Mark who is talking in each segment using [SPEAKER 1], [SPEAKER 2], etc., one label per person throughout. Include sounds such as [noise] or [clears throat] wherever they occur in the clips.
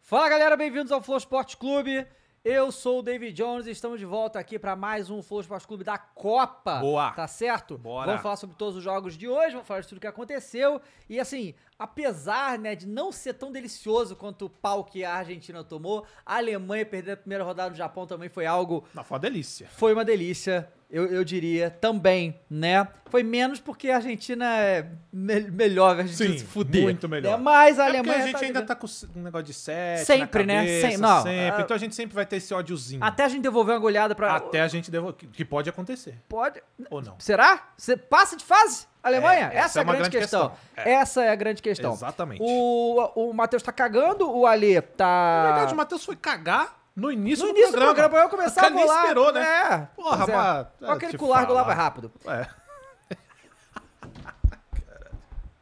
[SPEAKER 1] Fala galera, bem-vindos ao Flow Esporte Clube. Eu sou o David Jones e estamos de volta aqui para mais um Flow Esporte Clube da Copa.
[SPEAKER 2] Boa.
[SPEAKER 1] Tá certo?
[SPEAKER 2] Bora.
[SPEAKER 1] Vamos falar sobre todos os jogos de hoje, vamos falar de tudo que aconteceu. E assim, apesar né, de não ser tão delicioso quanto o pau que a Argentina tomou, a Alemanha perdendo a primeira rodada do Japão também foi algo
[SPEAKER 2] Não, foi uma delícia.
[SPEAKER 1] foi uma delícia, eu, eu diria, também, né? Foi menos porque a Argentina é me- melhor, a Argentina
[SPEAKER 2] Sim,
[SPEAKER 1] se fuder.
[SPEAKER 2] muito melhor.
[SPEAKER 1] Né? Mas a
[SPEAKER 2] É porque
[SPEAKER 1] Alemanha.
[SPEAKER 2] a gente
[SPEAKER 1] tá
[SPEAKER 2] ainda
[SPEAKER 1] ligando.
[SPEAKER 2] tá com um negócio de sete
[SPEAKER 1] Sempre,
[SPEAKER 2] na
[SPEAKER 1] né?
[SPEAKER 2] cabeça,
[SPEAKER 1] Sem- não, ah,
[SPEAKER 2] sempre. Então a gente sempre vai ter esse ódiozinho. Até,
[SPEAKER 1] Até a gente devolver uma goleada pra.
[SPEAKER 2] a gente... Devo... que- Que pode acontecer,
[SPEAKER 1] Pode.
[SPEAKER 2] ou não.
[SPEAKER 1] Será? Você passa de fase? Alemanha?
[SPEAKER 2] É,
[SPEAKER 1] essa, é a grande, questão. Essa é a grande questão.
[SPEAKER 2] Exatamente.
[SPEAKER 1] O, o Matheus tá cagando, o Alê tá.
[SPEAKER 2] Na é verdade, o Matheus foi cagar Ah. no início
[SPEAKER 1] no
[SPEAKER 2] do
[SPEAKER 1] início do
[SPEAKER 2] programa.
[SPEAKER 1] programa, pra eu começar a
[SPEAKER 2] Ele nem
[SPEAKER 1] rolar.
[SPEAKER 2] esperou, né?
[SPEAKER 1] É.
[SPEAKER 2] Porra,
[SPEAKER 1] pois é.
[SPEAKER 2] mas-
[SPEAKER 1] Com aquele
[SPEAKER 2] te
[SPEAKER 1] culargo lá
[SPEAKER 2] falar.
[SPEAKER 1] vai rápido.
[SPEAKER 2] É.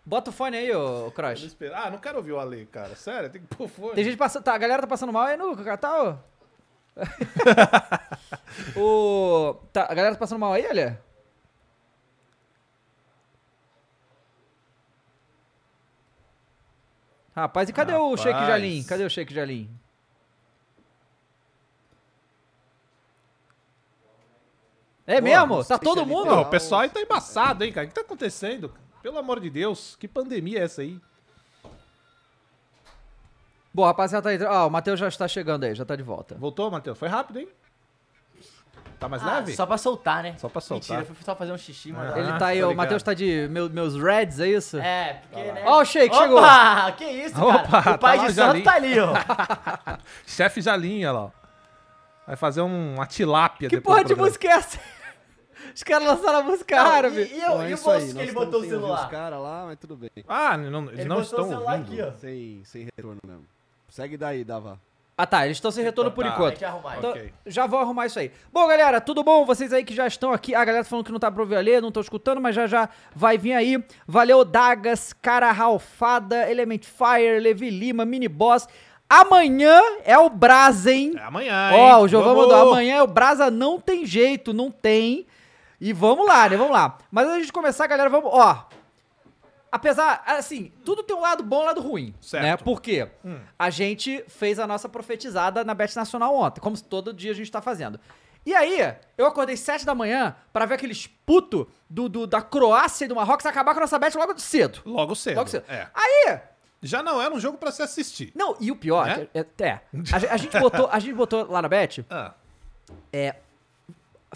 [SPEAKER 1] Bota o fone aí, ô
[SPEAKER 2] Eu não
[SPEAKER 1] Cross.
[SPEAKER 2] espero- Ah, não quero ouvir o Ale, cara. Sério, tem que pôr fone.
[SPEAKER 1] Tem gente passando. Tá, a galera tá passando mal aí no Cacatal? o. Tá, a galera tá passando mal aí, olha? Rapaz, e cadê o
[SPEAKER 2] Rapaz.
[SPEAKER 1] Shake Jalim? Cadê o Shake Jalim? É mesmo? Tá todo mundo?
[SPEAKER 2] Não, o pessoal aí tá embaçado, hein, cara. O que tá acontecendo? Pelo amor de Deus, que pandemia é essa aí?
[SPEAKER 1] Bom, rapaziada, tá entrando. Ah, o Matheus já está chegando aí, já tá de volta.
[SPEAKER 2] Voltou, Matheus? Foi rápido, hein? Tá mais
[SPEAKER 3] Ah,
[SPEAKER 2] leve?
[SPEAKER 3] só pra soltar, né?
[SPEAKER 2] Só pra soltar.
[SPEAKER 3] Mentira, eu fui só fazer um xixi, mano.
[SPEAKER 1] Ele
[SPEAKER 2] Ah,
[SPEAKER 1] tá aí,
[SPEAKER 2] tô
[SPEAKER 1] o
[SPEAKER 2] ligado.
[SPEAKER 1] Matheus tá de meu- meus Reds, é isso?
[SPEAKER 3] É, porque, né?
[SPEAKER 1] Ó, o Sheik,
[SPEAKER 3] Opa,
[SPEAKER 1] chegou.
[SPEAKER 3] "Ah, que isso, [laughs]
[SPEAKER 2] Opa,
[SPEAKER 3] cara? O pai
[SPEAKER 2] tá lá
[SPEAKER 3] de
[SPEAKER 2] já
[SPEAKER 3] santo
[SPEAKER 2] ali.
[SPEAKER 3] tá ali, ó.
[SPEAKER 2] Chefe Jalinha, lá. ó. Vai fazer um, uma tilápia
[SPEAKER 1] Que
[SPEAKER 2] depois
[SPEAKER 1] porra
[SPEAKER 2] do
[SPEAKER 1] de
[SPEAKER 2] programa.
[SPEAKER 1] música é essa? [laughs] Os caras lançaram a música árabe.
[SPEAKER 3] E, e eu, e o bolso que ele botou o
[SPEAKER 4] Os
[SPEAKER 3] celular?
[SPEAKER 4] caras lá, mas tudo bem.
[SPEAKER 2] Ah, não, eles
[SPEAKER 3] Ele
[SPEAKER 2] não
[SPEAKER 3] botou
[SPEAKER 2] estão
[SPEAKER 3] o celular
[SPEAKER 2] ouvindo.
[SPEAKER 3] aqui, ó.
[SPEAKER 4] Sem, sem retorno mesmo. Segue daí, Dava.
[SPEAKER 1] Ah tá, eles estão sem retorno por
[SPEAKER 2] tá,
[SPEAKER 1] enquanto.
[SPEAKER 3] Tem que arrumar.
[SPEAKER 1] Então,
[SPEAKER 2] Ok.
[SPEAKER 1] Já vou arrumar isso aí. Bom, galera, tudo bom? Vocês aí que já estão aqui. A galera tá falando que não tá pra ouvir ali, não tô escutando, mas já já vai vir aí. Valeu, Dagas, Cara Ralfada, Element Fire, Levi Lima, Mini Boss. Amanhã é o Brasa, hein?
[SPEAKER 2] É amanhã, hein?
[SPEAKER 1] Ó, o Giovão
[SPEAKER 2] Vamos!
[SPEAKER 1] mandou. Amanhã é o Brasa não tem jeito, não tem. E vamos lá, né? Vamos lá. Mas antes de começar, galera, vamos. Ó. Apesar, assim, tudo tem um lado bom e um lado ruim.
[SPEAKER 2] Certo. Hum.
[SPEAKER 1] Né? Por quê? A gente fez a nossa profetizada na Bet Nacional ontem, como todo dia a gente tá fazendo. E aí, eu acordei 7 da manhã pra ver aqueles puto do, do- da Croácia e do Marrocos acabar com a nossa Bet logo cedo.
[SPEAKER 2] Logo cedo.
[SPEAKER 1] Logo cedo.
[SPEAKER 2] É.
[SPEAKER 1] Aí,
[SPEAKER 2] Já não era um jogo pra se assistir.
[SPEAKER 1] não, e o pior,
[SPEAKER 2] Né?
[SPEAKER 1] é, é, é, a, ge- a gente botou, a gente botou lá na Bet,
[SPEAKER 2] Ah,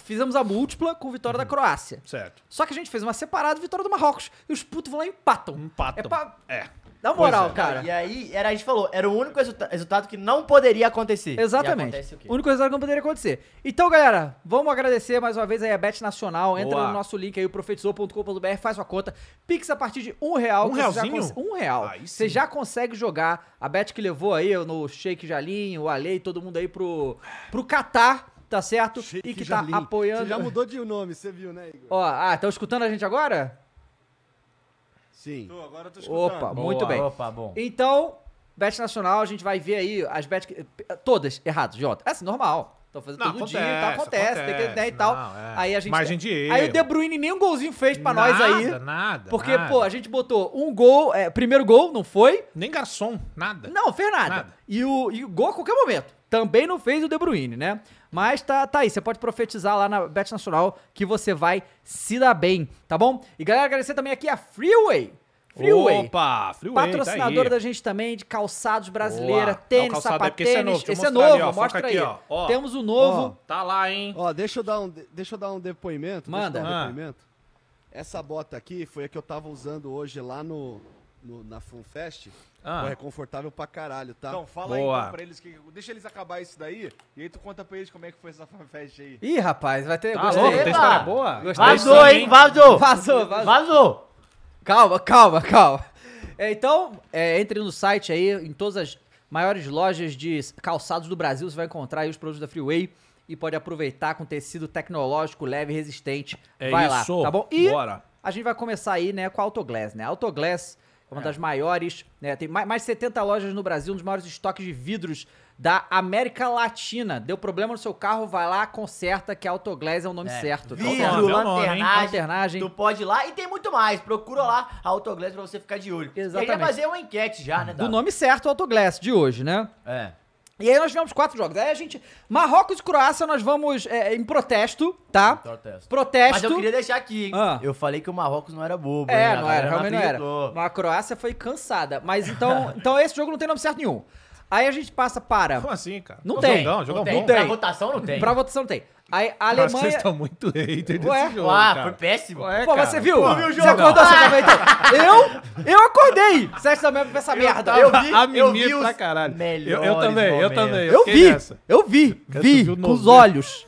[SPEAKER 1] fizemos a múltipla com vitória da Croácia.
[SPEAKER 2] certo.
[SPEAKER 1] Só que a gente fez uma separada vitória do Marrocos. E os putos vão lá e empatam.
[SPEAKER 2] Empatam.
[SPEAKER 1] É pra...
[SPEAKER 2] É.
[SPEAKER 1] Dá moral,
[SPEAKER 2] Pois é.
[SPEAKER 1] cara.
[SPEAKER 3] E aí, era, a gente falou, era o único resulta- resultado que não poderia acontecer. E
[SPEAKER 1] Exatamente.
[SPEAKER 3] acontece o quê?
[SPEAKER 1] O único resultado que poderia acontecer. Então, galera, vamos agradecer mais uma vez aí a Bet Nacional. Entra
[SPEAKER 2] Boa.
[SPEAKER 1] no nosso link aí, o profetizou.com.br, faz sua conta. Pix a partir de um real.
[SPEAKER 2] Um
[SPEAKER 1] que você já cons-
[SPEAKER 2] realzinho?
[SPEAKER 1] Um real.
[SPEAKER 2] Aí sim.
[SPEAKER 1] Você já consegue jogar. A Bet que levou aí no Shake Jalinho, o Ale e todo mundo aí pro, pro Catar, tá certo? e que tá
[SPEAKER 4] Jalim.
[SPEAKER 1] apoiando.
[SPEAKER 4] Você já mudou de nome, você viu, né, Igor?
[SPEAKER 1] Ó, ah, estão escutando a gente agora?
[SPEAKER 4] Sim.
[SPEAKER 5] Agora eu tô
[SPEAKER 1] Opa, muito
[SPEAKER 3] Boa,
[SPEAKER 1] bem.
[SPEAKER 3] Opa, bom.
[SPEAKER 1] Então, Bet Nacional, a gente vai ver aí as bet. que- eh, Todas erradas, Jota. É assim, normal. Estão fazendo
[SPEAKER 2] Não,
[SPEAKER 1] todo
[SPEAKER 2] acontece,
[SPEAKER 1] dia, então acontece, tem que, né, e tal.
[SPEAKER 2] não, é.
[SPEAKER 1] Aí a gente.
[SPEAKER 2] Margem de erro.
[SPEAKER 1] Aí o De Bruyne nem um golzinho fez pra nós aí.
[SPEAKER 2] Nada, nada.
[SPEAKER 1] porque,
[SPEAKER 2] nada.
[SPEAKER 1] pô, a gente botou um gol, é, primeiro gol, não foi.
[SPEAKER 2] Nem garçom, nada.
[SPEAKER 1] Não, fez nada.
[SPEAKER 2] Nada.
[SPEAKER 1] E, o, e o gol a qualquer momento. Também não fez o De Bruyne, né? Mas tá, tá aí, você pode profetizar lá na Bet Nacional que você vai se dar bem, tá bom? E galera, agradecer também aqui a Freeway. Freeway.
[SPEAKER 2] Opa, Freeway,
[SPEAKER 1] Patrocinadora
[SPEAKER 2] tá
[SPEAKER 1] da gente também, de calçados brasileira,
[SPEAKER 2] Boa.
[SPEAKER 1] tênis,
[SPEAKER 2] Não, calçado é porque
[SPEAKER 1] sapatênis.
[SPEAKER 2] esse é novo, deixa
[SPEAKER 1] Esse é
[SPEAKER 2] eu mostrar
[SPEAKER 1] novo,
[SPEAKER 2] ali, ó, foca
[SPEAKER 1] mostra aí.
[SPEAKER 2] aqui, ó, ó.
[SPEAKER 1] Temos o novo.
[SPEAKER 2] aí. Tá lá, hein?
[SPEAKER 4] Ó, deixa eu dar um, de- deixa eu dar um depoimento.
[SPEAKER 1] Manda.
[SPEAKER 4] Deixa eu dar
[SPEAKER 2] Ah.
[SPEAKER 4] um depoimento. Essa bota aqui foi a que eu tava usando hoje lá no, no- na FunFest,
[SPEAKER 2] Ah.
[SPEAKER 4] pô, é confortável pra caralho, tá?
[SPEAKER 5] Então, fala
[SPEAKER 2] Boa.
[SPEAKER 5] aí então pra eles. Que, deixa eles acabar isso daí. E aí tu conta pra eles como é que foi essa fanfest aí.
[SPEAKER 1] Ih, rapaz, vai ter.
[SPEAKER 2] Tá
[SPEAKER 1] gostei.
[SPEAKER 2] louco, tem
[SPEAKER 3] Eba!
[SPEAKER 2] história boa.
[SPEAKER 1] Gostei.
[SPEAKER 3] Vazou, hein? Vazou!
[SPEAKER 1] Vazou, vazou.
[SPEAKER 3] Vazou!
[SPEAKER 1] Calma, calma, calma. É, então, é, entre no site aí, em todas as maiores lojas de calçados do Brasil, você vai encontrar aí os produtos da Freeway e pode aproveitar com tecido tecnológico, leve e resistente.
[SPEAKER 2] É
[SPEAKER 1] vai
[SPEAKER 2] isso.
[SPEAKER 1] lá, tá bom? E
[SPEAKER 2] Bora.
[SPEAKER 1] a gente vai começar aí, né, com a Autoglass, né? A Autoglass é uma das maiores, né, tem mais, mais 70 lojas no Brasil, um dos maiores estoques de vidros da América Latina. Deu problema no seu carro, vai lá, conserta, que a Autoglass é o nome certo. tá
[SPEAKER 2] Vidro,
[SPEAKER 1] bom?
[SPEAKER 3] Vidro,
[SPEAKER 2] deu nome, hein?
[SPEAKER 3] lanternagem,
[SPEAKER 1] Lanternagem.
[SPEAKER 3] Tu pode ir lá e tem muito mais. Procura lá a Autoglass pra você ficar de olho.
[SPEAKER 1] Exatamente.
[SPEAKER 3] E aí vai fazer uma enquete já, né,
[SPEAKER 1] Do
[SPEAKER 3] Dado?
[SPEAKER 1] nome certo, o Autoglass de hoje, né?
[SPEAKER 3] É.
[SPEAKER 1] E aí nós tivemos quatro jogos. Aí a gente. Marrocos e Croácia, nós vamos é, em protesto, tá?
[SPEAKER 3] Protesto.
[SPEAKER 1] Protesto.
[SPEAKER 3] Mas eu queria deixar aqui, hein?
[SPEAKER 1] Ah.
[SPEAKER 3] Eu falei que o Marrocos não era bobo. hein?
[SPEAKER 1] É,
[SPEAKER 3] A
[SPEAKER 1] não
[SPEAKER 3] galera
[SPEAKER 1] era, realmente não era.
[SPEAKER 3] acreditou.
[SPEAKER 1] Mas a Croácia foi cansada. Mas então, [laughs] então esse jogo não tem nome certo nenhum. Aí a gente passa para.
[SPEAKER 2] Como assim, cara?
[SPEAKER 1] Não
[SPEAKER 2] Pô,
[SPEAKER 1] tem,
[SPEAKER 2] Jogão, jogão
[SPEAKER 3] Não tem.
[SPEAKER 2] bom.
[SPEAKER 1] tem.
[SPEAKER 3] Pra votação não tem.
[SPEAKER 1] Pra votação tem. Aí a
[SPEAKER 2] Cara, vocês
[SPEAKER 1] Alemanha.
[SPEAKER 2] estão muito hater desse
[SPEAKER 1] Ué?
[SPEAKER 2] jogo,
[SPEAKER 3] ah,
[SPEAKER 2] cara.
[SPEAKER 3] foi péssimo.
[SPEAKER 2] Ué,
[SPEAKER 1] Pô,
[SPEAKER 2] cara.
[SPEAKER 1] você viu?
[SPEAKER 2] Pô,
[SPEAKER 1] você acordou, você também então. Eu, eu acordei! Você acha também pra essa merda?
[SPEAKER 3] tava-
[SPEAKER 1] Eu,
[SPEAKER 3] vi-
[SPEAKER 2] a
[SPEAKER 3] eu vi
[SPEAKER 2] mimir
[SPEAKER 3] os
[SPEAKER 2] pra caralho. Eu, eu
[SPEAKER 3] melhores
[SPEAKER 2] também, eu
[SPEAKER 3] momentos.
[SPEAKER 2] também.
[SPEAKER 1] eu
[SPEAKER 2] fiquei
[SPEAKER 1] vi!
[SPEAKER 2] nessa.
[SPEAKER 1] Eu vi!
[SPEAKER 2] Cara, tu
[SPEAKER 1] Vi!
[SPEAKER 2] viu
[SPEAKER 1] Com os
[SPEAKER 2] noventa.
[SPEAKER 1] olhos.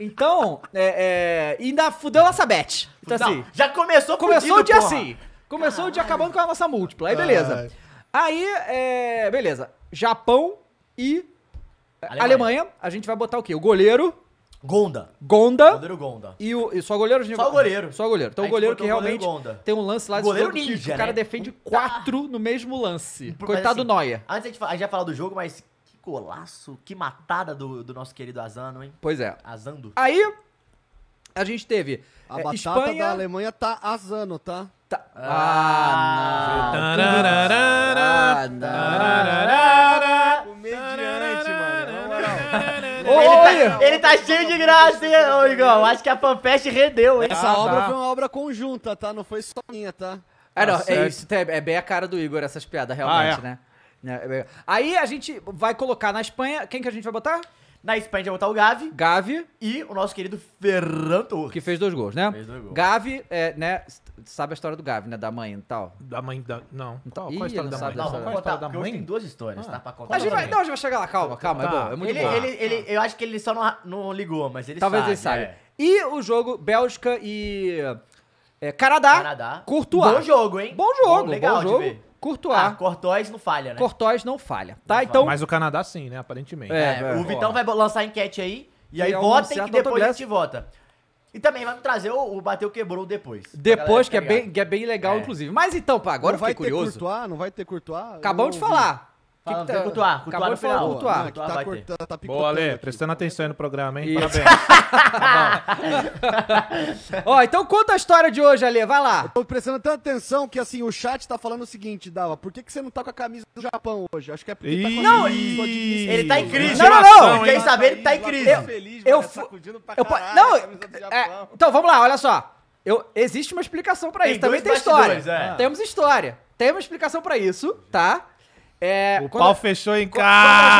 [SPEAKER 1] Então, é. é, e ainda fudeu nossa bet. Então
[SPEAKER 3] Não,
[SPEAKER 1] assim.
[SPEAKER 3] já começou
[SPEAKER 1] Começou
[SPEAKER 3] fudido,
[SPEAKER 1] o dia
[SPEAKER 3] porra.
[SPEAKER 1] assim. Começou o dia acabando com a nossa múltipla. Aí beleza. Aí, é, beleza. Japão e Alemanha.
[SPEAKER 3] Alemanha.
[SPEAKER 1] A gente vai botar o quê? O goleiro,
[SPEAKER 3] Gonda.
[SPEAKER 1] Gonda
[SPEAKER 3] Goleiro Gonda.
[SPEAKER 1] e, o, e só goleiro? a gente
[SPEAKER 3] Só
[SPEAKER 1] vai-
[SPEAKER 3] o goleiro.
[SPEAKER 1] Só o goleiro. Então
[SPEAKER 3] A
[SPEAKER 1] o
[SPEAKER 3] gente
[SPEAKER 1] goleiro que
[SPEAKER 3] botou o goleiro
[SPEAKER 1] realmente
[SPEAKER 3] Gonda.
[SPEAKER 1] tem um lance lá desse
[SPEAKER 3] Goleiro
[SPEAKER 1] jogo que
[SPEAKER 3] ninja,
[SPEAKER 1] o cara
[SPEAKER 3] né?
[SPEAKER 1] defende quatro no mesmo lance.
[SPEAKER 3] Mas,
[SPEAKER 1] Coitado do
[SPEAKER 3] assim,
[SPEAKER 1] Noia.
[SPEAKER 3] Antes a gente, fa- a gente vai falar do jogo, mas que golaço, que matada do, do nosso querido Azano, hein?
[SPEAKER 1] Pois é.
[SPEAKER 3] Azando.
[SPEAKER 1] Aí, a gente teve
[SPEAKER 4] A
[SPEAKER 1] é,
[SPEAKER 4] batata
[SPEAKER 1] Espanha...
[SPEAKER 4] da Alemanha tá azando, tá?
[SPEAKER 1] tá- Ah, não. Ah, não.
[SPEAKER 5] Comediante, mano. na moral.
[SPEAKER 3] Ele
[SPEAKER 1] Oi!
[SPEAKER 3] tá, ele tá cheio de graça, hein, ô Igão? Acho que a fanfest rendeu, hein?
[SPEAKER 1] Tá.
[SPEAKER 4] Essa Tá, obra foi uma obra conjunta, tá? Não foi só minha, tá?
[SPEAKER 1] É, não,
[SPEAKER 2] Tá
[SPEAKER 1] é
[SPEAKER 2] certo.
[SPEAKER 1] isso, é, é bem a cara do Igor essas piadas, realmente,
[SPEAKER 2] Ah, é.
[SPEAKER 1] né? É, é bem- Aí a gente vai colocar na Espanha, quem que a gente vai botar?
[SPEAKER 3] Na Espanha a gente vai botar o Gavi
[SPEAKER 1] Gavi,
[SPEAKER 3] e o nosso querido Ferran Torres.
[SPEAKER 1] que fez dois gols, né?
[SPEAKER 3] Fez dois gols.
[SPEAKER 1] Gavi, é, né, s- sabe a história do Gavi, né, da mãe e tal.
[SPEAKER 2] Da mãe da... Não. Qual,
[SPEAKER 1] Ih,
[SPEAKER 2] qual a história
[SPEAKER 1] não
[SPEAKER 2] da
[SPEAKER 1] sabe
[SPEAKER 2] mãe?
[SPEAKER 3] Não,
[SPEAKER 1] dessa
[SPEAKER 2] Qual
[SPEAKER 3] vamos
[SPEAKER 2] a
[SPEAKER 3] contar,
[SPEAKER 2] história da
[SPEAKER 3] porque hoje tem
[SPEAKER 2] mãe?
[SPEAKER 3] duas histórias, tá? Pra contar.
[SPEAKER 1] Ah. A gente vai,
[SPEAKER 3] também.
[SPEAKER 1] não, a gente vai chegar lá, calma, calma, é
[SPEAKER 2] Tá.
[SPEAKER 1] bom, é muito
[SPEAKER 3] ele,
[SPEAKER 1] bom.
[SPEAKER 3] ele, ele, eu acho que ele só não, não ligou, mas ele
[SPEAKER 1] Talvez
[SPEAKER 3] sabe.
[SPEAKER 1] ele saiba.
[SPEAKER 3] é.
[SPEAKER 1] E o jogo Bélgica e... é, Canadá,
[SPEAKER 3] Canadá.
[SPEAKER 1] Courtois.
[SPEAKER 3] Bom jogo, hein?
[SPEAKER 1] Bom jogo,
[SPEAKER 3] legal
[SPEAKER 1] bom
[SPEAKER 3] de
[SPEAKER 1] jogo.
[SPEAKER 3] ver.
[SPEAKER 1] Courtois.
[SPEAKER 3] Ah, Cortóis não falha, né?
[SPEAKER 1] Courtois não falha, tá? Então,
[SPEAKER 2] Mas o Canadá sim, né? Aparentemente.
[SPEAKER 1] É.
[SPEAKER 3] É, o Vitão vai lançar a enquete aí. E aí
[SPEAKER 1] é um
[SPEAKER 3] votem
[SPEAKER 1] certo
[SPEAKER 3] que depois a
[SPEAKER 1] autoglass.
[SPEAKER 3] gente vota. E também vai me trazer o, o Bateu Quebrou depois. pra
[SPEAKER 1] depois,
[SPEAKER 3] galera
[SPEAKER 1] que é,
[SPEAKER 3] ficar
[SPEAKER 1] bem,
[SPEAKER 3] ligada.
[SPEAKER 1] que é bem legal,
[SPEAKER 3] É.
[SPEAKER 1] inclusive. Mas então, pá, agora
[SPEAKER 4] não
[SPEAKER 1] eu fiquei
[SPEAKER 4] vai
[SPEAKER 1] curioso.
[SPEAKER 4] ter Courtois? Não vai ter Courtois?
[SPEAKER 1] Acabamos de
[SPEAKER 4] Eu não ouvi.
[SPEAKER 1] falar. tá-
[SPEAKER 3] Falando, tem Courtois, Courtois
[SPEAKER 1] Acabou
[SPEAKER 3] no
[SPEAKER 1] de falar
[SPEAKER 3] final.
[SPEAKER 4] Boa, não,
[SPEAKER 1] Courtois.
[SPEAKER 4] é que
[SPEAKER 3] Courtois
[SPEAKER 4] tá
[SPEAKER 3] vai
[SPEAKER 4] cortando, tá picotando
[SPEAKER 2] Boa, Ale,
[SPEAKER 4] aqui.
[SPEAKER 2] prestando atenção aí no programa, hein?
[SPEAKER 1] Isso.
[SPEAKER 2] Parabéns.
[SPEAKER 1] Ó, então conta a história de hoje, Ale, vai lá.
[SPEAKER 4] Tô prestando tanta atenção que, assim, o chat tá falando o seguinte, Dava, por que, que você não tá com a camisa do Japão hoje? Acho que é porque tá com a
[SPEAKER 2] Não,
[SPEAKER 4] camisa só de
[SPEAKER 2] e-
[SPEAKER 4] Disney.
[SPEAKER 3] Ele tá em crise.
[SPEAKER 1] Não, não, não.
[SPEAKER 3] Fiquei sabendo que tá em crise.
[SPEAKER 5] Eu, feliz,
[SPEAKER 1] eu
[SPEAKER 5] eu
[SPEAKER 1] fu-
[SPEAKER 5] sacudindo pra
[SPEAKER 1] Eu, po-
[SPEAKER 5] caralho
[SPEAKER 1] não,
[SPEAKER 5] a camisa do
[SPEAKER 1] é,
[SPEAKER 5] Japão.
[SPEAKER 1] então vamos lá, olha só. Eu, existe uma explicação pra
[SPEAKER 3] Tem
[SPEAKER 1] isso, também tem
[SPEAKER 3] dois
[SPEAKER 1] história. Ah.
[SPEAKER 3] bastidores, é.
[SPEAKER 1] Temos história. Tem uma explicação pra isso, tá? É,
[SPEAKER 2] O
[SPEAKER 1] quando-
[SPEAKER 2] pau fechou em
[SPEAKER 1] quando a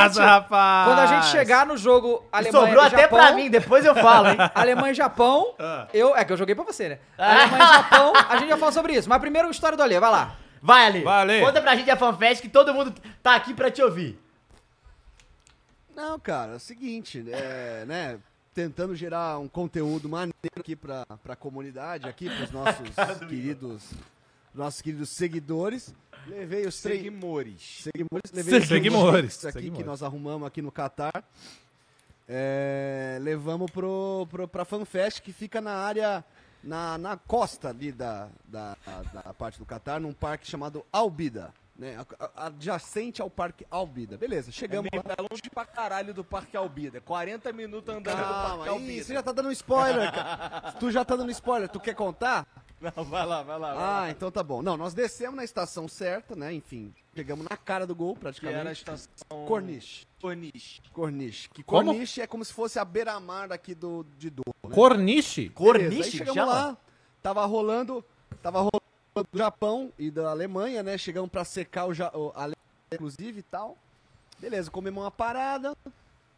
[SPEAKER 1] gente-
[SPEAKER 2] casa, rapaz.
[SPEAKER 1] Quando a gente chegar no jogo Alemanha
[SPEAKER 3] Sobrou
[SPEAKER 1] e
[SPEAKER 3] até
[SPEAKER 1] Japão,
[SPEAKER 3] pra mim, depois eu falo, hein?
[SPEAKER 1] [laughs] Alemanha e
[SPEAKER 2] [laughs]
[SPEAKER 1] Japão,
[SPEAKER 2] Ah.
[SPEAKER 1] eu... É que eu joguei pra você, né? Alemanha e Japão, a gente já fala sobre isso. Mas primeiro a história do Ale, vai lá.
[SPEAKER 3] Vai, Ali.
[SPEAKER 2] Vai, Ale.
[SPEAKER 3] Conta pra gente a fanfest que todo mundo tá aqui pra te ouvir.
[SPEAKER 4] Não, cara, é o seguinte, é, né, tentando gerar um conteúdo maneiro aqui pra, pra comunidade, aqui
[SPEAKER 3] [laughs]
[SPEAKER 4] pros nossos queridos, nossos queridos seguidores, levei os três...
[SPEAKER 5] Seguimores.
[SPEAKER 4] Seguimores. Levei
[SPEAKER 2] Seguimores,
[SPEAKER 4] os seguidores aqui
[SPEAKER 2] seguimores.
[SPEAKER 4] que nós arrumamos aqui no Catar. É, levamos pro, pro, pra FanFest, que fica na área, na, na costa ali da, da, da parte do Catar, num parque chamado Albida. Né, a- a- adjacente ao Parque Albida. Beleza, chegamos lá.
[SPEAKER 5] Tá longe pra caralho do Parque Albida. 40 minutos andando do Parque
[SPEAKER 4] Calma,
[SPEAKER 5] Albida.
[SPEAKER 4] ih, você já tá dando
[SPEAKER 5] [laughs]
[SPEAKER 4] spoiler, cara. Tu já tá dando spoiler, tu quer contar?
[SPEAKER 5] Não, vai lá, vai lá. vai lá.
[SPEAKER 4] Ah, então tá bom. Não, nós descemos na estação certa, né? Enfim, chegamos na cara do gol
[SPEAKER 5] Que era a
[SPEAKER 4] praticamente.
[SPEAKER 5] estação...
[SPEAKER 4] Corniche.
[SPEAKER 5] Corniche.
[SPEAKER 4] Corniche. Que
[SPEAKER 2] Como?
[SPEAKER 4] corniche é como se fosse a beira-mar daqui do, de Douro.
[SPEAKER 2] Corniche?
[SPEAKER 4] Beleza, aí
[SPEAKER 3] Corniche, que
[SPEAKER 4] chegamos
[SPEAKER 3] chama?
[SPEAKER 4] lá, tava rolando, tava rolando do Japão e da Alemanha, né? Chegamos pra secar o, ja o a Alemanha, inclusive, e tal. Beleza, comemos uma parada.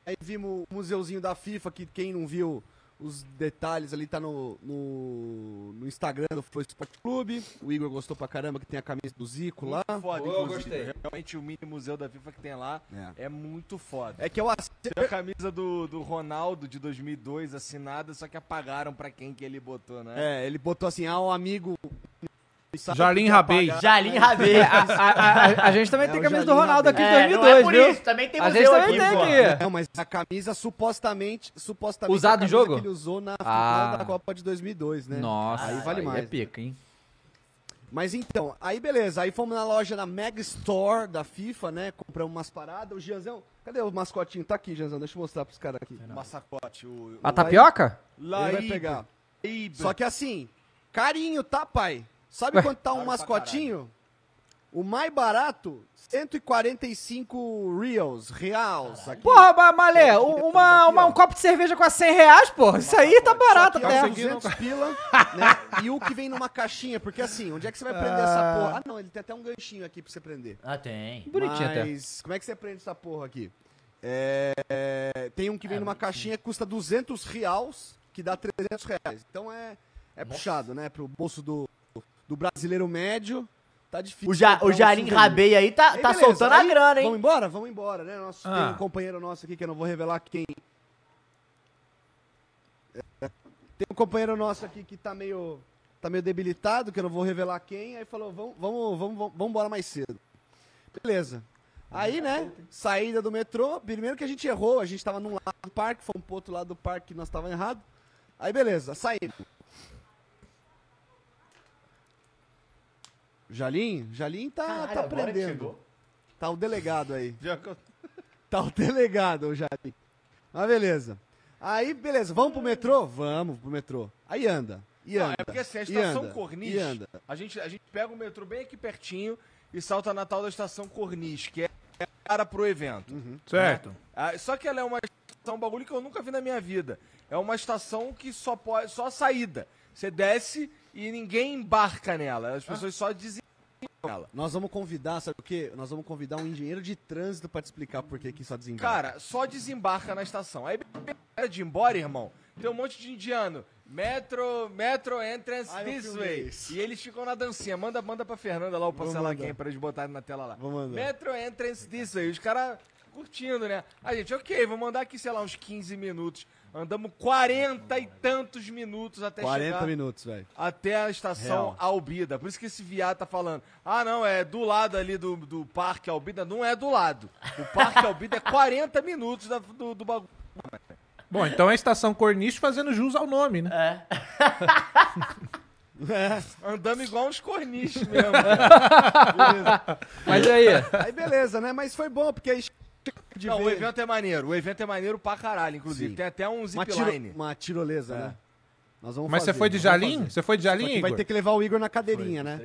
[SPEAKER 4] Aí vimos o museuzinho da FIFA, que quem não viu Os detalhes ali tá no, no, no Instagram do Flow Esporte Clube. O Igor gostou pra caramba que tem a camisa do Zico lá.
[SPEAKER 5] Foda,
[SPEAKER 1] Pô, eu
[SPEAKER 5] inclusive.
[SPEAKER 1] gostei.
[SPEAKER 5] Realmente o mini museu da FIFA que tem lá é, muito foda.
[SPEAKER 4] É que eu acho.
[SPEAKER 5] Tem a camisa do, do Ronaldo de 2002 assinada, só que apagaram pra quem que ele botou, né?
[SPEAKER 4] É, ele botou assim, ah, um amigo.
[SPEAKER 2] Jardim Rabei.
[SPEAKER 3] Jalim Rabei.
[SPEAKER 1] [laughs] A, a- a- a gente também
[SPEAKER 4] É,
[SPEAKER 1] tem
[SPEAKER 4] o
[SPEAKER 1] camisa do
[SPEAKER 4] Jardim
[SPEAKER 1] Ronaldo aqui em
[SPEAKER 3] É, não
[SPEAKER 1] 2002,
[SPEAKER 3] é por
[SPEAKER 1] viu?
[SPEAKER 3] isso, também tem
[SPEAKER 1] a gente
[SPEAKER 3] museu
[SPEAKER 1] também
[SPEAKER 3] aqui, pô.
[SPEAKER 1] tem aqui.
[SPEAKER 4] Não, é, mas a camisa supostamente. supostamente
[SPEAKER 1] Usado
[SPEAKER 4] a
[SPEAKER 1] em
[SPEAKER 4] camisa
[SPEAKER 1] jogo?
[SPEAKER 4] Que ele usou na
[SPEAKER 1] Ah.
[SPEAKER 4] final da Copa de 2002, né?
[SPEAKER 1] Nossa,
[SPEAKER 4] Aí vale mais.
[SPEAKER 1] É pica, hein?
[SPEAKER 4] Mas então, aí beleza, aí fomos na loja da Mega Store da FIFA, né? Compramos umas paradas. O Gianzão, cadê o mascotinho? Tá aqui, Gianzão, deixa eu mostrar pros caras aqui.
[SPEAKER 5] O Massacote, o.
[SPEAKER 1] A tapioca?
[SPEAKER 4] Ele vai pegar. Só que assim, carinho, tá, pai? Sabe quanto tá um
[SPEAKER 5] Caro pra
[SPEAKER 4] mascotinho? O mais barato, 145 reals, reals. Aqui.
[SPEAKER 1] Porra, ba- Malé, um- uma, uma- um copo de cerveja com a 100 reais, porra. Isso aí tá barato
[SPEAKER 4] Aqui, ó,
[SPEAKER 1] até.
[SPEAKER 4] 200 pila, [laughs] né? E o que vem numa caixinha, porque assim, onde é que você vai prender essa porra? Ah, não, ele tem até um ganchinho aqui pra você prender.
[SPEAKER 3] Ah, tem.
[SPEAKER 1] Bonitinho até.
[SPEAKER 4] Mas como é que você prende essa porra aqui? É, tem um que vem numa caixinha que custa 200 reais, que dá 300 reais. Então é, é puxado, né? Pro bolso do, do brasileiro médio, tá difícil.
[SPEAKER 3] O, ja,
[SPEAKER 1] então,
[SPEAKER 4] comprar
[SPEAKER 3] o
[SPEAKER 4] um
[SPEAKER 3] Jarim
[SPEAKER 1] assim,
[SPEAKER 4] souvenir.
[SPEAKER 3] Rabei aí tá,
[SPEAKER 4] Aí,
[SPEAKER 3] tá
[SPEAKER 4] beleza,
[SPEAKER 3] soltando
[SPEAKER 4] aí
[SPEAKER 3] a grana, hein?
[SPEAKER 4] Vamos embora? Vamos embora, né? Nosso, Tem
[SPEAKER 2] Ah.
[SPEAKER 4] um companheiro nosso aqui que eu não vou revelar quem... É, Tem um companheiro nosso aqui que tá meio, tá meio debilitado, que eu não vou revelar quem, aí falou, vamos, vamos, vamos, vamos, vamos embora mais cedo. Beleza. Aí, né, saída do metrô, primeiro que a gente errou, a gente tava num lado do parque, fomos pro outro lado do parque que nós tava errado. Aí, beleza, saímos. Jalim? Jalim tá, tá aprendendo. Tá o delegado aí. [laughs] Tá o delegado, o Jalim. Mas beleza. Aí, beleza, vamos pro metrô? Vamos pro metrô. Aí anda. E
[SPEAKER 5] Não,
[SPEAKER 4] anda.
[SPEAKER 5] é porque assim, a
[SPEAKER 4] e
[SPEAKER 5] estação
[SPEAKER 4] anda,
[SPEAKER 5] Corniche,
[SPEAKER 4] E anda.
[SPEAKER 5] a gente, a gente pega o metrô bem aqui pertinho e salta na tal da estação Corniche, que é a cara pro evento.
[SPEAKER 4] Uhum.
[SPEAKER 2] Certo.
[SPEAKER 5] Ah, só que ela é uma estação, um bagulho que eu nunca vi na minha vida. É uma estação que só pode, só a saída. Você desce e ninguém embarca nela.
[SPEAKER 4] Ah.
[SPEAKER 5] As pessoas só dizem ela.
[SPEAKER 4] Nós vamos convidar, sabe o quê? Nós vamos convidar um engenheiro de trânsito pra te explicar por que que só desembarca.
[SPEAKER 5] Cara, só desembarca na estação. Aí é de ir embora, irmão. Tem um monte de indiano. Metro, metro entrance
[SPEAKER 4] Ah, eu
[SPEAKER 5] this
[SPEAKER 4] filmei
[SPEAKER 5] way.
[SPEAKER 4] isso.
[SPEAKER 5] E eles ficam na dancinha. Manda, manda pra Fernanda lá, ou pra
[SPEAKER 4] Vou
[SPEAKER 5] sei lá
[SPEAKER 4] mandar.
[SPEAKER 5] quem, é pra eles botarem na tela lá.
[SPEAKER 4] Vou mandar.
[SPEAKER 5] Metro entrance this way. Os caras curtindo, né? Aí, gente, ok, vou mandar aqui, sei lá, uns 15 minutos. Andamos 40 e tantos minutos até
[SPEAKER 4] 40
[SPEAKER 5] chegar
[SPEAKER 4] minutos,
[SPEAKER 5] [laughs]
[SPEAKER 4] velho. [laughs]
[SPEAKER 5] até a estação
[SPEAKER 4] Real.
[SPEAKER 5] Albida. Por isso que esse viado tá falando. Ah, não, é do lado ali do, do Parque Albida. Não é do lado. O Parque Albida é 40 minutos da- do, do bagulho.
[SPEAKER 2] Bom, então é a estação Corniche fazendo jus ao nome, né?
[SPEAKER 5] Andando igual uns corniches mesmo.
[SPEAKER 1] [laughs] Mas e aí?
[SPEAKER 4] Aí beleza, né? Mas foi bom, porque aí de
[SPEAKER 5] não, o
[SPEAKER 4] ver-
[SPEAKER 5] evento é maneiro. O evento é maneiro pra caralho, inclusive.
[SPEAKER 4] Sim.
[SPEAKER 5] Tem até É. um
[SPEAKER 4] uma, tiro-
[SPEAKER 5] zipline.
[SPEAKER 4] uma tirolesa, né? Nós vamos
[SPEAKER 2] Mas você
[SPEAKER 4] fazer,
[SPEAKER 2] foi de
[SPEAKER 4] nós né? vamos
[SPEAKER 2] Jalim?
[SPEAKER 4] fazer.
[SPEAKER 2] Você foi de
[SPEAKER 4] Só
[SPEAKER 2] Jalim,
[SPEAKER 4] que vai
[SPEAKER 2] Igor?
[SPEAKER 4] ter que levar o Igor na cadeirinha, né?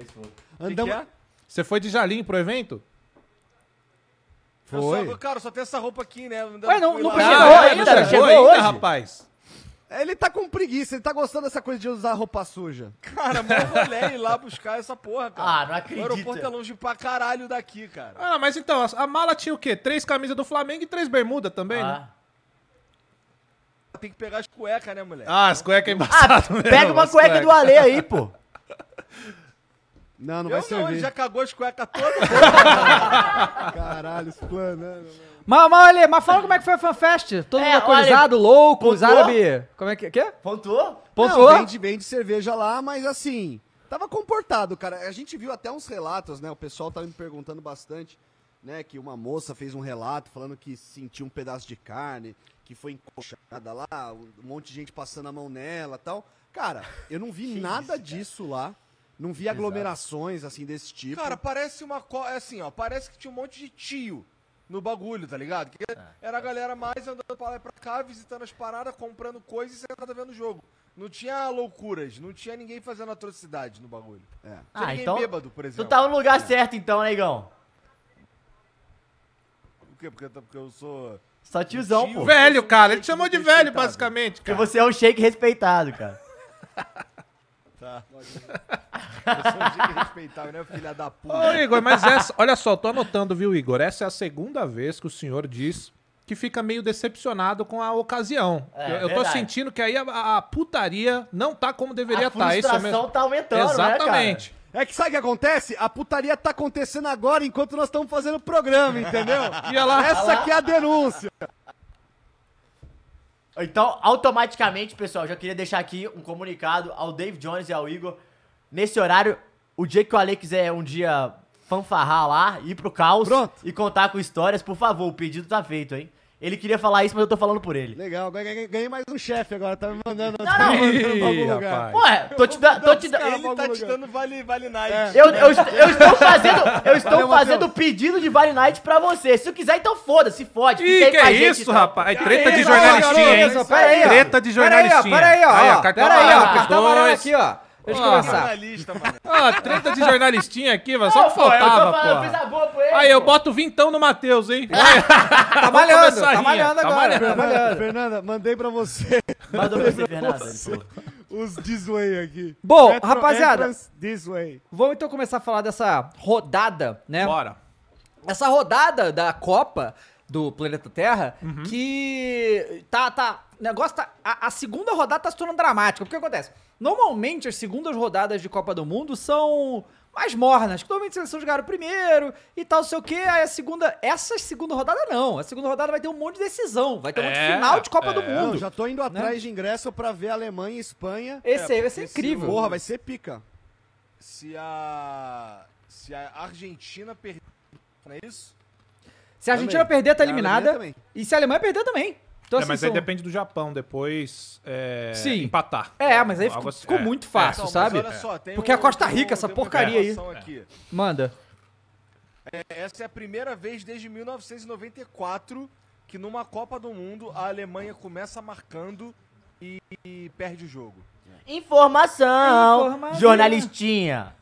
[SPEAKER 4] Andamos...
[SPEAKER 5] Que que é?
[SPEAKER 2] Você foi de Jalim pro evento?
[SPEAKER 5] é? Eu
[SPEAKER 4] Foi.
[SPEAKER 5] só- cara, só tem essa roupa aqui, né? Ainda
[SPEAKER 1] Ué, não-
[SPEAKER 5] fui
[SPEAKER 1] não
[SPEAKER 5] lá.
[SPEAKER 1] chegou
[SPEAKER 2] Ah, é,
[SPEAKER 1] ainda?
[SPEAKER 2] não chegou
[SPEAKER 1] Chegou
[SPEAKER 2] ainda,
[SPEAKER 1] hoje?
[SPEAKER 2] rapaz.
[SPEAKER 4] Ele tá com preguiça, ele tá gostando dessa coisa de usar roupa suja.
[SPEAKER 5] Cara, mó rolê ir lá buscar essa porra, cara.
[SPEAKER 3] Ah, não
[SPEAKER 5] O aeroporto
[SPEAKER 3] acredita.
[SPEAKER 5] é longe pra caralho daqui, cara.
[SPEAKER 2] Ah, mas então, a- a mala tinha o quê? Três camisas do Flamengo e três bermudas também, né?
[SPEAKER 3] Ah.
[SPEAKER 5] Tem que pegar as cuecas, né, moleque?
[SPEAKER 2] Ah, as cuecas é embaçado mesmo.
[SPEAKER 3] Pega uma
[SPEAKER 2] as
[SPEAKER 3] cueca do Ale aí, pô.
[SPEAKER 4] Não, não vai
[SPEAKER 5] eu não,
[SPEAKER 4] servir.
[SPEAKER 5] ele já cagou as cuecas
[SPEAKER 4] [laughs]
[SPEAKER 5] todas.
[SPEAKER 4] Caralho, né? explanando.
[SPEAKER 1] Mas, mas, olha, mas fala como é que foi a fanfest. Todo
[SPEAKER 3] É,
[SPEAKER 1] mundo alcoolizado, louco, os
[SPEAKER 3] pontuou?
[SPEAKER 1] árabes. Como é que. Quê?
[SPEAKER 3] Pontuou?
[SPEAKER 1] Pontuou?
[SPEAKER 4] Não, vende, vende cerveja lá, mas assim, tava comportado, cara. A gente viu até uns relatos, né? O pessoal tava me perguntando bastante, né? Que uma moça fez um relato falando que sentiu um pedaço de carne, que foi encoxada lá, um monte de gente passando a mão nela tal. Cara, eu não vi nada disso lá. Não vi aglomerações, assim, desse tipo.
[SPEAKER 5] Cara, parece uma. co- é Assim, ó, parece que tinha um monte de tio no bagulho, tá ligado? Que
[SPEAKER 3] É,
[SPEAKER 5] era a galera mais andando pra lá e pra cá, visitando as paradas, comprando coisas e sentada vendo o jogo. Não tinha loucuras, não tinha ninguém fazendo atrocidade no bagulho.
[SPEAKER 4] É.
[SPEAKER 5] Tinha
[SPEAKER 3] Ah,
[SPEAKER 5] ninguém
[SPEAKER 3] então-
[SPEAKER 5] bêbado, por
[SPEAKER 3] Tu
[SPEAKER 5] exemplo. É.
[SPEAKER 3] tava no lugar certo então, né, Igão?
[SPEAKER 5] Por quê? Porque, eu tô- porque eu sou.
[SPEAKER 3] Só tiozão, pô.
[SPEAKER 2] Velho, cara. Ele te chamou de velho, basicamente,
[SPEAKER 3] Porque
[SPEAKER 2] cara.
[SPEAKER 3] você é um shake respeitado, cara.
[SPEAKER 5] tá? Eu sou um jeito respeitável, né, filha da puta?
[SPEAKER 2] é Ô, Igor, mas essa... Olha só, tô anotando, viu, Igor? Essa é a segunda vez que o senhor diz que fica meio decepcionado com a ocasião.
[SPEAKER 3] É,
[SPEAKER 2] eu, eu tô
[SPEAKER 3] verdade.
[SPEAKER 2] sentindo que aí a, a putaria não tá como deveria
[SPEAKER 3] A
[SPEAKER 2] estar. Tá, isso é
[SPEAKER 3] frustração
[SPEAKER 2] mesmo.
[SPEAKER 3] tá aumentando, né, cara?
[SPEAKER 2] Exatamente.
[SPEAKER 4] É que sabe o que acontece? A putaria tá acontecendo agora enquanto nós estamos fazendo o programa, entendeu?
[SPEAKER 2] E ela-
[SPEAKER 4] Essa aqui é a denúncia.
[SPEAKER 3] Então, automaticamente, pessoal, já queria deixar aqui um comunicado ao Dave Jones e ao Igor. Nesse horário, o dia que o Ale quiser um dia fanfarrar lá, ir pro caos
[SPEAKER 4] Pronto.
[SPEAKER 3] e contar com histórias, por favor, o pedido tá feito, hein? Ele queria falar isso, mas eu tô falando por ele.
[SPEAKER 4] Legal, ganhei, ganhei mais um chefe agora, tá me mandando.
[SPEAKER 3] Não, não.
[SPEAKER 2] Ih, rapaz.
[SPEAKER 3] Ué, tô te dando. Tô te da...
[SPEAKER 5] Ele tá te dando vale, vale night.
[SPEAKER 4] É.
[SPEAKER 3] eu, eu, est- eu
[SPEAKER 2] [laughs]
[SPEAKER 3] estou fazendo, eu estou
[SPEAKER 4] Valeu, Matheus.
[SPEAKER 3] fazendo o pedido de Vale Night pra você. Se eu quiser, então foda, se fode. fica
[SPEAKER 2] Ih,
[SPEAKER 3] aí
[SPEAKER 2] que
[SPEAKER 3] com a
[SPEAKER 2] é
[SPEAKER 3] gente,
[SPEAKER 2] isso,
[SPEAKER 3] então.
[SPEAKER 2] rapaz? É treta de
[SPEAKER 1] Pera aí,
[SPEAKER 2] jornalistinha, hein?
[SPEAKER 1] garoto, pera aí, ó.
[SPEAKER 2] Treta de jornalistinha.
[SPEAKER 1] Pera aí, ó.
[SPEAKER 2] Aí, ó,
[SPEAKER 1] ó,
[SPEAKER 2] cartão
[SPEAKER 1] Pera aí, ó.
[SPEAKER 2] amarelo pros
[SPEAKER 1] Cartão amarelo
[SPEAKER 2] dois.
[SPEAKER 1] aqui, ó. Deixa eu
[SPEAKER 2] Porra.
[SPEAKER 1] começar.
[SPEAKER 5] Jornalista, mano.
[SPEAKER 2] Ah, treta de jornalistinha aqui, [laughs] velho.
[SPEAKER 3] Não,
[SPEAKER 2] Só
[SPEAKER 3] pô, eu tô
[SPEAKER 2] faltava,
[SPEAKER 3] falando, eu fiz
[SPEAKER 2] pô.
[SPEAKER 3] a
[SPEAKER 2] Então,
[SPEAKER 3] boa pra ele,
[SPEAKER 2] Aí, eu
[SPEAKER 3] pô.
[SPEAKER 2] boto vintão no Matheus, hein? Vai,
[SPEAKER 1] Tá malhando,
[SPEAKER 2] começar a
[SPEAKER 1] tá
[SPEAKER 2] rir,
[SPEAKER 1] malhando
[SPEAKER 2] tá
[SPEAKER 1] agora. Tá
[SPEAKER 2] malhando.
[SPEAKER 4] Fernanda,
[SPEAKER 1] malhando.
[SPEAKER 4] Fernanda, mandei pra você [laughs]
[SPEAKER 3] Mandou pra você, Fernando. ele falou.
[SPEAKER 4] os This Way aqui.
[SPEAKER 1] Bom, rapaziada.
[SPEAKER 4] entrance This Way.
[SPEAKER 1] Vamos então começar a falar dessa rodada, né?
[SPEAKER 2] Bora.
[SPEAKER 1] Essa rodada da Copa do Planeta Terra,
[SPEAKER 2] Uhum.
[SPEAKER 1] que tá, tá, o negócio tá, a, a segunda rodada tá se tornando dramática, porque acontece, normalmente as segundas rodadas de Copa do Mundo são mais mornas, que normalmente as seleções jogaram primeiro e tal, não sei o que, aí a segunda, essa segunda rodada não, a segunda rodada vai ter um monte de decisão, vai ter um monte de
[SPEAKER 2] É,
[SPEAKER 1] final de Copa
[SPEAKER 2] é.
[SPEAKER 1] do
[SPEAKER 4] Não,
[SPEAKER 1] Mundo.
[SPEAKER 4] já tô indo atrás de ingresso pra ver Alemanha e Espanha.
[SPEAKER 1] Né? Esse aí vai ser
[SPEAKER 5] porque
[SPEAKER 1] incrível.
[SPEAKER 4] Porra, vai ser pica.
[SPEAKER 5] Se a. Se a Argentina perder. Não é isso?
[SPEAKER 1] Se a Argentina
[SPEAKER 4] Também.
[SPEAKER 1] perder, tá
[SPEAKER 4] E a Alemanha
[SPEAKER 1] eliminada,
[SPEAKER 4] também.
[SPEAKER 1] e se a Alemanha perder também. Então,
[SPEAKER 2] É,
[SPEAKER 1] assim,
[SPEAKER 2] mas aí
[SPEAKER 1] são-
[SPEAKER 2] depende do Japão depois é,
[SPEAKER 1] Sim.
[SPEAKER 2] empatar.
[SPEAKER 1] É, mas aí
[SPEAKER 2] Algo
[SPEAKER 1] ficou,
[SPEAKER 2] assim,
[SPEAKER 1] ficou
[SPEAKER 2] é.
[SPEAKER 1] muito fácil,
[SPEAKER 5] Então, mas
[SPEAKER 1] Ah, sabe?
[SPEAKER 5] olha só, tem
[SPEAKER 1] Porque a Costa
[SPEAKER 5] tem um
[SPEAKER 1] Rica, essa
[SPEAKER 5] tem
[SPEAKER 1] porcaria aí.
[SPEAKER 5] informação aqui.
[SPEAKER 1] Manda.
[SPEAKER 5] Essa é a primeira vez desde 1994 que numa Copa do Mundo a Alemanha começa marcando e, e perde o jogo.
[SPEAKER 3] Informação,
[SPEAKER 1] Informação.
[SPEAKER 3] jornalistinha.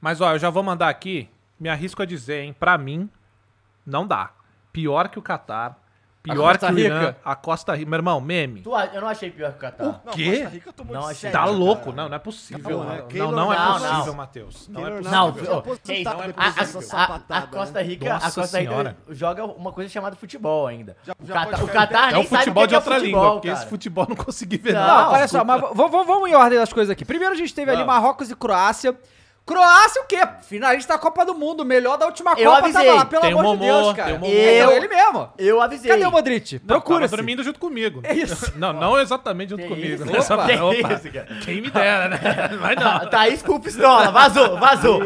[SPEAKER 2] Mas ó, eu já vou mandar aqui, me arrisco a dizer, hein, pra mim não dá. Pior que o Catar, pior que
[SPEAKER 1] Costa
[SPEAKER 2] o Irã,
[SPEAKER 1] Rica.
[SPEAKER 2] a Costa Rica, meu irmão, meme.
[SPEAKER 3] Tu a- eu não achei pior que o Catar.
[SPEAKER 5] Não,
[SPEAKER 2] Quê?
[SPEAKER 5] Costa Rica tomou
[SPEAKER 3] Não,
[SPEAKER 5] de
[SPEAKER 3] achei-
[SPEAKER 5] sete,
[SPEAKER 2] Tá
[SPEAKER 5] cara.
[SPEAKER 2] louco, não, não é possível.
[SPEAKER 4] Não,
[SPEAKER 2] Não,
[SPEAKER 4] é
[SPEAKER 2] não,
[SPEAKER 4] Keylor
[SPEAKER 2] não é
[SPEAKER 3] Nau,
[SPEAKER 2] possível,
[SPEAKER 3] não.
[SPEAKER 2] Matheus. Não é
[SPEAKER 4] Keylor
[SPEAKER 2] possível.
[SPEAKER 3] Não,
[SPEAKER 4] Já
[SPEAKER 3] viu?
[SPEAKER 4] aposentado
[SPEAKER 3] Ei,
[SPEAKER 4] depois
[SPEAKER 3] a- a-
[SPEAKER 4] dessa
[SPEAKER 3] a-
[SPEAKER 4] sapatada, né?
[SPEAKER 3] a, Costa Rica, a
[SPEAKER 2] né? Nossa
[SPEAKER 3] Costa Rica
[SPEAKER 2] Senhora.
[SPEAKER 3] joga uma coisa chamada futebol ainda.
[SPEAKER 5] Já-
[SPEAKER 3] o
[SPEAKER 5] já
[SPEAKER 3] Catar,
[SPEAKER 5] pode
[SPEAKER 3] o Catar
[SPEAKER 2] É
[SPEAKER 3] nem
[SPEAKER 2] o futebol
[SPEAKER 3] sabe o que
[SPEAKER 2] de
[SPEAKER 3] é
[SPEAKER 2] outra língua,
[SPEAKER 3] futebol,
[SPEAKER 2] porque
[SPEAKER 3] cara.
[SPEAKER 2] esse futebol não consegui ver
[SPEAKER 3] Não,
[SPEAKER 1] Não,
[SPEAKER 2] nada.
[SPEAKER 1] olha só, mas v- v- v- vamos em ordem das coisas aqui. Primeiro a gente teve ali
[SPEAKER 2] Vamos.
[SPEAKER 1] Marrocos e Croácia. Croácia o quê? Finalista da Copa do Mundo, melhor da última
[SPEAKER 3] Eu
[SPEAKER 1] Copa
[SPEAKER 3] avisei.
[SPEAKER 1] tava lá, pelo
[SPEAKER 2] Tem
[SPEAKER 1] amor
[SPEAKER 2] o
[SPEAKER 1] de
[SPEAKER 2] Momô,
[SPEAKER 1] Deus, cara.
[SPEAKER 2] tem o Momô.
[SPEAKER 1] Então,
[SPEAKER 3] Eu-
[SPEAKER 1] ele mesmo.
[SPEAKER 3] Eu avisei.
[SPEAKER 1] Cadê o Modric?
[SPEAKER 2] Não,
[SPEAKER 1] Procura
[SPEAKER 2] tava dormindo junto comigo.
[SPEAKER 1] É isso.
[SPEAKER 2] [laughs] Não, não exatamente junto
[SPEAKER 3] Que
[SPEAKER 2] comigo.
[SPEAKER 3] isso,
[SPEAKER 2] né? Só-
[SPEAKER 3] opa. Que
[SPEAKER 2] opa,
[SPEAKER 3] isso, cara.
[SPEAKER 2] Quem me dera,
[SPEAKER 3] [laughs]
[SPEAKER 2] né? Mas não.
[SPEAKER 3] Tá, Thaís com pistola, vazou, vazou.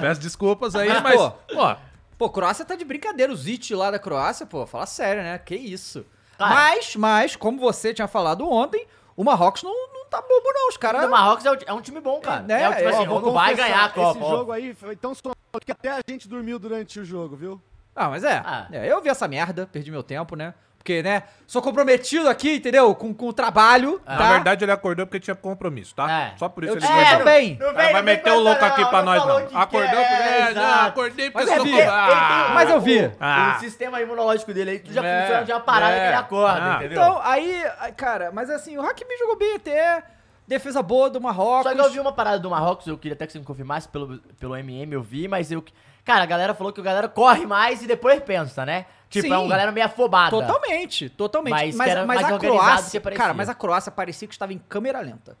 [SPEAKER 2] Peço desculpas aí, mas.
[SPEAKER 1] Pô.
[SPEAKER 2] Ó,
[SPEAKER 1] Pô, Croácia tá de brincadeira. O Zit lá da Croácia, pô, fala sério, né? Que isso.
[SPEAKER 3] Cara.
[SPEAKER 1] Mas, mas, como você tinha falado ontem, o Marrocos não, não tá bobo não. Os
[SPEAKER 3] O
[SPEAKER 1] caras...
[SPEAKER 3] Marrocos é um, é um time bom, cara.
[SPEAKER 1] É,
[SPEAKER 3] É,
[SPEAKER 1] né?
[SPEAKER 3] um time
[SPEAKER 1] Ó,
[SPEAKER 3] assim,
[SPEAKER 1] vou
[SPEAKER 3] não vai ganhar a
[SPEAKER 4] Confessar,
[SPEAKER 3] Copa.
[SPEAKER 4] Esse
[SPEAKER 3] ó.
[SPEAKER 4] jogo aí foi tão sonoro que até a gente dormiu durante o jogo, viu?
[SPEAKER 1] Ah, mas é.
[SPEAKER 3] Ah.
[SPEAKER 1] É, Eu vi essa merda, perdi meu tempo, né? Porque, né, sou comprometido aqui, entendeu? Com, com o trabalho, tá?
[SPEAKER 2] na verdade ele acordou porque tinha compromisso, tá?
[SPEAKER 3] É.
[SPEAKER 2] Só por isso
[SPEAKER 1] Eu
[SPEAKER 2] ele
[SPEAKER 1] disse,
[SPEAKER 2] acordou.
[SPEAKER 1] eu também.
[SPEAKER 3] não
[SPEAKER 2] Ela
[SPEAKER 3] vem-
[SPEAKER 2] vai
[SPEAKER 3] não vem
[SPEAKER 2] meter o louco
[SPEAKER 3] coisa
[SPEAKER 2] aqui pra nós,
[SPEAKER 3] falou
[SPEAKER 2] não.
[SPEAKER 3] que
[SPEAKER 2] Acordou
[SPEAKER 3] quer,
[SPEAKER 2] porque. É, não,
[SPEAKER 3] exato.
[SPEAKER 2] acordei porque
[SPEAKER 1] Mas
[SPEAKER 2] sou
[SPEAKER 1] eu vi,
[SPEAKER 2] covarde.
[SPEAKER 3] Ele tem-
[SPEAKER 1] Mas eu vi.
[SPEAKER 2] Ah.
[SPEAKER 3] O sistema imunológico dele aí tu já
[SPEAKER 1] É,
[SPEAKER 3] funciona de uma parada
[SPEAKER 2] é.
[SPEAKER 3] que ele acorda,
[SPEAKER 2] Ah.
[SPEAKER 3] entendeu?
[SPEAKER 1] Então, aí, aí, cara, mas assim, o Hakimi jogou bem até. Defesa boa do Marrocos.
[SPEAKER 3] Só que eu vi uma parada do Marrocos, eu queria até que você me confirmasse pelo, pelo MM, eu vi, mas eu. Cara, a galera falou que a galera corre mais e depois pensa, né? Tipo,
[SPEAKER 1] Sim.
[SPEAKER 3] é uma galera meio afobada.
[SPEAKER 1] Totalmente, totalmente. Mas,
[SPEAKER 3] Mas
[SPEAKER 1] mas,
[SPEAKER 3] que era mais
[SPEAKER 1] a
[SPEAKER 3] organizado
[SPEAKER 1] Croácia.
[SPEAKER 3] que parecia.
[SPEAKER 1] Cara, mas a Croácia parecia que estava em câmera lenta.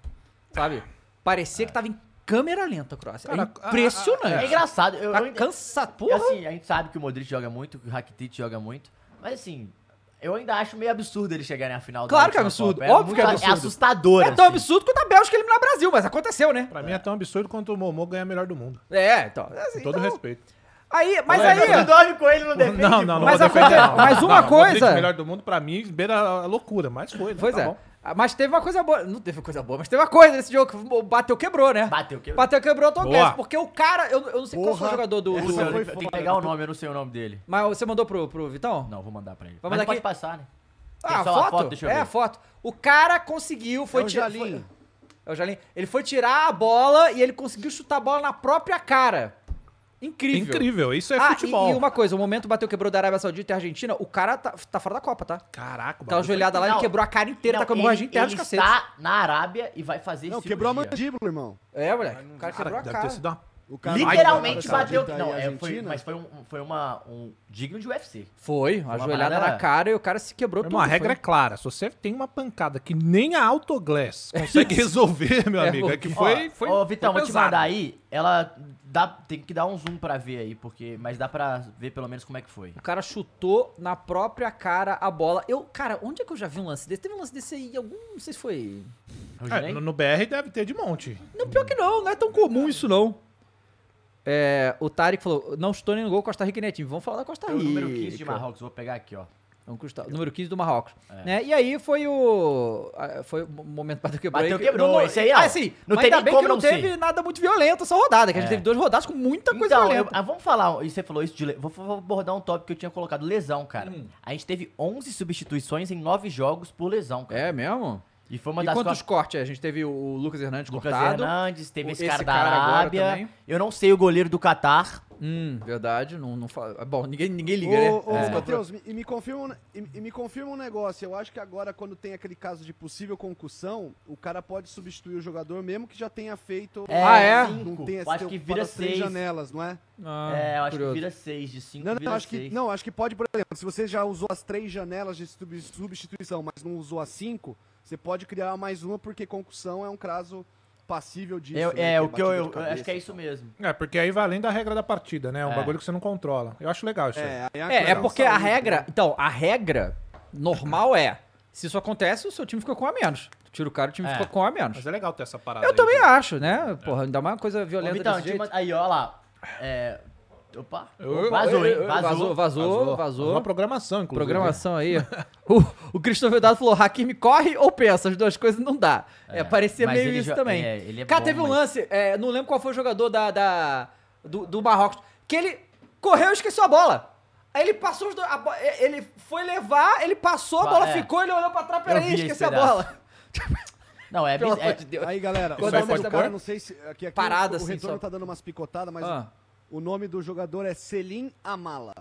[SPEAKER 1] Sabe? Parecia que tava em câmera lenta a Croácia.
[SPEAKER 2] Cara,
[SPEAKER 1] é impressionante.
[SPEAKER 3] É engraçado. Eu, eu,
[SPEAKER 1] Tá cansado,
[SPEAKER 3] E
[SPEAKER 1] porra.
[SPEAKER 3] assim, a gente sabe que o Modric joga muito, que o Rakitic joga muito, mas assim, eu ainda acho meio absurdo eles chegarem à final. da
[SPEAKER 1] Claro que é
[SPEAKER 3] última
[SPEAKER 1] absurdo,
[SPEAKER 3] Copa.
[SPEAKER 1] óbvio que é
[SPEAKER 3] muito-
[SPEAKER 1] absurdo.
[SPEAKER 3] É assustador.
[SPEAKER 1] é tão
[SPEAKER 3] assim.
[SPEAKER 1] absurdo quanto a Bélgica eliminar o Brasil, mas aconteceu, né?
[SPEAKER 2] Pra mim é tão absurdo quanto o Momô ganhar melhor do mundo.
[SPEAKER 1] É, então. assim,
[SPEAKER 2] Com todo
[SPEAKER 1] então-
[SPEAKER 2] respeito.
[SPEAKER 1] Aí, mas
[SPEAKER 3] Mas aí,
[SPEAKER 1] aí.
[SPEAKER 3] tu dorme com ele, não defende.
[SPEAKER 2] Não, não, não.
[SPEAKER 1] Mas
[SPEAKER 2] vou defender,
[SPEAKER 1] aconte-
[SPEAKER 2] não.
[SPEAKER 1] mas uma
[SPEAKER 2] Não, vou dizer que
[SPEAKER 1] coisa-
[SPEAKER 2] melhor do mundo, pra mim, beira a loucura, mas foi. né?
[SPEAKER 1] Pois
[SPEAKER 2] Tá
[SPEAKER 1] é.
[SPEAKER 2] bom.
[SPEAKER 1] Ah, Mas teve uma coisa boa. Não teve coisa boa, mas teve uma coisa nesse jogo. que o Bateu, quebrou, né?
[SPEAKER 3] Bateu, quebrou.
[SPEAKER 1] Bateu, quebrou a tua
[SPEAKER 2] Boa.
[SPEAKER 1] peça. Porque o cara. Eu, eu não sei qual foi o
[SPEAKER 4] Porra.
[SPEAKER 1] jogador do. do-
[SPEAKER 4] Essa foi
[SPEAKER 3] Tem
[SPEAKER 4] foda.
[SPEAKER 3] que pegar o nome, eu não sei o nome dele.
[SPEAKER 1] Mas você mandou pro, pro Vitão?
[SPEAKER 3] Não, vou mandar pra ele.
[SPEAKER 1] Vai
[SPEAKER 3] Mas
[SPEAKER 1] mandar
[SPEAKER 3] pode
[SPEAKER 1] aqui?
[SPEAKER 3] passar, né? Tem
[SPEAKER 1] Ah, a
[SPEAKER 3] só a
[SPEAKER 1] foto?
[SPEAKER 3] foto? Deixa eu
[SPEAKER 1] é,
[SPEAKER 3] ver.
[SPEAKER 1] a foto. O cara conseguiu, foi
[SPEAKER 5] um
[SPEAKER 4] É o
[SPEAKER 1] tirar.
[SPEAKER 4] Jalim.
[SPEAKER 1] foi- É o Jalim. Ele foi tirar a bola e ele conseguiu chutar a bola na própria cara. Incrível.
[SPEAKER 2] Incrível, isso é
[SPEAKER 1] ah, e-
[SPEAKER 2] futebol.
[SPEAKER 1] E, uma coisa, o momento bateu quebrou da Arábia Saudita e Argentina, o cara tá, tá fora da Copa, tá?
[SPEAKER 2] Caraca,
[SPEAKER 1] Tá
[SPEAKER 2] o bagulho foi-
[SPEAKER 1] ajoelhado lá, ele
[SPEAKER 3] Não,
[SPEAKER 1] quebrou a cara inteira, tá com a
[SPEAKER 3] ele-
[SPEAKER 1] hemorragia interna dos
[SPEAKER 3] ele
[SPEAKER 1] cacetes.
[SPEAKER 3] está na Arábia e vai fazer
[SPEAKER 4] Não,
[SPEAKER 3] cirurgia.
[SPEAKER 4] quebrou a mandíbula, irmão.
[SPEAKER 1] É, moleque, o cara
[SPEAKER 2] Cara,
[SPEAKER 1] quebrou a
[SPEAKER 2] deve ter
[SPEAKER 1] cara.
[SPEAKER 2] sido uma
[SPEAKER 4] O cara-
[SPEAKER 3] Literalmente
[SPEAKER 4] Ai, cara,
[SPEAKER 3] bateu.
[SPEAKER 4] tá aí,
[SPEAKER 3] Não, é, foi,
[SPEAKER 4] Argentina.
[SPEAKER 3] mas foi um, foi uma, um digno de UFC.
[SPEAKER 1] Foi, uma ajoelhada
[SPEAKER 3] parada-
[SPEAKER 1] na cara e o cara se quebrou
[SPEAKER 2] Meu
[SPEAKER 1] todo.
[SPEAKER 2] irmão, a regra é
[SPEAKER 1] foi.
[SPEAKER 2] clara. Se você tem uma pancada que nem a Autoglass
[SPEAKER 1] [laughs]
[SPEAKER 2] consegue resolver, meu
[SPEAKER 1] É,
[SPEAKER 2] amigo, é
[SPEAKER 1] porque-
[SPEAKER 2] que foi.
[SPEAKER 3] Ó,
[SPEAKER 2] foi
[SPEAKER 3] Ô, Vitão,
[SPEAKER 2] foi
[SPEAKER 3] vou te
[SPEAKER 2] pesado.
[SPEAKER 3] mandar aí. Ela dá, tem que dar um zoom pra ver aí, porque, mas dá pra ver pelo menos como é que foi.
[SPEAKER 1] O cara chutou na própria cara a bola. Eu, cara, onde é que eu já vi um lance desse? Teve um lance desse aí, em algum, não sei se foi.
[SPEAKER 2] É, no, no BR deve ter de monte.
[SPEAKER 1] Não, pior que não, não é tão comum isso não. É, o Tarek falou, não chutou nem no gol, Costa Rica e Netinho. Vamos falar da Costa
[SPEAKER 3] É
[SPEAKER 1] Rica.
[SPEAKER 3] o número 15 de Marrocos, É. vou pegar aqui, ó.
[SPEAKER 1] Vamos custar- número 15 do Marrocos. Né? E aí foi o. ah, Foi o momento bateu quebrou.
[SPEAKER 3] Bateu,
[SPEAKER 1] aí que-
[SPEAKER 3] quebrou,
[SPEAKER 1] Não, não-
[SPEAKER 3] esse aí, ó.
[SPEAKER 1] Ah, sim. Não
[SPEAKER 3] Não tem
[SPEAKER 1] ainda
[SPEAKER 3] nem
[SPEAKER 1] bem
[SPEAKER 3] como
[SPEAKER 1] que não
[SPEAKER 3] não ser.
[SPEAKER 1] teve nada muito violento essa rodada, que a
[SPEAKER 3] É.
[SPEAKER 1] gente teve duas rodadas com muita
[SPEAKER 4] é,
[SPEAKER 1] coisa
[SPEAKER 3] Então, eu-
[SPEAKER 1] violenta.
[SPEAKER 3] ah, vamos falar, e você falou isso de. le- Vou, vou abordar um tópico que eu tinha colocado: lesão, cara.
[SPEAKER 1] Hum.
[SPEAKER 3] A gente teve 11 substituições em 9 jogos por lesão, cara.
[SPEAKER 1] É mesmo?
[SPEAKER 3] E foi uma
[SPEAKER 1] e
[SPEAKER 3] das
[SPEAKER 1] quantos
[SPEAKER 3] quatro-
[SPEAKER 1] cortes? é? A gente teve o Lucas Hernandes
[SPEAKER 3] Lucas
[SPEAKER 1] cortado.
[SPEAKER 3] Hernandes, teve
[SPEAKER 1] O-
[SPEAKER 3] esse,
[SPEAKER 1] esse
[SPEAKER 3] cara da
[SPEAKER 1] cara agora
[SPEAKER 3] Arábia.
[SPEAKER 1] também.
[SPEAKER 3] Eu não sei o goleiro do Catar.
[SPEAKER 1] Hum, verdade. Não, não fala. Bom, ninguém, ninguém liga,
[SPEAKER 4] Ô, ô
[SPEAKER 3] É.
[SPEAKER 1] né?
[SPEAKER 4] Matheus, me- e me, confirma, um- e, e me confirma um negócio. Eu acho que agora, quando tem aquele caso de possível concussão, o cara pode substituir o jogador mesmo que já tenha feito.
[SPEAKER 3] É,
[SPEAKER 1] Ah, é?
[SPEAKER 3] cinco.
[SPEAKER 4] Não tenha
[SPEAKER 3] Eu acho
[SPEAKER 4] sido
[SPEAKER 3] que vira
[SPEAKER 4] para as três
[SPEAKER 3] seis.
[SPEAKER 4] janelas, não é?
[SPEAKER 1] Ah,
[SPEAKER 3] é, eu acho
[SPEAKER 1] curioso.
[SPEAKER 3] que vira 6 de 5.
[SPEAKER 4] Não, não, acho que, não, acho que pode, por exemplo, se você já usou as três janelas de sub- substituição, mas não usou as cinco, você pode criar mais uma, porque concussão é um caso passível disso.
[SPEAKER 3] Eu-
[SPEAKER 4] né,
[SPEAKER 3] é,
[SPEAKER 4] que
[SPEAKER 3] o que eu,
[SPEAKER 4] batida
[SPEAKER 3] eu-
[SPEAKER 4] de
[SPEAKER 3] eu
[SPEAKER 4] cabeça
[SPEAKER 3] acho que é
[SPEAKER 4] e
[SPEAKER 3] isso
[SPEAKER 4] tal.
[SPEAKER 3] mesmo.
[SPEAKER 2] É, porque aí vai além da regra da partida, né? É um
[SPEAKER 3] É.
[SPEAKER 2] bagulho que você não controla. Eu acho legal isso aí.
[SPEAKER 4] É, aí uma
[SPEAKER 1] É, é
[SPEAKER 4] questão
[SPEAKER 1] porque
[SPEAKER 4] de
[SPEAKER 1] a
[SPEAKER 4] saúde, né?
[SPEAKER 1] regra. Então, a regra normal é: se isso acontece, o seu time fica com um a menos. Tira o cara, o time
[SPEAKER 3] É.
[SPEAKER 1] fica com um a menos.
[SPEAKER 2] Mas é legal ter essa parada.
[SPEAKER 1] Eu
[SPEAKER 2] aí,
[SPEAKER 1] também
[SPEAKER 2] né?
[SPEAKER 1] acho, né? Porra, ainda mais uma coisa
[SPEAKER 3] Ô,
[SPEAKER 1] violenta
[SPEAKER 3] Vitão,
[SPEAKER 1] desse
[SPEAKER 3] te
[SPEAKER 1] jeito.
[SPEAKER 3] manda- aí, ó lá. É, opa,
[SPEAKER 2] Ô,
[SPEAKER 3] vazou,
[SPEAKER 1] Oi,
[SPEAKER 3] hein? um.
[SPEAKER 1] oi,
[SPEAKER 3] Vazou.
[SPEAKER 1] vazou, vazou,
[SPEAKER 2] Uma
[SPEAKER 1] vazou.
[SPEAKER 2] programação, inclusive.
[SPEAKER 1] Programação aí.
[SPEAKER 3] [laughs]
[SPEAKER 1] O, o Christopher Dado falou: Hakimi corre ou pensa? As duas coisas não dá. É,
[SPEAKER 3] É,
[SPEAKER 1] parecia
[SPEAKER 3] mas
[SPEAKER 1] meio
[SPEAKER 3] ele
[SPEAKER 1] isso
[SPEAKER 3] jo-
[SPEAKER 1] também.
[SPEAKER 3] é, ele é
[SPEAKER 1] Cara,
[SPEAKER 3] bom,
[SPEAKER 1] teve um
[SPEAKER 3] mas-
[SPEAKER 1] lance, é, não lembro qual foi o jogador da, da- do, do Marrocos, que ele correu e esqueceu a bola. Aí ele passou os dois. a bo- é, ele foi levar, ele passou, a
[SPEAKER 3] Ba-
[SPEAKER 1] bola
[SPEAKER 3] é.
[SPEAKER 1] ficou, ele olhou pra trás,
[SPEAKER 3] Eu
[SPEAKER 1] peraí,
[SPEAKER 3] vi esse
[SPEAKER 1] esqueceu a
[SPEAKER 3] pedaço.
[SPEAKER 1] bola.
[SPEAKER 3] Não,
[SPEAKER 1] [laughs]
[SPEAKER 3] é,
[SPEAKER 1] Pelo
[SPEAKER 3] bis- é-
[SPEAKER 1] amor de Deus.
[SPEAKER 4] Aí, galera,
[SPEAKER 1] Quando
[SPEAKER 4] o
[SPEAKER 1] a
[SPEAKER 4] nome
[SPEAKER 1] festa
[SPEAKER 4] do cara,
[SPEAKER 1] acaba-
[SPEAKER 4] não sei se. Aqui, aqui
[SPEAKER 1] Parada,
[SPEAKER 4] o,
[SPEAKER 1] assim,
[SPEAKER 4] o retorno
[SPEAKER 1] só.
[SPEAKER 4] tá dando umas picotadas, mas
[SPEAKER 1] Ah.
[SPEAKER 4] o nome do jogador é Selim Amala.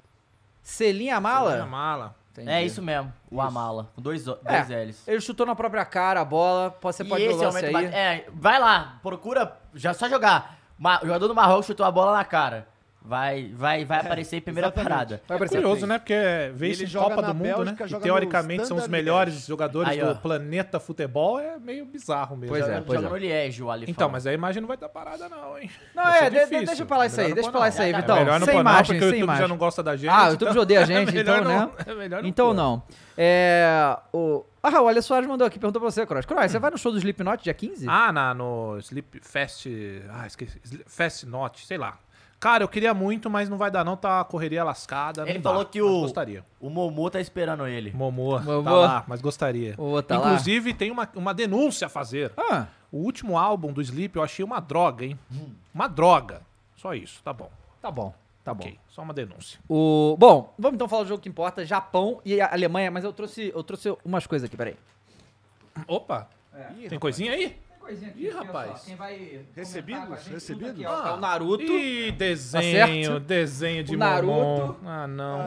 [SPEAKER 1] Selinha a mala?
[SPEAKER 2] Programa- mala.
[SPEAKER 3] é isso mesmo. O Amala, com dois, o-
[SPEAKER 1] É,
[SPEAKER 3] dois L's.
[SPEAKER 1] ele chutou na própria cara a bola. pode- Você
[SPEAKER 3] E
[SPEAKER 1] pode ver o
[SPEAKER 3] esse é o
[SPEAKER 1] lance
[SPEAKER 3] momento
[SPEAKER 1] aí.
[SPEAKER 3] bate- É, vai lá, procura, já é só jogar. Ma- o jogador do Marrocos chutou a bola na cara. Vai, vai,
[SPEAKER 1] É,
[SPEAKER 3] vai aparecer em primeira
[SPEAKER 4] exatamente.
[SPEAKER 3] parada.
[SPEAKER 2] É curioso, né? Porque vê
[SPEAKER 4] Ele
[SPEAKER 2] isso em
[SPEAKER 4] joga
[SPEAKER 2] Copa
[SPEAKER 4] na
[SPEAKER 2] do Mundo, né?
[SPEAKER 4] Bélgica,
[SPEAKER 2] E
[SPEAKER 4] joga no
[SPEAKER 2] teoricamente são os
[SPEAKER 4] Standard
[SPEAKER 2] melhores
[SPEAKER 4] Liège.
[SPEAKER 2] jogadores
[SPEAKER 3] Aí, ó.
[SPEAKER 2] do planeta futebol, é meio bizarro mesmo. né?
[SPEAKER 1] Pois é,
[SPEAKER 3] Joga-
[SPEAKER 1] pois
[SPEAKER 3] joga
[SPEAKER 1] é.
[SPEAKER 3] no Liege, o Alifão.
[SPEAKER 2] Então, mas a imagem não vai dar parada, não, hein?
[SPEAKER 1] Não,
[SPEAKER 2] Vai ser
[SPEAKER 1] é, de- de-
[SPEAKER 2] difícil.
[SPEAKER 1] deixa eu falar isso
[SPEAKER 2] Melhor
[SPEAKER 1] aí,
[SPEAKER 2] não
[SPEAKER 1] deixa eu
[SPEAKER 2] pôr,
[SPEAKER 1] falar
[SPEAKER 2] não.
[SPEAKER 1] isso aí,
[SPEAKER 2] É,
[SPEAKER 1] Vitão.
[SPEAKER 2] Melhor não
[SPEAKER 1] Sem
[SPEAKER 2] pôr, não,
[SPEAKER 1] imagem,
[SPEAKER 2] porque o
[SPEAKER 1] sem
[SPEAKER 2] YouTube já
[SPEAKER 1] imagem.
[SPEAKER 2] não gosta da gente.
[SPEAKER 1] Ah, o YouTube já
[SPEAKER 2] [laughs]
[SPEAKER 1] odeia a gente,
[SPEAKER 2] melhor
[SPEAKER 1] então,
[SPEAKER 2] não-
[SPEAKER 1] né?
[SPEAKER 2] [laughs] é melhor não
[SPEAKER 1] então
[SPEAKER 2] pôr.
[SPEAKER 1] não. É, o... Ah, o Alex Soares mandou aqui, perguntou pra você, Cross. Cross, você vai no show do Slipknot dia 15?
[SPEAKER 2] Ah, na, no Sleep Fest. Ah, esqueci. Sleep Fest Not, sei lá. Cara, eu queria muito, mas não vai dar, não. Tá a correria lascada.
[SPEAKER 3] Ele
[SPEAKER 2] não dá,
[SPEAKER 3] falou que
[SPEAKER 2] mas
[SPEAKER 3] o-
[SPEAKER 2] Gostaria.
[SPEAKER 3] O Momô tá esperando
[SPEAKER 1] [laughs]
[SPEAKER 3] ele.
[SPEAKER 2] Momô,
[SPEAKER 1] Momô.
[SPEAKER 2] tá lá, mas gostaria.
[SPEAKER 1] Ô, tá lá.
[SPEAKER 2] Inclusive, tem uma, uma denúncia a fazer.
[SPEAKER 1] Ah,
[SPEAKER 2] O último álbum do Sleep eu achei uma droga, hein? Uma droga. Só isso, tá bom.
[SPEAKER 1] tá bom, tá bom.
[SPEAKER 2] Ok, só uma denúncia.
[SPEAKER 1] O... Bom, vamos então falar do jogo que importa, Japão e a Alemanha, mas eu trouxe, eu trouxe umas coisas aqui, peraí.
[SPEAKER 2] Opa, tem coisinha aí?
[SPEAKER 1] Ih, rapaz. Quem vai
[SPEAKER 4] Recebidos? com a gente, tudo Recebidos? aqui,
[SPEAKER 1] é o Naruto.
[SPEAKER 2] Ih,
[SPEAKER 1] Tá
[SPEAKER 2] desenho,
[SPEAKER 1] certo?
[SPEAKER 2] desenho de
[SPEAKER 1] O Naruto.
[SPEAKER 2] Momon. Ah, não.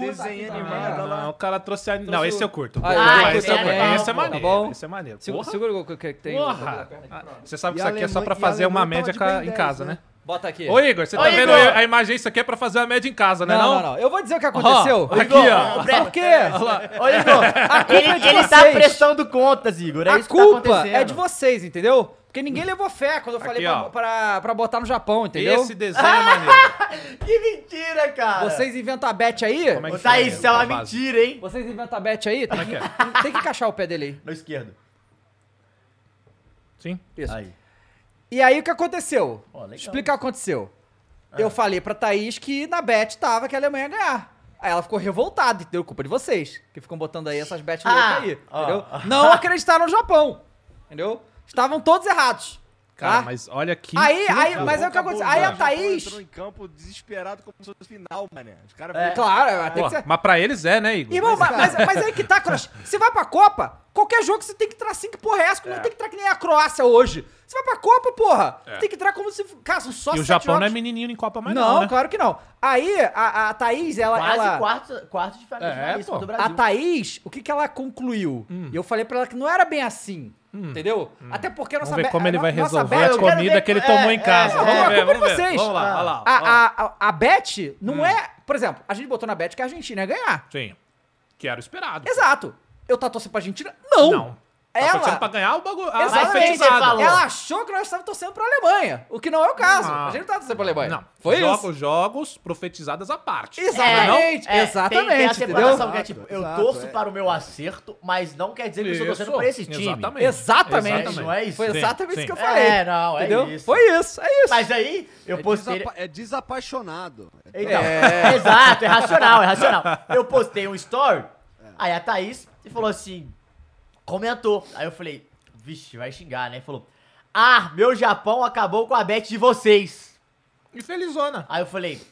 [SPEAKER 4] desenho
[SPEAKER 2] Ah, não, o cara trouxe a... Não,
[SPEAKER 1] Trouxe
[SPEAKER 2] esse eu
[SPEAKER 1] o-
[SPEAKER 2] curto.
[SPEAKER 1] Ah, eu
[SPEAKER 2] Ah,
[SPEAKER 3] curto
[SPEAKER 2] esse eu
[SPEAKER 3] também.
[SPEAKER 2] curto. Esse é
[SPEAKER 3] Tá bom.
[SPEAKER 2] maneiro.
[SPEAKER 1] Tá bom.
[SPEAKER 2] Esse é maneiro.
[SPEAKER 1] Segura,
[SPEAKER 2] Porra.
[SPEAKER 1] segura o que, que que tem.
[SPEAKER 2] Porra! Ah, Você sabe que
[SPEAKER 4] E
[SPEAKER 2] isso aqui é só pra
[SPEAKER 4] Alemanha- e
[SPEAKER 2] fazer uma
[SPEAKER 4] Alemanha
[SPEAKER 2] média
[SPEAKER 4] tava de
[SPEAKER 2] ca-
[SPEAKER 4] bem
[SPEAKER 2] em
[SPEAKER 4] dez,
[SPEAKER 2] casa,
[SPEAKER 4] né?
[SPEAKER 2] né?
[SPEAKER 1] Bota aqui.
[SPEAKER 2] Ô, Igor, você tá
[SPEAKER 3] Ô,
[SPEAKER 2] vendo
[SPEAKER 3] Igor!
[SPEAKER 2] a imagem? Isso aqui é pra fazer uma média em casa, né?
[SPEAKER 1] Não, não,
[SPEAKER 2] Não,
[SPEAKER 1] não. Eu vou dizer o que aconteceu.
[SPEAKER 2] Ó, aqui, ó.
[SPEAKER 1] Por quê?
[SPEAKER 3] Ô, Igor, ele,
[SPEAKER 1] é de
[SPEAKER 3] ele tá
[SPEAKER 1] vocês.
[SPEAKER 3] prestando contas, Igor. É
[SPEAKER 1] a
[SPEAKER 3] isso que tá
[SPEAKER 1] culpa
[SPEAKER 3] acontecendo.
[SPEAKER 1] é de vocês, entendeu? Porque ninguém levou fé quando eu falei
[SPEAKER 2] Aqui,
[SPEAKER 1] pra,
[SPEAKER 2] ó.
[SPEAKER 1] pra, pra botar no Japão, entendeu?
[SPEAKER 2] Esse desenho é maneiro.
[SPEAKER 3] Que mentira, cara.
[SPEAKER 1] Vocês inventam a bet aí?
[SPEAKER 2] Como é
[SPEAKER 3] Ô, Thaís, isso é uma
[SPEAKER 2] Base.
[SPEAKER 3] mentira, hein?
[SPEAKER 1] Vocês inventam a bet aí? Tem,
[SPEAKER 2] é que
[SPEAKER 1] que- tem que encaixar o pé dele
[SPEAKER 3] No esquerdo.
[SPEAKER 2] Sim.
[SPEAKER 1] aí. Isso.
[SPEAKER 3] Aí.
[SPEAKER 1] E aí o que aconteceu?
[SPEAKER 3] Ó, legal.
[SPEAKER 1] Explica o que aconteceu.
[SPEAKER 2] Ah.
[SPEAKER 1] Eu falei pra Thaís que na bet tava que a Alemanha ia ganhar. Aí ela ficou revoltada, entendeu? Culpa de vocês, que ficam botando aí essas bets loucas
[SPEAKER 3] Ah,
[SPEAKER 1] aí,
[SPEAKER 3] ó.
[SPEAKER 1] entendeu? Não acreditaram no Japão, entendeu? Estavam todos errados.
[SPEAKER 2] Cara,
[SPEAKER 1] tá?
[SPEAKER 2] mas olha aqui.
[SPEAKER 1] Aí, aí,
[SPEAKER 5] Acabou,
[SPEAKER 1] mas é o que
[SPEAKER 5] acabou
[SPEAKER 1] aconteceu.
[SPEAKER 5] o
[SPEAKER 1] Aí a
[SPEAKER 5] jogo, o Japão
[SPEAKER 1] Thaís.
[SPEAKER 5] entrou em campo desesperado como se fosse final, mané. Os caras
[SPEAKER 3] É.
[SPEAKER 1] Claro, tem
[SPEAKER 2] Pô,
[SPEAKER 1] que ser.
[SPEAKER 2] mas pra eles é, né, Igor?
[SPEAKER 1] Irmão, mas, mas, mas aí que tá, Cross. Você vai pra Copa, qualquer jogo você tem que entrar assim, que porra é essa? Como não tem que entrar que nem a Croácia hoje? Você vai pra Copa, porra. Você tem que entrar como se. Cara, são só
[SPEAKER 2] É. e o
[SPEAKER 1] sete
[SPEAKER 2] Japão não é
[SPEAKER 1] jogos.
[SPEAKER 2] menininho em Copa, mas não,
[SPEAKER 1] não,
[SPEAKER 2] né?
[SPEAKER 1] claro que não. Aí, a, a Thaís, ela.
[SPEAKER 3] Quase
[SPEAKER 1] ela-
[SPEAKER 3] quarto, quarto assim, de
[SPEAKER 2] É,
[SPEAKER 3] finalista
[SPEAKER 2] pô.
[SPEAKER 3] do
[SPEAKER 1] a
[SPEAKER 3] Brasil.
[SPEAKER 2] Hum.
[SPEAKER 1] Thaís, o que, que ela concluiu? E eu falei pra ela que não era bem assim. Entendeu? Até porque a nossa
[SPEAKER 2] Vamos ver
[SPEAKER 1] be-
[SPEAKER 2] como
[SPEAKER 1] a
[SPEAKER 2] ele
[SPEAKER 1] no-
[SPEAKER 2] vai
[SPEAKER 1] nossa
[SPEAKER 2] resolver
[SPEAKER 1] bela-
[SPEAKER 2] as
[SPEAKER 3] eu quero
[SPEAKER 2] comidas
[SPEAKER 3] ver-
[SPEAKER 2] que ele
[SPEAKER 3] é,
[SPEAKER 2] tomou em
[SPEAKER 3] é,
[SPEAKER 2] casa.
[SPEAKER 3] é,
[SPEAKER 2] Vamos
[SPEAKER 1] é,
[SPEAKER 2] ver,
[SPEAKER 1] a culpa
[SPEAKER 2] vamos
[SPEAKER 1] de
[SPEAKER 2] ver.
[SPEAKER 1] vocês. Ah.
[SPEAKER 2] Vamos lá, olha lá.
[SPEAKER 1] A,
[SPEAKER 2] ó. Hum.
[SPEAKER 1] a, a, a bet não é. Por exemplo, a gente botou na bet que a Argentina ia ganhar.
[SPEAKER 2] Sim. Que era o esperado.
[SPEAKER 1] Exato. Eu tá torcendo pra Argentina? Não.
[SPEAKER 2] Não. Tá
[SPEAKER 1] Ela,
[SPEAKER 2] torcendo pra ganhar o bagulho. a-
[SPEAKER 1] Exatamente.
[SPEAKER 2] a enfeitiçada.
[SPEAKER 3] Você falou.
[SPEAKER 1] ela achou que nós estávamos torcendo pra Alemanha. O que não é o caso.
[SPEAKER 2] Não.
[SPEAKER 1] A gente não tá torcendo pra Alemanha.
[SPEAKER 2] Não.
[SPEAKER 1] Foi
[SPEAKER 2] jogos,
[SPEAKER 1] isso.
[SPEAKER 2] Jogos profetizadas à parte.
[SPEAKER 1] Exatamente.
[SPEAKER 3] É,
[SPEAKER 1] exatamente.
[SPEAKER 3] Tem, tem a
[SPEAKER 1] entendeu?
[SPEAKER 3] separação que é tipo, eu
[SPEAKER 4] Exato,
[SPEAKER 3] torço
[SPEAKER 4] é.
[SPEAKER 3] para o meu acerto, mas não quer dizer que eu estou
[SPEAKER 2] Isso,
[SPEAKER 3] torcendo pra esse time.
[SPEAKER 2] Exatamente.
[SPEAKER 1] Exatamente.
[SPEAKER 3] É, não é isso.
[SPEAKER 1] Foi
[SPEAKER 2] Sim,
[SPEAKER 1] exatamente
[SPEAKER 2] sim.
[SPEAKER 1] isso que eu
[SPEAKER 3] É,
[SPEAKER 1] falei.
[SPEAKER 3] não, é
[SPEAKER 1] entendeu?
[SPEAKER 3] isso.
[SPEAKER 1] Foi isso, é isso.
[SPEAKER 3] Mas aí, eu
[SPEAKER 4] É,
[SPEAKER 3] postei...
[SPEAKER 4] desapa- é desapaixonado. É
[SPEAKER 3] Então, [laughs] exato, é racional, é racional. Eu postei um story, aí a Thaís falou assim, comentou. Aí eu falei, vixe, vai xingar, né? Falou, ah, meu Japão acabou com a bet de vocês.
[SPEAKER 2] E felizona.
[SPEAKER 3] Aí eu falei,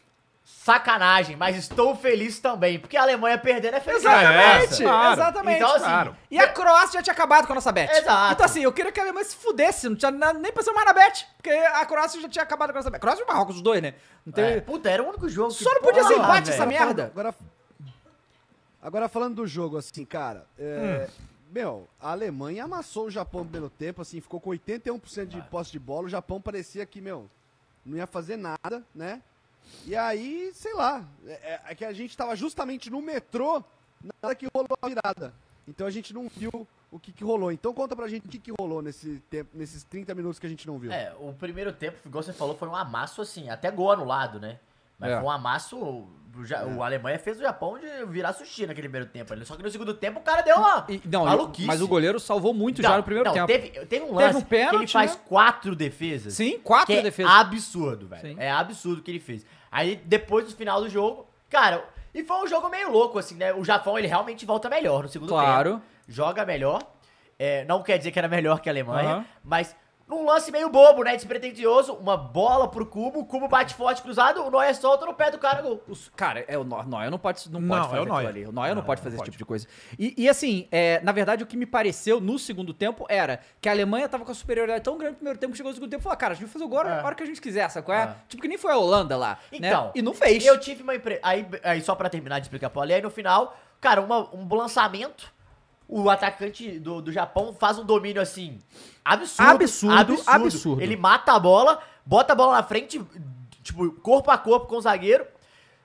[SPEAKER 3] sacanagem, mas estou feliz também, porque a Alemanha perdendo é feliz.
[SPEAKER 1] Exatamente, Ah,
[SPEAKER 2] É, claro.
[SPEAKER 1] exatamente.
[SPEAKER 3] Então, assim,
[SPEAKER 1] Claro. E a Croácia já tinha acabado com a nossa bet.
[SPEAKER 3] Exato.
[SPEAKER 1] Então, assim, eu queria que a Alemanha se fudesse, não tinha nada, nem pensando mais na bet, porque a Croácia já tinha acabado com a nossa bet. Croácia e Marrocos, os dois, né? Não tem...
[SPEAKER 3] É, puta, era o único jogo que...
[SPEAKER 1] Só não podia ser
[SPEAKER 5] Ah,
[SPEAKER 3] Porra,
[SPEAKER 1] empate
[SPEAKER 3] velho.
[SPEAKER 1] essa merda.
[SPEAKER 4] Agora, agora falando do jogo, assim, cara. é,
[SPEAKER 5] Hum.
[SPEAKER 4] Meu, a Alemanha amassou o Japão pelo tempo, assim, ficou com 81%
[SPEAKER 5] Ah.
[SPEAKER 4] de posse de bola. O Japão parecia que, meu, não ia fazer nada, né? E aí, sei lá, é, é que a gente tava justamente no metrô, nada que rolou a virada. Então a gente não viu o que, que rolou. Então conta pra gente o que, que rolou nesse tempo, nesses 30 minutos que a gente não viu.
[SPEAKER 3] É, o primeiro tempo, igual você falou, foi um amasso assim, até gol anulado, né? Mas
[SPEAKER 1] É.
[SPEAKER 3] foi um amasso. O, Ja- o Alemanha fez o Japão de virar sushi naquele primeiro tempo. ali. Só que no segundo tempo o cara deu uma
[SPEAKER 1] E- não,
[SPEAKER 3] maluquice.
[SPEAKER 1] mas o goleiro salvou muito
[SPEAKER 3] Não,
[SPEAKER 1] já no primeiro
[SPEAKER 3] não,
[SPEAKER 1] tempo.
[SPEAKER 3] Teve, teve um lance
[SPEAKER 1] um
[SPEAKER 3] que ele
[SPEAKER 1] pênalti,
[SPEAKER 3] faz
[SPEAKER 1] né?
[SPEAKER 3] quatro defesas.
[SPEAKER 1] Sim, quatro
[SPEAKER 3] que
[SPEAKER 1] defesas.
[SPEAKER 3] É absurdo, velho.
[SPEAKER 1] Sim.
[SPEAKER 3] É absurdo o que ele fez. Aí, depois do final do jogo, cara, e foi um jogo meio louco, assim, né? O Japão, ele realmente volta melhor no segundo
[SPEAKER 1] Claro.
[SPEAKER 3] tempo. Joga melhor. É, não quer dizer que era melhor que a Alemanha,
[SPEAKER 1] Aham.
[SPEAKER 3] mas num lance meio bobo, né? Despretensioso, uma bola pro cubo, o cubo bate forte cruzado, o Noé solta no pé do cara, gol.
[SPEAKER 1] Os- cara, é o Nó- Noia não pode, não
[SPEAKER 2] Não,
[SPEAKER 1] pode
[SPEAKER 2] é
[SPEAKER 1] fazer
[SPEAKER 2] o Neuer.
[SPEAKER 1] aquilo ali. O Noia não,
[SPEAKER 2] Não,
[SPEAKER 1] pode
[SPEAKER 2] não
[SPEAKER 1] fazer esse
[SPEAKER 2] pode.
[SPEAKER 1] tipo de coisa. E, e assim, é, na verdade, o que me pareceu no segundo tempo era que a Alemanha tava com a superioridade tão grande no primeiro tempo que chegou no segundo tempo e falou: "Ah, cara, a gente vai fazer o gol a hora que a gente quiser, sabe qual é? Tipo que nem foi a Holanda lá.
[SPEAKER 3] Então,
[SPEAKER 1] né? E não fez.
[SPEAKER 3] Eu tive uma impre... aí, aí, só pra terminar de explicar pro Ale, aí no final, cara, uma- um lançamento, o atacante do, do Japão faz um domínio assim, absurdo,
[SPEAKER 1] Absurdo, absurdo.
[SPEAKER 3] Ele mata a bola, bota a bola na frente, tipo, corpo a corpo com o zagueiro.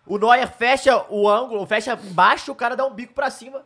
[SPEAKER 3] O Neuer fecha o ângulo, fecha embaixo, o cara dá um bico pra cima,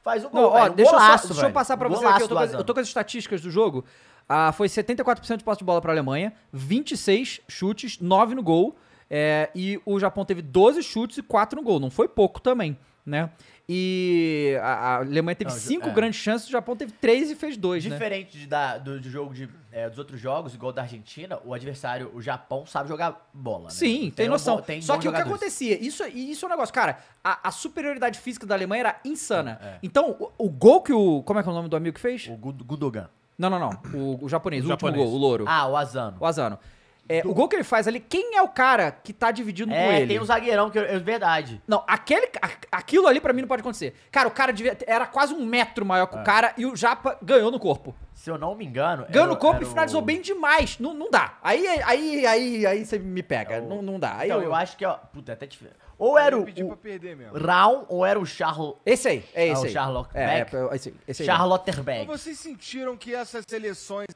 [SPEAKER 3] faz o gol.
[SPEAKER 1] Não, ó,
[SPEAKER 3] velho. Um
[SPEAKER 1] deixa, eu,
[SPEAKER 3] golaço,
[SPEAKER 1] só, deixa eu
[SPEAKER 3] velho.
[SPEAKER 1] passar pra
[SPEAKER 3] Um
[SPEAKER 1] você
[SPEAKER 3] golaço
[SPEAKER 1] aqui. Eu tô,
[SPEAKER 3] do
[SPEAKER 1] com, as-
[SPEAKER 3] Hazard.
[SPEAKER 1] eu tô com as estatísticas do jogo. Ah, foi 74% de posse de bola pra Alemanha, 26 chutes, 9 no gol. É, e o Japão teve 12 chutes e 4 no gol. Não foi pouco também, né? E a, a Alemanha teve
[SPEAKER 3] Não, ju-
[SPEAKER 1] 5
[SPEAKER 3] é.
[SPEAKER 1] grandes chances, o Japão teve 3 e fez 2, né?
[SPEAKER 3] Diferente de da- do, do jogo de, é, dos outros jogos, igual da Argentina, o adversário, o Japão, sabe jogar bola. né?
[SPEAKER 1] Sim, tem,
[SPEAKER 3] um
[SPEAKER 1] noção.
[SPEAKER 3] bom- tem
[SPEAKER 1] Só
[SPEAKER 3] bons
[SPEAKER 1] que o que
[SPEAKER 3] jogadores.
[SPEAKER 1] acontecia, isso, e isso é um negócio, cara, a, a superioridade física da Alemanha era insana.
[SPEAKER 3] É.
[SPEAKER 1] Então, o, o gol que o... Como é que é o nome do amigo que fez?
[SPEAKER 3] O Gud- Gundogan.
[SPEAKER 1] Não, não, não. O, o japonês, o,
[SPEAKER 2] O
[SPEAKER 1] último
[SPEAKER 2] japonês.
[SPEAKER 1] gol, o louro.
[SPEAKER 3] Ah, o Azano.
[SPEAKER 1] O Azano. É, O gol que ele faz ali, quem é o cara que tá dividindo com
[SPEAKER 3] É,
[SPEAKER 1] ele?
[SPEAKER 3] tem um zagueirão que eu- é verdade.
[SPEAKER 1] Não, aquele, a- aquilo ali pra mim não pode acontecer. Cara, o cara devia- era quase um metro maior que o cara e o Japa ganhou no corpo.
[SPEAKER 3] Se eu não me engano.
[SPEAKER 1] Ganhou
[SPEAKER 3] era-
[SPEAKER 1] no corpo
[SPEAKER 3] era
[SPEAKER 1] e finalizou
[SPEAKER 3] o-
[SPEAKER 1] bem demais. Não, não dá. Aí, aí, aí, aí você me pega. Não, não dá. Aí
[SPEAKER 3] Então,
[SPEAKER 1] eu-
[SPEAKER 3] eu acho que, ó. Puta, é até difícil. Ou era o,
[SPEAKER 5] Ele pediu pra
[SPEAKER 3] o
[SPEAKER 5] perder mesmo.
[SPEAKER 3] Raul, ou era o Charlo.
[SPEAKER 1] Esse aí, é
[SPEAKER 3] Ah,
[SPEAKER 1] esse
[SPEAKER 3] o
[SPEAKER 1] aí.
[SPEAKER 3] Charlotte
[SPEAKER 1] é,
[SPEAKER 3] Beck.
[SPEAKER 1] é, esse, esse aí.
[SPEAKER 5] Mas
[SPEAKER 3] Charlotterberg.
[SPEAKER 5] vocês sentiram que essas seleções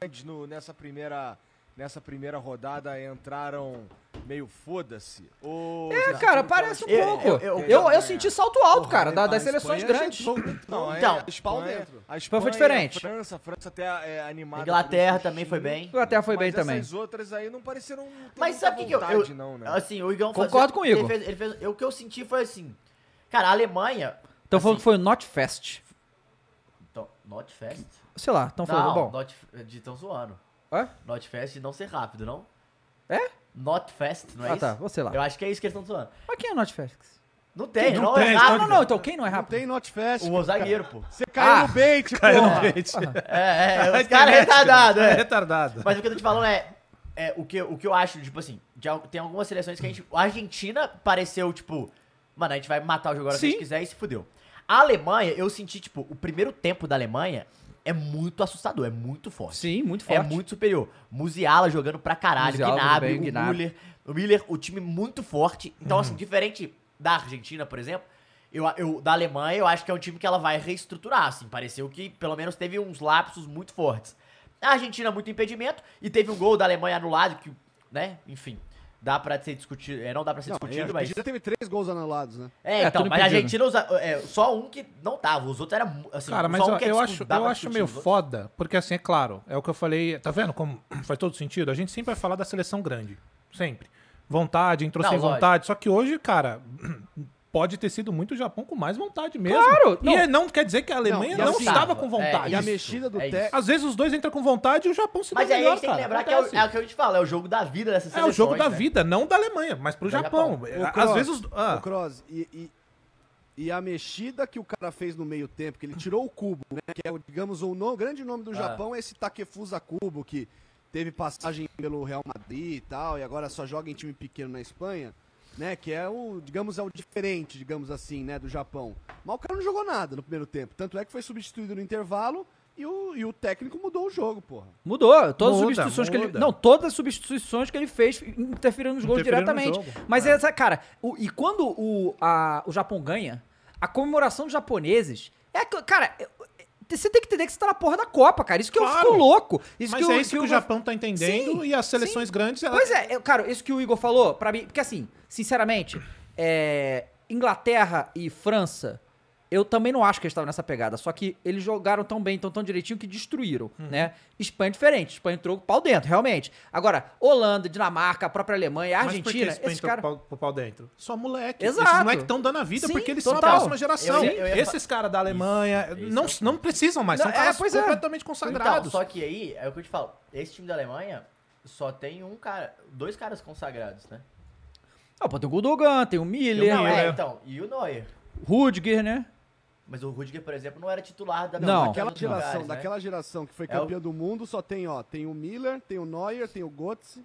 [SPEAKER 5] grandes no- nessa, primeira, nessa primeira rodada entraram meio foda-se? Ou
[SPEAKER 1] É,
[SPEAKER 5] vocês
[SPEAKER 1] cara,
[SPEAKER 5] sentiram que
[SPEAKER 1] parece um
[SPEAKER 5] elas-
[SPEAKER 1] pouco.
[SPEAKER 3] então, eu-
[SPEAKER 1] Eu,
[SPEAKER 3] eu-
[SPEAKER 1] eu senti salto alto, cara,
[SPEAKER 3] tá
[SPEAKER 1] da- das seleções grandes.
[SPEAKER 5] Não, é,
[SPEAKER 3] Então,
[SPEAKER 5] a Espanha, a Espanha
[SPEAKER 1] foi diferente.
[SPEAKER 5] A França, a França até é, animada.
[SPEAKER 3] Inglaterra
[SPEAKER 5] pelo
[SPEAKER 3] também foi
[SPEAKER 5] sustinho,
[SPEAKER 3] bem.
[SPEAKER 1] Inglaterra foi
[SPEAKER 5] mas
[SPEAKER 1] bem
[SPEAKER 3] é
[SPEAKER 1] também.
[SPEAKER 5] Essas outras aí não pareceram. ter
[SPEAKER 3] Mas
[SPEAKER 5] muita
[SPEAKER 3] sabe o que que eu,
[SPEAKER 5] vontade,
[SPEAKER 3] eu-
[SPEAKER 5] não, né?
[SPEAKER 3] Assim, o Igão
[SPEAKER 1] Concordo
[SPEAKER 3] fazia-
[SPEAKER 1] comigo.
[SPEAKER 3] Ele fez, ele fez- eu- o que eu senti foi assim. Cara, a Alemanha.
[SPEAKER 1] Então falou
[SPEAKER 3] assim,
[SPEAKER 1] que foi o Not Fest.
[SPEAKER 3] Então, Not Fest?
[SPEAKER 1] Sei lá, estão falando.
[SPEAKER 3] não,
[SPEAKER 1] Bom.
[SPEAKER 3] not, de tão zoando.
[SPEAKER 1] Hã?
[SPEAKER 3] Not Fest de não ser rápido, não?
[SPEAKER 1] É?
[SPEAKER 3] Not Fest, não é
[SPEAKER 1] Ah,
[SPEAKER 3] isso?
[SPEAKER 1] tá, vou sei lá.
[SPEAKER 3] Eu acho que é isso que eles estão zoando.
[SPEAKER 1] Mas quem é o Not Fest?
[SPEAKER 3] Não tem, não, é
[SPEAKER 1] Ah,
[SPEAKER 3] rápido.
[SPEAKER 1] não, não, então quem não é
[SPEAKER 4] Não
[SPEAKER 1] rápido?
[SPEAKER 4] tem Notfest.
[SPEAKER 3] O zagueiro, pô.
[SPEAKER 4] Você caiu
[SPEAKER 1] Ah.
[SPEAKER 4] no bait,
[SPEAKER 5] [laughs]
[SPEAKER 4] porra.
[SPEAKER 3] É, é,
[SPEAKER 2] A
[SPEAKER 3] os caras
[SPEAKER 2] internet,
[SPEAKER 3] retardados,
[SPEAKER 2] cara. É
[SPEAKER 3] é.
[SPEAKER 2] retardado.
[SPEAKER 3] Mas o que eu tô te falando é, é o, que, o que eu acho, tipo assim, de al- tem algumas seleções que a gente. A Argentina pareceu, tipo, mano, a gente vai matar o jogo agora que a
[SPEAKER 1] Sim.
[SPEAKER 3] gente quiser e se fudeu. A Alemanha, eu senti, tipo, o primeiro tempo da Alemanha é muito assustador, é muito forte.
[SPEAKER 1] Sim, muito
[SPEAKER 3] É
[SPEAKER 1] forte.
[SPEAKER 3] muito superior. Muziala jogando pra caralho,
[SPEAKER 1] Musiala,
[SPEAKER 3] Gnabry,
[SPEAKER 1] bem,
[SPEAKER 3] o
[SPEAKER 1] Gnabry.
[SPEAKER 2] Uhum.
[SPEAKER 3] Müller, o Müller, o time muito forte. Então, assim, diferente da Argentina, por exemplo, Eu, eu, da Alemanha, eu acho que é um time que ela vai reestruturar, assim. Pareceu que, pelo menos, teve uns lapsos muito fortes. A Argentina, muito impedimento. E teve um gol da Alemanha anulado, que, né? Enfim, dá pra ser discutido. é, não dá pra ser
[SPEAKER 4] Não, a
[SPEAKER 3] discutido, mas...
[SPEAKER 4] Argentina teve três gols anulados, né?
[SPEAKER 3] É,
[SPEAKER 2] É,
[SPEAKER 3] então,
[SPEAKER 2] tudo
[SPEAKER 3] mas a
[SPEAKER 2] impedido.
[SPEAKER 3] Argentina usa, é, só um que não tava, os outros eram assim,
[SPEAKER 2] Cara, mas
[SPEAKER 3] só um
[SPEAKER 2] eu,
[SPEAKER 3] que é
[SPEAKER 2] eu
[SPEAKER 3] discu-
[SPEAKER 2] acho,
[SPEAKER 3] dá
[SPEAKER 2] eu
[SPEAKER 3] pra
[SPEAKER 2] acho
[SPEAKER 3] discutir,
[SPEAKER 2] meio
[SPEAKER 3] os outros-
[SPEAKER 2] foda, porque assim, é claro, é o que eu falei, tá vendo como faz todo sentido? A gente sempre vai falar da seleção grande, sempre. Vontade, entrou
[SPEAKER 3] Não,
[SPEAKER 2] sem
[SPEAKER 3] lógico.
[SPEAKER 2] vontade, só que hoje, cara, [clears throat] pode ter sido muito o Japão com mais vontade mesmo.
[SPEAKER 1] Claro,
[SPEAKER 2] E
[SPEAKER 1] não.
[SPEAKER 2] é- não, quer dizer que a Alemanha
[SPEAKER 4] e
[SPEAKER 2] não,
[SPEAKER 4] assim,
[SPEAKER 2] estava com
[SPEAKER 3] é,
[SPEAKER 5] Ah,
[SPEAKER 2] vontade.
[SPEAKER 4] E a
[SPEAKER 3] Isso,
[SPEAKER 4] mexida do
[SPEAKER 3] é isso.
[SPEAKER 4] técnico.
[SPEAKER 2] Às vezes os dois entram com vontade e o Japão se dá
[SPEAKER 3] Mas aí a
[SPEAKER 2] melhor,
[SPEAKER 3] gente tem que
[SPEAKER 2] cara.
[SPEAKER 3] lembrar que é, o,
[SPEAKER 2] Acontece.
[SPEAKER 3] é né? o que a gente fala, é o jogo da vida dessa
[SPEAKER 2] É
[SPEAKER 3] seleção.
[SPEAKER 2] o jogo da vida, não da Alemanha, mas pro
[SPEAKER 3] Da
[SPEAKER 2] Japão. É,
[SPEAKER 4] Ô,
[SPEAKER 2] Às
[SPEAKER 4] Kroos,
[SPEAKER 2] vezes. os- ah,
[SPEAKER 4] ô, Kroos, e, e- e a mexida que o cara fez no meio tempo, que ele tirou o cubo, né? Que é, o, digamos, o no- grande nome
[SPEAKER 2] Ah.
[SPEAKER 4] do Japão é esse Takefusa Cubo, que teve passagem pelo Real Madrid e tal, e agora só joga em time pequeno na Espanha, né? Que é o, digamos, é o diferente, digamos assim, né, do Japão. Mas o cara não jogou nada no primeiro tempo. Tanto é que foi substituído no intervalo e o, e o técnico mudou o jogo, porra.
[SPEAKER 1] Mudou. Todas
[SPEAKER 2] Muda,
[SPEAKER 1] as substituições que ele.
[SPEAKER 2] muda.
[SPEAKER 1] Não, todas as substituições que ele fez interferiram nos gols
[SPEAKER 2] Interferiram no
[SPEAKER 1] diretamente.
[SPEAKER 2] jogo. é.
[SPEAKER 1] Mas essa, cara, o- e quando o, a- o Japão ganha, a comemoração dos japoneses é. que- Cara, eu- você tem que entender que você tá na porra da Copa, cara. Isso que eu
[SPEAKER 2] Claro.
[SPEAKER 1] fico louco. Isso
[SPEAKER 2] mas
[SPEAKER 1] que
[SPEAKER 2] é
[SPEAKER 1] eu,
[SPEAKER 2] isso que o Japão tá entendendo
[SPEAKER 1] Sim,
[SPEAKER 2] e as seleções grandes. elas-
[SPEAKER 1] Pois é, eu- cara, isso que o Igor falou, pra mim. Porque assim, sinceramente, é, Inglaterra e França, eu também não acho que eles estavam nessa pegada. Só que eles jogaram tão bem, tão, tão direitinho que destruíram,
[SPEAKER 2] Hum.
[SPEAKER 1] né? Espanha é diferente. Espanha entrou com o pau dentro, realmente. Agora, Holanda, Dinamarca, a própria Alemanha, a
[SPEAKER 2] Mas por que
[SPEAKER 1] Argentina,
[SPEAKER 2] esse
[SPEAKER 1] esses
[SPEAKER 2] entrou
[SPEAKER 1] caras.
[SPEAKER 2] pro pau- pro pau dentro? Só moleque.
[SPEAKER 1] Exato.
[SPEAKER 2] Esses moleques estão dando a vida
[SPEAKER 1] Sim,
[SPEAKER 2] porque eles são
[SPEAKER 1] total.
[SPEAKER 2] a próxima geração.
[SPEAKER 3] Eu ia- eu ia
[SPEAKER 2] Esses caras da Alemanha
[SPEAKER 3] Isso,
[SPEAKER 2] não,
[SPEAKER 3] isso.
[SPEAKER 2] não precisam mais. São
[SPEAKER 1] Não, é,
[SPEAKER 2] caras
[SPEAKER 1] pois é.
[SPEAKER 2] completamente
[SPEAKER 3] Então,
[SPEAKER 2] consagrados.
[SPEAKER 3] só que aí, é o que eu te falo, esse time da Alemanha só tem um cara, dois caras consagrados, né?
[SPEAKER 1] Não, pô, tem o Gundogan, tem o Miller,
[SPEAKER 3] não,
[SPEAKER 2] Neuer.
[SPEAKER 3] é, então, e o Neuer.
[SPEAKER 1] Rudiger, né?
[SPEAKER 3] Mas o Rudiger, por exemplo, não era titular da
[SPEAKER 1] Não,
[SPEAKER 3] Alemanha,
[SPEAKER 4] Daquela
[SPEAKER 3] outros lugares,
[SPEAKER 4] geração,
[SPEAKER 3] né?
[SPEAKER 4] daquela geração que foi
[SPEAKER 3] É o-
[SPEAKER 4] campeã do mundo, só tem, ó, tem o Miller, tem o Neuer, tem o Götze.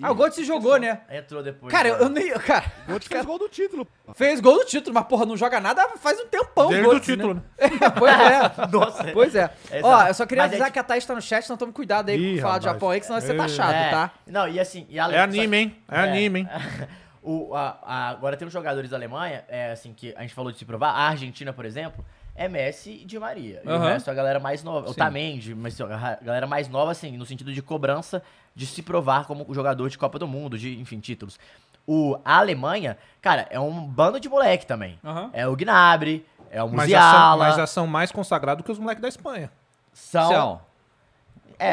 [SPEAKER 1] Ah, o Götze jogou, né?
[SPEAKER 3] Entrou depois.
[SPEAKER 1] Cara, eu,
[SPEAKER 3] né?
[SPEAKER 1] eu nem. Cara,
[SPEAKER 4] O Götze fez gol do título. pô.
[SPEAKER 1] fez gol do título, mas porra, não joga nada faz um tempão.
[SPEAKER 2] Desde
[SPEAKER 1] Götze,
[SPEAKER 2] o título,
[SPEAKER 1] Né? [laughs] pois é.
[SPEAKER 3] Nossa.
[SPEAKER 1] Pois é.
[SPEAKER 3] É,
[SPEAKER 1] Ó,
[SPEAKER 3] exato.
[SPEAKER 1] eu só queria
[SPEAKER 3] Mas é
[SPEAKER 1] avisar
[SPEAKER 3] tipo-
[SPEAKER 1] que a Thaís tá no chat, então tome cuidado aí
[SPEAKER 2] Ih,
[SPEAKER 1] pra falar do
[SPEAKER 2] rapaz.
[SPEAKER 1] Japão aí, que senão você tá
[SPEAKER 2] É.
[SPEAKER 1] achado,
[SPEAKER 3] É,
[SPEAKER 1] tá?
[SPEAKER 3] Não, e assim... E a Ale-
[SPEAKER 2] É
[SPEAKER 3] só-
[SPEAKER 2] anime, hein? É,
[SPEAKER 3] É.
[SPEAKER 2] anime, hein?
[SPEAKER 3] [laughs] O, a- a- agora tem os jogadores da Alemanha, é, assim, que a gente falou de se provar, a Argentina, por exemplo, é Messi e Di Maria. E o
[SPEAKER 1] Aham.
[SPEAKER 3] resto é a galera mais nova. O Tamendi, mas assim, a galera mais nova, assim, no sentido de cobrança de se provar como jogador de Copa do Mundo, de, enfim, títulos. O, a Alemanha, cara, é um bando de moleque também.
[SPEAKER 1] Aham.
[SPEAKER 3] É o Gnabry, é o
[SPEAKER 2] Mas já, são,
[SPEAKER 3] Musiala.
[SPEAKER 2] mas já são mais consagrados que os moleques da Espanha.
[SPEAKER 3] são, é.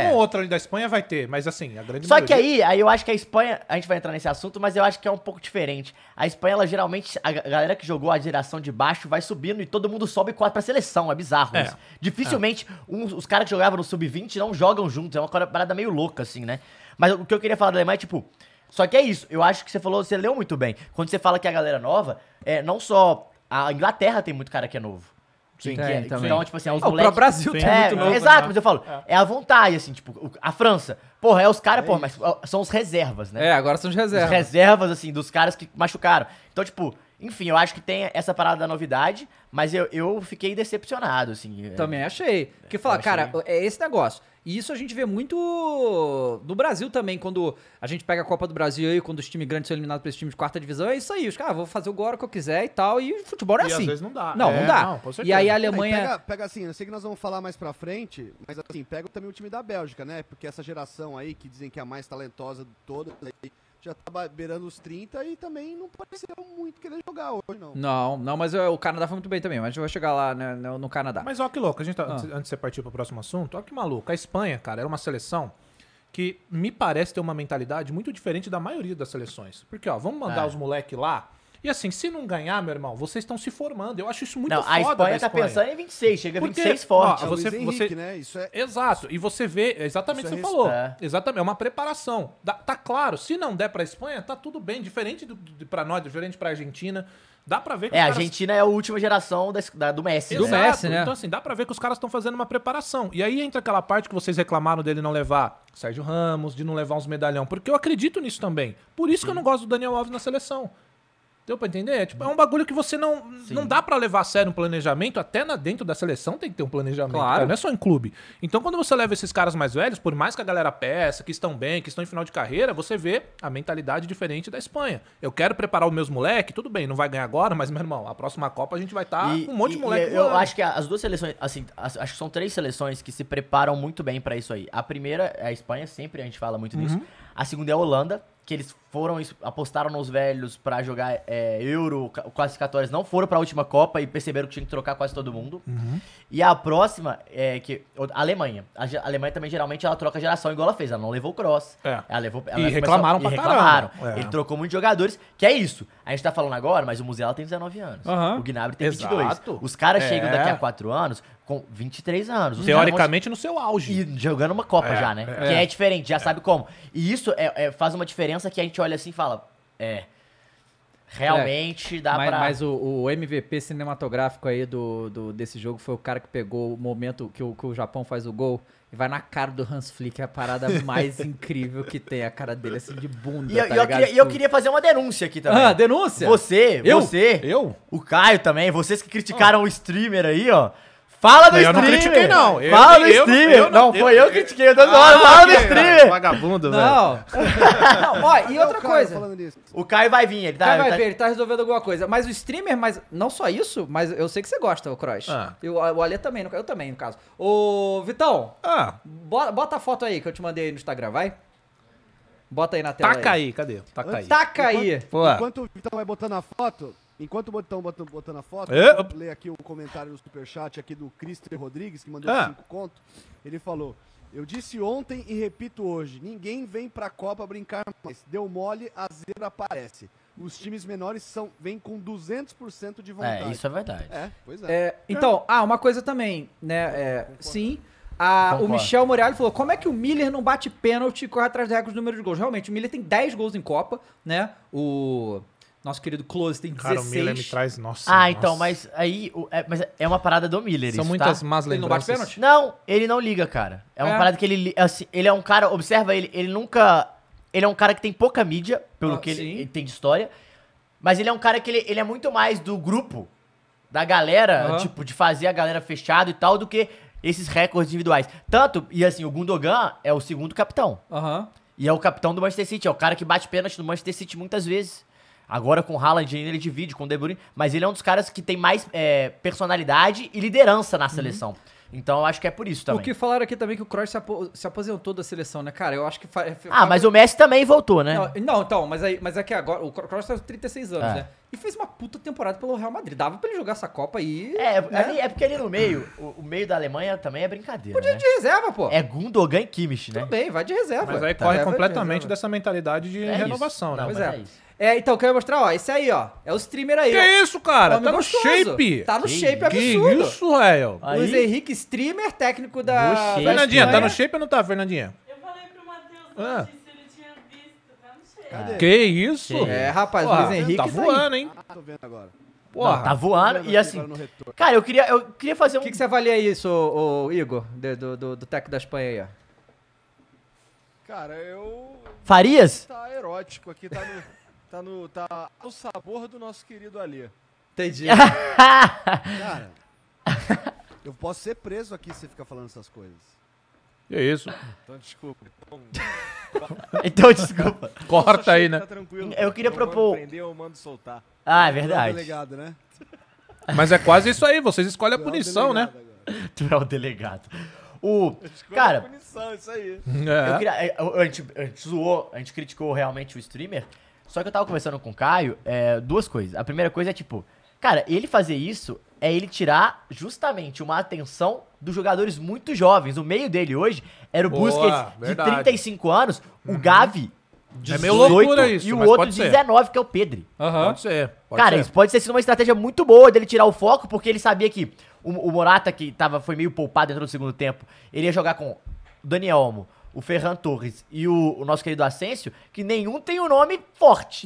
[SPEAKER 2] Um ou outro ali da Espanha vai ter, mas assim, a grande
[SPEAKER 3] Só que
[SPEAKER 2] maioria-
[SPEAKER 3] aí, aí eu acho que a Espanha, a gente vai entrar nesse assunto, mas eu acho que é um pouco diferente. A Espanha, ela geralmente, a ga- galera que jogou a geração de baixo vai subindo e todo mundo sobe quase pra seleção, é bizarro
[SPEAKER 2] É.
[SPEAKER 3] isso. Dificilmente uns- os caras que jogavam no sub-20 não jogam juntos, é uma coisa- parada meio louca assim, né? Mas o que eu queria falar da Alemanha é tipo, só que é isso, eu acho que você falou, você leu muito bem. Quando você fala que a galera nova, é não só a Inglaterra tem muito cara que é novo. Sim,
[SPEAKER 1] Tem também.
[SPEAKER 3] Então, tipo assim, é os
[SPEAKER 1] Ah, o
[SPEAKER 3] moleques-
[SPEAKER 1] próprio Brasil tem
[SPEAKER 3] é,
[SPEAKER 1] muito novo,
[SPEAKER 3] Exato,
[SPEAKER 1] né?
[SPEAKER 3] mas eu falo, é, a vontade, assim, tipo, o- a França, porra, é os caras, porra, mas ó, são os reservas, né?
[SPEAKER 1] É, agora são de
[SPEAKER 3] Os
[SPEAKER 1] reserva.
[SPEAKER 3] reservas, assim, dos caras que machucaram. Então, tipo, enfim, eu acho que tem essa parada da novidade, mas eu, eu fiquei decepcionado, assim. é.
[SPEAKER 1] Também achei. Porque fala,
[SPEAKER 3] Eu achei.
[SPEAKER 1] cara, é esse negócio. E isso a gente vê muito no Brasil também, quando a gente pega a Copa do Brasil aí, quando os times grandes são eliminados pra esse time de quarta divisão, é isso aí. Os caras, ah, vou fazer o gol que eu quiser e tal, e o futebol é
[SPEAKER 2] E às
[SPEAKER 1] assim.
[SPEAKER 2] vezes não dá.
[SPEAKER 1] Não,
[SPEAKER 2] É,
[SPEAKER 1] não dá.
[SPEAKER 2] não, com
[SPEAKER 1] e
[SPEAKER 2] certeza.
[SPEAKER 1] aí a
[SPEAKER 4] Aí
[SPEAKER 1] Alemanha...
[SPEAKER 4] Pega, pega assim, eu sei que nós vamos falar mais pra frente, mas assim, pega também o time da Bélgica, né? Porque essa geração aí, que dizem que é a mais talentosa de todas, aí, já tá ba- beirando os 30 e também não pareceu muito querer jogar hoje, não.
[SPEAKER 1] Não, não, mas é, o Canadá foi muito bem também, mas a gente vai chegar lá né, no, no Canadá.
[SPEAKER 2] Mas ó que louco, a gente tá-
[SPEAKER 3] Ah.
[SPEAKER 2] antes, antes de você partir pro próximo assunto, ó que maluco. A Espanha, cara, era uma seleção que me parece ter uma mentalidade muito diferente da maioria das seleções. Porque, ó, vamos
[SPEAKER 3] É.
[SPEAKER 2] mandar os moleques lá. E assim, se não ganhar, meu irmão, vocês estão se formando. Eu acho isso muito
[SPEAKER 3] Não,
[SPEAKER 2] foda
[SPEAKER 3] a
[SPEAKER 2] da
[SPEAKER 3] Espanha tá
[SPEAKER 2] Espanha.
[SPEAKER 3] pensando em 26, chega
[SPEAKER 2] Porque,
[SPEAKER 3] 26
[SPEAKER 2] ó,
[SPEAKER 3] forte.
[SPEAKER 4] É o
[SPEAKER 2] você-
[SPEAKER 4] Luiz Henrique,
[SPEAKER 2] você-
[SPEAKER 4] né? Isso é,
[SPEAKER 2] Exato, e você vê é exatamente o que
[SPEAKER 4] Isso
[SPEAKER 2] você
[SPEAKER 4] é
[SPEAKER 2] falou.
[SPEAKER 3] é.
[SPEAKER 2] Exatamente, é uma preparação. Dá- tá claro, se não der pra Espanha, tá tudo bem. Diferente do, do- pra nós, diferente pra Argentina. Dá pra ver que
[SPEAKER 3] É, a
[SPEAKER 2] os caras
[SPEAKER 3] Argentina é a última geração da, da- do Messi,
[SPEAKER 1] Do
[SPEAKER 3] né?
[SPEAKER 1] Messi. né?
[SPEAKER 2] Então, assim, dá pra ver que os caras estão fazendo uma preparação. E aí entra aquela parte que vocês reclamaram dele não levar Sérgio Ramos, de não levar uns medalhão. Porque eu acredito nisso também. Por isso que eu não gosto do Daniel Alves na seleção. Deu pra entender? É, tipo, é um bagulho que você não, não dá pra levar a sério um planejamento, até na, dentro da seleção tem que ter um planejamento,
[SPEAKER 1] Claro.
[SPEAKER 2] cara, não é só em clube. Então quando você leva esses caras mais velhos, por mais que a galera peça, que estão bem, que estão em final de carreira, você vê a mentalidade diferente da Espanha. Eu quero preparar os meus moleques, tudo bem, não vai ganhar agora, mas meu irmão, a próxima Copa a gente vai estar
[SPEAKER 3] E-
[SPEAKER 2] com um monte
[SPEAKER 3] e-
[SPEAKER 2] de moleque.
[SPEAKER 3] e eu
[SPEAKER 2] voando.
[SPEAKER 3] acho que as duas seleções, assim, as- acho que são três seleções que se preparam muito bem pra isso aí. A primeira é a Espanha, sempre a gente fala muito disso.
[SPEAKER 2] Uhum.
[SPEAKER 3] A segunda é a Holanda, que eles foram es- apostaram nos velhos pra jogar é, Euro, ca- classificatórias, não foram pra última Copa e perceberam que tinha que trocar quase todo mundo.
[SPEAKER 2] Uhum.
[SPEAKER 3] E a próxima é que a Alemanha, a, ge- a Alemanha também geralmente ela troca geração igual ela fez, ela não levou o Cross,
[SPEAKER 2] É.
[SPEAKER 3] ela levou ela
[SPEAKER 2] E
[SPEAKER 3] começou-
[SPEAKER 2] reclamaram pra
[SPEAKER 3] e reclamaram.
[SPEAKER 2] caramba. É.
[SPEAKER 3] Ele trocou muitos jogadores, que é isso. A gente tá falando agora, mas o Museu tem 19 anos.
[SPEAKER 1] Aham.
[SPEAKER 3] O Gnabry tem
[SPEAKER 2] Exato.
[SPEAKER 3] 22. Os caras
[SPEAKER 2] É.
[SPEAKER 3] chegam daqui a 4 anos com 23 anos. Os caras
[SPEAKER 2] Teoricamente no seu auge.
[SPEAKER 3] vão- E jogando uma Copa
[SPEAKER 2] É,
[SPEAKER 3] já, né?
[SPEAKER 2] é.
[SPEAKER 3] Que é diferente, já sabe como. E isso é- é- faz uma diferença que a gente olha assim e fala: é. Realmente dá
[SPEAKER 1] É. mas
[SPEAKER 3] pra.
[SPEAKER 1] mas o, o MVP cinematográfico aí do, do- desse jogo foi o cara que pegou o momento que o, que o Japão faz o gol e vai na cara do Hans Flick, é a
[SPEAKER 3] [laughs]
[SPEAKER 1] parada mais incrível que tem, a cara dele assim de bunda,
[SPEAKER 3] E eu,
[SPEAKER 1] tá
[SPEAKER 3] e eu
[SPEAKER 1] ligado?
[SPEAKER 3] queria, e eu
[SPEAKER 1] Tipo,
[SPEAKER 3] queria fazer uma denúncia aqui também.
[SPEAKER 1] Ah, denúncia?
[SPEAKER 3] Você,
[SPEAKER 1] Eu?
[SPEAKER 3] você,
[SPEAKER 2] Eu?
[SPEAKER 3] o Caio também, vocês que criticaram o streamer aí, ó. Fala do
[SPEAKER 2] Eu não
[SPEAKER 3] streamer!
[SPEAKER 2] critiquei, não. Eu-
[SPEAKER 3] fala do
[SPEAKER 2] eu-
[SPEAKER 3] streamer!
[SPEAKER 2] eu
[SPEAKER 3] não,
[SPEAKER 2] não-
[SPEAKER 3] foi
[SPEAKER 2] eu- Ah,
[SPEAKER 3] eu que critiquei, eu tô zoando, fala do streamer!
[SPEAKER 2] Vagabundo,
[SPEAKER 1] Tipo, Não. Não, [laughs] ó, e
[SPEAKER 3] [laughs]
[SPEAKER 1] outra coisa.
[SPEAKER 4] É falando nisso.
[SPEAKER 3] O Caio vai vir, ele tá.
[SPEAKER 1] Cara, vai
[SPEAKER 3] tá-
[SPEAKER 1] ver, ele tá resolvendo alguma coisa. Mas o streamer, mas não só isso, mas eu sei que você gosta, o Cross.
[SPEAKER 2] Ah.
[SPEAKER 1] E o, o Alê também, no ca- eu também, no caso. Ô, Vitão,
[SPEAKER 2] Ah,
[SPEAKER 1] bo- bota a foto aí que eu te mandei aí no Instagram, vai? Bota aí na tela.
[SPEAKER 2] taca aí, cadê? Taca Tá
[SPEAKER 4] tá
[SPEAKER 2] aí.
[SPEAKER 1] Taca aí.
[SPEAKER 2] Pô.
[SPEAKER 4] Enquanto o Vitão vai botando a foto, enquanto o Botão botando, botando a foto,
[SPEAKER 2] É,
[SPEAKER 4] eu
[SPEAKER 2] op-
[SPEAKER 4] vou ler aqui o comentário do superchat aqui do Christian Rodrigues, que mandou
[SPEAKER 2] Ah.
[SPEAKER 4] 5 conto. Ele falou: Eu disse ontem e repito hoje: ninguém vem pra Copa brincar mais. Deu mole, a zebra aparece. Os times menores são, vêm com 200% de vontade.
[SPEAKER 3] É, isso é verdade.
[SPEAKER 4] É, pois é.
[SPEAKER 1] É, então, ah, uma coisa também, né? é, sim. a- o
[SPEAKER 3] Concordo.
[SPEAKER 1] Michel Morelli falou: como é que o Miller não bate pênalti e corre atrás do recorde de número de gols? Realmente, o Miller tem 10 gols em Copa, né? O nosso querido Close tem 16.
[SPEAKER 2] Cara, o Miller me traz, nossa.
[SPEAKER 3] ah, então,
[SPEAKER 2] nossa.
[SPEAKER 3] mas aí. o- é, mas é uma parada do Miller,
[SPEAKER 2] São
[SPEAKER 3] isso,
[SPEAKER 2] muitas
[SPEAKER 3] tá?
[SPEAKER 2] más
[SPEAKER 1] Ele não bate
[SPEAKER 2] lembranças.
[SPEAKER 1] pênalti?
[SPEAKER 3] Não, ele não liga, cara. É uma
[SPEAKER 1] É.
[SPEAKER 3] parada que ele. li- assim, ele é um cara. Observa ele, ele nunca. Ele é um cara que tem pouca mídia, pelo
[SPEAKER 1] Ah,
[SPEAKER 3] que ele,
[SPEAKER 1] sim.
[SPEAKER 3] ele tem de história. Mas ele é um cara que ele, ele é muito mais do grupo, da galera,
[SPEAKER 1] Aham.
[SPEAKER 3] tipo, de fazer a galera fechado e tal, do que esses recordes individuais. Tanto, e assim, o Gundogan é o segundo capitão.
[SPEAKER 1] Aham.
[SPEAKER 3] E é o capitão do Manchester City, é o cara que bate pênalti no Manchester City muitas vezes. Agora com o Haaland ele divide com o De Bruyne, mas ele é um dos caras que tem mais é, personalidade e liderança na seleção. Então eu acho que é por isso também.
[SPEAKER 1] O que falaram aqui também que o Kroos se, apo- se aposentou da seleção, né, cara? Eu acho que. fa-
[SPEAKER 3] Ah, mas o Messi também voltou, né?
[SPEAKER 1] Não, não, então, mas, aí, mas é que agora. O Kroos tá com 36 anos,
[SPEAKER 3] É.
[SPEAKER 1] né? E fez uma puta temporada pelo Real Madrid. Dava pra ele jogar essa Copa aí.
[SPEAKER 3] é,
[SPEAKER 1] né?
[SPEAKER 3] ali- é porque ali no meio, o, o meio da Alemanha também é brincadeira, né?
[SPEAKER 1] de reserva, pô.
[SPEAKER 3] É Gundogan e Kimmich, né?
[SPEAKER 1] Tudo bem, vai de reserva.
[SPEAKER 2] Mas aí
[SPEAKER 1] Tá.
[SPEAKER 2] corre
[SPEAKER 1] É, vai de
[SPEAKER 2] completamente
[SPEAKER 1] reserva.
[SPEAKER 2] dessa mentalidade de
[SPEAKER 3] É isso.
[SPEAKER 2] renovação, né?
[SPEAKER 3] Não,
[SPEAKER 1] Pois
[SPEAKER 3] mas
[SPEAKER 1] é.
[SPEAKER 3] é isso.
[SPEAKER 1] É, então, quero mostrar, ó. Esse aí, ó. É o streamer aí.
[SPEAKER 2] Que
[SPEAKER 1] ó.
[SPEAKER 2] isso, cara?
[SPEAKER 1] Homem
[SPEAKER 2] Tá no
[SPEAKER 1] gostoso.
[SPEAKER 2] shape.
[SPEAKER 1] Tá no
[SPEAKER 3] Que
[SPEAKER 1] shape
[SPEAKER 2] que
[SPEAKER 1] absurdo. Tá
[SPEAKER 2] isso, velho?
[SPEAKER 3] Aí-
[SPEAKER 1] Luiz Henrique, streamer técnico da.
[SPEAKER 3] No shape.
[SPEAKER 1] da
[SPEAKER 2] Fernandinha, tá
[SPEAKER 1] Espanha.
[SPEAKER 2] no shape ou não tá, Fernandinha?
[SPEAKER 6] Eu falei pro Matheus
[SPEAKER 2] Ah.
[SPEAKER 6] antes se ele tinha visto, tá no cheiro.
[SPEAKER 2] Que isso?
[SPEAKER 1] É, rapaz,
[SPEAKER 2] Porra,
[SPEAKER 1] Luiz Henrique.
[SPEAKER 2] tá
[SPEAKER 1] aí.
[SPEAKER 2] voando, hein?
[SPEAKER 4] Ah, tô vendo agora. Tô
[SPEAKER 2] Porra.
[SPEAKER 3] Não, tá voando
[SPEAKER 4] vendo
[SPEAKER 3] e
[SPEAKER 4] aqui
[SPEAKER 3] assim.
[SPEAKER 4] agora no retorno.
[SPEAKER 3] Cara, eu queria, eu queria fazer um.
[SPEAKER 1] O que, que você avalia isso, ô, ô, Igor, de- do, do, do técnico da Espanha aí, ó?
[SPEAKER 5] Cara, eu.
[SPEAKER 3] Farias?
[SPEAKER 5] Tá erótico aqui, tá no. Tá no. Tá o sabor do nosso querido Alê.
[SPEAKER 1] Entendi.
[SPEAKER 4] Cara, eu posso ser preso aqui se você ficar falando essas coisas.
[SPEAKER 2] Que isso?
[SPEAKER 5] Então, desculpa. Então,
[SPEAKER 3] Então, desculpa.
[SPEAKER 2] Corta aí, né?
[SPEAKER 5] Tá tranquilo.
[SPEAKER 3] Eu queria
[SPEAKER 5] mando
[SPEAKER 3] propor-
[SPEAKER 5] prender, eu mando soltar.
[SPEAKER 3] Ah, é
[SPEAKER 1] [laughs]
[SPEAKER 4] Não é
[SPEAKER 3] verdade.
[SPEAKER 4] Delegado, né?
[SPEAKER 2] Mas é quase isso aí, vocês escolhem a
[SPEAKER 4] Não é
[SPEAKER 2] punição, né?
[SPEAKER 4] delegado agora.
[SPEAKER 3] Tu é o delegado. O.
[SPEAKER 5] Escolha a
[SPEAKER 3] Cara,
[SPEAKER 5] punição, isso aí.
[SPEAKER 3] Eu
[SPEAKER 2] É.
[SPEAKER 3] queria- eu- eu- a, gente, a gente zoou, a gente criticou realmente o streamer. Só que eu tava conversando com o Caio, é, duas coisas. A primeira coisa é tipo, cara, ele fazer isso é ele tirar justamente uma atenção dos jogadores muito jovens. O meio dele hoje era o
[SPEAKER 2] Boa,
[SPEAKER 3] Busquets de
[SPEAKER 2] verdade. Uhum.
[SPEAKER 3] 35 anos, o Gavi de
[SPEAKER 2] É meio loucura isso,
[SPEAKER 3] e o
[SPEAKER 2] mas
[SPEAKER 3] outro
[SPEAKER 2] pode
[SPEAKER 3] de
[SPEAKER 2] ser.
[SPEAKER 3] 19, que é o Pedri.
[SPEAKER 1] Aham.
[SPEAKER 2] Pode ser. Pode
[SPEAKER 3] Cara,
[SPEAKER 2] ser.
[SPEAKER 3] isso pode ter sido uma estratégia muito boa dele tirar o foco, porque ele sabia que o, o Morata, que tava, foi meio poupado dentro do segundo tempo, ele ia jogar com o Daniel Olmo, o Ferran Torres e o, o nosso querido Asensio, que nenhum tem um nome forte.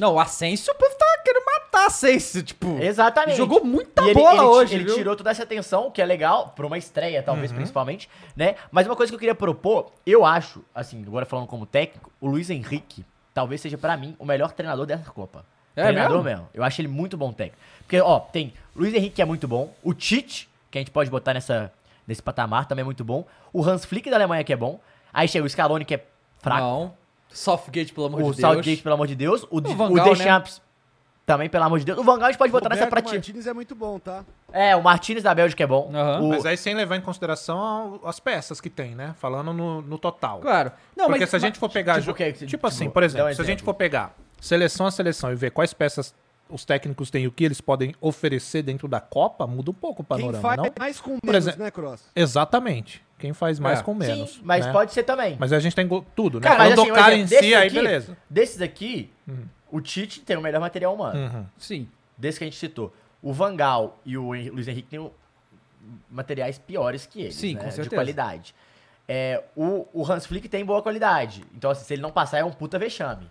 [SPEAKER 1] [laughs] Não, o Asensio, o povo tá querendo matar Asensio, tipo.
[SPEAKER 3] Exatamente.
[SPEAKER 1] Jogou muita
[SPEAKER 3] E ele-
[SPEAKER 1] bola
[SPEAKER 3] ele ti-
[SPEAKER 1] hoje,
[SPEAKER 3] Ele
[SPEAKER 1] viu? Uhum.
[SPEAKER 3] tirou toda essa atenção, o que é legal, pra uma estreia, talvez, principalmente, né? Mas uma coisa que eu queria propor, eu acho, assim, agora falando como técnico, o Luiz Henrique talvez seja, pra mim, o melhor treinador dessa Copa.
[SPEAKER 1] É
[SPEAKER 3] treinador
[SPEAKER 1] mesmo?
[SPEAKER 3] mesmo? Eu acho ele muito bom técnico. Porque, ó, tem Luiz Henrique, que é muito bom. O Tite, que a gente pode botar nessa, nesse patamar, também é muito bom. O Hans Flick da Alemanha, que é bom. Aí chega o Scaloni, que é fraco.
[SPEAKER 1] Não. Southgate, pelo amor
[SPEAKER 3] o
[SPEAKER 1] de Deus.
[SPEAKER 3] Southgate, pelo amor de Deus. O, de-
[SPEAKER 1] Van
[SPEAKER 3] o
[SPEAKER 1] Gaal, né?
[SPEAKER 3] Deschamps, também, pelo amor de Deus. O Van Gaal a gente pode botar nessa
[SPEAKER 4] Roberto
[SPEAKER 3] pratinha.
[SPEAKER 4] Martínez é muito bom, tá?
[SPEAKER 3] É, o Martinez da Bélgica é bom.
[SPEAKER 1] Aham.
[SPEAKER 3] O-
[SPEAKER 2] Mas aí sem levar em consideração as peças que tem, né? Falando no, no total.
[SPEAKER 1] Claro. Não,
[SPEAKER 2] Porque
[SPEAKER 1] mas
[SPEAKER 2] se a gente for pegar.
[SPEAKER 3] tipo
[SPEAKER 2] jo-
[SPEAKER 3] o que?
[SPEAKER 2] Tipo,
[SPEAKER 3] Tipo,
[SPEAKER 2] assim, por exemplo,
[SPEAKER 3] dá um
[SPEAKER 2] se a gente
[SPEAKER 3] exemplo.
[SPEAKER 2] for pegar seleção a seleção e ver quais peças os técnicos têm e o que eles podem oferecer dentro da Copa, muda um pouco o panorama,
[SPEAKER 4] Quem faz
[SPEAKER 2] não?
[SPEAKER 4] mais com menos,
[SPEAKER 2] exemplo-
[SPEAKER 4] né, Cross?
[SPEAKER 2] Exatamente. Quem faz mais
[SPEAKER 1] É.
[SPEAKER 2] com menos.
[SPEAKER 3] Sim, mas
[SPEAKER 2] né?
[SPEAKER 3] pode ser também.
[SPEAKER 2] Mas a gente tem go- tudo, né?
[SPEAKER 3] Cara, mas
[SPEAKER 2] Falando
[SPEAKER 3] assim,
[SPEAKER 2] do
[SPEAKER 3] um
[SPEAKER 2] cara em
[SPEAKER 3] exemplo,
[SPEAKER 2] si,
[SPEAKER 3] desses
[SPEAKER 2] aí
[SPEAKER 3] aqui-
[SPEAKER 2] beleza. Uhum.
[SPEAKER 3] Desses aqui, o Tite tem o melhor material humano.
[SPEAKER 1] Sim.
[SPEAKER 3] Desses que a gente citou. O Vangal e o Hen- Luiz Henrique têm o- materiais piores que eles,
[SPEAKER 1] Sim,
[SPEAKER 3] né?
[SPEAKER 1] com
[SPEAKER 3] De
[SPEAKER 1] certeza.
[SPEAKER 3] qualidade. É, o, o Hans Flick tem boa qualidade. Então, assim, se ele não passar, é um puta vexame.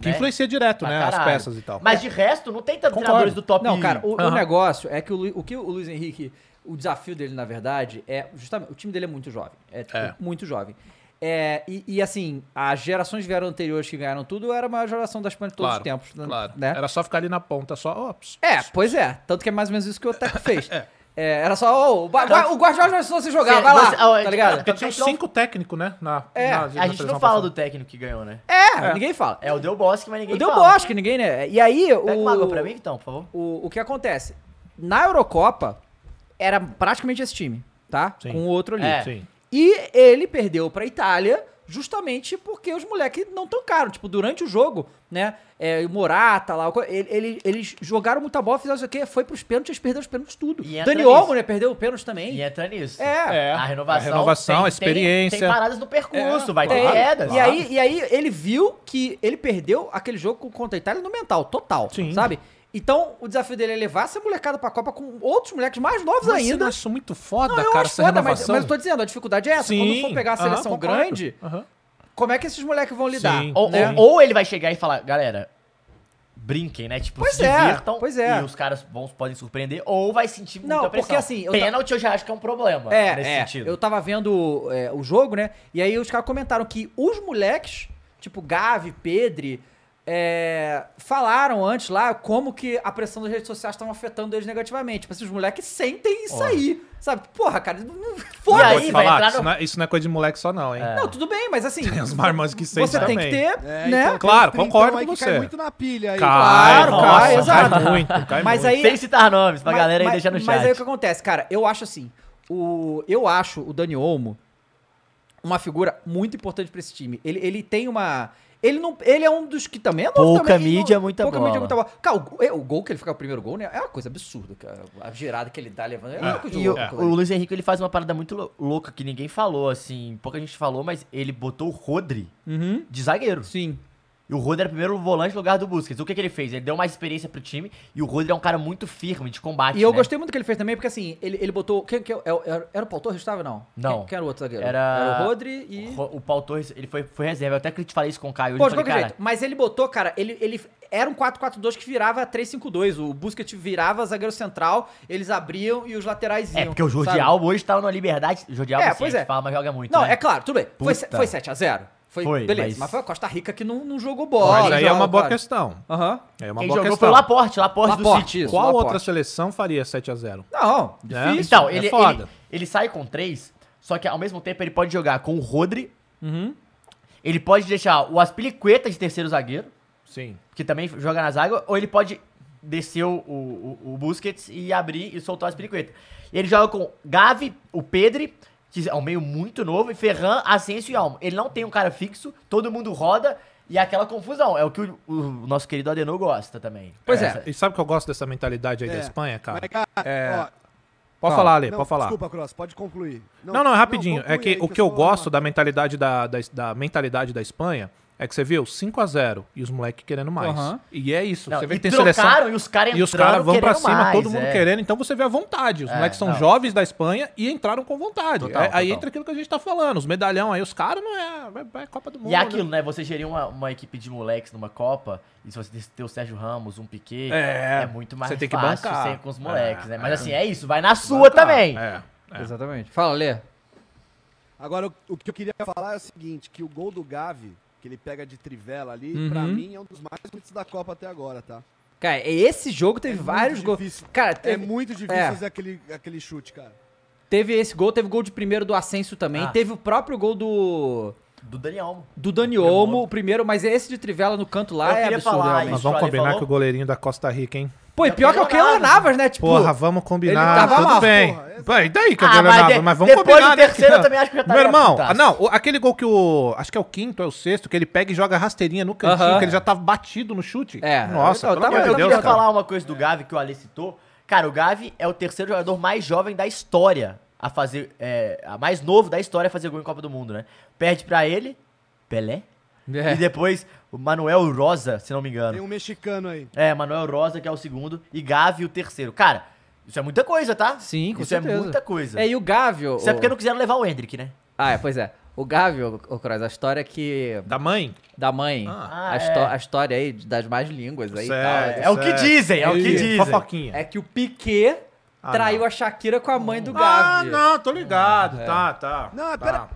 [SPEAKER 2] Que
[SPEAKER 3] né?
[SPEAKER 2] influencia direto,
[SPEAKER 3] Pra
[SPEAKER 2] né? As
[SPEAKER 3] caralho.
[SPEAKER 2] peças e tal.
[SPEAKER 3] Mas de resto, não tem tantos
[SPEAKER 2] Concordo.
[SPEAKER 3] treinadores do top um.
[SPEAKER 1] Não, cara, o, o
[SPEAKER 2] Aham.
[SPEAKER 1] negócio é que o, Lu- o que o Luiz Henrique, o desafio dele, na verdade, é justamente. O time dele é muito jovem. É, tipo,
[SPEAKER 2] É.
[SPEAKER 1] muito jovem. É, e, e, assim, as gerações que vieram anteriores que ganharam tudo era a maior geração da Espanha de todos os tempos. né?
[SPEAKER 2] Claro.
[SPEAKER 1] Né?
[SPEAKER 2] Era só ficar ali na ponta, só. ó, ps-
[SPEAKER 1] É, pois é. Tanto que é mais ou menos isso que o Teco fez. É, era só, ô, o, Ba- Gua- o Guardiola não ensinou você jogar,
[SPEAKER 3] Cê-
[SPEAKER 1] vai lá,
[SPEAKER 3] Então, você- ah,
[SPEAKER 1] tá
[SPEAKER 2] Porque
[SPEAKER 1] ligado?
[SPEAKER 3] [laughs] então,
[SPEAKER 2] tinha uns
[SPEAKER 3] então-
[SPEAKER 2] cinco técnicos, né? Na,
[SPEAKER 1] É,
[SPEAKER 2] na-
[SPEAKER 1] a
[SPEAKER 2] na
[SPEAKER 3] A gente
[SPEAKER 2] seleção
[SPEAKER 3] não fala
[SPEAKER 2] passada.
[SPEAKER 3] do técnico que ganhou, né?
[SPEAKER 1] É, ninguém fala.
[SPEAKER 3] É o Del Bosque, mas ninguém
[SPEAKER 1] o Deu
[SPEAKER 3] fala.
[SPEAKER 1] Bosque, ninguém, né? E aí, o...
[SPEAKER 3] Pega uma água pra mim, então, por favor.
[SPEAKER 1] O, o que acontece? Na Eurocopa, era praticamente esse time, tá?
[SPEAKER 2] Sim.
[SPEAKER 1] Com o outro ali.
[SPEAKER 3] É.
[SPEAKER 2] Sim.
[SPEAKER 1] E ele perdeu pra Itália justamente porque os moleques não tancaram. Tipo, durante o jogo, né? É, o Morata lá, o co- ele- ele- eles jogaram muita bola, fizeram isso aqui, foi pros pênaltis, eles perderam os pênaltis tudo.
[SPEAKER 3] E entra
[SPEAKER 1] Dani
[SPEAKER 3] nisso.
[SPEAKER 1] Olmo, né? Perdeu o pênalti
[SPEAKER 3] E
[SPEAKER 1] também.
[SPEAKER 3] entra nisso.
[SPEAKER 1] É.
[SPEAKER 2] É.
[SPEAKER 3] A renovação.
[SPEAKER 2] A renovação,
[SPEAKER 3] tem-
[SPEAKER 2] a
[SPEAKER 3] tem-
[SPEAKER 2] experiência.
[SPEAKER 3] Tem, paradas no percurso,
[SPEAKER 2] É,
[SPEAKER 3] vai ter
[SPEAKER 2] claro,
[SPEAKER 3] quedas.
[SPEAKER 1] E aí, e aí ele viu que ele perdeu aquele jogo contra a Itália no mental, total,
[SPEAKER 2] Sim.
[SPEAKER 1] sabe? Então, o desafio dele é levar essa molecada pra Copa com outros moleques mais novos
[SPEAKER 2] Mas você
[SPEAKER 1] ainda.
[SPEAKER 2] não acha isso muito foda,
[SPEAKER 1] Não, eu
[SPEAKER 2] cara,
[SPEAKER 1] acho
[SPEAKER 2] essa
[SPEAKER 1] foda, mas,
[SPEAKER 2] renovação?
[SPEAKER 1] mas eu tô dizendo, a dificuldade é essa. Quando for pegar a
[SPEAKER 2] aham,
[SPEAKER 1] seleção
[SPEAKER 2] concordo.
[SPEAKER 1] grande,
[SPEAKER 2] Aham.
[SPEAKER 1] como é que esses moleques vão lidar?
[SPEAKER 2] Sim.
[SPEAKER 3] Ou,
[SPEAKER 1] né?
[SPEAKER 3] ou- ou ele vai chegar e falar, galera, brinquem, né? Tipo,
[SPEAKER 1] Pois
[SPEAKER 3] se
[SPEAKER 1] é,
[SPEAKER 3] divirtam.
[SPEAKER 1] pois é.
[SPEAKER 3] E os caras vão, podem surpreender, ou vai sentir muita
[SPEAKER 1] Não,
[SPEAKER 3] pressão.
[SPEAKER 1] porque assim, eu ta-
[SPEAKER 3] Pênalti eu já acho que é um problema.
[SPEAKER 1] É,
[SPEAKER 3] nesse
[SPEAKER 1] é,
[SPEAKER 3] sentido.
[SPEAKER 1] eu tava vendo é, o jogo, né? E aí os caras comentaram que os moleques, tipo Gavi, Pedri, é, falaram antes lá como que a pressão das redes sociais estavam afetando eles negativamente. Tipo assim, os moleques sentem isso aí. Sabe? Porra, cara, não- não-
[SPEAKER 3] E
[SPEAKER 1] foda-se.
[SPEAKER 3] aí,
[SPEAKER 2] Vou te
[SPEAKER 3] vai
[SPEAKER 2] falar,
[SPEAKER 3] entrar
[SPEAKER 2] isso,
[SPEAKER 3] no-
[SPEAKER 2] não é, isso não é coisa de moleque só, não, hein?
[SPEAKER 1] Não, tudo bem, mas assim,
[SPEAKER 2] Tem [laughs] os marmanjos que sentem
[SPEAKER 1] você tem que
[SPEAKER 2] também.
[SPEAKER 1] ter, né?
[SPEAKER 4] É, então tem
[SPEAKER 2] Claro,
[SPEAKER 4] uns trintão
[SPEAKER 2] concordo
[SPEAKER 4] aí
[SPEAKER 2] com
[SPEAKER 4] que
[SPEAKER 2] você.
[SPEAKER 4] Cai muito na pilha aí.
[SPEAKER 1] Claro,
[SPEAKER 2] nossa,
[SPEAKER 1] cai, exato.
[SPEAKER 2] muito,
[SPEAKER 1] [laughs]
[SPEAKER 2] cai
[SPEAKER 1] Mas
[SPEAKER 2] muito.
[SPEAKER 1] aí,
[SPEAKER 3] Sem citar nomes, pra
[SPEAKER 1] é. Mas-
[SPEAKER 3] galera aí
[SPEAKER 1] mas-
[SPEAKER 3] deixar no chat.
[SPEAKER 1] Mas aí o que acontece, cara? Eu acho assim, o, eu acho o Dani Olmo uma figura muito importante pra esse time. Ele, ele tem uma... Ele, não, ele é um dos que também é novo
[SPEAKER 3] Pouca
[SPEAKER 1] também, ele
[SPEAKER 3] mídia,
[SPEAKER 1] não-
[SPEAKER 3] muita
[SPEAKER 1] pouca
[SPEAKER 3] bola.
[SPEAKER 1] mídia, muita bola. Cara, o, go- é, o gol que ele fica, o primeiro gol, né? É uma coisa absurda, cara. A girada que ele dá levando. É, uma coisa de
[SPEAKER 3] Ah, E o,
[SPEAKER 1] louco.
[SPEAKER 3] o Luiz Henrique ele faz uma parada muito lou- louca que ninguém falou, assim. Pouca gente falou, mas ele botou o Rodri
[SPEAKER 1] Uhum.
[SPEAKER 3] de zagueiro.
[SPEAKER 1] Sim.
[SPEAKER 3] E o Rodri era o primeiro volante no lugar do Busquets. O que, que ele fez? Ele deu mais experiência pro time e o Rodri é um cara muito firme de combate.
[SPEAKER 1] E eu
[SPEAKER 3] né?
[SPEAKER 1] gostei muito do que ele fez também, porque assim, ele, ele botou. Quem, quem, é o- era, era o Paulo Torres, estava não?
[SPEAKER 3] Não.
[SPEAKER 1] Quem, quem era o outro zagueiro?
[SPEAKER 3] Era-
[SPEAKER 1] o Rodri e.
[SPEAKER 3] O, Ro- o Paul Torres, ele foi, foi reserva. Eu até que te falei isso com o Caio. hoje,
[SPEAKER 1] Pô,
[SPEAKER 3] eu
[SPEAKER 1] de
[SPEAKER 3] falei,
[SPEAKER 1] qualquer
[SPEAKER 3] cara,
[SPEAKER 1] jeito. Mas ele botou, cara, ele, ele era um 4-4-2 que virava 3-5-2. O Busquets virava zagueiro central, eles abriam e os laterais iam.
[SPEAKER 3] É, porque o Jordi
[SPEAKER 1] sabe?
[SPEAKER 3] Alba hoje tá na liberdade. O Jordi Alba,
[SPEAKER 1] É,
[SPEAKER 3] assim,
[SPEAKER 1] pois
[SPEAKER 3] a
[SPEAKER 1] é.
[SPEAKER 3] gente fala, mas joga muito,
[SPEAKER 1] Não,
[SPEAKER 3] né?
[SPEAKER 1] é claro, tudo bem. Foi, se-
[SPEAKER 3] Puta.
[SPEAKER 1] foi 7x0. Foi,
[SPEAKER 3] Foi,
[SPEAKER 1] beleza, mas...
[SPEAKER 3] mas-
[SPEAKER 1] foi a Costa Rica que não, não jogou bola.
[SPEAKER 2] Mas aí é
[SPEAKER 1] jogava,
[SPEAKER 2] uma boa
[SPEAKER 1] claro.
[SPEAKER 2] questão.
[SPEAKER 1] Aham.
[SPEAKER 2] É uma boa
[SPEAKER 3] Quem jogou foi
[SPEAKER 2] questão.
[SPEAKER 3] o Laporte, o Laporte, do
[SPEAKER 1] Laporte,
[SPEAKER 3] City.
[SPEAKER 1] isso.
[SPEAKER 2] Qual
[SPEAKER 1] Laporte.
[SPEAKER 2] outra seleção faria 7x0?
[SPEAKER 1] Não,
[SPEAKER 2] Né?
[SPEAKER 1] difícil.
[SPEAKER 3] Então,
[SPEAKER 2] é
[SPEAKER 3] ele,
[SPEAKER 2] foda.
[SPEAKER 3] ele, ele sai com três, só que ao mesmo tempo ele pode jogar com o Rodri.
[SPEAKER 1] Uhum.
[SPEAKER 3] Ele pode deixar o Aspilicueta de terceiro zagueiro,
[SPEAKER 2] Sim.
[SPEAKER 3] que também joga na zaga, ou ele pode descer o, o, o- o Busquets e abrir e soltar o Aspilicueta. Ele joga com Gavi, o Pedri, que é um meio muito novo, e Ferran, Asensio e Almo. Ele não tem um cara fixo, todo mundo roda, e é aquela confusão. É o que o, o nosso querido Adenor gosta também.
[SPEAKER 1] Pois é.
[SPEAKER 3] Essa-
[SPEAKER 2] E sabe que eu gosto dessa mentalidade aí da Espanha, cara?
[SPEAKER 4] É. Mas, cara, ó,
[SPEAKER 2] Pode falar, Ale,
[SPEAKER 4] não,
[SPEAKER 2] pode falar.
[SPEAKER 4] Desculpa, Cross, pode concluir.
[SPEAKER 2] Não, não, é rapidinho. é
[SPEAKER 4] conclui
[SPEAKER 2] que
[SPEAKER 4] aí
[SPEAKER 2] o que eu
[SPEAKER 4] sou-
[SPEAKER 2] gosto da mentalidade da, da, da mentalidade da Espanha é que você viu 5 a 0 e os moleques querendo mais.
[SPEAKER 1] Aham.
[SPEAKER 2] E é isso.
[SPEAKER 3] Não,
[SPEAKER 2] você vê
[SPEAKER 3] e
[SPEAKER 2] que tem
[SPEAKER 3] trocaram,
[SPEAKER 2] seleção
[SPEAKER 3] e os caras
[SPEAKER 2] e os caras
[SPEAKER 3] entrando
[SPEAKER 2] vão pra
[SPEAKER 3] querendo
[SPEAKER 2] cima,
[SPEAKER 3] mais,
[SPEAKER 2] todo mundo
[SPEAKER 3] é.
[SPEAKER 2] querendo. Então você vê a vontade. Os
[SPEAKER 3] É,
[SPEAKER 2] moleques são
[SPEAKER 3] não.
[SPEAKER 2] jovens da Espanha e entraram com vontade.
[SPEAKER 3] Total,
[SPEAKER 2] É- Aí
[SPEAKER 3] total.
[SPEAKER 2] entra aquilo que a gente tá falando. Os medalhão aí, os caras não é, é, é Copa do Mundo.
[SPEAKER 3] E é aquilo,
[SPEAKER 2] né?
[SPEAKER 3] né? Você gerir uma, uma equipe de moleques numa Copa, e se você ter o Sérgio Ramos, um Piquet,
[SPEAKER 2] É,
[SPEAKER 3] é, muito mais
[SPEAKER 2] você tem que
[SPEAKER 3] fácil
[SPEAKER 2] bancar.
[SPEAKER 3] ser com os moleques,
[SPEAKER 2] É,
[SPEAKER 3] né? Mas assim, é isso, vai na sua também.
[SPEAKER 2] É.
[SPEAKER 1] Exatamente. Fala, Lê.
[SPEAKER 4] Agora, o, o que eu queria falar é o seguinte, que o
[SPEAKER 2] Uhum.
[SPEAKER 4] gol do Gavi, que ele pega de trivela ali, pra mim é um dos mais bonitos da Copa até agora, tá?
[SPEAKER 1] Cara, esse jogo teve vários gols.
[SPEAKER 4] É difícil.
[SPEAKER 1] Cara,
[SPEAKER 4] É
[SPEAKER 1] teve,
[SPEAKER 4] muito difícil
[SPEAKER 1] É.
[SPEAKER 4] fazer aquele, aquele chute, cara.
[SPEAKER 1] teve esse gol, teve gol de primeiro do Ascenso também,
[SPEAKER 3] Ah.
[SPEAKER 1] teve o próprio gol do
[SPEAKER 3] Do Daniel Almo.
[SPEAKER 1] do Dani Olmo, o primeiro, mas esse de Trivela no canto lá
[SPEAKER 3] Eu
[SPEAKER 1] é
[SPEAKER 3] queria
[SPEAKER 1] absurdo,
[SPEAKER 3] falar
[SPEAKER 1] realmente.
[SPEAKER 2] Mas
[SPEAKER 3] isso,
[SPEAKER 2] vamos
[SPEAKER 3] olha,
[SPEAKER 2] combinar
[SPEAKER 3] falou.
[SPEAKER 2] que o goleirinho da Costa Rica, hein?
[SPEAKER 1] Pô, e pior que é o Keylor Navas, né? Tipo,
[SPEAKER 2] Porra, vamos combinar,
[SPEAKER 1] ele tava
[SPEAKER 2] tudo
[SPEAKER 1] lá,
[SPEAKER 2] bem. Pô, e daí que eu
[SPEAKER 3] Ah,
[SPEAKER 2] ah,
[SPEAKER 3] mas
[SPEAKER 2] mas,
[SPEAKER 3] de-
[SPEAKER 2] mas vamos
[SPEAKER 3] depois
[SPEAKER 2] combinar,
[SPEAKER 3] do
[SPEAKER 2] né?
[SPEAKER 3] terceiro eu também acho que eu já
[SPEAKER 2] Meu
[SPEAKER 3] tava
[SPEAKER 2] irmão,
[SPEAKER 3] putaço.
[SPEAKER 2] ah, não, o- aquele gol que o... Acho que é o quinto, é o sexto, que ele pega e joga rasteirinha no cantinho,
[SPEAKER 1] Aham.
[SPEAKER 2] que ele já tava batido no chute.
[SPEAKER 1] É.
[SPEAKER 2] Nossa,
[SPEAKER 1] Eu
[SPEAKER 2] pelo
[SPEAKER 1] tava-
[SPEAKER 2] amor de
[SPEAKER 3] eu
[SPEAKER 2] Deus,
[SPEAKER 3] queria
[SPEAKER 2] cara.
[SPEAKER 3] falar uma coisa do Gavi que o Ale citou. Cara, o Gavi é o terceiro jogador mais jovem da história a fazer. É, a mais novo da história a fazer gol em Copa do Mundo, né? Perde pra ele, Pelé.
[SPEAKER 1] [laughs] É.
[SPEAKER 3] E depois o Manuel Rosa, se não me
[SPEAKER 4] Tem
[SPEAKER 3] engano.
[SPEAKER 4] um mexicano aí.
[SPEAKER 3] É, Manuel Rosa, que é o segundo, e Gavi, o terceiro. Cara, isso é muita coisa, tá?
[SPEAKER 1] Sim, com
[SPEAKER 3] Isso
[SPEAKER 1] certeza.
[SPEAKER 3] é muita coisa.
[SPEAKER 1] É, e o Gávio...
[SPEAKER 3] Isso é
[SPEAKER 1] o-
[SPEAKER 3] porque não quiseram levar o Hendrick, né?
[SPEAKER 1] Ah, é, pois é. O Gávio, o Cross, a história é que...
[SPEAKER 2] Da mãe?
[SPEAKER 1] Da mãe.
[SPEAKER 3] Ah.
[SPEAKER 1] a,
[SPEAKER 3] Ah,
[SPEAKER 1] histó-
[SPEAKER 3] é.
[SPEAKER 1] a história aí das mais línguas aí e
[SPEAKER 2] Certo.
[SPEAKER 1] tal.
[SPEAKER 3] É o que
[SPEAKER 2] certo.
[SPEAKER 3] dizem, é o que
[SPEAKER 2] Ih,
[SPEAKER 3] dizem.
[SPEAKER 2] Fofoquinha.
[SPEAKER 1] É que o Piquet
[SPEAKER 2] Ah,
[SPEAKER 1] traiu
[SPEAKER 2] não.
[SPEAKER 1] a Shakira com a mãe do
[SPEAKER 2] Ah,
[SPEAKER 1] Gavi.
[SPEAKER 2] não, tô
[SPEAKER 3] É.
[SPEAKER 2] ligado. Tá, tá.
[SPEAKER 4] Não, é,
[SPEAKER 2] tá.
[SPEAKER 4] pera-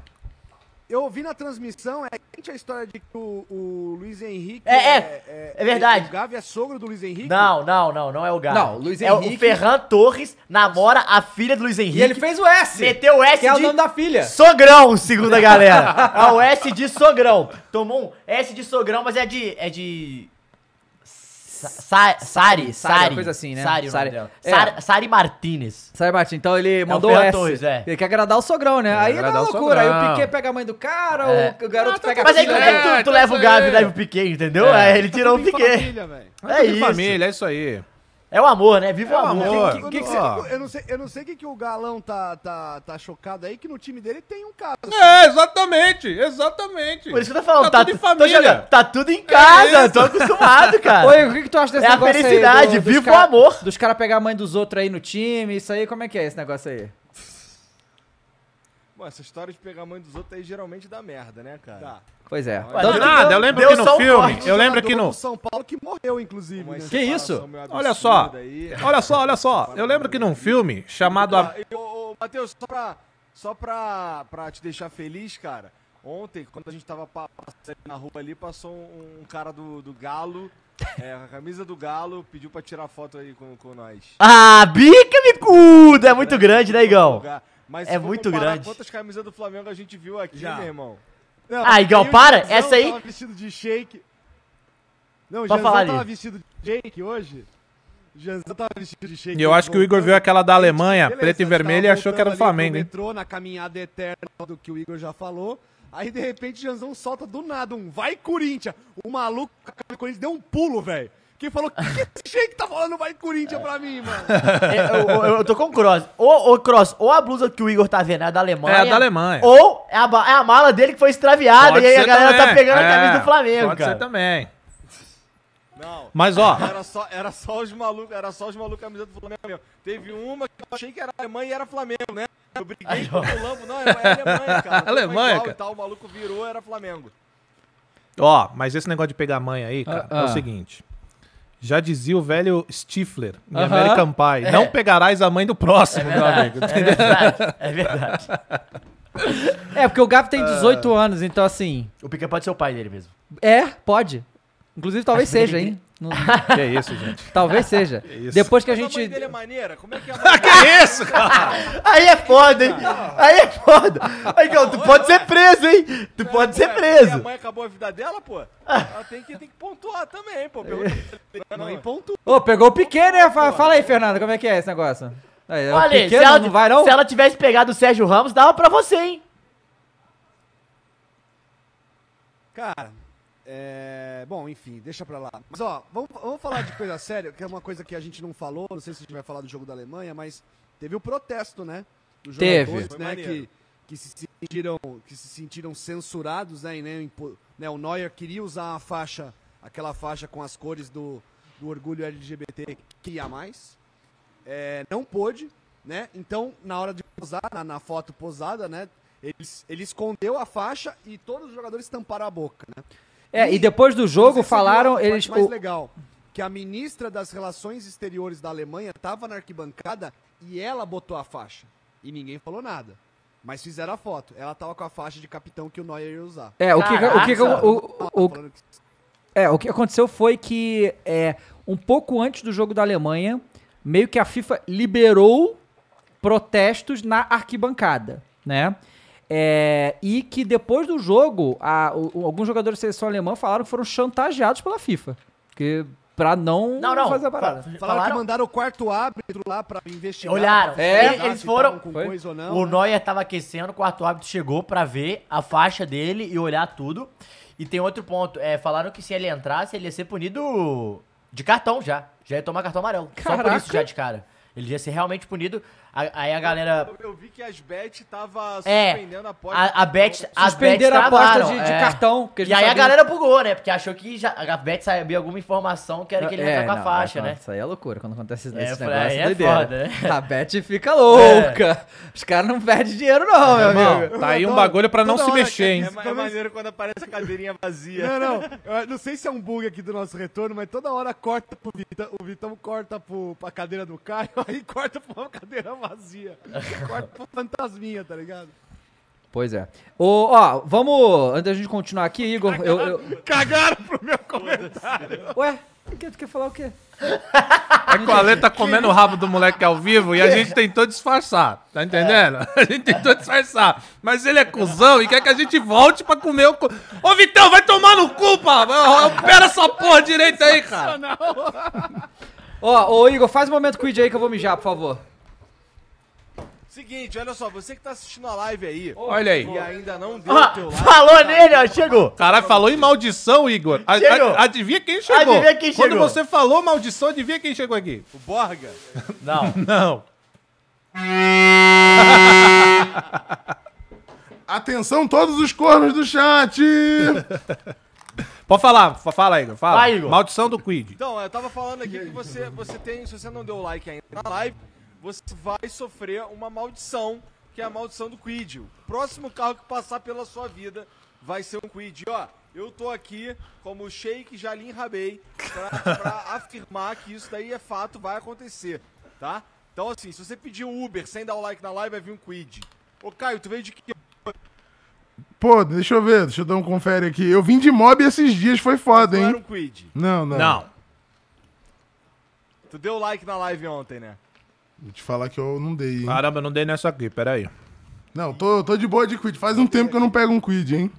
[SPEAKER 4] Eu ouvi na transmissão, é quente a história de que o, o Luiz Henrique.
[SPEAKER 3] É, é, é verdade.
[SPEAKER 4] O Gavi é sogro do Luiz Henrique? Tá
[SPEAKER 3] Não, não, não, não é o Gavi.
[SPEAKER 1] Não, Luiz
[SPEAKER 3] É
[SPEAKER 1] Henrique-
[SPEAKER 3] o Ferran Torres namora a filha do Luiz Henrique.
[SPEAKER 1] E ele fez o S.
[SPEAKER 3] Meteu o S
[SPEAKER 1] Que é o
[SPEAKER 3] de
[SPEAKER 1] nome da filha.
[SPEAKER 3] Sogrão, segundo a galera. É o S de Sogrão. Tomou um S de Sogrão, mas é de. É de. Sa- Sa- Sari,
[SPEAKER 1] Sari, uma
[SPEAKER 3] Sari.
[SPEAKER 1] coisa assim, né?
[SPEAKER 3] Sari, o
[SPEAKER 1] Sari.
[SPEAKER 3] nome dela.
[SPEAKER 1] É.
[SPEAKER 3] Sari, Sari Martinez.
[SPEAKER 1] Sabe, Martin? Então ele mandou
[SPEAKER 3] Ferran
[SPEAKER 1] S.
[SPEAKER 3] Torres, é.
[SPEAKER 1] Ele quer agradar o sogrão, né? aí dá
[SPEAKER 2] agradar o
[SPEAKER 1] loucura. Aí o
[SPEAKER 2] sogrão.
[SPEAKER 1] Piquet pega a mãe do cara,
[SPEAKER 3] É.
[SPEAKER 1] o garoto pega a
[SPEAKER 3] Mas aí
[SPEAKER 1] filha.
[SPEAKER 3] como é que tu, tu leva o Gavi e leva o Piquet, entendeu?
[SPEAKER 1] É.
[SPEAKER 3] É, ele tirou o
[SPEAKER 4] Tem
[SPEAKER 3] Piquet.
[SPEAKER 4] família, velho.
[SPEAKER 2] É
[SPEAKER 3] É
[SPEAKER 2] isso.
[SPEAKER 3] isso.
[SPEAKER 2] família, é isso aí.
[SPEAKER 3] É o amor, né? Viva
[SPEAKER 2] É
[SPEAKER 3] o
[SPEAKER 2] o
[SPEAKER 3] amor.
[SPEAKER 2] amor.
[SPEAKER 4] Eu, não
[SPEAKER 2] Ó.
[SPEAKER 4] sei- eu não sei, eu não sei o que, que o Galão tá, tá, tá chocado aí, que no time dele tem um cara.
[SPEAKER 2] É, exatamente, exatamente.
[SPEAKER 3] Por isso que eu tô falando,
[SPEAKER 2] tá,
[SPEAKER 3] tá,
[SPEAKER 2] tudo em
[SPEAKER 3] tu- tô jogando-
[SPEAKER 2] família. É
[SPEAKER 3] tá tudo em casa,
[SPEAKER 2] isso.
[SPEAKER 3] tô acostumado,
[SPEAKER 2] [laughs]
[SPEAKER 3] cara.
[SPEAKER 1] Oi, o que, que tu acha desse
[SPEAKER 3] É a
[SPEAKER 1] negócio aí?
[SPEAKER 3] felicidade, viva o amor.
[SPEAKER 1] Dos caras pegar a mãe dos outros aí no time, isso aí, como é que é esse negócio aí?
[SPEAKER 5] Bom, essa história de pegar a mãe dos outros aí geralmente dá merda, né, cara?
[SPEAKER 4] Tá.
[SPEAKER 1] Pois é.
[SPEAKER 2] Não,
[SPEAKER 1] Tanto-
[SPEAKER 2] nada, eu lembro
[SPEAKER 3] deu
[SPEAKER 2] que
[SPEAKER 3] só
[SPEAKER 2] no
[SPEAKER 3] um
[SPEAKER 2] filme,
[SPEAKER 3] corte.
[SPEAKER 2] eu lembro que
[SPEAKER 4] Jogador
[SPEAKER 2] no...
[SPEAKER 4] do São Paulo que morreu, inclusive.
[SPEAKER 5] Uma
[SPEAKER 4] Né?
[SPEAKER 1] Que isso?
[SPEAKER 5] separação meio
[SPEAKER 2] Olha só,
[SPEAKER 5] absurda um aí.
[SPEAKER 2] olha só, olha só, eu lembro que num filme chamado... A...
[SPEAKER 5] Ah, E, ô, ô, Matheus, só pra, só pra, pra te deixar feliz, cara. Ontem, quando a gente tava pa- passando na rua ali, passou um, um cara do, do Galo, é, com a camisa do Galo, pediu pra tirar foto aí com, com nós.
[SPEAKER 3] Ah, bica bicuda! É muito grande, né, Igão?
[SPEAKER 5] Lugar. Mas
[SPEAKER 3] É
[SPEAKER 5] se for
[SPEAKER 3] muito
[SPEAKER 5] comparar
[SPEAKER 3] grande.
[SPEAKER 5] Quantas camisas do Flamengo a gente viu aqui,
[SPEAKER 4] Já.
[SPEAKER 5] meu irmão?
[SPEAKER 3] Ah, Igão,
[SPEAKER 4] Aí o
[SPEAKER 3] para!
[SPEAKER 4] Janzão
[SPEAKER 3] Essa aí.
[SPEAKER 4] Tava vestido de shake. Não, o
[SPEAKER 3] Pode
[SPEAKER 4] Janzão
[SPEAKER 3] falar,
[SPEAKER 4] tava
[SPEAKER 3] Lili.
[SPEAKER 4] vestido de shake hoje. O Janzão tava vestido de shake.
[SPEAKER 2] E eu acho que o Igor viu aquela da Alemanha,
[SPEAKER 4] Beleza,
[SPEAKER 2] preta e
[SPEAKER 4] a gente
[SPEAKER 2] vermelha, e
[SPEAKER 4] tava
[SPEAKER 2] achou que era do
[SPEAKER 4] voltando ali pro
[SPEAKER 2] Flamengo, hein?
[SPEAKER 4] metrô na caminhada eterna do que o Igor já falou. Aí, de repente, o Janzão solta do nada um vai Corinthians. O maluco com a camisa do Corinthians deu um pulo, velho. Quem falou, que que esse shake tá falando vai Corinthians pra mim, mano?
[SPEAKER 3] É, Eu, eu- eu tô com o Cross. Ou, o Cross, ou a blusa que o Igor tá vendo é da Alemanha.
[SPEAKER 2] É, a da Alemanha.
[SPEAKER 3] Ou é a, ba- é a mala dele que foi extraviada
[SPEAKER 2] Pode
[SPEAKER 3] e aí a
[SPEAKER 2] ser
[SPEAKER 3] galera tá
[SPEAKER 2] também,
[SPEAKER 3] pegando
[SPEAKER 2] é,
[SPEAKER 3] a camisa do Flamengo,
[SPEAKER 2] Pode
[SPEAKER 3] cara.
[SPEAKER 2] ser também.
[SPEAKER 5] Não.
[SPEAKER 2] Mas, ó, [laughs]
[SPEAKER 5] Era só, era só os malucos, era só os malucos camisa do Flamengo. mesmo. Teve uma que eu achei que era Alemanha e era Flamengo, né? Eu briguei com o Lambo, não, é é
[SPEAKER 4] [laughs]
[SPEAKER 5] Alemanha, cara.
[SPEAKER 2] Alemanha,
[SPEAKER 5] Igual
[SPEAKER 2] cara.
[SPEAKER 5] E tal, o maluco virou, era Flamengo.
[SPEAKER 2] Ó, mas esse negócio de pegar mãe aí, cara,
[SPEAKER 1] Ah,
[SPEAKER 2] é
[SPEAKER 1] ah.
[SPEAKER 2] o seguinte. Já dizia o velho Stifler em
[SPEAKER 1] Aham.
[SPEAKER 2] American Pie,
[SPEAKER 3] É.
[SPEAKER 2] não pegarás a mãe do próximo,
[SPEAKER 1] [laughs]
[SPEAKER 2] meu amigo.
[SPEAKER 3] É verdade, é verdade.
[SPEAKER 1] É, porque o Gavi tem 18 anos, então assim.
[SPEAKER 3] O Pica pode ser o pai dele mesmo.
[SPEAKER 1] É, pode. Inclusive, talvez seja, hein? Não-
[SPEAKER 2] que isso, gente.
[SPEAKER 3] [laughs]
[SPEAKER 1] talvez seja.
[SPEAKER 2] isso.
[SPEAKER 1] Depois que a
[SPEAKER 5] Mas a mãe
[SPEAKER 1] gente.
[SPEAKER 5] dele é maneira? Como é que é a mãe
[SPEAKER 2] Que isso, cara?
[SPEAKER 3] Aí é foda, hein? Aí é foda. Aí, Igão, tu pode ser preso, hein? Tu [laughs] pode ser
[SPEAKER 5] Ué,
[SPEAKER 3] preso.
[SPEAKER 5] É, A mãe acabou a vida dela, pô. Ela tem que, tem que pontuar também, pô.
[SPEAKER 3] É.
[SPEAKER 5] Pergunta pra mãe pontua.
[SPEAKER 1] Ô, pegou o Piquet, né? Fa- Fala aí, Fernando, como é que é esse negócio?
[SPEAKER 2] É
[SPEAKER 1] Aí, o
[SPEAKER 3] Olha, se,
[SPEAKER 1] Piquet
[SPEAKER 3] ela,
[SPEAKER 1] não, não vai, não?
[SPEAKER 3] se ela tivesse pegado o Sérgio Ramos, dava pra você, hein?
[SPEAKER 4] Cara, é... Bom, enfim, deixa pra lá. Mas, ó, vamos, vamos falar de coisa séria, que é uma coisa que a gente não falou, não sei se a gente vai falar do jogo da Alemanha, mas teve o protesto, né? Dos
[SPEAKER 1] Teve.
[SPEAKER 4] jogadores,
[SPEAKER 5] Foi
[SPEAKER 4] né,
[SPEAKER 5] maneiro.
[SPEAKER 4] que, que, se sentiram, que se sentiram censurados, né? E, né, impo- né, o Neuer queria usar a faixa, aquela faixa com as cores do, do orgulho LGBT queria mais. É, não pôde, né? Então, na hora de posar, na, na foto posada, né? Ele, ele escondeu a faixa e todos os jogadores tamparam a boca, né?
[SPEAKER 1] É, e
[SPEAKER 4] Ih,
[SPEAKER 1] depois do
[SPEAKER 4] Não sei
[SPEAKER 1] jogo
[SPEAKER 4] se
[SPEAKER 1] falaram.
[SPEAKER 4] você viu a
[SPEAKER 1] Eles,
[SPEAKER 4] parte mais
[SPEAKER 1] o-
[SPEAKER 4] legal, que a ministra das Relações Exteriores da Alemanha estava na arquibancada e ela botou a faixa. E ninguém falou nada. Mas fizeram a foto. Ela tava com a faixa de capitão que o Neuer ia usar.
[SPEAKER 1] é, o que, o que, o, o, o,
[SPEAKER 4] Falando que-
[SPEAKER 1] É, o que aconteceu foi que é, um pouco antes do jogo da Alemanha, meio que a FIFA liberou protestos na arquibancada, né? É, e que depois do jogo, a- o- o- alguns jogadores da seleção alemã falaram que foram chantageados pela FIFA. Que pra não,
[SPEAKER 3] Não, não.
[SPEAKER 1] fazer a parada.
[SPEAKER 7] Falaram, que
[SPEAKER 3] Falaram?
[SPEAKER 7] mandaram o quarto árbitro lá pra investigar.
[SPEAKER 3] Olharam.
[SPEAKER 1] É.
[SPEAKER 3] Eles- Eles foram.
[SPEAKER 7] Com
[SPEAKER 1] Foi?
[SPEAKER 7] coisa ou não.
[SPEAKER 3] O
[SPEAKER 7] né?
[SPEAKER 3] Neuer tava aquecendo, o quarto árbitro chegou pra ver a faixa dele e olhar tudo. E tem outro ponto, é, falaram que se ele entrasse, ele ia ser punido de cartão já. Já ia tomar cartão amarelo. Só por
[SPEAKER 1] Caraca.
[SPEAKER 3] isso já de cara. Ele ia ser realmente punido. A- Aí a galera.
[SPEAKER 4] Eu, eu vi que as Bet tava
[SPEAKER 3] É.
[SPEAKER 4] suspendendo a porta.
[SPEAKER 3] A, a Bet. As bets
[SPEAKER 1] Suspenderam a aposta
[SPEAKER 3] travaram,
[SPEAKER 1] de, de
[SPEAKER 3] é.
[SPEAKER 1] cartão. porque eles
[SPEAKER 3] E aí
[SPEAKER 1] não
[SPEAKER 3] a
[SPEAKER 1] sabiam.
[SPEAKER 3] galera bugou, né? Porque achou que já, a Bet sabia alguma informação que era que ele ia entrar
[SPEAKER 1] É,
[SPEAKER 3] com a
[SPEAKER 1] não,
[SPEAKER 3] faixa,
[SPEAKER 1] mas,
[SPEAKER 3] né?
[SPEAKER 1] nossa, Isso aí é loucura quando acontece esse
[SPEAKER 3] É, eu
[SPEAKER 1] negócio.
[SPEAKER 3] falei,
[SPEAKER 1] É,
[SPEAKER 3] aí é
[SPEAKER 1] doideira.
[SPEAKER 3] foda, né? É.
[SPEAKER 1] A Bet fica louca. Os caras não perdem dinheiro, não, meu amigo.
[SPEAKER 2] Irmão, tá aí um bagulho pra não
[SPEAKER 7] Toda
[SPEAKER 2] se
[SPEAKER 7] hora
[SPEAKER 2] mexer,
[SPEAKER 7] que-
[SPEAKER 2] hein?
[SPEAKER 4] É, ma- é maneiro quando aparece a cadeirinha
[SPEAKER 7] Não,
[SPEAKER 4] vazia.
[SPEAKER 7] não. Eu não sei se é um bug aqui do nosso retorno, mas toda hora corta pro Vitão. O Vitão corta pro, pra cadeira do Caio, [laughs] aí corta pra uma cadeira vazia. corta pro fantasminha, tá ligado?
[SPEAKER 1] Pois é. Ô, ó, vamos. Antes da gente continuar aqui, Igor. Eu, eu-
[SPEAKER 7] Cagaram pro meu comentário.
[SPEAKER 1] Ué, o que tu quer falar o quê?
[SPEAKER 2] É que o Ale tá comendo o rabo do moleque ao vivo e a gente tentou disfarçar, tá entendendo?
[SPEAKER 3] É.
[SPEAKER 2] [laughs] A gente tentou disfarçar. Mas ele é cuzão e quer que a gente volte pra comer o. cu- Ô Vitão, vai tomar no cu, pá! Opera essa porra direito aí, cara!
[SPEAKER 1] Ó, ô, Igor, faz um momento quid aí que eu vou mijar, por favor.
[SPEAKER 4] Seguinte, olha só, você que tá assistindo a live aí
[SPEAKER 2] Olha aí.
[SPEAKER 4] e ainda não deu o
[SPEAKER 3] Ah,
[SPEAKER 4] teu like.
[SPEAKER 3] falou nele, ó, chegou.
[SPEAKER 2] Caralho, falou em maldição, Igor. A- a-
[SPEAKER 3] Chegou.
[SPEAKER 2] adivinha quem chegou?
[SPEAKER 3] Adivinha quem
[SPEAKER 2] Quando
[SPEAKER 3] chegou.
[SPEAKER 2] você falou maldição, adivinha quem chegou aqui?
[SPEAKER 4] O Borga.
[SPEAKER 3] Não.
[SPEAKER 2] Não.
[SPEAKER 8] [laughs] Atenção todos os cornos do chat!
[SPEAKER 2] [laughs] Pode falar, fa- fala, Igor. Fala.
[SPEAKER 3] Vai, Igor.
[SPEAKER 2] Maldição do Quid.
[SPEAKER 4] Então, eu tava falando aqui que você, você tem, se você não deu o like ainda na live, você vai sofrer uma maldição, que é a maldição do Quid. O próximo carro que passar pela sua vida vai ser um Quid. E, Ó, eu tô aqui como Sheik Jalim Rabei pra,
[SPEAKER 8] [laughs]
[SPEAKER 4] pra afirmar que isso daí é fato, vai acontecer, tá? Então, assim, se você pedir um Uber sem dar o like na live, vai vir um Quid. Ô, Caio, tu veio de que
[SPEAKER 8] Pô, deixa eu ver, deixa eu dar um confere aqui. Eu vim de mob esses dias, foi foda,
[SPEAKER 4] não era
[SPEAKER 8] hein?
[SPEAKER 4] um Quid?
[SPEAKER 8] Não, não.
[SPEAKER 2] Não.
[SPEAKER 4] Tu deu like na live ontem, né?
[SPEAKER 8] Vou te falar que eu não dei, hein?
[SPEAKER 2] Caramba, eu não dei nessa aqui, peraí.
[SPEAKER 8] Não, tô, tô de boa de quid. Faz um tempo que eu não pego um quid, hein?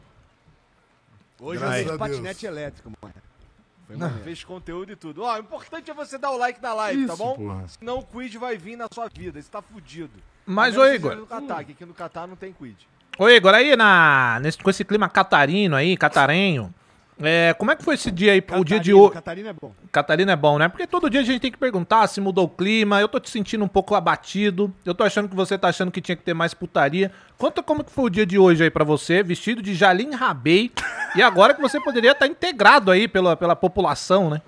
[SPEAKER 7] Hoje
[SPEAKER 8] Graças
[SPEAKER 7] eu
[SPEAKER 8] a
[SPEAKER 7] sou
[SPEAKER 8] Deus.
[SPEAKER 7] patinete elétrico, mano.
[SPEAKER 4] Fez conteúdo e tudo. Ó, o importante é você dar o like na live, tá
[SPEAKER 8] Isso,
[SPEAKER 4] bom?
[SPEAKER 8] porra.
[SPEAKER 4] Senão o Quid vai vir na sua vida, você tá fudido.
[SPEAKER 2] Mas,
[SPEAKER 4] A menos
[SPEAKER 2] ô
[SPEAKER 4] que seja
[SPEAKER 2] Igor.
[SPEAKER 4] No Catar, que aqui no Catar não tem Quid.
[SPEAKER 2] Ô Igor, aí na, nesse, com esse clima catarino aí, catarenho, é, como é que foi esse dia aí, o dia de
[SPEAKER 7] Catarina-
[SPEAKER 2] hoje?
[SPEAKER 7] Catarina é bom.
[SPEAKER 2] Catarina é bom, né? Porque todo dia a gente tem que perguntar se mudou o clima, eu tô te sentindo um pouco abatido, eu tô achando que você tá achando que tinha que ter mais putaria. Conta como que foi o dia de hoje aí pra você, vestido de Jalim Rabei, e agora que você poderia estar integrado aí pela, pela população, né?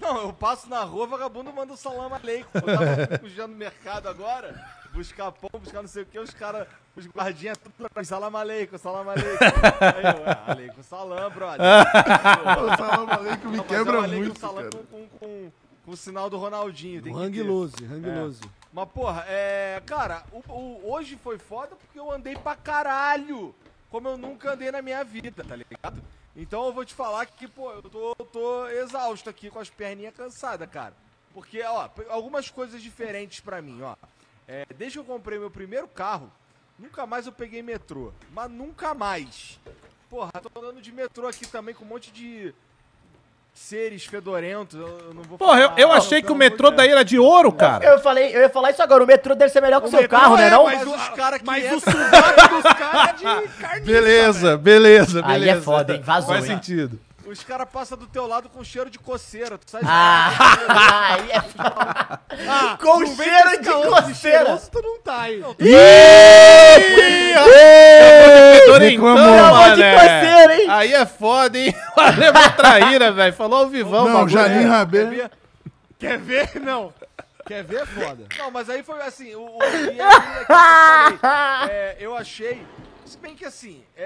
[SPEAKER 4] Não, eu passo na rua, vagabundo manda o salam aleikum. Eu tava [laughs] fugindo no mercado agora, buscar pão, buscar não sei o que, os caras, os guardinhas, tudo pra mim, salam aleikum, salam aleikum. Aí eu, ah, aleikum
[SPEAKER 8] [laughs]
[SPEAKER 4] salam, brother. Pô,
[SPEAKER 8] Pô, salam aleikum me
[SPEAKER 4] não, mas é
[SPEAKER 8] quebra
[SPEAKER 4] o aleikum
[SPEAKER 8] muito,
[SPEAKER 4] salam
[SPEAKER 8] cara.
[SPEAKER 4] com, com, com, com o sinal do Ronaldinho. Tem que ter.
[SPEAKER 7] Ranguilose, ranguilose.
[SPEAKER 4] Mas, porra, é. Cara, o, o- hoje foi foda porque eu andei pra caralho. Como eu nunca andei na minha vida, tá ligado? Então eu vou te falar que, pô, eu tô, eu tô exausto aqui com as perninhas cansadas, cara. Porque, ó, p- algumas coisas diferentes pra mim, ó. É, desde que eu comprei meu primeiro carro, nunca mais eu peguei metrô. Mas nunca mais. Porra, tô andando de metrô aqui também com um monte de seres fedorentos. Eu, eu não vou
[SPEAKER 2] Porra, eu, eu
[SPEAKER 4] Ah,
[SPEAKER 2] achei
[SPEAKER 4] pelo
[SPEAKER 2] que o
[SPEAKER 4] amor de
[SPEAKER 2] metrô
[SPEAKER 4] Deus.
[SPEAKER 2] daí era de ouro, cara.
[SPEAKER 3] Eu falei, eu ia falar isso agora, o metrô deve ser melhor que o seu
[SPEAKER 4] metrô
[SPEAKER 3] carro, né
[SPEAKER 4] é,
[SPEAKER 3] não?
[SPEAKER 4] Mas os caras que
[SPEAKER 7] Mas o
[SPEAKER 4] entram-
[SPEAKER 7] sovaco
[SPEAKER 4] [laughs]
[SPEAKER 7] dos caras é de carniça.
[SPEAKER 2] Beleza, beleza, beleza.
[SPEAKER 3] Aí é foda, hein? Vazou,
[SPEAKER 2] Faz
[SPEAKER 3] hein?
[SPEAKER 2] sentido.
[SPEAKER 4] Os caras passam do teu lado com cheiro de coceira. Tu sai
[SPEAKER 3] Ah, aí é
[SPEAKER 7] Ah,
[SPEAKER 3] [laughs] Com
[SPEAKER 7] não vem
[SPEAKER 3] cheiro
[SPEAKER 7] com esse
[SPEAKER 3] de
[SPEAKER 7] caô
[SPEAKER 4] é
[SPEAKER 3] coceira.
[SPEAKER 7] cheiroso, tu não tá aí.
[SPEAKER 2] Então,
[SPEAKER 3] Chamou de
[SPEAKER 2] mané.
[SPEAKER 3] coceira, hein?
[SPEAKER 2] Aí é foda, hein? [laughs] O Ale é uma traíra, velho. Falou ao vivão,
[SPEAKER 8] Não,
[SPEAKER 2] bagulho. é
[SPEAKER 8] Jalim
[SPEAKER 4] Quer
[SPEAKER 8] Rabê.
[SPEAKER 4] ver? Quer ver? Não. Quer ver? é Foda. Não, mas aí foi assim, o, o e é aquilo que eu
[SPEAKER 3] [laughs]
[SPEAKER 4] falei. É, eu achei. Se bem que assim, é,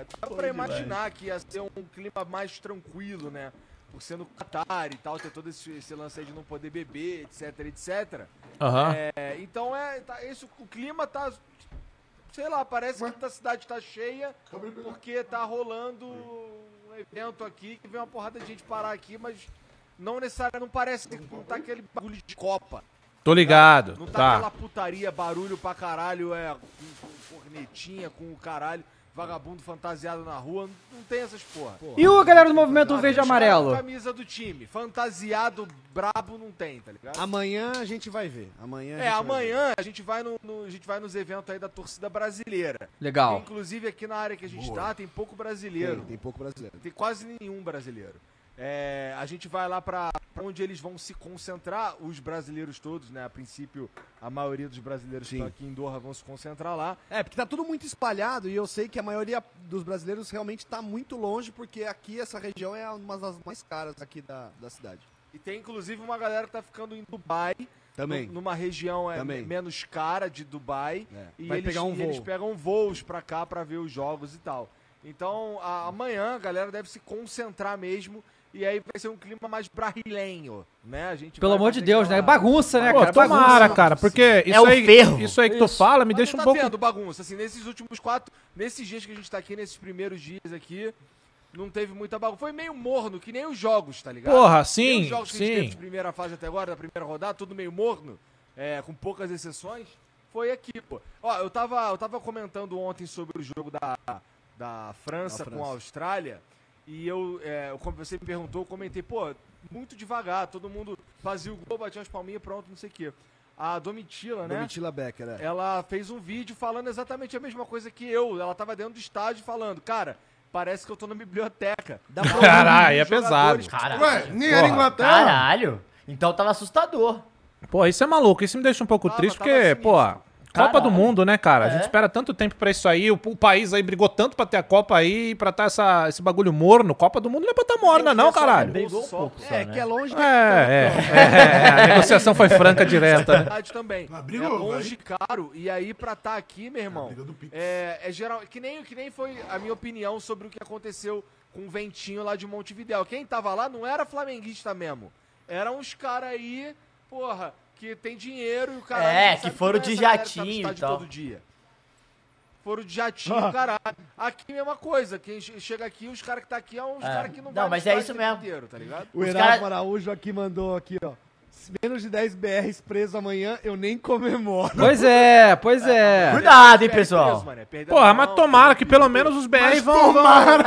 [SPEAKER 4] é, dá pra imaginar que ia ser um clima mais tranquilo, né? Por ser no Qatar e tal, ter todo esse, esse lance aí de não poder beber, etc, etc.
[SPEAKER 2] Aham.
[SPEAKER 4] É, então é. tá- esse, o clima tá. Sei lá, parece que a cidade tá cheia porque tá rolando um evento aqui que vem uma porrada de gente parar aqui, mas não necessariamente, não parece que não tá aquele bagulho de Copa.
[SPEAKER 2] Tô ligado,
[SPEAKER 4] Não tá,
[SPEAKER 2] tá.
[SPEAKER 4] aquela putaria, barulho pra caralho, é, com, com cornetinha, com o caralho, vagabundo fantasiado na rua, não, não tem essas porra.
[SPEAKER 1] E o galera do movimento Um
[SPEAKER 4] Lá tem
[SPEAKER 1] verde e
[SPEAKER 4] os caras
[SPEAKER 1] amarelo?
[SPEAKER 4] com Camisa do time, fantasiado, brabo, não tem, tá ligado?
[SPEAKER 9] Amanhã a gente vai ver. Amanhã. a
[SPEAKER 4] É,
[SPEAKER 9] gente vai ver.
[SPEAKER 4] amanhã a gente vai, no, no- a gente vai nos eventos aí da torcida brasileira.
[SPEAKER 1] Legal.
[SPEAKER 4] Inclusive aqui na área que a gente
[SPEAKER 9] Boa.
[SPEAKER 4] tá, tem pouco brasileiro.
[SPEAKER 9] Tem, tem pouco brasileiro.
[SPEAKER 4] Tem quase nenhum brasileiro. É, a gente vai lá pra pra onde eles vão se concentrar, os brasileiros todos, né? A princípio, a maioria dos brasileiros que
[SPEAKER 9] Sim.
[SPEAKER 4] estão aqui em Doha vão se concentrar lá.
[SPEAKER 9] É, porque tá tudo muito espalhado e eu sei que a maioria dos brasileiros realmente tá muito longe, porque aqui essa região é uma das mais caras aqui da, da cidade.
[SPEAKER 4] E tem inclusive uma galera que tá ficando em Dubai.
[SPEAKER 9] Também.
[SPEAKER 4] nu- Numa região é,
[SPEAKER 9] Também.
[SPEAKER 4] me- menos cara de Dubai.
[SPEAKER 9] É.
[SPEAKER 4] E,
[SPEAKER 9] Vai
[SPEAKER 4] eles,
[SPEAKER 9] pegar um
[SPEAKER 4] e
[SPEAKER 9] voo.
[SPEAKER 4] eles pegam voos pra cá pra ver os jogos e tal. Então a- amanhã a galera deve se concentrar mesmo. E aí vai ser um clima mais brasileiro, né? A gente
[SPEAKER 1] Pelo
[SPEAKER 4] vai
[SPEAKER 1] amor de
[SPEAKER 4] fazer
[SPEAKER 1] Deus, né?
[SPEAKER 4] aquela-
[SPEAKER 1] Bagunça, né,
[SPEAKER 2] Pô,
[SPEAKER 4] é
[SPEAKER 1] cara?
[SPEAKER 2] tomara,
[SPEAKER 1] Bagunça.
[SPEAKER 2] cara, porque isso
[SPEAKER 3] o
[SPEAKER 2] aí,
[SPEAKER 3] ferro.
[SPEAKER 2] É isso aí que tu fala me
[SPEAKER 4] Mas
[SPEAKER 2] deixa
[SPEAKER 4] tu
[SPEAKER 2] um
[SPEAKER 4] tá
[SPEAKER 2] pouco.
[SPEAKER 4] vendo bagunça, assim, nesses últimos quatro, nesses dias que a gente tá aqui, nesses primeiros dias aqui, não teve muita bagunça. Foi meio morno, que nem os jogos, tá ligado?
[SPEAKER 2] Porra,
[SPEAKER 4] Nem
[SPEAKER 2] sim,
[SPEAKER 4] os jogos que a gente teve de
[SPEAKER 2] sim.
[SPEAKER 4] primeira fase até agora, da primeira rodada, tudo meio morno, é, com poucas exceções, foi aqui, pô. Ó, eu tava, eu tava comentando ontem sobre o jogo da, da, França,
[SPEAKER 9] Da França.
[SPEAKER 4] com a Austrália, e eu, é, eu- como você me perguntou, eu comentei, pô, muito devagar, todo mundo fazia o gol, batia as palminhas, pronto, não sei o quê. A Domitila, né?
[SPEAKER 9] Domitila Becker, é.
[SPEAKER 4] Ela fez um vídeo falando exatamente a mesma coisa que eu. Ela tava dentro do estádio falando, cara, parece que eu tô na biblioteca. Dá pra ouvir
[SPEAKER 2] Caralho, é
[SPEAKER 4] os
[SPEAKER 2] pesado.
[SPEAKER 4] jogadores.
[SPEAKER 3] Caralho.
[SPEAKER 10] Ué, nem era
[SPEAKER 2] Porra,
[SPEAKER 10] Inglaterra.
[SPEAKER 3] Caralho. Então tava assustador.
[SPEAKER 2] Pô, isso é maluco, isso me deixa um pouco
[SPEAKER 4] Tava-
[SPEAKER 2] triste,
[SPEAKER 4] tava
[SPEAKER 2] porque,
[SPEAKER 4] sinistro.
[SPEAKER 2] pô, Copa
[SPEAKER 3] Caralho.
[SPEAKER 2] do Mundo, né, cara? A
[SPEAKER 3] É.
[SPEAKER 2] gente espera tanto tempo pra isso aí, o, o país aí brigou tanto pra ter a Copa aí, pra tá essa, esse bagulho morno. Copa do Mundo não é pra tá morna, não, caralho.
[SPEAKER 3] Brigou um pouco só,
[SPEAKER 9] É,
[SPEAKER 3] né?
[SPEAKER 9] que é longe
[SPEAKER 2] É, é, é, é, [laughs] a negociação foi franca direta, né?
[SPEAKER 4] Estádio também.
[SPEAKER 10] Mas brigou,
[SPEAKER 4] é longe,
[SPEAKER 10] vai.
[SPEAKER 4] caro. E aí, pra estar aqui, meu irmão,
[SPEAKER 10] briga do Pix.
[SPEAKER 4] é, é geral. Que nem, que nem foi a minha opinião sobre o que aconteceu com o Ventinho lá de Montevidéu. Quem tava lá não era flamenguista mesmo. Eram uns caras aí, porra, que tem dinheiro e o cara.
[SPEAKER 3] É,
[SPEAKER 4] não
[SPEAKER 3] que
[SPEAKER 4] sabe
[SPEAKER 3] foram
[SPEAKER 4] quem é
[SPEAKER 3] de
[SPEAKER 4] essa galera que tá no
[SPEAKER 3] jatinho e
[SPEAKER 4] estádio
[SPEAKER 3] tal.
[SPEAKER 4] todo dia. Foram de
[SPEAKER 10] Ah.
[SPEAKER 4] jatinho, caralho. Aqui, mesma coisa. Quem che- chega aqui, os caras que tá aqui é uns
[SPEAKER 3] É.
[SPEAKER 4] caras que não,
[SPEAKER 3] Não,
[SPEAKER 4] vai no
[SPEAKER 3] mas é
[SPEAKER 4] estádio
[SPEAKER 3] isso
[SPEAKER 4] o tempo
[SPEAKER 3] mesmo.
[SPEAKER 4] Inteiro, tá ligado?
[SPEAKER 9] O
[SPEAKER 3] Os
[SPEAKER 9] Heraldo
[SPEAKER 3] cara-
[SPEAKER 9] Araújo aqui mandou aqui, ó. Menos de 10 BRs presos amanhã, eu nem comemoro.
[SPEAKER 1] Pois é, pois é.
[SPEAKER 3] Cuidado, hein,
[SPEAKER 4] Perdeu
[SPEAKER 3] pessoal.
[SPEAKER 4] peso, mané, perdeu
[SPEAKER 2] Porra,
[SPEAKER 4] a
[SPEAKER 2] mas
[SPEAKER 4] mão,
[SPEAKER 2] tomara que pelo menos os BR vão. vão-
[SPEAKER 9] tá.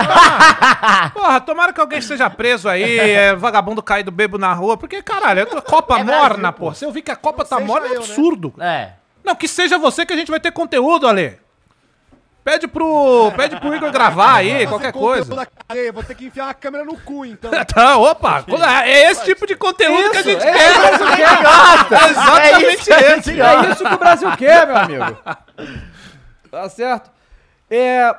[SPEAKER 2] Ah, Porra, tomara que alguém esteja preso aí, é, vagabundo caído bebo na rua, porque, caralho, é Copa
[SPEAKER 3] É Brasil,
[SPEAKER 2] morna, porra. Se eu vi que a Copa tá
[SPEAKER 9] seja
[SPEAKER 2] morna, é
[SPEAKER 9] eu, né?
[SPEAKER 2] absurdo.
[SPEAKER 3] É.
[SPEAKER 2] Não, que seja você que a gente vai ter conteúdo, Ale. Pede pro, pede pro Igor gravar aí, qualquer coisa.
[SPEAKER 9] Da cadeia, vou ter que enfiar a câmera no cu, então.
[SPEAKER 2] [laughs] Tá, opa, é esse tipo de conteúdo que a gente quer.
[SPEAKER 3] Exatamente Ah, isso. que a gente gosta.
[SPEAKER 1] É isso que o Brasil quer, meu amigo. Tá certo? É.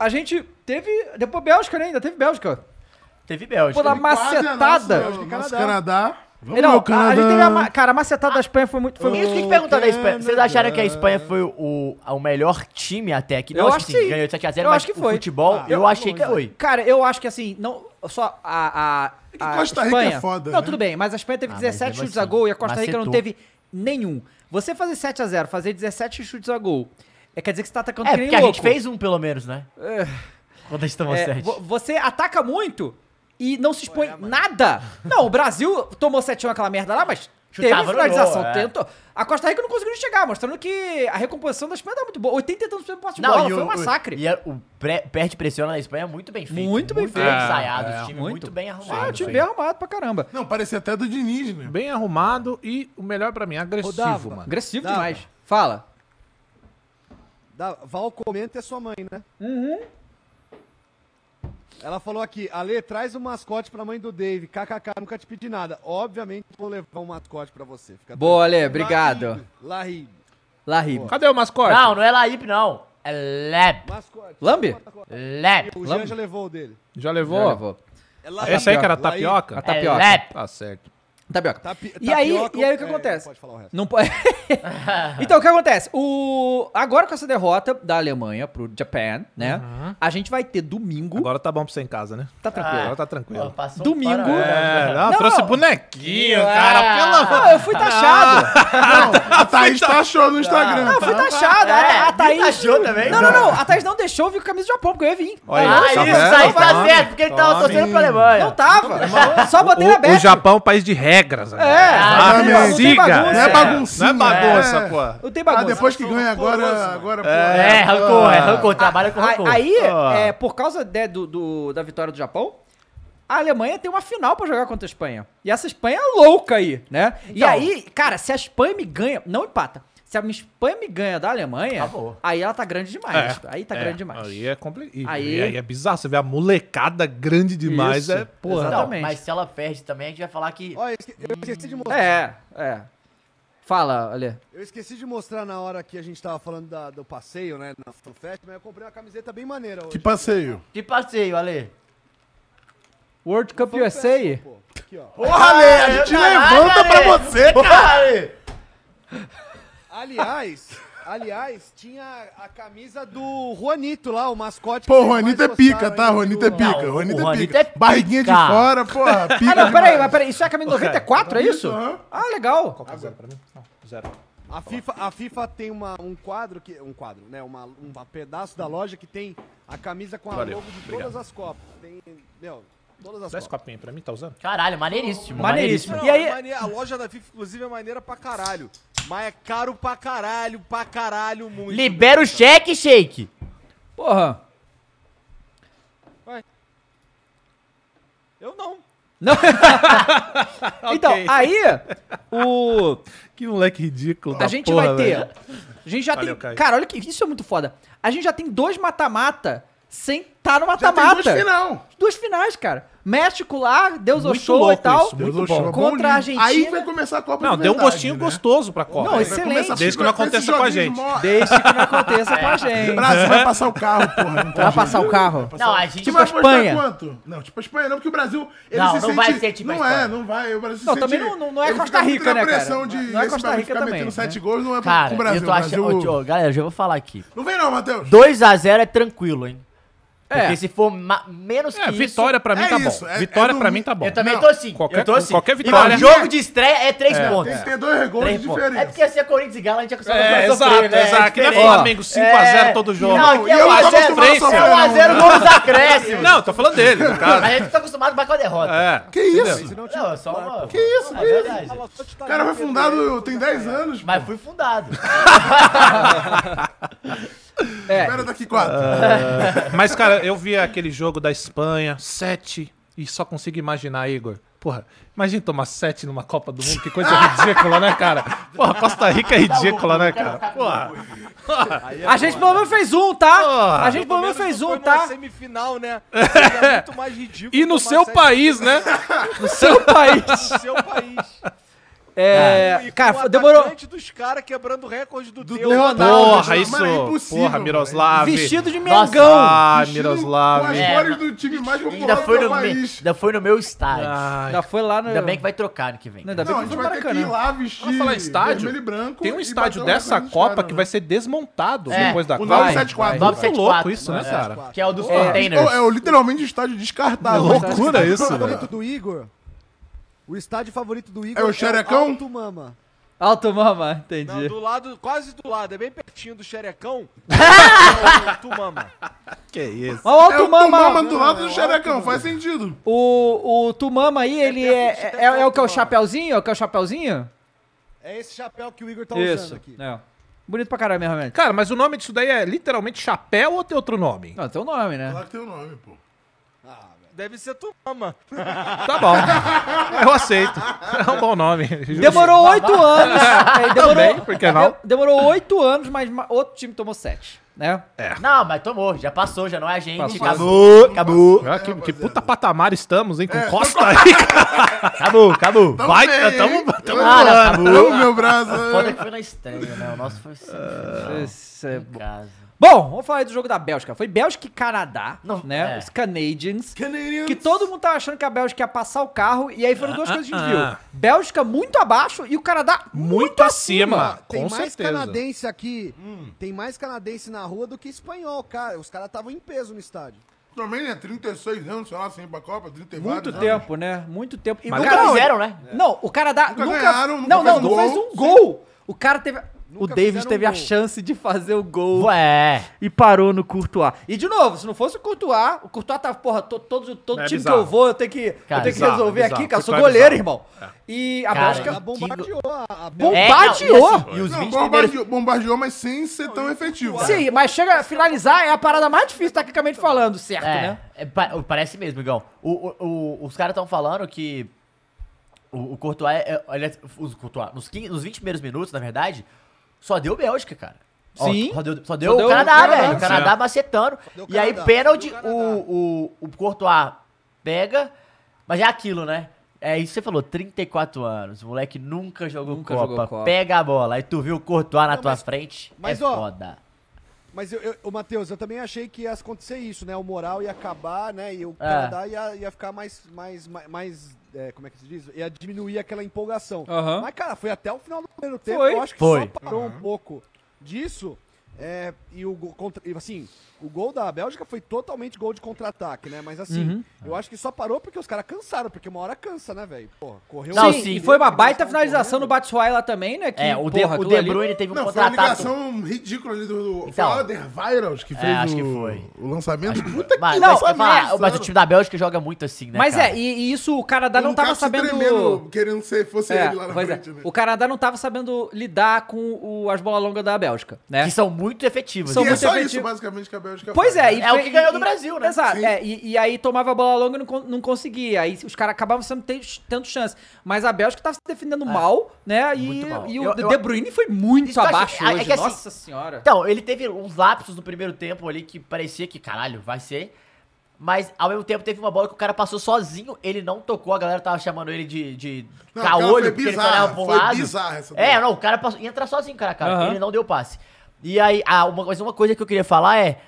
[SPEAKER 1] A gente teve. Depois Bélgica, né? Ainda teve Bélgica.
[SPEAKER 3] [laughs] Teve
[SPEAKER 1] Pô,
[SPEAKER 3] Bélgica.
[SPEAKER 1] da
[SPEAKER 2] né?
[SPEAKER 1] macetada.
[SPEAKER 10] Quase, nossa, nosso Canadá. Vamos
[SPEAKER 1] Não,
[SPEAKER 10] lá, o
[SPEAKER 1] a, a gente teve a. ma-
[SPEAKER 10] Canadá.
[SPEAKER 1] Cara, a
[SPEAKER 10] Ah,
[SPEAKER 1] macetada da Espanha foi muito. Foi muito
[SPEAKER 3] Isso que eu te perguntar da Espanha. Vocês acharam que a Espanha foi o, o melhor time até aqui?
[SPEAKER 1] Eu
[SPEAKER 3] tipo
[SPEAKER 1] acho
[SPEAKER 3] assim,
[SPEAKER 1] que sim.
[SPEAKER 3] ganhou de 7 a 0
[SPEAKER 1] Eu
[SPEAKER 3] mas
[SPEAKER 1] acho que
[SPEAKER 3] o
[SPEAKER 1] foi.
[SPEAKER 3] futebol,
[SPEAKER 1] Ah,
[SPEAKER 3] eu,
[SPEAKER 1] eu-
[SPEAKER 3] achei que foi.
[SPEAKER 1] Cara, eu acho que assim, não. Só a. a, a
[SPEAKER 10] Costa Rica
[SPEAKER 1] Espanha,
[SPEAKER 10] é foda,
[SPEAKER 1] Não,
[SPEAKER 10] né?
[SPEAKER 1] tudo bem, mas a Espanha teve
[SPEAKER 3] Ah, mas
[SPEAKER 1] 17
[SPEAKER 3] mesmo
[SPEAKER 1] chutes a
[SPEAKER 3] assim,
[SPEAKER 1] gol e a Costa Rica não
[SPEAKER 3] macetou.
[SPEAKER 1] teve nenhum. Você fazer 7x0, fazer 17 chutes a gol, é, quer dizer que você tá atacando
[SPEAKER 3] É,
[SPEAKER 1] que nem
[SPEAKER 3] porque a gente
[SPEAKER 1] louco.
[SPEAKER 3] fez um pelo menos, né? Quando a gente tomou
[SPEAKER 1] É,
[SPEAKER 3] 7.
[SPEAKER 1] vo- você ataca muito e não se expõe nada. Não, o Brasil tomou 7x1 aquela merda lá, mas teve
[SPEAKER 3] Chutava no
[SPEAKER 1] finalização.
[SPEAKER 3] gol, é.
[SPEAKER 1] tentou. A Costa Rica não conseguiu chegar, mostrando que a recomposição da Espanha tá muito boa. 80 e tantos por cento de posse de bola, foi um massacre.
[SPEAKER 3] E a- Tipo, o pré- perde e pressiona da Espanha é muito bem feito.
[SPEAKER 1] Muito bem feito.
[SPEAKER 3] ensaiado,
[SPEAKER 2] É,
[SPEAKER 3] o time muito, bem arrumado.
[SPEAKER 1] Ah, o time
[SPEAKER 3] assim.
[SPEAKER 1] bem arrumado pra caramba.
[SPEAKER 10] Não, parecia até do Diniz, né?
[SPEAKER 2] Bem arrumado e o melhor pra mim, agressivo,
[SPEAKER 9] Rodava.
[SPEAKER 2] mano.
[SPEAKER 1] Agressivo
[SPEAKER 9] Dava.
[SPEAKER 1] demais. Fala.
[SPEAKER 9] Da, Val comenta é sua mãe, né? Uhum. Ela falou aqui, Ale, traz o mascote pra mãe do Dave. KKK, nunca te pedi nada. Obviamente vou levar um mascote pra você. Fica
[SPEAKER 1] Boa, Ale. Obrigado.
[SPEAKER 9] Larry.
[SPEAKER 1] Larribe.
[SPEAKER 2] Cadê o mascote?
[SPEAKER 3] Não, não é Laíp, não. É Leb.
[SPEAKER 9] Mascote.
[SPEAKER 1] Lambe?
[SPEAKER 3] Leb.
[SPEAKER 9] O
[SPEAKER 1] Lambe.
[SPEAKER 9] Jean já levou o dele.
[SPEAKER 2] Já
[SPEAKER 1] Já
[SPEAKER 2] levou?
[SPEAKER 1] levou.
[SPEAKER 9] É Larry.
[SPEAKER 2] Esse aí que era
[SPEAKER 9] Larry.
[SPEAKER 2] tapioca?
[SPEAKER 3] É
[SPEAKER 1] Tapioca.
[SPEAKER 3] Leb.
[SPEAKER 2] Tá certo.
[SPEAKER 1] Tapioca.
[SPEAKER 9] Tapi-
[SPEAKER 1] E aí-
[SPEAKER 9] tapioca-
[SPEAKER 1] e aí o que
[SPEAKER 9] é,
[SPEAKER 1] acontece?
[SPEAKER 9] Pode falar o resto.
[SPEAKER 1] Não pode. [laughs] então, o que acontece? O... Agora com essa derrota da Alemanha pro Japan, né?
[SPEAKER 3] Uhum.
[SPEAKER 1] A gente vai ter domingo.
[SPEAKER 2] Agora tá bom pra você em casa, né?
[SPEAKER 1] Uh. Tá tranquilo.
[SPEAKER 2] Agora tá tranquilo.
[SPEAKER 3] Passou
[SPEAKER 1] Domingo.
[SPEAKER 3] Ah, para-
[SPEAKER 2] É, não,
[SPEAKER 1] Não,
[SPEAKER 2] trouxe
[SPEAKER 1] não.
[SPEAKER 2] bonequinho,
[SPEAKER 3] Ah.
[SPEAKER 2] cara. Pelo amor
[SPEAKER 1] Ah, eu fui taxado.
[SPEAKER 10] A Thaís tá achou no Instagram.
[SPEAKER 1] Não, eu fui taxado. A- a,
[SPEAKER 3] É,
[SPEAKER 1] Thaís Thaís.
[SPEAKER 3] achou também?
[SPEAKER 1] Não, não, não. A Thaís não deixou eu vir com a camisa do Japão, porque eu ia vir.
[SPEAKER 3] ah, isso, aí tá certo, porque ele tava
[SPEAKER 2] Tome.
[SPEAKER 3] torcendo pra Alemanha.
[SPEAKER 1] Não tava. Só bandeira
[SPEAKER 2] O, o
[SPEAKER 1] aberta.
[SPEAKER 2] Japão é um país de regras. É,
[SPEAKER 11] Exatamente. Não tem
[SPEAKER 2] siga.
[SPEAKER 11] bagunça. Não é baguncinha.
[SPEAKER 2] Não é bagunça,
[SPEAKER 11] É.
[SPEAKER 2] pô.
[SPEAKER 1] Não tem
[SPEAKER 11] Ah,
[SPEAKER 1] bagunça.
[SPEAKER 11] depois que ganha agora, agora pô.
[SPEAKER 3] É, rancor, é rancor, trabalha com rancor.
[SPEAKER 1] A- Ah, Aí,
[SPEAKER 2] Ah.
[SPEAKER 1] é, por causa de- do, do- da vitória do Japão, a Alemanha tem uma final pra jogar contra a Espanha. E essa Espanha é louca aí, né? e
[SPEAKER 3] Então.
[SPEAKER 1] aí, cara, se a Espanha me ganha, não empata. Se a Espanha me ganha da Alemanha,
[SPEAKER 3] Acabou.
[SPEAKER 1] aí ela tá grande demais. Aí tá
[SPEAKER 2] É,
[SPEAKER 1] grande demais.
[SPEAKER 2] Aí é complicado.
[SPEAKER 1] Aí-
[SPEAKER 2] Aí... aí é bizarro. Você vê a molecada grande demais.
[SPEAKER 1] Isso,
[SPEAKER 2] É, porra.
[SPEAKER 3] Não,
[SPEAKER 1] Exatamente.
[SPEAKER 3] mas se ela perde também, a gente vai falar que...
[SPEAKER 4] Olha, eu esque- eu esqueci de mostrar.
[SPEAKER 1] É, é. Fala, Ale.
[SPEAKER 4] Eu esqueci de mostrar na hora que a gente tava falando da- do passeio, né? Na FanFest, mas eu comprei uma camiseta bem maneira hoje.
[SPEAKER 11] Que passeio.
[SPEAKER 3] Que passeio, Ale.
[SPEAKER 1] World Cup USA.
[SPEAKER 4] Pô, aqui, ó.
[SPEAKER 11] Porra, Ale,
[SPEAKER 1] É,
[SPEAKER 11] a
[SPEAKER 3] É,
[SPEAKER 11] gente levanta pra você,
[SPEAKER 3] cara. Ale.
[SPEAKER 4] Aliás, aliás, tinha a camisa do Juanito lá, o mascote.
[SPEAKER 11] Pô,
[SPEAKER 4] que vocês
[SPEAKER 11] Juanito é
[SPEAKER 4] mais
[SPEAKER 11] pica,
[SPEAKER 4] gostaram
[SPEAKER 11] tá?
[SPEAKER 4] aí
[SPEAKER 11] Juanito
[SPEAKER 4] do-
[SPEAKER 11] é pica.
[SPEAKER 3] Não, o
[SPEAKER 11] Juanito é
[SPEAKER 3] Juanito
[SPEAKER 11] pica.
[SPEAKER 3] é
[SPEAKER 11] Barriguinha de
[SPEAKER 3] pica.
[SPEAKER 11] fora, porra, pica.
[SPEAKER 1] Ah, não,
[SPEAKER 11] demais.
[SPEAKER 1] peraí, mas peraí. Isso é a camisa 94, é isso? Ah, legal.
[SPEAKER 2] Qual que é zero pra mim? Não, zero.
[SPEAKER 4] A FIFA, a FIFA tem uma, um quadro que. Um quadro, né? Uma, um pedaço da loja que tem a camisa com a
[SPEAKER 2] Valeu,
[SPEAKER 4] logo de todas
[SPEAKER 2] obrigado.
[SPEAKER 4] as copas. Tem. Meu, todas as
[SPEAKER 2] Dá esse
[SPEAKER 4] copas.
[SPEAKER 2] copinho pra mim, tá usando?
[SPEAKER 3] Caralho, maneiríssimo.
[SPEAKER 1] Maneiríssimo.
[SPEAKER 3] Maneiríssimo.
[SPEAKER 4] Não,
[SPEAKER 1] E aí-
[SPEAKER 4] é mane- a loja da FIFA, inclusive, é maneira pra caralho. Mas é caro pra caralho, pra caralho muito.
[SPEAKER 3] Libera o cheque, shake.
[SPEAKER 1] Porra.
[SPEAKER 4] Eu não.
[SPEAKER 1] Não. então,
[SPEAKER 11] [laughs]
[SPEAKER 1] aí, o.
[SPEAKER 2] Que moleque ridículo.
[SPEAKER 1] A
[SPEAKER 2] da
[SPEAKER 1] gente
[SPEAKER 2] porra,
[SPEAKER 1] vai ter.
[SPEAKER 2] velho.
[SPEAKER 1] A gente já
[SPEAKER 2] Valeu,
[SPEAKER 1] tem.
[SPEAKER 2] Caio.
[SPEAKER 1] Cara, olha que. Isso é muito foda. A gente já tem dois mata-mata sem estar no
[SPEAKER 11] Já tem
[SPEAKER 1] mata-mata.
[SPEAKER 11] duas final.
[SPEAKER 1] Duas finais, cara. México lá, Deus o
[SPEAKER 2] Muito
[SPEAKER 1] show e
[SPEAKER 2] louco
[SPEAKER 1] tal.
[SPEAKER 2] isso,
[SPEAKER 11] Deus
[SPEAKER 2] Muito
[SPEAKER 11] do céu,
[SPEAKER 2] bom.
[SPEAKER 11] bom
[SPEAKER 1] Contra a
[SPEAKER 11] livro.
[SPEAKER 1] Argentina.
[SPEAKER 11] Aí vai começar a Copa
[SPEAKER 3] É
[SPEAKER 2] Não,
[SPEAKER 11] de
[SPEAKER 2] deu um
[SPEAKER 11] verdade,
[SPEAKER 2] gostinho
[SPEAKER 11] né?
[SPEAKER 2] gostoso pra Copa.
[SPEAKER 1] Não,
[SPEAKER 11] Vai
[SPEAKER 1] excelente.
[SPEAKER 11] começar a
[SPEAKER 2] Desde que não
[SPEAKER 11] com esses
[SPEAKER 2] aconteça com a
[SPEAKER 11] joguinhos
[SPEAKER 2] gente. [laughs] Uhum.
[SPEAKER 11] mó-
[SPEAKER 1] Desde que
[SPEAKER 11] [laughs]
[SPEAKER 1] não aconteça com a gente.
[SPEAKER 11] Brasil vai passar o carro, porra. não
[SPEAKER 1] Vai
[SPEAKER 11] pode.
[SPEAKER 1] passar o carro.
[SPEAKER 3] Não, a gente...
[SPEAKER 11] Tu
[SPEAKER 1] Tipo a
[SPEAKER 11] vai
[SPEAKER 1] Espanha.
[SPEAKER 11] apostar quanto? Não, tipo a Espanha não, porque o Brasil. Ele
[SPEAKER 3] Não,
[SPEAKER 11] se
[SPEAKER 3] não
[SPEAKER 11] sente,
[SPEAKER 3] vai ser tipo a
[SPEAKER 11] Não
[SPEAKER 3] Espanha.
[SPEAKER 11] é, não vai. O Brasil se
[SPEAKER 1] Não,
[SPEAKER 11] sente-
[SPEAKER 1] também não- não- não é
[SPEAKER 11] ele
[SPEAKER 1] Costa
[SPEAKER 11] fica muito
[SPEAKER 1] Rica,
[SPEAKER 11] na
[SPEAKER 1] né, cara?
[SPEAKER 11] pressão de
[SPEAKER 1] Não é Costa
[SPEAKER 11] Brasil
[SPEAKER 1] Rica
[SPEAKER 11] ficar
[SPEAKER 1] também,
[SPEAKER 11] metendo sete
[SPEAKER 1] né?
[SPEAKER 11] gols não é
[SPEAKER 3] Cara,
[SPEAKER 11] com o Brasil.
[SPEAKER 3] eu tô achando...
[SPEAKER 11] Brasil-
[SPEAKER 3] Ô, tio, galera, eu já vou falar aqui.
[SPEAKER 11] Não vem não, Matheus.
[SPEAKER 3] 2x0 é tranquilo, hein?
[SPEAKER 1] É.
[SPEAKER 3] Porque se for ma- menos que
[SPEAKER 2] É,
[SPEAKER 3] isso...
[SPEAKER 2] vitória pra mim
[SPEAKER 11] É
[SPEAKER 2] tá
[SPEAKER 11] isso,
[SPEAKER 2] bom.
[SPEAKER 11] é-
[SPEAKER 2] vitória
[SPEAKER 11] é no
[SPEAKER 2] pra
[SPEAKER 11] mi-
[SPEAKER 2] mim tá bom.
[SPEAKER 3] Eu também
[SPEAKER 11] Não,
[SPEAKER 3] tô assim.
[SPEAKER 2] qualquer-
[SPEAKER 3] eu tô assim.
[SPEAKER 2] qualquer
[SPEAKER 3] E,
[SPEAKER 2] vitória-
[SPEAKER 3] ó, jogo de estreia é 3 pontos.
[SPEAKER 11] Tem que ter dois gols de
[SPEAKER 3] Três pontos.
[SPEAKER 11] diferença.
[SPEAKER 3] É porque se é Corinthians e Galo, a gente acostuma
[SPEAKER 2] É,
[SPEAKER 3] a sofrer,
[SPEAKER 2] exato,
[SPEAKER 3] né?
[SPEAKER 2] exato. Que nem
[SPEAKER 3] diferente.
[SPEAKER 2] Flamengo, 5x0 todo jogo.
[SPEAKER 3] Não, aqui
[SPEAKER 11] E
[SPEAKER 3] é
[SPEAKER 11] eu não tô
[SPEAKER 3] 1x0
[SPEAKER 11] acostumado a sofrer, não.
[SPEAKER 3] É 1x0 gols acréscimos.
[SPEAKER 2] Não, tô falando dele, no
[SPEAKER 3] [laughs] Mas
[SPEAKER 2] caso.
[SPEAKER 3] a gente tá acostumado mais com a derrota.
[SPEAKER 2] É.
[SPEAKER 11] Que isso?
[SPEAKER 4] Senão
[SPEAKER 3] Não, é só uma... Que
[SPEAKER 11] isso,
[SPEAKER 3] é verdade.
[SPEAKER 11] O cara foi fundado tem 10 anos.
[SPEAKER 3] Mas fui fundado.
[SPEAKER 11] Espera daqui quatro.
[SPEAKER 2] Mas, cara, eu vi aquele jogo da Espanha, 7, e só consigo imaginar, Igor. Porra, imagina tomar 7 numa Copa do Mundo, que coisa ridícula, né, cara? Porra, Costa Rica
[SPEAKER 11] Tá
[SPEAKER 2] é ridícula, né, cara? Porra.
[SPEAKER 1] A gente pelo menos fez um, tá? A gente pelo menos
[SPEAKER 5] menos
[SPEAKER 1] fez
[SPEAKER 5] não foi
[SPEAKER 1] um,
[SPEAKER 5] numa
[SPEAKER 1] tá?
[SPEAKER 5] semifinal,
[SPEAKER 2] [laughs]
[SPEAKER 5] né? Seria muito mais ridículo.
[SPEAKER 2] E no
[SPEAKER 5] tomar
[SPEAKER 2] seu
[SPEAKER 5] sete
[SPEAKER 2] país, né?
[SPEAKER 1] No seu país.
[SPEAKER 5] No seu país.
[SPEAKER 1] É.
[SPEAKER 5] E
[SPEAKER 4] um
[SPEAKER 5] com o
[SPEAKER 1] Cara, demorou.
[SPEAKER 5] atacante dos caras quebrando o recorde do,
[SPEAKER 11] Do
[SPEAKER 5] teu.
[SPEAKER 11] Leonardo.
[SPEAKER 2] Porra,
[SPEAKER 11] Mano,
[SPEAKER 2] isso.
[SPEAKER 11] é impossível,
[SPEAKER 2] Porra,
[SPEAKER 11] mano.
[SPEAKER 2] Miroslav.
[SPEAKER 1] Vestido de
[SPEAKER 3] Nossa. é.
[SPEAKER 1] Mengão.
[SPEAKER 2] Ah,
[SPEAKER 11] um. Vestido Com as
[SPEAKER 2] Miroslav.
[SPEAKER 11] cores do é time mais
[SPEAKER 3] E
[SPEAKER 11] popular
[SPEAKER 3] Ainda foi,
[SPEAKER 11] do
[SPEAKER 3] no me,
[SPEAKER 11] país.
[SPEAKER 3] ainda foi no meu estádio.
[SPEAKER 2] Ai,
[SPEAKER 1] Já foi lá no.
[SPEAKER 3] ainda bem que vai trocar no que vem.
[SPEAKER 1] Não, ainda bem
[SPEAKER 11] Não, a
[SPEAKER 1] que
[SPEAKER 11] gente
[SPEAKER 1] foi
[SPEAKER 11] vai ter que
[SPEAKER 1] Maracanã.
[SPEAKER 11] ir lá vestir
[SPEAKER 2] Vamos falar estádio?
[SPEAKER 11] vermelho e branco.
[SPEAKER 2] Tem um
[SPEAKER 11] e
[SPEAKER 2] estádio
[SPEAKER 11] bater o
[SPEAKER 2] dessa
[SPEAKER 11] recorde dos
[SPEAKER 2] Copa
[SPEAKER 11] caras,
[SPEAKER 2] que
[SPEAKER 11] né?
[SPEAKER 2] vai ser desmontado
[SPEAKER 3] É.
[SPEAKER 2] depois da
[SPEAKER 11] O
[SPEAKER 2] Copa.
[SPEAKER 11] 974.
[SPEAKER 3] Vai.
[SPEAKER 2] Muito louco isso, né, cara?
[SPEAKER 3] Que é o dos
[SPEAKER 11] É,
[SPEAKER 3] containers.
[SPEAKER 11] é o- literalmente um estádio descartável.
[SPEAKER 2] Loucura
[SPEAKER 11] né?
[SPEAKER 2] isso,
[SPEAKER 4] O
[SPEAKER 2] velho.
[SPEAKER 4] favorito do Igor. O estádio favorito do Igor
[SPEAKER 11] É o Xerecão?
[SPEAKER 4] Alto Mama.
[SPEAKER 1] Alto mama,
[SPEAKER 5] Não,
[SPEAKER 1] entendi.
[SPEAKER 5] do lado, quase do lado, é bem pertinho do
[SPEAKER 4] [laughs]
[SPEAKER 5] xerecão. É tu mama.
[SPEAKER 2] Que isso.
[SPEAKER 1] Mas o
[SPEAKER 11] É o
[SPEAKER 1] Alto Mama,
[SPEAKER 11] Tumama do lado do xerecão, faz sentido.
[SPEAKER 1] o, o Tumama aí, ele é,
[SPEAKER 5] perto de
[SPEAKER 1] é, é o que é o
[SPEAKER 5] Tumama.
[SPEAKER 1] chapeuzinho? É o que é o chapeuzinho?
[SPEAKER 4] É esse chapéu que o Igor tá usando aqui.
[SPEAKER 1] É. Bonito pra caramba, realmente.
[SPEAKER 2] Cara, mas o nome disso daí é literalmente chapéu ou tem outro nome?
[SPEAKER 1] Não, tem o nome, né?
[SPEAKER 11] Lá que tem o nome, pô.
[SPEAKER 5] Deve ser tu mama.
[SPEAKER 2] Tá bom. Eu aceito. É um bom nome.
[SPEAKER 1] Demorou oito anos. É, demorou,
[SPEAKER 2] Também, por que não?
[SPEAKER 1] de- Demorou oito anos, mas ma- outro time tomou sete, né?
[SPEAKER 3] Não, mas tomou, já passou, já não é a
[SPEAKER 1] Passou.
[SPEAKER 3] gente. Acabou, acabou,
[SPEAKER 2] Ah, que, que
[SPEAKER 11] rapaziada.
[SPEAKER 2] puta patamar estamos, hein? Com Costa Rica. acabou, acabou. Vai,
[SPEAKER 11] É. bem, hein?
[SPEAKER 2] tamo, tamo
[SPEAKER 3] Ah, não,
[SPEAKER 2] voando.
[SPEAKER 3] acabou.
[SPEAKER 11] Ô, meu braço.
[SPEAKER 3] Foda é que foi na estreia, né? O nosso foi semifinal,
[SPEAKER 1] Isso é
[SPEAKER 3] em
[SPEAKER 1] bom.
[SPEAKER 3] casa.
[SPEAKER 1] Bom, vamos falar aí do jogo da Bélgica. Foi Bélgica e Canadá,
[SPEAKER 3] Não,
[SPEAKER 1] né?
[SPEAKER 3] é.
[SPEAKER 1] Os Canadians.
[SPEAKER 11] Canadians.
[SPEAKER 1] Que todo mundo tava achando que a Bélgica ia passar o carro. E aí foram duas
[SPEAKER 2] ah,
[SPEAKER 1] coisas que a gente
[SPEAKER 2] ah.
[SPEAKER 1] viu. Bélgica muito abaixo e o Canadá muito,
[SPEAKER 2] Muito
[SPEAKER 1] acima.
[SPEAKER 2] acima.
[SPEAKER 4] Tem
[SPEAKER 2] Com
[SPEAKER 4] mais
[SPEAKER 2] certeza.
[SPEAKER 4] canadense aqui.
[SPEAKER 11] Hum.
[SPEAKER 4] Tem mais canadense na rua do que espanhol, cara. Os caras estavam em peso no estádio.
[SPEAKER 11] Também, né? 36 anos, sei lá, sem ir pra Copa, 30 e
[SPEAKER 1] Muito
[SPEAKER 11] vários anos.
[SPEAKER 1] tempo, né? Muito tempo. E
[SPEAKER 2] Mas
[SPEAKER 1] o
[SPEAKER 2] nunca
[SPEAKER 1] cara-
[SPEAKER 3] fizeram, né?
[SPEAKER 1] Não, o Canadá
[SPEAKER 11] Nunca
[SPEAKER 1] nunca.
[SPEAKER 11] ganharam, nunca
[SPEAKER 1] não, não,
[SPEAKER 11] fez um
[SPEAKER 1] não fez
[SPEAKER 11] gol.
[SPEAKER 1] um gol. O cara teve. o
[SPEAKER 5] Nunca
[SPEAKER 1] Davis
[SPEAKER 5] fizeram um
[SPEAKER 1] teve a
[SPEAKER 5] gol.
[SPEAKER 1] chance de fazer o gol
[SPEAKER 3] Ué.
[SPEAKER 1] e parou no Courtois. E de novo, se não fosse o Courtois, o Courtois tá, porra, to- todo, todo
[SPEAKER 2] É
[SPEAKER 1] time
[SPEAKER 2] bizarro.
[SPEAKER 1] que eu vou, eu tenho que, eu
[SPEAKER 3] Cara,
[SPEAKER 1] tenho que
[SPEAKER 2] bizarro,
[SPEAKER 1] resolver
[SPEAKER 2] bizarro.
[SPEAKER 1] aqui, cara. Eu sou
[SPEAKER 2] Courtois é
[SPEAKER 1] goleiro, irmão.
[SPEAKER 2] bizarro.
[SPEAKER 1] E a
[SPEAKER 3] Cara,
[SPEAKER 1] Bélgica
[SPEAKER 4] Ela bombardeou a, a
[SPEAKER 3] É,
[SPEAKER 1] bombardeou.
[SPEAKER 3] não, e, assim, e os
[SPEAKER 11] Não,
[SPEAKER 3] 20 primeiros...
[SPEAKER 11] bombardeou, bombardeou, mas sem ser tão efetivo.
[SPEAKER 1] Sim, mas chega a finalizar é a parada mais difícil, tecnicamente falando, certo,
[SPEAKER 3] É,
[SPEAKER 1] né?
[SPEAKER 3] é, pa- parece mesmo, Igão. O- o- o- os caras estão falando que o, o Courtois, é- é- ele é- os, Courtois nos, 15, nos 20 primeiros minutos, na verdade, só deu Bélgica, cara. Ó,
[SPEAKER 1] Sim.
[SPEAKER 3] só deu, só deu
[SPEAKER 1] deu
[SPEAKER 3] o Canadá,
[SPEAKER 1] o Canadá.
[SPEAKER 3] velho. O Canadá macetando.
[SPEAKER 4] deu
[SPEAKER 3] E aí,
[SPEAKER 4] Canadá.
[SPEAKER 3] pênalti,
[SPEAKER 4] Deu
[SPEAKER 3] o,
[SPEAKER 4] Canadá.
[SPEAKER 3] o, o Courtois pega, mas é aquilo, né? É isso que você falou, 34 anos, o moleque nunca jogou,
[SPEAKER 1] Nunca
[SPEAKER 3] Copa,
[SPEAKER 1] jogou Copa.
[SPEAKER 3] Pega a bola. Aí tu viu o Courtois na
[SPEAKER 4] Não,
[SPEAKER 3] tua
[SPEAKER 4] mas-
[SPEAKER 3] frente.
[SPEAKER 4] mas,
[SPEAKER 3] é
[SPEAKER 4] ó,
[SPEAKER 3] foda.
[SPEAKER 4] Mas, eu, eu, ô, Matheus, eu também achei que ia acontecer isso, né? O moral ia acabar, né? E o
[SPEAKER 3] É.
[SPEAKER 4] Canadá ia, ia ficar mais. mais, mais, mais, é, como é que se diz? Ia diminuir aquela empolgação.
[SPEAKER 1] Aham.
[SPEAKER 4] Mas, cara, foi até o final do primeiro tempo.
[SPEAKER 1] Foi.
[SPEAKER 4] Eu acho que
[SPEAKER 3] Foi.
[SPEAKER 4] só parou um pouco disso. É, e o gol contra, e, assim, o gol da Bélgica foi totalmente gol de contra-ataque, né? Mas assim,
[SPEAKER 1] Uhum.
[SPEAKER 4] eu acho que só parou porque os caras cansaram, porque uma hora cansa, né, velho? Porra, correu
[SPEAKER 3] Não,
[SPEAKER 1] sim,
[SPEAKER 3] sim.
[SPEAKER 1] e foi uma baita
[SPEAKER 4] Eles estavam
[SPEAKER 1] finalização
[SPEAKER 4] correndo.
[SPEAKER 1] no Batshuayi lá também, né? Que,
[SPEAKER 3] É, o,
[SPEAKER 1] porra,
[SPEAKER 3] de, o
[SPEAKER 1] aquilo
[SPEAKER 3] De
[SPEAKER 1] ali-
[SPEAKER 3] Brune teve um
[SPEAKER 11] Não, foi uma
[SPEAKER 3] contratado.
[SPEAKER 11] ligação ridícula ali do. do
[SPEAKER 3] Então.
[SPEAKER 11] foi o Alderweireld que fez
[SPEAKER 3] É, acho
[SPEAKER 11] o,
[SPEAKER 3] que foi.
[SPEAKER 11] o lançamento. Puta
[SPEAKER 3] Mas,
[SPEAKER 11] que
[SPEAKER 3] mas,
[SPEAKER 11] lançamento,
[SPEAKER 3] mas- mas o
[SPEAKER 11] sabe?
[SPEAKER 3] time da Bélgica joga muito assim, né?
[SPEAKER 1] Mas
[SPEAKER 3] cara?
[SPEAKER 1] é, e, e isso o Canadá não
[SPEAKER 11] O
[SPEAKER 1] tava
[SPEAKER 11] Cássio
[SPEAKER 1] sabendo...
[SPEAKER 11] um Tremendo, querendo ser, fosse
[SPEAKER 1] É,
[SPEAKER 11] ele lá na
[SPEAKER 1] pois é.
[SPEAKER 11] frente. né?
[SPEAKER 1] O Canadá não tava sabendo lidar com o- as bolas longas da Bélgica, né?
[SPEAKER 3] Que são muito assim, efetivas.
[SPEAKER 1] São
[SPEAKER 11] E é
[SPEAKER 1] muito
[SPEAKER 11] só
[SPEAKER 1] efetivo.
[SPEAKER 11] isso, basicamente, que a Bélgica
[SPEAKER 1] Pois
[SPEAKER 11] faz,
[SPEAKER 1] é,
[SPEAKER 11] né?
[SPEAKER 3] É o que ganhou do
[SPEAKER 1] e-
[SPEAKER 3] Brasil, né?
[SPEAKER 1] Exato,
[SPEAKER 11] Sim.
[SPEAKER 1] é, e, e aí tomava a bola longa e não, con- não conseguia. Aí os caras acabavam sendo tem- tanto chance. Mas a Bélgica tava se defendendo mal, né? E,
[SPEAKER 3] É. Muito mal.
[SPEAKER 1] e o
[SPEAKER 3] Eu- eu-
[SPEAKER 1] De Bruyne foi muito
[SPEAKER 3] Isso que eu
[SPEAKER 1] abaixo
[SPEAKER 3] achei- é- é
[SPEAKER 1] hoje.
[SPEAKER 3] que assim-
[SPEAKER 1] Nossa senhora.
[SPEAKER 3] Então, ele teve uns lapsos no primeiro tempo ali que parecia que, caralho, vai ser. Mas, ao mesmo tempo, teve uma bola que o cara passou sozinho, ele não tocou, a galera tava chamando ele de, de
[SPEAKER 11] Não, cara,
[SPEAKER 3] caolho,
[SPEAKER 11] foi
[SPEAKER 3] porque ele
[SPEAKER 11] bizarro,
[SPEAKER 3] falava pra um
[SPEAKER 11] foi
[SPEAKER 3] lado.
[SPEAKER 11] bizarro essa
[SPEAKER 3] é,
[SPEAKER 11] bola.
[SPEAKER 3] não, o cara passou, ia entrar sozinho, cara, a cara.
[SPEAKER 1] Aham.
[SPEAKER 3] Ele não deu passe. E aí, ah, uma, mas uma coisa que eu queria falar é...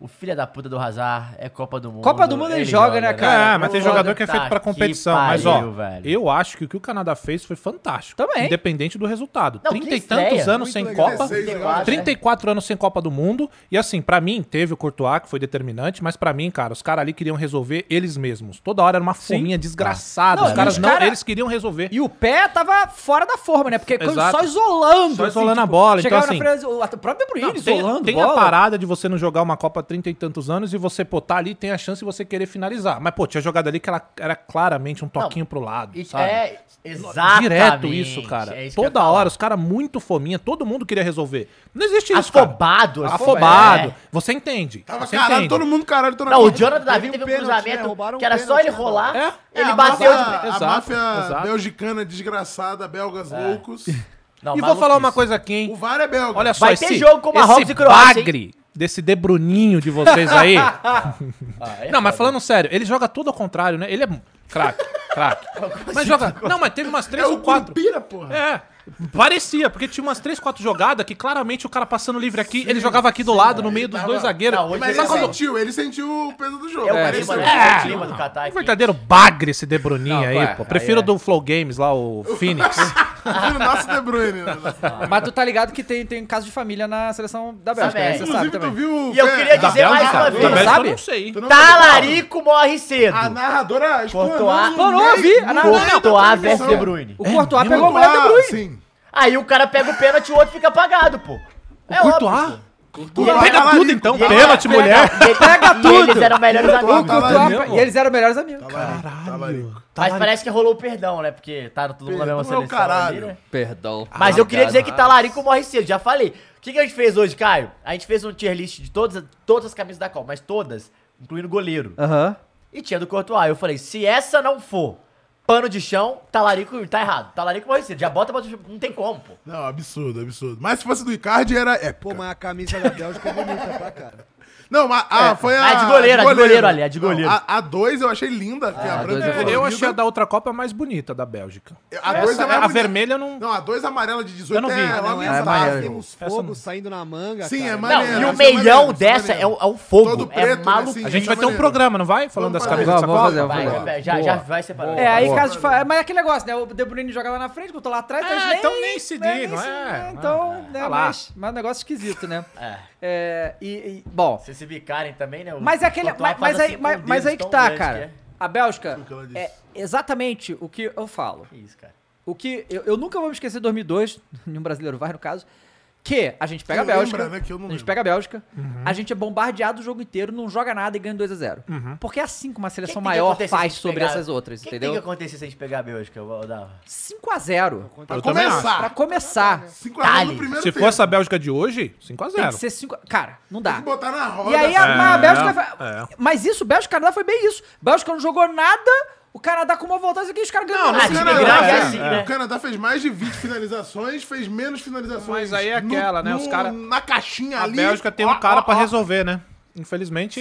[SPEAKER 3] O filho da puta do Hazard é Copa do Mundo.
[SPEAKER 1] Copa do Mundo ele joga, né, cara?
[SPEAKER 2] É, mas tem
[SPEAKER 3] Puta
[SPEAKER 2] jogador que é feito pra
[SPEAKER 3] tá que
[SPEAKER 2] competição. mas,
[SPEAKER 3] pariu,
[SPEAKER 2] ó,
[SPEAKER 3] velho.
[SPEAKER 2] eu acho que o que o Canadá fez foi fantástico.
[SPEAKER 1] Também.
[SPEAKER 2] Independente do resultado.
[SPEAKER 3] Não,
[SPEAKER 2] Trinta
[SPEAKER 3] que
[SPEAKER 2] e tantos
[SPEAKER 3] estreia.
[SPEAKER 2] anos
[SPEAKER 11] Muito
[SPEAKER 2] sem
[SPEAKER 11] legal.
[SPEAKER 2] Copa.
[SPEAKER 11] 16
[SPEAKER 3] Eu
[SPEAKER 11] agora.
[SPEAKER 3] acho, né?
[SPEAKER 2] 34 anos sem Copa do Mundo. E assim, pra mim, teve o Courtois, que foi determinante, mas pra mim, cara, os caras ali queriam resolver eles mesmos. Toda hora era uma fominha desgraçada.
[SPEAKER 1] Não,
[SPEAKER 2] os
[SPEAKER 1] e
[SPEAKER 2] caras
[SPEAKER 1] os
[SPEAKER 2] não,
[SPEAKER 1] cara-
[SPEAKER 2] eles queriam resolver.
[SPEAKER 1] E o pé tava fora da forma, né? Porque quando-
[SPEAKER 2] Exato.
[SPEAKER 1] só isolando.
[SPEAKER 2] Só isolando a bola, então,
[SPEAKER 1] Chegava
[SPEAKER 2] assim-
[SPEAKER 1] na frente, o o próprio De Bruyne
[SPEAKER 2] Não, tem,
[SPEAKER 1] isolando
[SPEAKER 2] tem
[SPEAKER 1] bola.
[SPEAKER 2] a parada de você não jogar uma Copa há 30 e tantos anos e você pô, tá ali, tem a chance de você querer finalizar. Mas, pô, tinha jogada ali que ela era claramente um toquinho pro lado.
[SPEAKER 3] Isso
[SPEAKER 2] sabe?
[SPEAKER 3] É, exatamente.
[SPEAKER 2] Direto isso, cara.
[SPEAKER 3] É isso que eu ia
[SPEAKER 2] Toda
[SPEAKER 3] falar.
[SPEAKER 2] hora, os caras muito fominha, todo mundo queria resolver. Não existe isso, cara.
[SPEAKER 3] Afobado. assim,
[SPEAKER 2] Afobado.
[SPEAKER 3] é.
[SPEAKER 2] Você entende.
[SPEAKER 11] Tava
[SPEAKER 2] você
[SPEAKER 11] caralho,
[SPEAKER 2] entende.
[SPEAKER 11] todo mundo caralho, todo
[SPEAKER 3] Não, o Jonathan Davi
[SPEAKER 4] um
[SPEAKER 3] teve um
[SPEAKER 4] pênalti,
[SPEAKER 11] é,
[SPEAKER 4] né?
[SPEAKER 3] cruzamento
[SPEAKER 4] Roubaram um
[SPEAKER 3] que era só
[SPEAKER 4] pênalti,
[SPEAKER 3] ele
[SPEAKER 4] né?
[SPEAKER 3] rolar,
[SPEAKER 2] É.
[SPEAKER 3] ele
[SPEAKER 11] a
[SPEAKER 3] bateu de...
[SPEAKER 11] máfia,
[SPEAKER 2] Exato,
[SPEAKER 11] a máfia
[SPEAKER 2] exato.
[SPEAKER 11] belgicana desgraçada, belgas
[SPEAKER 3] É. [laughs]
[SPEAKER 11] loucos.
[SPEAKER 4] é-
[SPEAKER 3] Não,
[SPEAKER 2] E vou
[SPEAKER 3] maluquice.
[SPEAKER 2] falar uma coisa aqui, hein?
[SPEAKER 11] O VAR é belga.
[SPEAKER 2] Olha só,
[SPEAKER 3] Vai
[SPEAKER 2] esse,
[SPEAKER 3] ter jogo com Marrocos
[SPEAKER 2] esse
[SPEAKER 3] e Croácia,
[SPEAKER 2] bagre desse De Bruninho de vocês
[SPEAKER 3] [laughs]
[SPEAKER 2] aí.
[SPEAKER 3] Ah, é
[SPEAKER 2] não, mas
[SPEAKER 3] foda.
[SPEAKER 2] falando sério, ele joga tudo ao contrário, né? Ele é craque, craque. Mas joga... Não, mas teve umas
[SPEAKER 11] é
[SPEAKER 2] três ou
[SPEAKER 11] o
[SPEAKER 2] quatro...
[SPEAKER 11] Curupira, porra.
[SPEAKER 2] É, parecia, porque tinha umas três, quatro jogadas que claramente o cara passando livre aqui, ele jogava aqui do lado, no meio dos dois zagueiros.
[SPEAKER 3] Não, hoje
[SPEAKER 11] Mas
[SPEAKER 2] Sabe
[SPEAKER 4] é
[SPEAKER 11] ele
[SPEAKER 3] Mas quando-
[SPEAKER 11] sentiu, ele sentiu o peso do jogo.
[SPEAKER 3] É o
[SPEAKER 11] Parecia-
[SPEAKER 3] clima, né? É o clima do Catar
[SPEAKER 2] É um
[SPEAKER 3] aqui.
[SPEAKER 2] verdadeiro bagre esse De Bruninho
[SPEAKER 1] Não,
[SPEAKER 2] aí,
[SPEAKER 1] claro,
[SPEAKER 2] pô.
[SPEAKER 1] aí
[SPEAKER 2] Prefiro
[SPEAKER 1] é.
[SPEAKER 2] do Flow Games lá, o Phoenix.
[SPEAKER 11] [laughs] o nosso De Bruyne.
[SPEAKER 2] [laughs]
[SPEAKER 11] né?
[SPEAKER 1] Mas tu tá ligado que tem, tem caso de família na seleção da Bélgica,
[SPEAKER 3] Sabe,
[SPEAKER 1] né?
[SPEAKER 3] é.
[SPEAKER 1] Você sabe
[SPEAKER 11] Inclusive, tu
[SPEAKER 1] também.
[SPEAKER 11] viu...
[SPEAKER 3] E eu
[SPEAKER 11] é,
[SPEAKER 3] queria
[SPEAKER 11] da-
[SPEAKER 3] dizer tá, mais uma
[SPEAKER 2] Também
[SPEAKER 3] vez.
[SPEAKER 2] eu
[SPEAKER 1] sabe?
[SPEAKER 2] não sei.
[SPEAKER 11] tu não-
[SPEAKER 3] Talarico morre cedo.
[SPEAKER 4] Ah,
[SPEAKER 11] A narradora explanando...
[SPEAKER 1] Pô, não, eu vi. Ah, não, não, não.
[SPEAKER 3] Courtois versus De Bruyne.
[SPEAKER 1] O Courtois
[SPEAKER 2] É,
[SPEAKER 11] E
[SPEAKER 1] pegou a
[SPEAKER 11] mandou
[SPEAKER 1] mulher do
[SPEAKER 11] a-
[SPEAKER 1] Bruyne.
[SPEAKER 11] tá, Sim.
[SPEAKER 3] Aí o cara pega o pênalti e o outro fica apagado, pô. É
[SPEAKER 2] Courtois?
[SPEAKER 11] Courtois
[SPEAKER 2] Pega tudo
[SPEAKER 11] talarico.
[SPEAKER 2] então,
[SPEAKER 3] E ele-
[SPEAKER 2] pênalti,
[SPEAKER 3] pega-
[SPEAKER 2] mulher.
[SPEAKER 3] e ele-
[SPEAKER 1] Pega
[SPEAKER 3] e
[SPEAKER 1] tudo.
[SPEAKER 3] Eles eram melhores
[SPEAKER 11] Courtois
[SPEAKER 3] amigos.
[SPEAKER 11] talarico.
[SPEAKER 1] Courtois-
[SPEAKER 2] mesmo? Tá
[SPEAKER 1] e eles eram melhores amigos.
[SPEAKER 11] Tá, Caralho.
[SPEAKER 1] Tá
[SPEAKER 3] Mas parece que rolou o perdão, né? Porque tá todo mundo na
[SPEAKER 11] Perdão
[SPEAKER 3] mesma
[SPEAKER 11] é o
[SPEAKER 3] seleção ali,
[SPEAKER 11] caralho.
[SPEAKER 3] né?
[SPEAKER 1] Perdão.
[SPEAKER 3] Mas eu queria dizer que
[SPEAKER 1] tá-
[SPEAKER 3] talarico morre cedo, já falei. O que, que a gente fez hoje, Caio? A gente fez um tier list de todas, todas as camisas da Copa, mas todas, incluindo goleiro.
[SPEAKER 1] Aham.
[SPEAKER 3] E tinha do Courtois. Eu falei, se essa não for pano de chão, talarico tá errado. Talarico morre cedo. Já bota, bota não tem como, pô.
[SPEAKER 11] Não, absurdo, absurdo. Mas se fosse do Icardi, era épica.
[SPEAKER 4] Pô, mas a camisa da Bélgica é bonita, tá, cara?
[SPEAKER 11] [laughs] Não, mas ah, foi a.
[SPEAKER 3] Ah, de goleiro, a de goleiro ali, a de goleiro.
[SPEAKER 11] Não, a, a dois eu achei linda,
[SPEAKER 4] Ah,
[SPEAKER 11] que a branca
[SPEAKER 1] dois é
[SPEAKER 4] né?
[SPEAKER 11] colorida.
[SPEAKER 2] Eu achei a da outra Copa mais bonita, da Bélgica.
[SPEAKER 11] A dois é mais
[SPEAKER 2] a
[SPEAKER 11] bonita.
[SPEAKER 2] vermelha eu não...
[SPEAKER 11] Não, a dois é amarela de 18
[SPEAKER 2] Eu não vi.
[SPEAKER 11] é
[SPEAKER 2] Ah, não,
[SPEAKER 4] Não,
[SPEAKER 11] lamentável.
[SPEAKER 4] essa daí tem assim, uns
[SPEAKER 2] É, Essa não.
[SPEAKER 4] fogos saindo na manga.
[SPEAKER 11] Sim,
[SPEAKER 4] cara.
[SPEAKER 11] é
[SPEAKER 3] Não,
[SPEAKER 11] maneiro.
[SPEAKER 3] e
[SPEAKER 11] essa
[SPEAKER 3] o
[SPEAKER 11] é
[SPEAKER 3] meião
[SPEAKER 11] maneiro,
[SPEAKER 3] dessa
[SPEAKER 11] essa
[SPEAKER 3] é, um,
[SPEAKER 11] maneiro.
[SPEAKER 3] é um fogo.
[SPEAKER 11] Todo
[SPEAKER 3] é
[SPEAKER 11] preto, né,
[SPEAKER 3] maluco.
[SPEAKER 11] assim,
[SPEAKER 2] A gente
[SPEAKER 11] Essa
[SPEAKER 2] vai ter um
[SPEAKER 11] maneira.
[SPEAKER 2] programa, não vai?
[SPEAKER 11] Vamos
[SPEAKER 2] Falando das
[SPEAKER 11] fazer.
[SPEAKER 2] camisas da
[SPEAKER 1] Vamos,
[SPEAKER 2] Copa.
[SPEAKER 1] vamos fazer,
[SPEAKER 3] Vai,
[SPEAKER 1] Boa,
[SPEAKER 3] vai, já,
[SPEAKER 1] boa.
[SPEAKER 3] já vai separando.
[SPEAKER 1] É, aí
[SPEAKER 11] Boa.
[SPEAKER 1] caso de fa... Mas é aquele negócio, né? O De Bruyne joga lá na frente, quando eu tô lá atrás,
[SPEAKER 2] É,
[SPEAKER 1] eles
[SPEAKER 2] então nem se
[SPEAKER 1] né,
[SPEAKER 2] ligam,
[SPEAKER 1] se-
[SPEAKER 2] é.
[SPEAKER 1] né, Então, né,
[SPEAKER 2] tá lá.
[SPEAKER 1] mas, mas é um negócio esquisito, né?
[SPEAKER 3] É.
[SPEAKER 1] É, e, e- bom,
[SPEAKER 3] Vocês se bicarem também, né? O
[SPEAKER 1] mas é aquele...
[SPEAKER 3] Courtois
[SPEAKER 1] Mas, mas
[SPEAKER 3] faz
[SPEAKER 1] aí,
[SPEAKER 3] assim com
[SPEAKER 1] mas,
[SPEAKER 3] o
[SPEAKER 1] mas
[SPEAKER 3] dedo
[SPEAKER 1] aí que
[SPEAKER 3] tão
[SPEAKER 1] tá,
[SPEAKER 3] grande
[SPEAKER 1] cara.
[SPEAKER 3] que é.
[SPEAKER 1] A Bélgica
[SPEAKER 11] o que ela disse.
[SPEAKER 1] é exatamente o que eu falo.
[SPEAKER 3] é. Que isso, cara.
[SPEAKER 1] [laughs] O que eu, eu nunca vou me esquecer de 2002, nenhum brasileiro vai no caso, Que a gente pega
[SPEAKER 11] Você
[SPEAKER 1] a Bélgica,
[SPEAKER 11] lembra, né, que eu não
[SPEAKER 1] a gente
[SPEAKER 11] lembro.
[SPEAKER 1] pega a Bélgica,
[SPEAKER 11] Uhum.
[SPEAKER 1] a gente é bombardeado o jogo inteiro, não joga nada e ganha 2 a 0
[SPEAKER 3] Uhum.
[SPEAKER 1] Porque é assim que uma seleção
[SPEAKER 3] tem que
[SPEAKER 1] maior
[SPEAKER 3] acontecer se a
[SPEAKER 1] faz
[SPEAKER 3] gente
[SPEAKER 1] sobre
[SPEAKER 3] pegar-
[SPEAKER 1] essas outras,
[SPEAKER 3] O que que
[SPEAKER 1] entendeu?
[SPEAKER 3] tem que acontecer se a gente pegar a Bélgica, Aldava?
[SPEAKER 1] 5x0. Pra
[SPEAKER 2] Eu também
[SPEAKER 1] começar.
[SPEAKER 2] acho.
[SPEAKER 1] Pra começar.
[SPEAKER 11] 5x0 no um, primeiro
[SPEAKER 2] Se
[SPEAKER 11] tempo.
[SPEAKER 2] for essa Bélgica de hoje, 5x0.
[SPEAKER 1] Tem que ser 5 Cara, não dá.
[SPEAKER 11] Tem que botar na roda.
[SPEAKER 1] E aí a,
[SPEAKER 2] É,
[SPEAKER 1] mas a Bélgica. fa-
[SPEAKER 2] é.
[SPEAKER 1] Mas isso, Bélgica e Canadá foi bem isso. Bélgica não jogou nada, o Canadá com uma voltada aqui, os caras ganharam.
[SPEAKER 11] Não, mas
[SPEAKER 1] assim,
[SPEAKER 11] o,
[SPEAKER 1] né?
[SPEAKER 11] Canadá,
[SPEAKER 3] é assim,
[SPEAKER 11] fez-
[SPEAKER 3] né?
[SPEAKER 11] o Canadá fez mais de 20 finalizações, fez menos finalizações.
[SPEAKER 2] Mas aí é aquela, né? Os cara-
[SPEAKER 11] Na caixinha
[SPEAKER 2] A
[SPEAKER 11] ali.
[SPEAKER 2] Bélgica tem
[SPEAKER 11] ó,
[SPEAKER 2] um cara
[SPEAKER 11] ó,
[SPEAKER 2] pra
[SPEAKER 11] ó.
[SPEAKER 2] resolver, né? Infelizmente,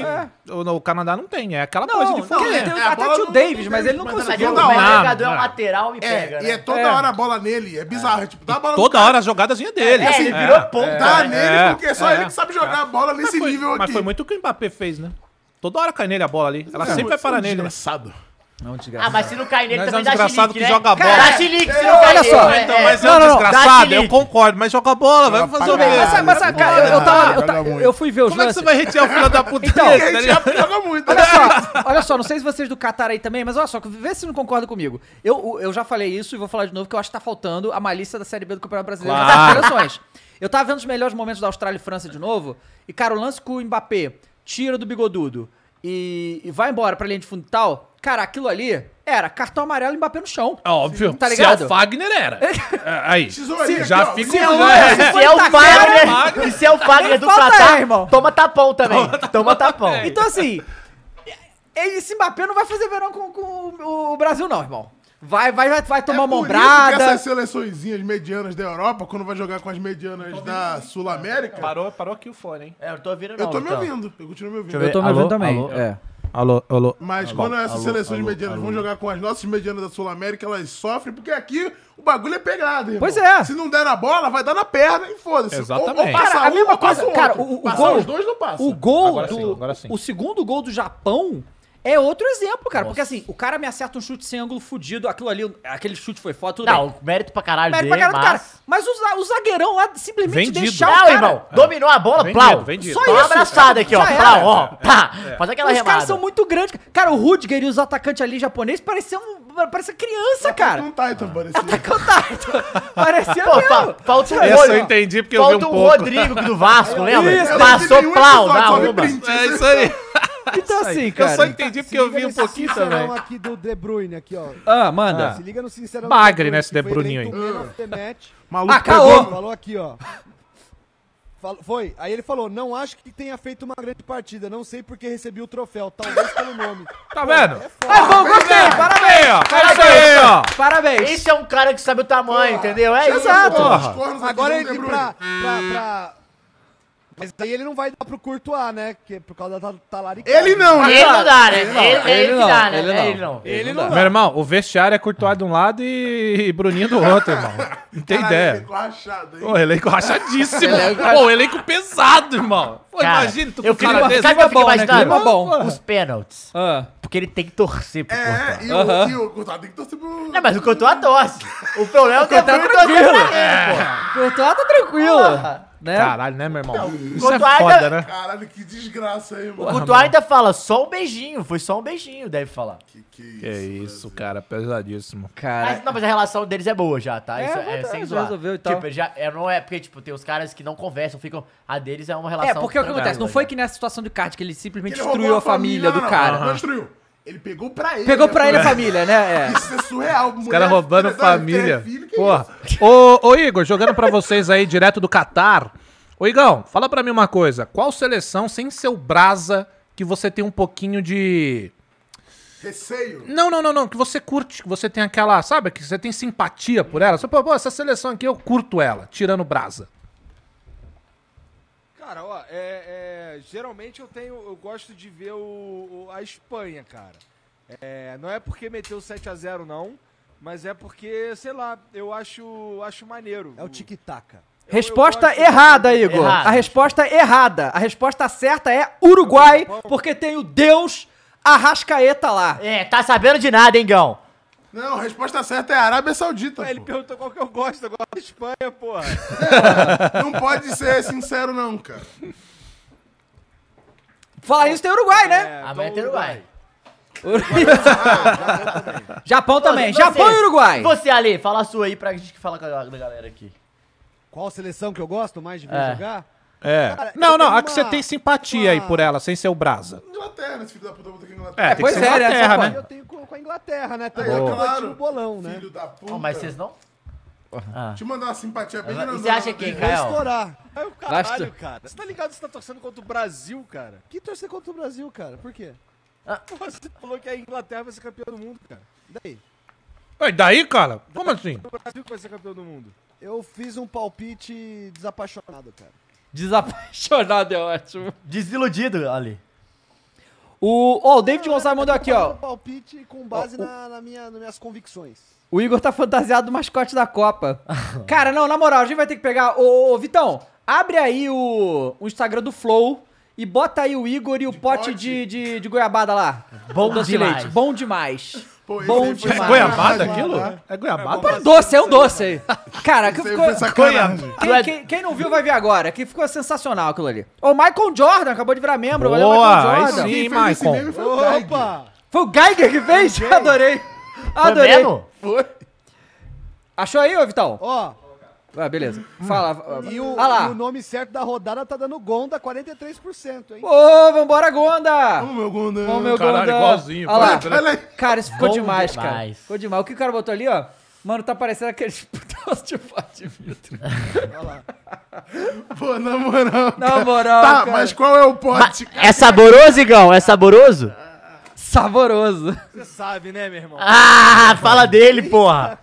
[SPEAKER 2] o, o Canadá não tem. É aquela
[SPEAKER 1] Não,
[SPEAKER 2] coisa de
[SPEAKER 1] não,
[SPEAKER 2] fuder.
[SPEAKER 1] tem-
[SPEAKER 11] É, a
[SPEAKER 1] até
[SPEAKER 11] bola
[SPEAKER 1] tinha o
[SPEAKER 11] não-
[SPEAKER 1] Davis, mas ele não
[SPEAKER 11] mas ela
[SPEAKER 1] conseguiu.
[SPEAKER 2] toda
[SPEAKER 3] o
[SPEAKER 2] hora.
[SPEAKER 3] jogador é um
[SPEAKER 2] Não,
[SPEAKER 3] lateral me
[SPEAKER 11] É,
[SPEAKER 3] pega,
[SPEAKER 11] e é
[SPEAKER 3] né?
[SPEAKER 11] toda
[SPEAKER 1] É.
[SPEAKER 11] hora a bola nele. É bizarro. Tipo, dá a bola
[SPEAKER 2] Toda hora a jogadazinha dele.
[SPEAKER 11] assim,
[SPEAKER 3] É,
[SPEAKER 4] assim,
[SPEAKER 3] ele virou ponta.
[SPEAKER 11] Dá
[SPEAKER 3] né?
[SPEAKER 11] nele,
[SPEAKER 2] É,
[SPEAKER 11] porque só
[SPEAKER 2] é,
[SPEAKER 11] ele que sabe jogar a bola nesse
[SPEAKER 2] Foi-
[SPEAKER 11] nível
[SPEAKER 2] mas
[SPEAKER 11] aqui.
[SPEAKER 2] foi muito o que o Mbappé fez, né? Toda hora cai nele a bola ali. Ela
[SPEAKER 11] É,
[SPEAKER 2] sempre vai
[SPEAKER 11] foi
[SPEAKER 2] parar
[SPEAKER 11] um
[SPEAKER 2] nele. né?
[SPEAKER 11] Desgraçado.
[SPEAKER 3] Ah, mas se não cair nele,
[SPEAKER 2] Nós é um
[SPEAKER 3] também dá
[SPEAKER 2] desgraçado
[SPEAKER 3] chilique,
[SPEAKER 2] que
[SPEAKER 3] né?
[SPEAKER 2] joga a bola.
[SPEAKER 3] Dá chilique se não
[SPEAKER 1] Cara,
[SPEAKER 3] cair
[SPEAKER 1] olha
[SPEAKER 3] nele,
[SPEAKER 1] só.
[SPEAKER 3] né?
[SPEAKER 2] Então, mas é
[SPEAKER 3] É.
[SPEAKER 2] um
[SPEAKER 1] Não, não, não.
[SPEAKER 3] Dá
[SPEAKER 2] desgraçado, eu
[SPEAKER 3] chilique.
[SPEAKER 2] concordo, mas joga a bola, vai fazer o quê?
[SPEAKER 1] Mas, sabe- mas, sabe, cara, eu, eu tava. Eu,
[SPEAKER 11] Joga
[SPEAKER 1] tava-
[SPEAKER 11] muito.
[SPEAKER 1] eu fui ver assim, os
[SPEAKER 2] Como é que você
[SPEAKER 1] lances.
[SPEAKER 2] vai retirar o filho da puta
[SPEAKER 1] Então,
[SPEAKER 2] dele,
[SPEAKER 11] Porque
[SPEAKER 2] tá
[SPEAKER 11] a gente
[SPEAKER 2] ligado?
[SPEAKER 11] já joga muito. né?
[SPEAKER 1] Olha só,
[SPEAKER 11] [laughs]
[SPEAKER 1] olha só, não sei se vocês do Qatar aí também, mas olha só, vê se não concorda comigo. Eu, eu já falei isso e vou falar de novo, que eu acho que tá faltando a malícia da Série B do Campeonato Brasileiro nas
[SPEAKER 2] Claro.
[SPEAKER 1] seleções. Eu tava vendo os melhores momentos da Austrália e França de novo, e cara, o lance que o Mbappé tira do bigodudo e, e vai embora pra linha de fundo e tal, cara, aquilo ali era cartão amarelo e Mbappé no chão.
[SPEAKER 2] Óbvio.
[SPEAKER 1] Tá ligado?
[SPEAKER 2] Se é o Fagner, era. É, Aí.
[SPEAKER 11] Tesourinha
[SPEAKER 2] já
[SPEAKER 11] aqui, ó.
[SPEAKER 2] fica
[SPEAKER 11] Se
[SPEAKER 2] um-
[SPEAKER 11] eu-
[SPEAKER 2] é.
[SPEAKER 3] Se é o
[SPEAKER 1] Puta
[SPEAKER 3] Fagner, e se é o Fagner do
[SPEAKER 1] Falta,
[SPEAKER 3] Qatar,
[SPEAKER 1] irmão.
[SPEAKER 3] toma tapão também. Toma tapão.
[SPEAKER 1] Então assim, esse Mbappé não vai fazer verão com, com o Brasil não, irmão. Vai, vai, vai, vai tomar
[SPEAKER 11] É
[SPEAKER 1] uma
[SPEAKER 11] por isso que
[SPEAKER 1] ombrada.
[SPEAKER 11] Essas seleçõezinhas medianas da Europa, quando vai jogar com as medianas da Sul-América,
[SPEAKER 2] Parou, parou aqui o fone, hein?
[SPEAKER 3] É, eu tô ouvindo não,
[SPEAKER 11] eu tô me
[SPEAKER 3] então.
[SPEAKER 11] ouvindo. Eu continuo me ouvindo.
[SPEAKER 1] Eu tô me
[SPEAKER 2] Alô?
[SPEAKER 1] ouvindo também.
[SPEAKER 2] Alô?
[SPEAKER 1] é.
[SPEAKER 2] Alô, alô.
[SPEAKER 11] Mas quando essas seleções medianas vão jogar com as nossas medianas da Sul-América, elas sofrem, porque aqui o bagulho é pegado, irmão.
[SPEAKER 1] Pois é.
[SPEAKER 11] Se não der na bola, vai dar na perna e foda-se. Ou-
[SPEAKER 2] Exatamente.
[SPEAKER 11] Ou, passa
[SPEAKER 1] Cara, a
[SPEAKER 11] um,
[SPEAKER 1] mesma
[SPEAKER 11] ou passa
[SPEAKER 1] coisa-
[SPEAKER 11] outro.
[SPEAKER 1] cara, o- o
[SPEAKER 11] Passar
[SPEAKER 1] gol-
[SPEAKER 11] os dois não passa.
[SPEAKER 1] O gol
[SPEAKER 2] Agora
[SPEAKER 1] do.
[SPEAKER 2] sim, agora sim.
[SPEAKER 1] O segundo gol do Japão é outro exemplo, cara. Porque assim, o cara me acerta um chute sem ângulo fudido, aquilo ali, aquele chute foi foda, tudo bem.
[SPEAKER 3] Não, mérito pra caralho
[SPEAKER 1] Mérito
[SPEAKER 3] dele,
[SPEAKER 1] pra caralho do
[SPEAKER 3] mas...
[SPEAKER 1] cara. Mas o, za- o zagueirão lá simplesmente
[SPEAKER 2] Vendido.
[SPEAKER 1] deixar o
[SPEAKER 3] Não,
[SPEAKER 1] cara.
[SPEAKER 3] irmão. Tá Dominou a bola,
[SPEAKER 2] Vendido,
[SPEAKER 3] plau.
[SPEAKER 2] vendido. É.
[SPEAKER 3] Só
[SPEAKER 2] Só
[SPEAKER 3] isso.
[SPEAKER 1] isso.
[SPEAKER 3] abraçada aqui, ó.
[SPEAKER 1] Já
[SPEAKER 3] Plau,
[SPEAKER 1] era.
[SPEAKER 3] ó. Pá. Faz aquela
[SPEAKER 1] Os caras
[SPEAKER 3] remada.
[SPEAKER 1] são muito grandes. cara. Cara, o Rudiger e os atacantes ali japonês pareciam. Parecia criança,
[SPEAKER 11] Não
[SPEAKER 1] cara.
[SPEAKER 11] tá, então, parecido.
[SPEAKER 1] Atacando
[SPEAKER 11] [laughs]
[SPEAKER 1] Parecia
[SPEAKER 3] Pô,
[SPEAKER 1] mesmo.
[SPEAKER 2] tá.
[SPEAKER 3] fa- falta um
[SPEAKER 2] Essa
[SPEAKER 3] olho.
[SPEAKER 2] eu entendi porque eu
[SPEAKER 3] falta
[SPEAKER 2] vi um
[SPEAKER 3] o
[SPEAKER 2] pouco.
[SPEAKER 3] Rodrigo do Vasco, lembra?
[SPEAKER 1] Isso, eu
[SPEAKER 3] Passou
[SPEAKER 11] Nenhum
[SPEAKER 3] plau
[SPEAKER 11] episódio,
[SPEAKER 3] na
[SPEAKER 11] só vi
[SPEAKER 3] rua.
[SPEAKER 11] print.
[SPEAKER 2] É isso aí.
[SPEAKER 1] Então assim,
[SPEAKER 2] Eu só
[SPEAKER 1] cara.
[SPEAKER 2] entendi porque eu vi um pouquinho também.
[SPEAKER 4] aqui do De Bruyne, aqui, ó.
[SPEAKER 1] Ah, manda.
[SPEAKER 4] Se liga no Sincerão
[SPEAKER 2] Bagre,
[SPEAKER 4] do
[SPEAKER 2] né, esse
[SPEAKER 4] que
[SPEAKER 2] De
[SPEAKER 4] foi
[SPEAKER 2] Bruninho
[SPEAKER 4] eleito
[SPEAKER 2] aí. Ah.
[SPEAKER 4] Man of the match.
[SPEAKER 11] Maluco
[SPEAKER 1] Ah, caô.
[SPEAKER 11] pegou-
[SPEAKER 1] Ô.
[SPEAKER 4] Falou aqui, ó. Fal- Foi. Aí ele falou: não acho que tenha feito uma grande partida. Não sei porque recebi o troféu, talvez pelo nome. É
[SPEAKER 2] Tá vendo?
[SPEAKER 1] Ah, bom, gostei. Parabéns.
[SPEAKER 2] Aí, ó. É isso aí, ó.
[SPEAKER 1] Parabéns.
[SPEAKER 3] Esse é um cara que sabe o tamanho, entendeu? É isso.
[SPEAKER 1] Exato.
[SPEAKER 3] pô.
[SPEAKER 11] Os cornos aqui
[SPEAKER 4] Agora
[SPEAKER 11] do
[SPEAKER 4] ele
[SPEAKER 11] De Bruyne.
[SPEAKER 4] pra, pra, pra- Mas aí ele não vai dar pro Courtois, né? Que por causa da talaricagem.
[SPEAKER 11] Ele não, né?
[SPEAKER 3] Ele não dá, né? Ele,
[SPEAKER 1] Ele
[SPEAKER 3] ele que
[SPEAKER 1] não,
[SPEAKER 3] dá, né?
[SPEAKER 1] ele não.
[SPEAKER 3] É Ele não.
[SPEAKER 4] Ele não
[SPEAKER 2] Meu irmão, o vestiário é Courtois de um lado e, e Bruninho do outro, irmão. Não tem
[SPEAKER 11] Caralho,
[SPEAKER 2] ideia.
[SPEAKER 11] ficou rachado, hein?
[SPEAKER 2] Pô, elenco rachadíssimo. Pô, elenco pesado, irmão. Pô,
[SPEAKER 3] Cara,
[SPEAKER 2] imagina, tu
[SPEAKER 3] eu
[SPEAKER 2] com um cara
[SPEAKER 3] fico-
[SPEAKER 2] desse.
[SPEAKER 3] sabe é o que eu fico
[SPEAKER 2] Clima bom, né,
[SPEAKER 3] imaginando?
[SPEAKER 2] clima bom.
[SPEAKER 3] Os pênaltis.
[SPEAKER 1] Ah.
[SPEAKER 3] Porque ele tem que torcer pro
[SPEAKER 11] É,
[SPEAKER 3] Courtois.
[SPEAKER 11] e,
[SPEAKER 1] Aham.
[SPEAKER 11] o, e o Courtois tem que torcer pro...
[SPEAKER 3] Não, mas o Courtois torce. O problema é o
[SPEAKER 1] Courtois tá
[SPEAKER 3] Courtois torcer
[SPEAKER 1] tranquilo.
[SPEAKER 3] pra ele, pô.
[SPEAKER 1] Courtois tá tranquilo. Né?
[SPEAKER 2] Caralho, né, meu irmão? Isso é
[SPEAKER 3] Courtois ainda-
[SPEAKER 2] foda, né?
[SPEAKER 11] Caralho, que desgraça, hein,
[SPEAKER 3] O
[SPEAKER 11] mano.
[SPEAKER 3] Courtois ainda fala, só um beijinho, foi só um beijinho, deve falar.
[SPEAKER 11] Que, que
[SPEAKER 2] Que isso, cara, pesadíssimo.
[SPEAKER 1] Cara,
[SPEAKER 3] Mas, não, mas a relação deles é boa já, tá?
[SPEAKER 1] É,
[SPEAKER 3] Isso é,
[SPEAKER 1] verdade,
[SPEAKER 3] sem
[SPEAKER 1] já
[SPEAKER 3] zoar.
[SPEAKER 1] resolveu e tal.
[SPEAKER 3] Tipo, já, é, não é porque, tipo, tem os caras que não conversam, ficam... A deles é uma relação...
[SPEAKER 1] É, porque o que acontece? Não
[SPEAKER 3] tranquila,
[SPEAKER 1] foi
[SPEAKER 3] já.
[SPEAKER 1] que nessa situação de Card que ele simplesmente
[SPEAKER 11] Ele
[SPEAKER 1] destruiu
[SPEAKER 11] roubou
[SPEAKER 1] a família
[SPEAKER 11] não,
[SPEAKER 1] do
[SPEAKER 11] não,
[SPEAKER 1] cara.
[SPEAKER 11] Não destruiu. Ele pegou pra ele.
[SPEAKER 1] Pegou
[SPEAKER 11] né,
[SPEAKER 1] pra
[SPEAKER 11] pô?
[SPEAKER 1] ele a família, né? É.
[SPEAKER 11] Isso é surreal.
[SPEAKER 2] Os caras roubando
[SPEAKER 11] né? é
[SPEAKER 2] família. Porra. Ô, ô, Igor, jogando pra vocês aí direto do Catar. Ô, Igão, fala pra mim uma coisa. Qual seleção, sem seu brasa, que você tem um pouquinho de...
[SPEAKER 11] Receio.
[SPEAKER 2] Não, não, não, não. Que você curte, que você tem aquela, sabe? Que você tem simpatia por ela. Você, pô, pô, essa seleção aqui eu curto ela, tirando brasa.
[SPEAKER 5] Cara, ó, é, é, geralmente eu tenho, eu gosto de ver o, o- a Espanha, cara. É, não é porque meteu 7 a 0 não, mas é porque, sei lá, eu acho, acho maneiro.
[SPEAKER 4] É o tic-tac.
[SPEAKER 5] Eu- eu
[SPEAKER 1] Resposta
[SPEAKER 5] gosto-
[SPEAKER 1] errada, Igor.
[SPEAKER 3] Errada.
[SPEAKER 1] A resposta é errada. A resposta certa é Uruguai, porque tem o Deus Arrascaeta lá.
[SPEAKER 3] É, tá sabendo de nada, hein, Gão?
[SPEAKER 11] Não, a resposta certa é Arábia Saudita.
[SPEAKER 5] Ué, Ele
[SPEAKER 11] pô.
[SPEAKER 5] perguntou qual que eu gosto, eu gosto da Espanha, porra.
[SPEAKER 11] É, Não pode ser sincero, não, cara.
[SPEAKER 1] Falar isso tem Uruguai,
[SPEAKER 5] É,
[SPEAKER 4] É.
[SPEAKER 1] né?
[SPEAKER 4] Então,
[SPEAKER 5] então
[SPEAKER 3] Amanhã tem Uruguai.
[SPEAKER 1] Japão também. [laughs]
[SPEAKER 3] Você-
[SPEAKER 1] Japão e Uruguai.
[SPEAKER 3] Você, Ale, fala a sua aí pra gente que fala com a galera aqui.
[SPEAKER 4] Qual seleção que eu gosto mais de ver
[SPEAKER 2] É.
[SPEAKER 4] jogar?
[SPEAKER 2] É.
[SPEAKER 4] Cara,
[SPEAKER 2] não,
[SPEAKER 4] eu
[SPEAKER 2] não,
[SPEAKER 4] tenho
[SPEAKER 2] a que você
[SPEAKER 4] uma-
[SPEAKER 2] tem simpatia aí por ela, sem ser o Brasa.
[SPEAKER 11] Inglaterra, esse filho da puta, vou ter que Inglaterra.
[SPEAKER 2] É, tem que ser Inglaterra, né?
[SPEAKER 4] Eu tenho com, com a Inglaterra, né? Também
[SPEAKER 5] é
[SPEAKER 11] Aí,
[SPEAKER 4] que eu
[SPEAKER 11] Ah, claro.
[SPEAKER 4] bati no bolão, né?
[SPEAKER 11] Filho da puta.
[SPEAKER 3] Ó, Oh, mas vocês não? Ah.
[SPEAKER 11] Te mandar uma simpatia bem
[SPEAKER 3] Ela- e
[SPEAKER 11] grandona.
[SPEAKER 3] você acha que,
[SPEAKER 11] dele.
[SPEAKER 3] Caio?
[SPEAKER 4] Vou estourar.
[SPEAKER 5] Aí o
[SPEAKER 1] Acho
[SPEAKER 5] caralho,
[SPEAKER 1] que-
[SPEAKER 5] cara. Você tá ligado que você tá torcendo contra o Brasil, cara?
[SPEAKER 4] Que torcer contra o Brasil, cara? Por quê?
[SPEAKER 5] Porra, você falou que a Inglaterra vai ser campeã do mundo, cara.
[SPEAKER 4] E Daí.
[SPEAKER 2] E daí, cara? Como assim?
[SPEAKER 5] O Brasil que vai ser campeão do mundo.
[SPEAKER 4] Eu fiz um palpite desapaixonado, cara.
[SPEAKER 1] Desapaixonado é ótimo.
[SPEAKER 3] Desiludido, ali.
[SPEAKER 1] O, ó, o David
[SPEAKER 4] Não,
[SPEAKER 1] Gonçalves
[SPEAKER 4] eu
[SPEAKER 1] mandou aqui, ó.
[SPEAKER 4] fiz Um palpite com base
[SPEAKER 1] Ó, o-
[SPEAKER 4] na, na minha, nas minhas convicções.
[SPEAKER 1] O Igor tá fantasiado do mascote da Copa. Cara, não, na moral, a gente vai ter que pegar. Ô, ô, Vitão, abre aí o, o Instagram do Flow e bota aí o Igor e o pote,
[SPEAKER 11] pote?
[SPEAKER 1] De, de, de goiabada lá.
[SPEAKER 3] Bom
[SPEAKER 1] Doce de
[SPEAKER 3] demais.
[SPEAKER 1] leite. Bom demais.
[SPEAKER 11] Pô, esse
[SPEAKER 1] Bom
[SPEAKER 11] aí foi
[SPEAKER 1] demais.
[SPEAKER 2] É
[SPEAKER 11] sacanagem,
[SPEAKER 2] goiabada
[SPEAKER 11] né?
[SPEAKER 2] aquilo? É goiabada?
[SPEAKER 1] Põe doce, é um doce aí. Cara, que
[SPEAKER 11] Isso aí
[SPEAKER 1] ficou.
[SPEAKER 11] foi sacanagem.
[SPEAKER 1] Quem, quem- quem não viu vai ver agora, que ficou sensacional aquilo ali. Ô, Michael Jordan acabou de virar membro. valeu,
[SPEAKER 2] Boa,
[SPEAKER 1] é Michael
[SPEAKER 2] aí
[SPEAKER 1] Jordan.
[SPEAKER 2] sim,
[SPEAKER 11] Quem fez esse meme
[SPEAKER 2] Maicon.
[SPEAKER 1] é
[SPEAKER 11] foi o Craig.
[SPEAKER 1] Foi o Geiger que fez? Adorei. Adorei.
[SPEAKER 3] mesmo?
[SPEAKER 1] Foi. Achou aí, ô Vitão?
[SPEAKER 4] Ó,
[SPEAKER 1] Ah, beleza. Fala.
[SPEAKER 4] e o,
[SPEAKER 1] ah lá.
[SPEAKER 4] e o nome certo da rodada tá dando Gonda 43%, hein?
[SPEAKER 1] Ô, vambora, Gonda!
[SPEAKER 11] Ô, meu Gonda.
[SPEAKER 1] Ô, meu
[SPEAKER 2] caralho,
[SPEAKER 1] Gonda!
[SPEAKER 2] igualzinho,
[SPEAKER 1] Olha lá.
[SPEAKER 2] parece,
[SPEAKER 11] Olha aí.
[SPEAKER 1] Cara, isso ficou
[SPEAKER 3] Bom
[SPEAKER 1] demais, cara.
[SPEAKER 3] demais.
[SPEAKER 1] Ficou demais. O que o cara botou ali, ó? Mano, tá parecendo aqueles [laughs] pedaços de pote de vidro.
[SPEAKER 11] Pô, na moral.
[SPEAKER 1] Na moral,
[SPEAKER 11] Tá,
[SPEAKER 1] cara.
[SPEAKER 11] mas qual é o pote?
[SPEAKER 3] É saboroso, Igão? É saboroso?
[SPEAKER 1] Saboroso.
[SPEAKER 5] Você sabe, né, meu irmão?
[SPEAKER 3] Ah, fala dele, porra.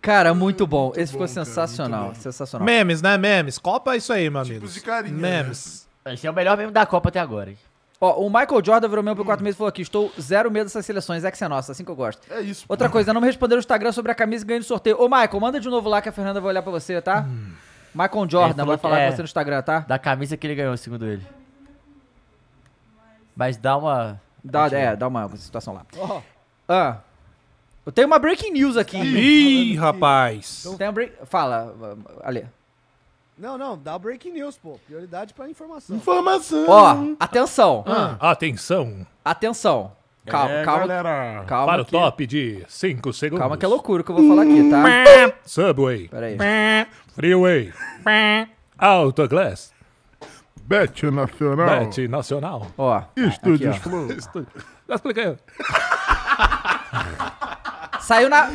[SPEAKER 1] Cara, muito bom. Esse ficou sensacional. sensacional.
[SPEAKER 2] Memes, né? Memes. Copa é isso aí, meu amigo.
[SPEAKER 11] Tipos Tipo de carinha, né?
[SPEAKER 2] Memes.
[SPEAKER 3] Esse é o melhor meme da Copa até agora, hein?
[SPEAKER 1] Ó, o Michael Jordan virou meu por quatro meses e falou aqui: estou zero medo dessas seleções, é que é nossa, assim que eu gosto.
[SPEAKER 11] É isso.
[SPEAKER 1] Outra coisa, não me responderam no Instagram sobre a camisa e ganhei no sorteio. Ô, Michael, manda de novo lá que a Fernanda vai olhar pra você, tá? Michael
[SPEAKER 3] Ele
[SPEAKER 1] Jordan
[SPEAKER 3] falou
[SPEAKER 1] vai
[SPEAKER 3] que
[SPEAKER 1] falar
[SPEAKER 3] é.
[SPEAKER 1] com você no Instagram, tá?
[SPEAKER 3] Da camisa que ele ganhou, segundo ele. Mas dá uma.
[SPEAKER 1] Dá, é, dá uma situação lá.
[SPEAKER 4] Ó,
[SPEAKER 1] Ah, eu tenho uma breaking news aqui.
[SPEAKER 2] Ih, rapaz.
[SPEAKER 1] Tem uma break... Fala, ah, Ale.
[SPEAKER 4] não, não, dá breaking news, pô. Prioridade pra informação.
[SPEAKER 11] Informação.
[SPEAKER 1] Ó, atenção,
[SPEAKER 2] Ah. Atenção
[SPEAKER 1] atenção. Calma, calma,
[SPEAKER 11] Galera.
[SPEAKER 1] calma. que,
[SPEAKER 2] de 5 segundos.
[SPEAKER 1] Calma que é loucura o que eu vou falar aqui, tá?
[SPEAKER 2] Subway,
[SPEAKER 1] Pera aí.
[SPEAKER 2] Freeway, Autoglass,
[SPEAKER 11] Bet Nacional.
[SPEAKER 2] Nacional.
[SPEAKER 1] Ó,
[SPEAKER 11] Estúdios
[SPEAKER 1] aqui,
[SPEAKER 11] Flow.
[SPEAKER 2] Já expliquei.
[SPEAKER 1] ó. Saiu na...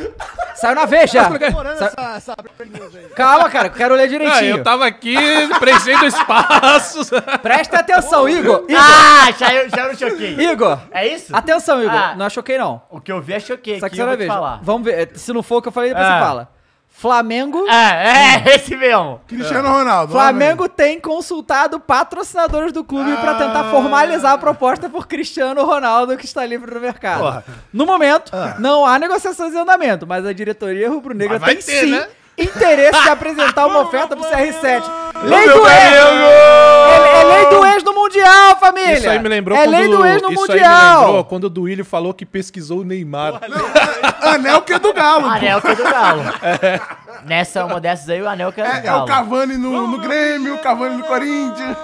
[SPEAKER 1] Saiu na veja.
[SPEAKER 4] Demorando essa, essa breaking news aí.
[SPEAKER 1] Calma, cara, que eu quero ler
[SPEAKER 2] Ah,
[SPEAKER 1] direitinho.
[SPEAKER 2] eu tava aqui preenchendo espaços.
[SPEAKER 1] Presta atenção, Igor. Igor,
[SPEAKER 3] Ah, já eu, já eu não choquei.
[SPEAKER 1] Igor.
[SPEAKER 3] É isso?
[SPEAKER 1] Atenção, Igor.
[SPEAKER 3] Ah.
[SPEAKER 1] Não achoquei, não.
[SPEAKER 3] O que eu vi é choquei.
[SPEAKER 1] Só
[SPEAKER 3] Só
[SPEAKER 1] que
[SPEAKER 3] que
[SPEAKER 1] você
[SPEAKER 3] eu
[SPEAKER 1] vai
[SPEAKER 3] vou
[SPEAKER 1] ver.
[SPEAKER 3] te falar.
[SPEAKER 1] Vamos ver. é, Se não for o que eu falei, depois
[SPEAKER 3] Ah.
[SPEAKER 1] você fala. Flamengo...
[SPEAKER 2] Ah,
[SPEAKER 3] É, é esse mesmo.
[SPEAKER 11] Cristiano Ronaldo.
[SPEAKER 1] Flamengo tem consultado patrocinadores do clube pra
[SPEAKER 2] Ah.
[SPEAKER 1] tentar formalizar a proposta por Cristiano Ronaldo, que está livre no mercado. No momento, não há negociações em andamento, mas a diretoria rubro-negra
[SPEAKER 2] Ah. Mas vai
[SPEAKER 1] tem
[SPEAKER 2] ter,
[SPEAKER 1] sim
[SPEAKER 2] né?
[SPEAKER 1] interesse
[SPEAKER 2] [laughs]
[SPEAKER 1] de apresentar uma oferta pro CR7. Lei
[SPEAKER 2] Meu
[SPEAKER 1] do ex!
[SPEAKER 2] Deus!
[SPEAKER 1] É, é lei do ex no Mundial, família!
[SPEAKER 2] Isso aí me lembrou
[SPEAKER 1] É
[SPEAKER 2] quando
[SPEAKER 1] lei do ex no
[SPEAKER 2] isso Aí me lembrou
[SPEAKER 1] Mundial!
[SPEAKER 2] quando o Duílio falou que pesquisou o Neymar.
[SPEAKER 11] Anel que é do Galo. pô.
[SPEAKER 3] Anel que é do Galo. Nessa uma dessas aí, o anel que é do
[SPEAKER 11] É, é o
[SPEAKER 3] Galo.
[SPEAKER 11] Cavani no, no Grêmio, o Cavani no Corinthians.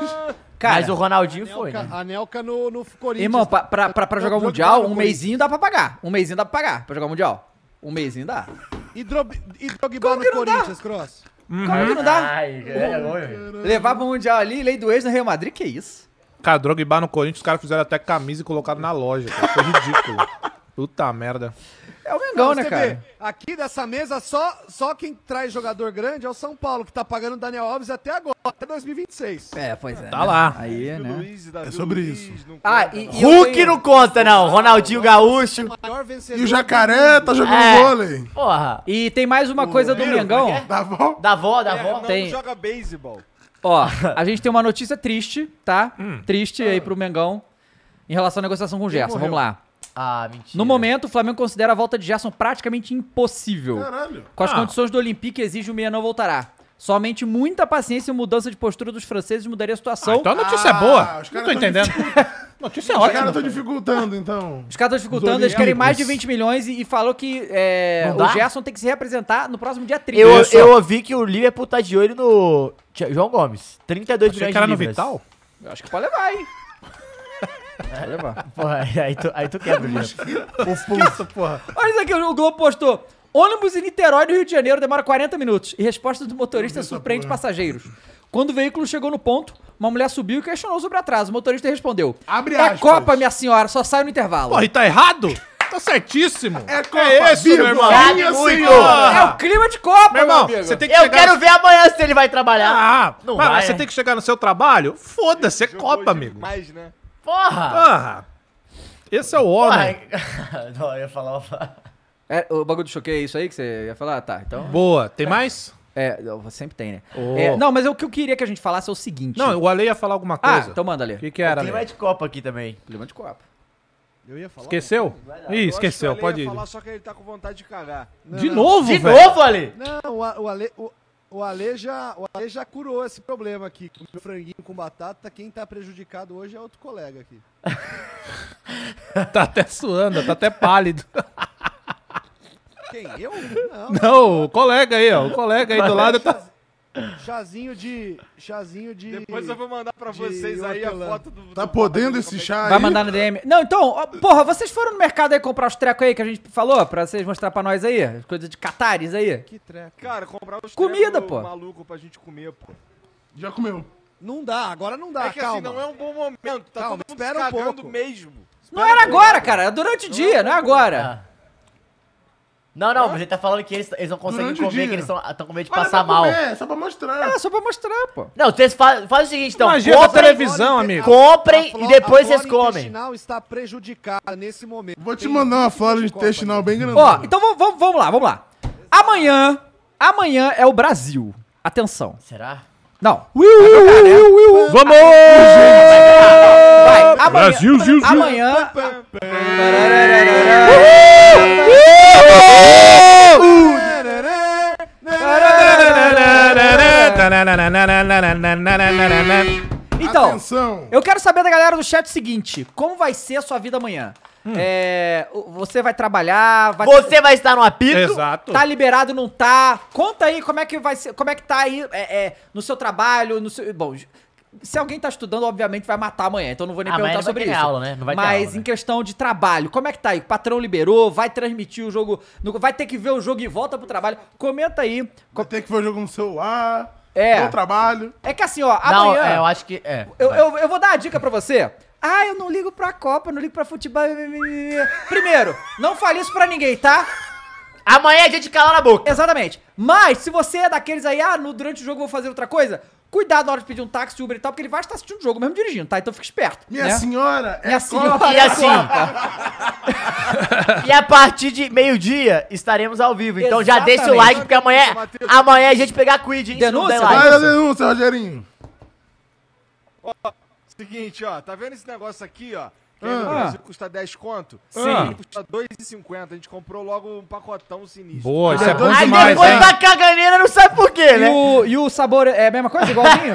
[SPEAKER 3] Mas o Ronaldinho foi, né?
[SPEAKER 4] Anelca, Anelca no, no Corinthians.
[SPEAKER 1] Irmão, pra, pra, pra, pra jogar o
[SPEAKER 4] Jogando
[SPEAKER 1] Mundial,
[SPEAKER 4] no
[SPEAKER 1] um
[SPEAKER 4] Corinthians.
[SPEAKER 1] mêsinho dá pra pagar. Um mêsinho dá pra pagar pra jogar o Mundial. Um mêsinho dá.
[SPEAKER 4] E, Drob, e Drogba
[SPEAKER 1] Como que
[SPEAKER 4] no
[SPEAKER 1] não
[SPEAKER 4] Corinthians, Cross.
[SPEAKER 1] Como que não dá?
[SPEAKER 3] Ai, é, oi.
[SPEAKER 1] Levar pro Mundial ali, lei do ex no Real Madrid, que isso?
[SPEAKER 2] Cara, Drogba no Corinthians, os caras fizeram até camisa e colocaram na loja. Cara. Foi ridículo.
[SPEAKER 3] [laughs]
[SPEAKER 2] Puta merda.
[SPEAKER 1] É o Mengão,
[SPEAKER 4] Pra
[SPEAKER 1] né,
[SPEAKER 4] você
[SPEAKER 1] cara?
[SPEAKER 4] ver, Aqui dessa mesa, só, só quem traz jogador grande é o São Paulo, que tá pagando o Daniel Alves até agora, até 2026.
[SPEAKER 1] É, pois é.
[SPEAKER 2] Tá lá.
[SPEAKER 1] Aí, né?
[SPEAKER 5] Luiz, Davi
[SPEAKER 11] É sobre
[SPEAKER 5] Luiz,
[SPEAKER 11] isso.
[SPEAKER 5] não
[SPEAKER 1] Ah,
[SPEAKER 5] conta,
[SPEAKER 1] e, e eu
[SPEAKER 3] Hulk
[SPEAKER 1] tenho-
[SPEAKER 3] não conta, não. Ronaldinho Gaúcho.
[SPEAKER 4] O maior vencedor.
[SPEAKER 11] E o Jacaré tá jogando
[SPEAKER 3] É.
[SPEAKER 11] vôlei.
[SPEAKER 3] Porra.
[SPEAKER 1] E tem mais uma coisa do Mengão.
[SPEAKER 3] como é que
[SPEAKER 11] Tá bom?
[SPEAKER 3] Da vó, da
[SPEAKER 5] Não,
[SPEAKER 3] vó.
[SPEAKER 1] tem-
[SPEAKER 5] joga beisebol.
[SPEAKER 1] Ó, a gente tem uma notícia triste, tá? Triste aí pro Mengão em relação à negociação com o Gerson. Vamos lá.
[SPEAKER 3] Ah, mentira.
[SPEAKER 1] No momento, o Flamengo considera a volta de Gerson praticamente impossível.
[SPEAKER 11] Caralho.
[SPEAKER 1] Com as
[SPEAKER 2] Ah.
[SPEAKER 1] condições do Olympique, exige o Meia não voltará. Somente muita paciência e mudança de postura dos franceses mudaria a situação.
[SPEAKER 2] Então a notícia é
[SPEAKER 11] Ah,
[SPEAKER 2] boa.
[SPEAKER 11] os
[SPEAKER 2] Não
[SPEAKER 11] caras
[SPEAKER 2] tô
[SPEAKER 11] tão
[SPEAKER 2] entendendo. [laughs] notícia é
[SPEAKER 11] Os caras
[SPEAKER 2] ótima.
[SPEAKER 11] estão dificultando, então.
[SPEAKER 1] Os caras estão dificultando,
[SPEAKER 11] Os
[SPEAKER 1] eles querem
[SPEAKER 11] olímpicos.
[SPEAKER 1] mais de 20 milhões e, e falou que é,
[SPEAKER 3] Não
[SPEAKER 1] o
[SPEAKER 3] dá?
[SPEAKER 1] Gerson tem que se representar no próximo dia 30.
[SPEAKER 3] Eu,
[SPEAKER 2] Isso.
[SPEAKER 3] eu ouvi que o Liverpool tá de olho no Tia- João Gomes. 32
[SPEAKER 2] Achei
[SPEAKER 3] milhões
[SPEAKER 2] que era
[SPEAKER 3] de
[SPEAKER 2] é no
[SPEAKER 3] libras.
[SPEAKER 2] Vital.
[SPEAKER 1] Eu Acho que pode levar, hein? Pode levar.
[SPEAKER 3] [laughs] Porra, aí tu, aí tu quebra o Liverpool.
[SPEAKER 2] O pulso, porra.
[SPEAKER 1] Olha isso aqui, o Globo postou. Ônibus em Niterói, no Rio de Janeiro, demora 40 minutos. E resposta do motorista
[SPEAKER 2] tá
[SPEAKER 1] surpreende passageiros. Quando o veículo chegou no ponto, uma mulher subiu e questionou sobre atraso. O motorista respondeu:
[SPEAKER 11] Abre
[SPEAKER 1] É
[SPEAKER 11] aspas.
[SPEAKER 1] Copa, minha senhora, só sai no intervalo.
[SPEAKER 2] Porra, e tá errado? Tá certíssimo.
[SPEAKER 11] É Copa,
[SPEAKER 2] É isso, meu
[SPEAKER 11] Bíblia,
[SPEAKER 2] irmão.
[SPEAKER 11] minha
[SPEAKER 3] Muito.
[SPEAKER 11] senhora.
[SPEAKER 1] É o clima de Copa,
[SPEAKER 2] Meu
[SPEAKER 1] meu,
[SPEAKER 2] irmão,
[SPEAKER 1] amigo.
[SPEAKER 2] você tem que
[SPEAKER 3] Eu
[SPEAKER 2] chegar...
[SPEAKER 3] quero ver amanhã se ele vai trabalhar.
[SPEAKER 2] Ah,
[SPEAKER 3] Não
[SPEAKER 2] mas
[SPEAKER 3] vai,
[SPEAKER 2] você
[SPEAKER 3] né?
[SPEAKER 2] tem que chegar no seu trabalho? Foda-se, é Copa, amigo.
[SPEAKER 5] Mas, né?
[SPEAKER 3] Porra!
[SPEAKER 2] Ah, esse é o homem.
[SPEAKER 3] Porra. [laughs] Não, eu ia falar uma...
[SPEAKER 1] É, o bagulho do choquei é isso aí que você ia falar? Ah, Tá, então.
[SPEAKER 2] Boa, tem mais?
[SPEAKER 1] É, eu- sempre tem, né?
[SPEAKER 2] Oh.
[SPEAKER 1] É, não, mas o que eu queria que a gente falasse é o seguinte.
[SPEAKER 2] Não, o Ale ia falar alguma
[SPEAKER 1] ah,
[SPEAKER 2] coisa.
[SPEAKER 1] então manda
[SPEAKER 2] O
[SPEAKER 1] ali.
[SPEAKER 2] que, que era,
[SPEAKER 3] Tem mais
[SPEAKER 2] Ale?
[SPEAKER 3] de Copa aqui também.
[SPEAKER 1] Clima de Copa.
[SPEAKER 4] Eu ia falar.
[SPEAKER 2] Esqueceu? Ih, esqueceu, pode ir.
[SPEAKER 5] falar só que ele tá com vontade de cagar.
[SPEAKER 2] De novo,
[SPEAKER 3] De
[SPEAKER 2] velho?
[SPEAKER 3] novo, Ale?
[SPEAKER 4] Não, o, A- o Ale. O... O Ale, já, o Ale já curou esse problema aqui. Com o franguinho com batata, quem tá prejudicado hoje é outro colega aqui.
[SPEAKER 2] Tá até suando, tá até pálido.
[SPEAKER 4] Quem? Eu? Não.
[SPEAKER 2] [laughs] Não, o colega aí, ó. O colega aí do
[SPEAKER 11] [laughs]
[SPEAKER 2] lado tá.
[SPEAKER 4] Chazinho de. Chazinho de.
[SPEAKER 5] Depois eu vou mandar pra
[SPEAKER 4] de
[SPEAKER 5] vocês aí a
[SPEAKER 4] hortelã.
[SPEAKER 5] foto do.
[SPEAKER 11] Tá
[SPEAKER 5] do-
[SPEAKER 11] podendo esse chá aí?
[SPEAKER 1] Vai mandar no DM. Não, então, ó, porra, vocês foram no mercado aí comprar os trecos aí que a gente falou? Pra vocês mostrar pra nós aí? as Coisa de catares aí?
[SPEAKER 4] Que treco.
[SPEAKER 5] Cara, comprar os
[SPEAKER 1] Comida,
[SPEAKER 5] trecos
[SPEAKER 1] pô.
[SPEAKER 5] maluco pra gente comer, pô.
[SPEAKER 11] Já comeu.
[SPEAKER 4] Não dá, agora não dá,
[SPEAKER 5] é que
[SPEAKER 4] calma.
[SPEAKER 5] assim, não é um bom momento. Tá
[SPEAKER 4] Calma,
[SPEAKER 5] todo mundo
[SPEAKER 4] espera
[SPEAKER 5] se
[SPEAKER 4] um
[SPEAKER 5] cagando
[SPEAKER 4] pouco.
[SPEAKER 5] mesmo.
[SPEAKER 1] Não era agora, cara. Era durante o dia, não é agora.
[SPEAKER 3] Ah. Não, não, mas ele tá falando que eles, eles não conseguem
[SPEAKER 11] Durante o
[SPEAKER 3] comer,
[SPEAKER 11] dia.
[SPEAKER 3] que eles estão com medo de
[SPEAKER 11] Olha,
[SPEAKER 3] passar
[SPEAKER 11] pra
[SPEAKER 3] mal.
[SPEAKER 11] comer, só pra mostrar.
[SPEAKER 1] É, só pra mostrar, pô.
[SPEAKER 3] Não, vocês fa fazem o seguinte, então.
[SPEAKER 2] Magia da
[SPEAKER 3] Comprem,
[SPEAKER 2] televisão, amigo.
[SPEAKER 3] comprem e depois vocês
[SPEAKER 4] O
[SPEAKER 3] comem.
[SPEAKER 4] está prejudicada nesse momento.
[SPEAKER 11] Vou te mandar uma flora
[SPEAKER 2] né?
[SPEAKER 11] intestinal bem grande.
[SPEAKER 1] Ó, então vamos, vamos, vamos lá, vamos lá. Amanhã, amanhã é o Brasil. Atenção.
[SPEAKER 3] Será?
[SPEAKER 1] Não.
[SPEAKER 2] Vamos!
[SPEAKER 1] Vai, amanhã.
[SPEAKER 2] Brasil, Zil, Zil.
[SPEAKER 1] Amanhã.
[SPEAKER 11] Tá
[SPEAKER 1] Então,
[SPEAKER 11] Atenção.
[SPEAKER 1] eu quero saber da galera do chat o seguinte: como vai ser a sua vida amanhã? É, o- você vai trabalhar, vai
[SPEAKER 3] Hum. Você vai estar no apito.
[SPEAKER 2] Exato.
[SPEAKER 1] Tá liberado, não tá? Conta aí como é que vai ser, como é que tá aí é, é, no seu trabalho, no seu. Bom, se alguém tá estudando, obviamente vai matar amanhã, então não vou nem
[SPEAKER 3] Amanhã
[SPEAKER 1] perguntar
[SPEAKER 3] Ah, não vai
[SPEAKER 1] sobre
[SPEAKER 3] ter
[SPEAKER 1] isso.
[SPEAKER 3] aula, né? Não vai ter
[SPEAKER 1] Mas
[SPEAKER 3] aula,
[SPEAKER 1] em
[SPEAKER 3] né?
[SPEAKER 1] questão de trabalho, como é que tá aí? O patrão liberou, vai transmitir o jogo, no- vai ter que ver o jogo e volta pro trabalho. Comenta aí.
[SPEAKER 11] Vai ter que ver o jogo no celular.
[SPEAKER 1] É.
[SPEAKER 11] Bom trabalho.
[SPEAKER 1] É que assim, ó,
[SPEAKER 3] Não,
[SPEAKER 1] amanhã.
[SPEAKER 3] é, eu acho que. É.
[SPEAKER 1] Eu,
[SPEAKER 3] vai.
[SPEAKER 1] eu, eu vou dar a dica pra você. Ah, eu não ligo pra Copa, não ligo pra futebol. Primeiro, não fale isso pra ninguém, tá?
[SPEAKER 3] Amanhã é dia de calar a boca.
[SPEAKER 1] Exatamente. Mas, se você é daqueles aí, ah, no, durante o jogo eu vou fazer outra coisa, cuidado na hora de pedir um táxi, Uber e tal, porque ele vai estar assistindo o jogo mesmo dirigindo, tá? Então fica esperto.
[SPEAKER 11] Minha
[SPEAKER 1] né?
[SPEAKER 11] senhora.
[SPEAKER 1] Minha senhora.
[SPEAKER 3] assim, E assim. [laughs] e a partir de meio-dia estaremos ao vivo. Então já deixa o
[SPEAKER 1] Exatamente.
[SPEAKER 3] like, porque amanhã, amanhã é dia de pegar quid, hein? se não
[SPEAKER 1] Denúncia,
[SPEAKER 3] der
[SPEAKER 11] Vai
[SPEAKER 3] like.
[SPEAKER 11] a denúncia, um, Rogerinho.
[SPEAKER 5] Seguinte, ó, tá vendo esse negócio aqui, ó? Que
[SPEAKER 11] Ah.
[SPEAKER 5] no Brasil custa 10 conto? Sim. Custa 2,50. A gente comprou logo um pacotão sinistro.
[SPEAKER 2] Boa, isso é bom
[SPEAKER 3] Aí
[SPEAKER 2] demais,
[SPEAKER 3] depois
[SPEAKER 2] hein?
[SPEAKER 3] da caganeira não sabe por quê,
[SPEAKER 1] E
[SPEAKER 3] né?
[SPEAKER 1] o, e o sabor é a mesma coisa, igualzinho?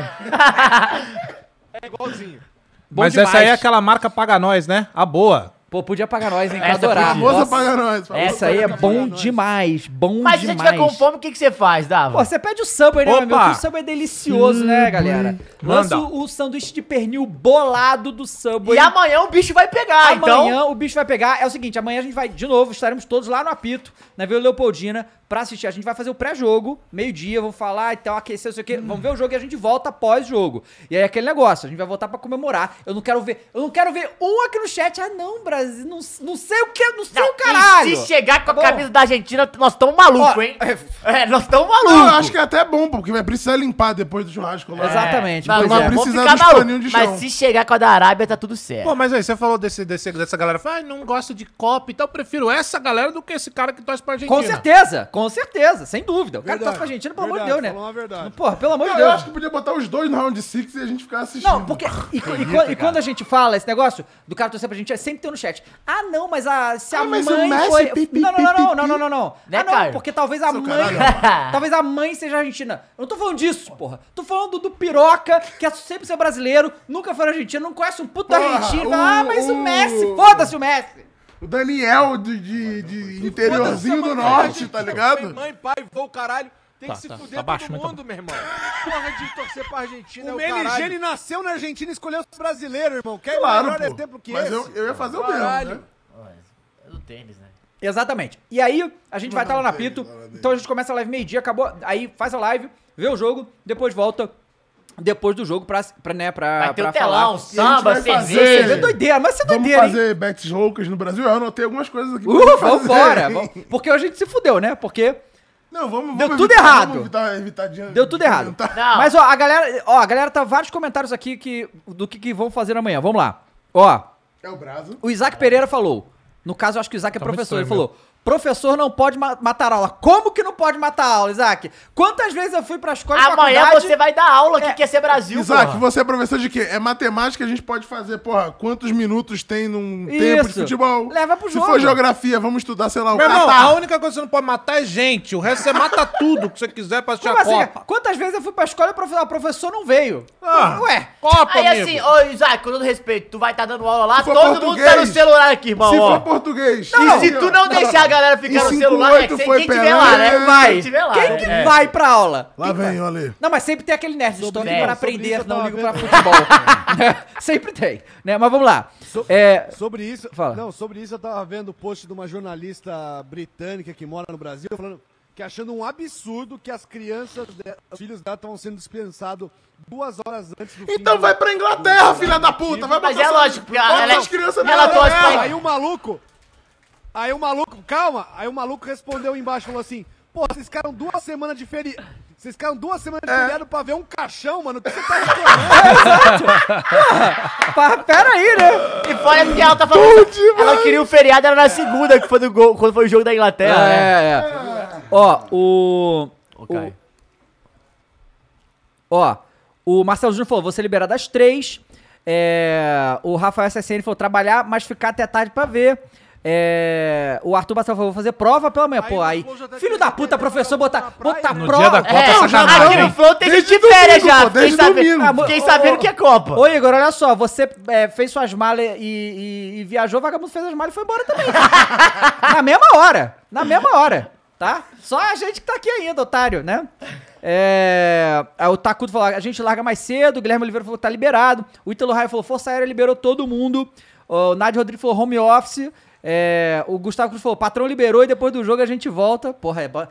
[SPEAKER 5] É igualzinho.
[SPEAKER 1] Bom
[SPEAKER 2] Mas
[SPEAKER 1] demais.
[SPEAKER 2] essa aí é aquela marca paga nós, né? A boa.
[SPEAKER 1] Pô, podia pagar nós, hein? Que eu
[SPEAKER 3] Essa
[SPEAKER 1] adorava.
[SPEAKER 3] podia.
[SPEAKER 11] Moça
[SPEAKER 3] Nossa.
[SPEAKER 11] paga nós.
[SPEAKER 3] Essa
[SPEAKER 1] Isso aí é bom demais, bom
[SPEAKER 3] Mas se você
[SPEAKER 1] demais.
[SPEAKER 3] tiver com fome, o que, que você faz, Dava?
[SPEAKER 1] Pô, você pede o Subway, né, meu
[SPEAKER 2] Opa!
[SPEAKER 1] amigo? Porque o Subway é delicioso, né, galera? Lança
[SPEAKER 2] Manda.
[SPEAKER 1] o, o sanduíche de pernil bolado do Subway.
[SPEAKER 3] E amanhã o bicho vai pegar,
[SPEAKER 1] amanhã
[SPEAKER 3] então.
[SPEAKER 1] o bicho vai pegar. É o seguinte, amanhã a gente vai, de novo, estaremos todos lá no apito, na Vila Leopoldina, pra assistir. A gente vai fazer o pré-jogo, meio-dia, vou falar e tal, aquecer, não sei o quê. Vamos ver o jogo e a gente volta pós-jogo. E aí é aquele negócio, a gente vai voltar pra comemorar. Eu não quero ver, eu não quero ver um aqui no chat. Ah, não, Brasil, não, não sei o que, não sei o
[SPEAKER 3] Não,
[SPEAKER 1] um caralho.
[SPEAKER 3] e se chegar com
[SPEAKER 1] Tá
[SPEAKER 3] a
[SPEAKER 1] bom?
[SPEAKER 3] camisa da Argentina, nós estamos malucos,
[SPEAKER 1] Ó,
[SPEAKER 3] hein? É, nós estamos
[SPEAKER 11] Não, eu
[SPEAKER 3] malucos.
[SPEAKER 11] acho que é até bom, porque vai precisar limpar depois do churrasco lá.
[SPEAKER 1] É. Exato. Exatamente,
[SPEAKER 3] Não,
[SPEAKER 1] pois
[SPEAKER 3] mas
[SPEAKER 1] é.
[SPEAKER 3] vamos
[SPEAKER 11] Precisar
[SPEAKER 3] ficar
[SPEAKER 11] dos paninhos
[SPEAKER 3] maluco.
[SPEAKER 11] de
[SPEAKER 3] Mas
[SPEAKER 11] chão.
[SPEAKER 3] se chegar com a da Arábia, tá tudo certo.
[SPEAKER 2] Pô, mas aí você falou desse, desse- dessa galera. Fala, ah, não gosto de Copa, então eu prefiro essa galera do que esse cara que torce pra Argentina.
[SPEAKER 1] Com certeza, com certeza, sem dúvida. O cara
[SPEAKER 4] Verdade,
[SPEAKER 1] torce pra Argentina, pelo amor de Deus,
[SPEAKER 4] verdade,
[SPEAKER 1] né?
[SPEAKER 4] falou uma verdade.
[SPEAKER 1] Porra, pelo amor de
[SPEAKER 11] Cara, eu
[SPEAKER 1] Deus.
[SPEAKER 11] acho que podia botar os dois no round six e a gente ficar assistindo.
[SPEAKER 1] Não, porque. E, e- e quando- e quando a gente fala esse negócio do cara torcer pra gente, é sempre tem no chat. Ah, não, mas a, se a
[SPEAKER 11] Ah,
[SPEAKER 1] mãe
[SPEAKER 11] mas o Messi,
[SPEAKER 1] foi.
[SPEAKER 11] pi, pi,
[SPEAKER 1] não, não,
[SPEAKER 11] pi,
[SPEAKER 1] não,
[SPEAKER 11] pi,
[SPEAKER 1] não,
[SPEAKER 11] pi.
[SPEAKER 1] não, não, não, não.
[SPEAKER 3] Né,
[SPEAKER 1] ah, não,
[SPEAKER 3] Caio?
[SPEAKER 1] porque talvez a
[SPEAKER 11] Seu
[SPEAKER 1] mãe.
[SPEAKER 3] caralho.
[SPEAKER 1] [laughs] talvez a mãe seja argentina. Eu não tô falando disso, porra. Tô falando do piroca, que é sempre ser brasileiro, nunca foi argentino, não conhece um puto da
[SPEAKER 11] Porra,
[SPEAKER 1] Argentina. e fala, ah,
[SPEAKER 11] o-
[SPEAKER 1] mas o
[SPEAKER 11] o-
[SPEAKER 1] Messi, foda-se o Messi.
[SPEAKER 11] O Daniel de, de, de interiorzinho do norte, tá
[SPEAKER 5] Mãe,
[SPEAKER 11] ligado?
[SPEAKER 5] mãe, pai, vou, caralho. Tem
[SPEAKER 2] Tá,
[SPEAKER 5] que se
[SPEAKER 2] tá,
[SPEAKER 5] fuder
[SPEAKER 2] tá baixo,
[SPEAKER 5] todo
[SPEAKER 2] mas tá
[SPEAKER 5] mundo, meu irmão. Porra de torcer pra
[SPEAKER 11] Então,
[SPEAKER 5] Argentina, é
[SPEAKER 4] O
[SPEAKER 5] o caralho.
[SPEAKER 4] Meligeni nasceu na Argentina e escolheu os brasileiros, irmão. Quer
[SPEAKER 11] Claro,
[SPEAKER 4] melhor
[SPEAKER 11] pô.
[SPEAKER 4] exemplo que
[SPEAKER 11] Mas
[SPEAKER 4] esse?
[SPEAKER 11] né? eu, eu ia fazer o mesmo,
[SPEAKER 5] Caralho.
[SPEAKER 11] né?
[SPEAKER 3] É do tênis, né?
[SPEAKER 1] Exatamente. E aí, a gente vai estar lá na Pito. Então a gente começa a live meio-dia, acabou. Aí faz a live, vê o jogo, depois volta. Depois do jogo pra, pra né, pra.
[SPEAKER 11] Vai ter
[SPEAKER 1] pra
[SPEAKER 11] o telão,
[SPEAKER 1] falar.
[SPEAKER 11] samba,
[SPEAKER 1] E a gente vai fazer-
[SPEAKER 11] cerveja.
[SPEAKER 1] É doideira, mas você é
[SPEAKER 11] Vamos
[SPEAKER 1] doideira, hein?
[SPEAKER 11] fazer bets loucas no Brasil? Eu anotei algumas coisas aqui. pra
[SPEAKER 1] Uh,
[SPEAKER 11] gente fazer.
[SPEAKER 1] vambora! vamos- Porque a gente se fudeu, né? Porque.
[SPEAKER 11] [laughs] Não, vamos,
[SPEAKER 1] Deu
[SPEAKER 11] vamos
[SPEAKER 1] tudo
[SPEAKER 11] evitar-
[SPEAKER 1] errado.
[SPEAKER 11] Vamos evitar, evitar de-
[SPEAKER 1] Deu tudo errado.
[SPEAKER 11] tá.
[SPEAKER 1] Mas, ó, a galera. Ó, a galera tá vários comentários aqui que, do que, que vão fazer amanhã. Vamos lá. Ó.
[SPEAKER 11] É o Brazo.
[SPEAKER 1] O Isaac Pereira falou. No caso, eu acho que o Isaac é
[SPEAKER 11] Tá muito
[SPEAKER 1] professor. Ele
[SPEAKER 11] estranho,
[SPEAKER 1] falou: professor não pode ma- matar aula. Como que não pode matar aula, Isaac? Quantas vezes eu fui pra escola e
[SPEAKER 3] Amanhã
[SPEAKER 1] faculdade-
[SPEAKER 3] você vai dar aula aqui, que é ser Brasil,
[SPEAKER 11] Isaac,
[SPEAKER 3] porra.
[SPEAKER 11] você é professor de quê? É matemática, a gente pode fazer, porra, quantos minutos tem num tempo de
[SPEAKER 2] Isso.
[SPEAKER 11] futebol.
[SPEAKER 2] Leva pro
[SPEAKER 11] Se
[SPEAKER 2] jogo.
[SPEAKER 11] for geografia, vamos estudar, sei lá, o
[SPEAKER 2] Meu irmão,
[SPEAKER 11] Catar.
[SPEAKER 2] a única coisa que você não pode matar é gente. O resto você mata tudo que você quiser pra assistir
[SPEAKER 1] Como
[SPEAKER 2] a
[SPEAKER 1] assim?
[SPEAKER 2] Copa.
[SPEAKER 1] Quantas vezes eu fui pra escola e o profe- ah, o professor não veio?
[SPEAKER 11] Ah.
[SPEAKER 1] Ué,
[SPEAKER 3] Aí assim, ô Isaac, com todo respeito, tu vai estar dando aula lá,
[SPEAKER 1] Se for
[SPEAKER 3] todo mundo
[SPEAKER 1] português,
[SPEAKER 3] tá no celular aqui, irmão.
[SPEAKER 1] se
[SPEAKER 3] ó.
[SPEAKER 1] for
[SPEAKER 11] português.
[SPEAKER 3] Não,
[SPEAKER 1] Não,
[SPEAKER 3] se
[SPEAKER 1] não.
[SPEAKER 3] tu não
[SPEAKER 1] Não,
[SPEAKER 3] deixar a galera ficar
[SPEAKER 1] E
[SPEAKER 3] no celular, é que
[SPEAKER 1] 58
[SPEAKER 3] quem
[SPEAKER 1] foi
[SPEAKER 3] tiver
[SPEAKER 1] pela-
[SPEAKER 3] lá, né?
[SPEAKER 1] Vai.
[SPEAKER 3] Quem tiver lá.
[SPEAKER 1] Quem que
[SPEAKER 3] né?
[SPEAKER 1] vai pra aula?
[SPEAKER 11] Lá vem, olha aí.
[SPEAKER 1] Não, mas sempre tem aquele nerd. Estou aqui
[SPEAKER 3] isso,
[SPEAKER 1] para
[SPEAKER 3] sobre
[SPEAKER 1] aprender,
[SPEAKER 3] isso eu
[SPEAKER 1] não
[SPEAKER 3] tava
[SPEAKER 1] ligo pra futebol. [laughs] sempre tem. Né? Mas vamos lá. É,
[SPEAKER 4] Sobre isso,
[SPEAKER 1] Fala.
[SPEAKER 4] não, sobre isso eu tava vendo o post de uma jornalista britânica que mora no Brasil falando que achando um absurdo que as crianças, de- os filhos dela estavam sendo dispensados duas horas antes do
[SPEAKER 11] Então vai pra Inglaterra, filha da puta. Vai
[SPEAKER 4] Mas
[SPEAKER 11] botar
[SPEAKER 4] é
[SPEAKER 11] sua-
[SPEAKER 4] lógico, porque
[SPEAKER 11] bota
[SPEAKER 4] ela-
[SPEAKER 11] suas crianças né? na
[SPEAKER 4] ela
[SPEAKER 11] Inglaterra.
[SPEAKER 4] torce pra- É, Aí o maluco. Aí o maluco, calma, aí o maluco respondeu embaixo, falou assim, pô, vocês ficaram duas semanas de feriado, vocês ficaram duas semanas
[SPEAKER 11] É.
[SPEAKER 4] de feriado pra ver um caixão, mano, o que você tá
[SPEAKER 1] Pá, pera aí, né?
[SPEAKER 3] E fora que ela tá falando. ela queria o feriado, era na segunda, que foi do gol, quando foi o jogo da Inglaterra.
[SPEAKER 1] É,
[SPEAKER 3] né?
[SPEAKER 1] é. Ó, o. o ó, o Marcelo Júnior falou: você liberar das três. É, o Rafael SSN falou: trabalhar, mas ficar até tarde pra ver. É, o Arthur Marcelo falou: vou fazer prova pela manhã. Pô, aí. Filho da puta, professor, botar, botar
[SPEAKER 2] No
[SPEAKER 1] prova.
[SPEAKER 2] dia da Copa é
[SPEAKER 1] Não, já
[SPEAKER 2] sacanagem,
[SPEAKER 1] não.
[SPEAKER 2] hein?
[SPEAKER 3] Desde domingo, pô, desde domingo.
[SPEAKER 1] Ah, mo-
[SPEAKER 3] Fiquei
[SPEAKER 1] ô,
[SPEAKER 3] sabendo
[SPEAKER 1] ô,
[SPEAKER 3] que é Copa.
[SPEAKER 1] Ô, Igor, olha só, você é, fez suas malas e, e- e viajou, o vagabundo fez as malas e foi embora também. [laughs] na mesma hora. Na mesma hora. Tá? Só a gente que tá aqui ainda, otário, né? É, aí o Takuto falou: a gente larga mais cedo. O Guilherme Oliveira falou que tá liberado. O Ítalo Raio falou: Força Aérea liberou todo mundo. O Nádio Rodrigues falou: home office. É, o Gustavo Cruz falou: patrão liberou e depois do jogo a gente volta. Porra, é. bo-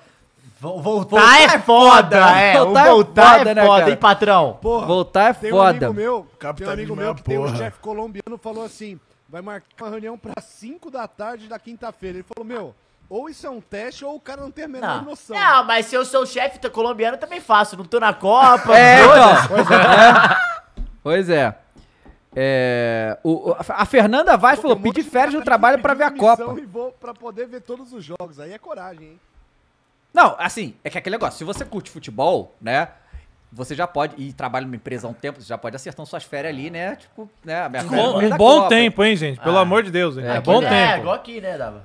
[SPEAKER 3] Voltar é foda, é. O voltar é foda, hein, patrão?
[SPEAKER 1] voltar é
[SPEAKER 4] Tem um
[SPEAKER 1] foda.
[SPEAKER 4] amigo meu, tem um amigo
[SPEAKER 1] Capitalismo é
[SPEAKER 4] meu
[SPEAKER 1] uma
[SPEAKER 4] que tem um
[SPEAKER 1] porra.
[SPEAKER 4] chefe colombiano falou assim: vai marcar uma reunião pra 5 da tarde da quinta-feira. Ele falou: meu, ou isso é um teste ou o cara não tem a menor
[SPEAKER 3] Não.
[SPEAKER 4] noção.
[SPEAKER 3] Não, mas se eu sou chefe tô colombiano, eu também faço. Não tô na Copa,
[SPEAKER 1] É,
[SPEAKER 3] foda-se.
[SPEAKER 1] então. Pois é. É, o- o- a Fernanda Vaz falou: pedi férias no trabalho pra ver a Copa.
[SPEAKER 4] tá E vou pra poder ver todos os jogos. Aí é coragem, hein?
[SPEAKER 1] Não, assim, é que é aquele negócio, se você curte futebol, né? Você já pode, e trabalha numa empresa há um tempo, você já pode acertar suas férias ali, né? Tipo, né? a minha
[SPEAKER 2] Um
[SPEAKER 1] férias
[SPEAKER 2] bom-
[SPEAKER 1] no meio
[SPEAKER 2] um
[SPEAKER 1] da
[SPEAKER 2] bom
[SPEAKER 1] Copa.
[SPEAKER 2] tempo, hein, gente? Pelo amor de Deus, hein? É bom
[SPEAKER 3] né? É,
[SPEAKER 2] tempo.
[SPEAKER 3] igual aqui, né, Dava?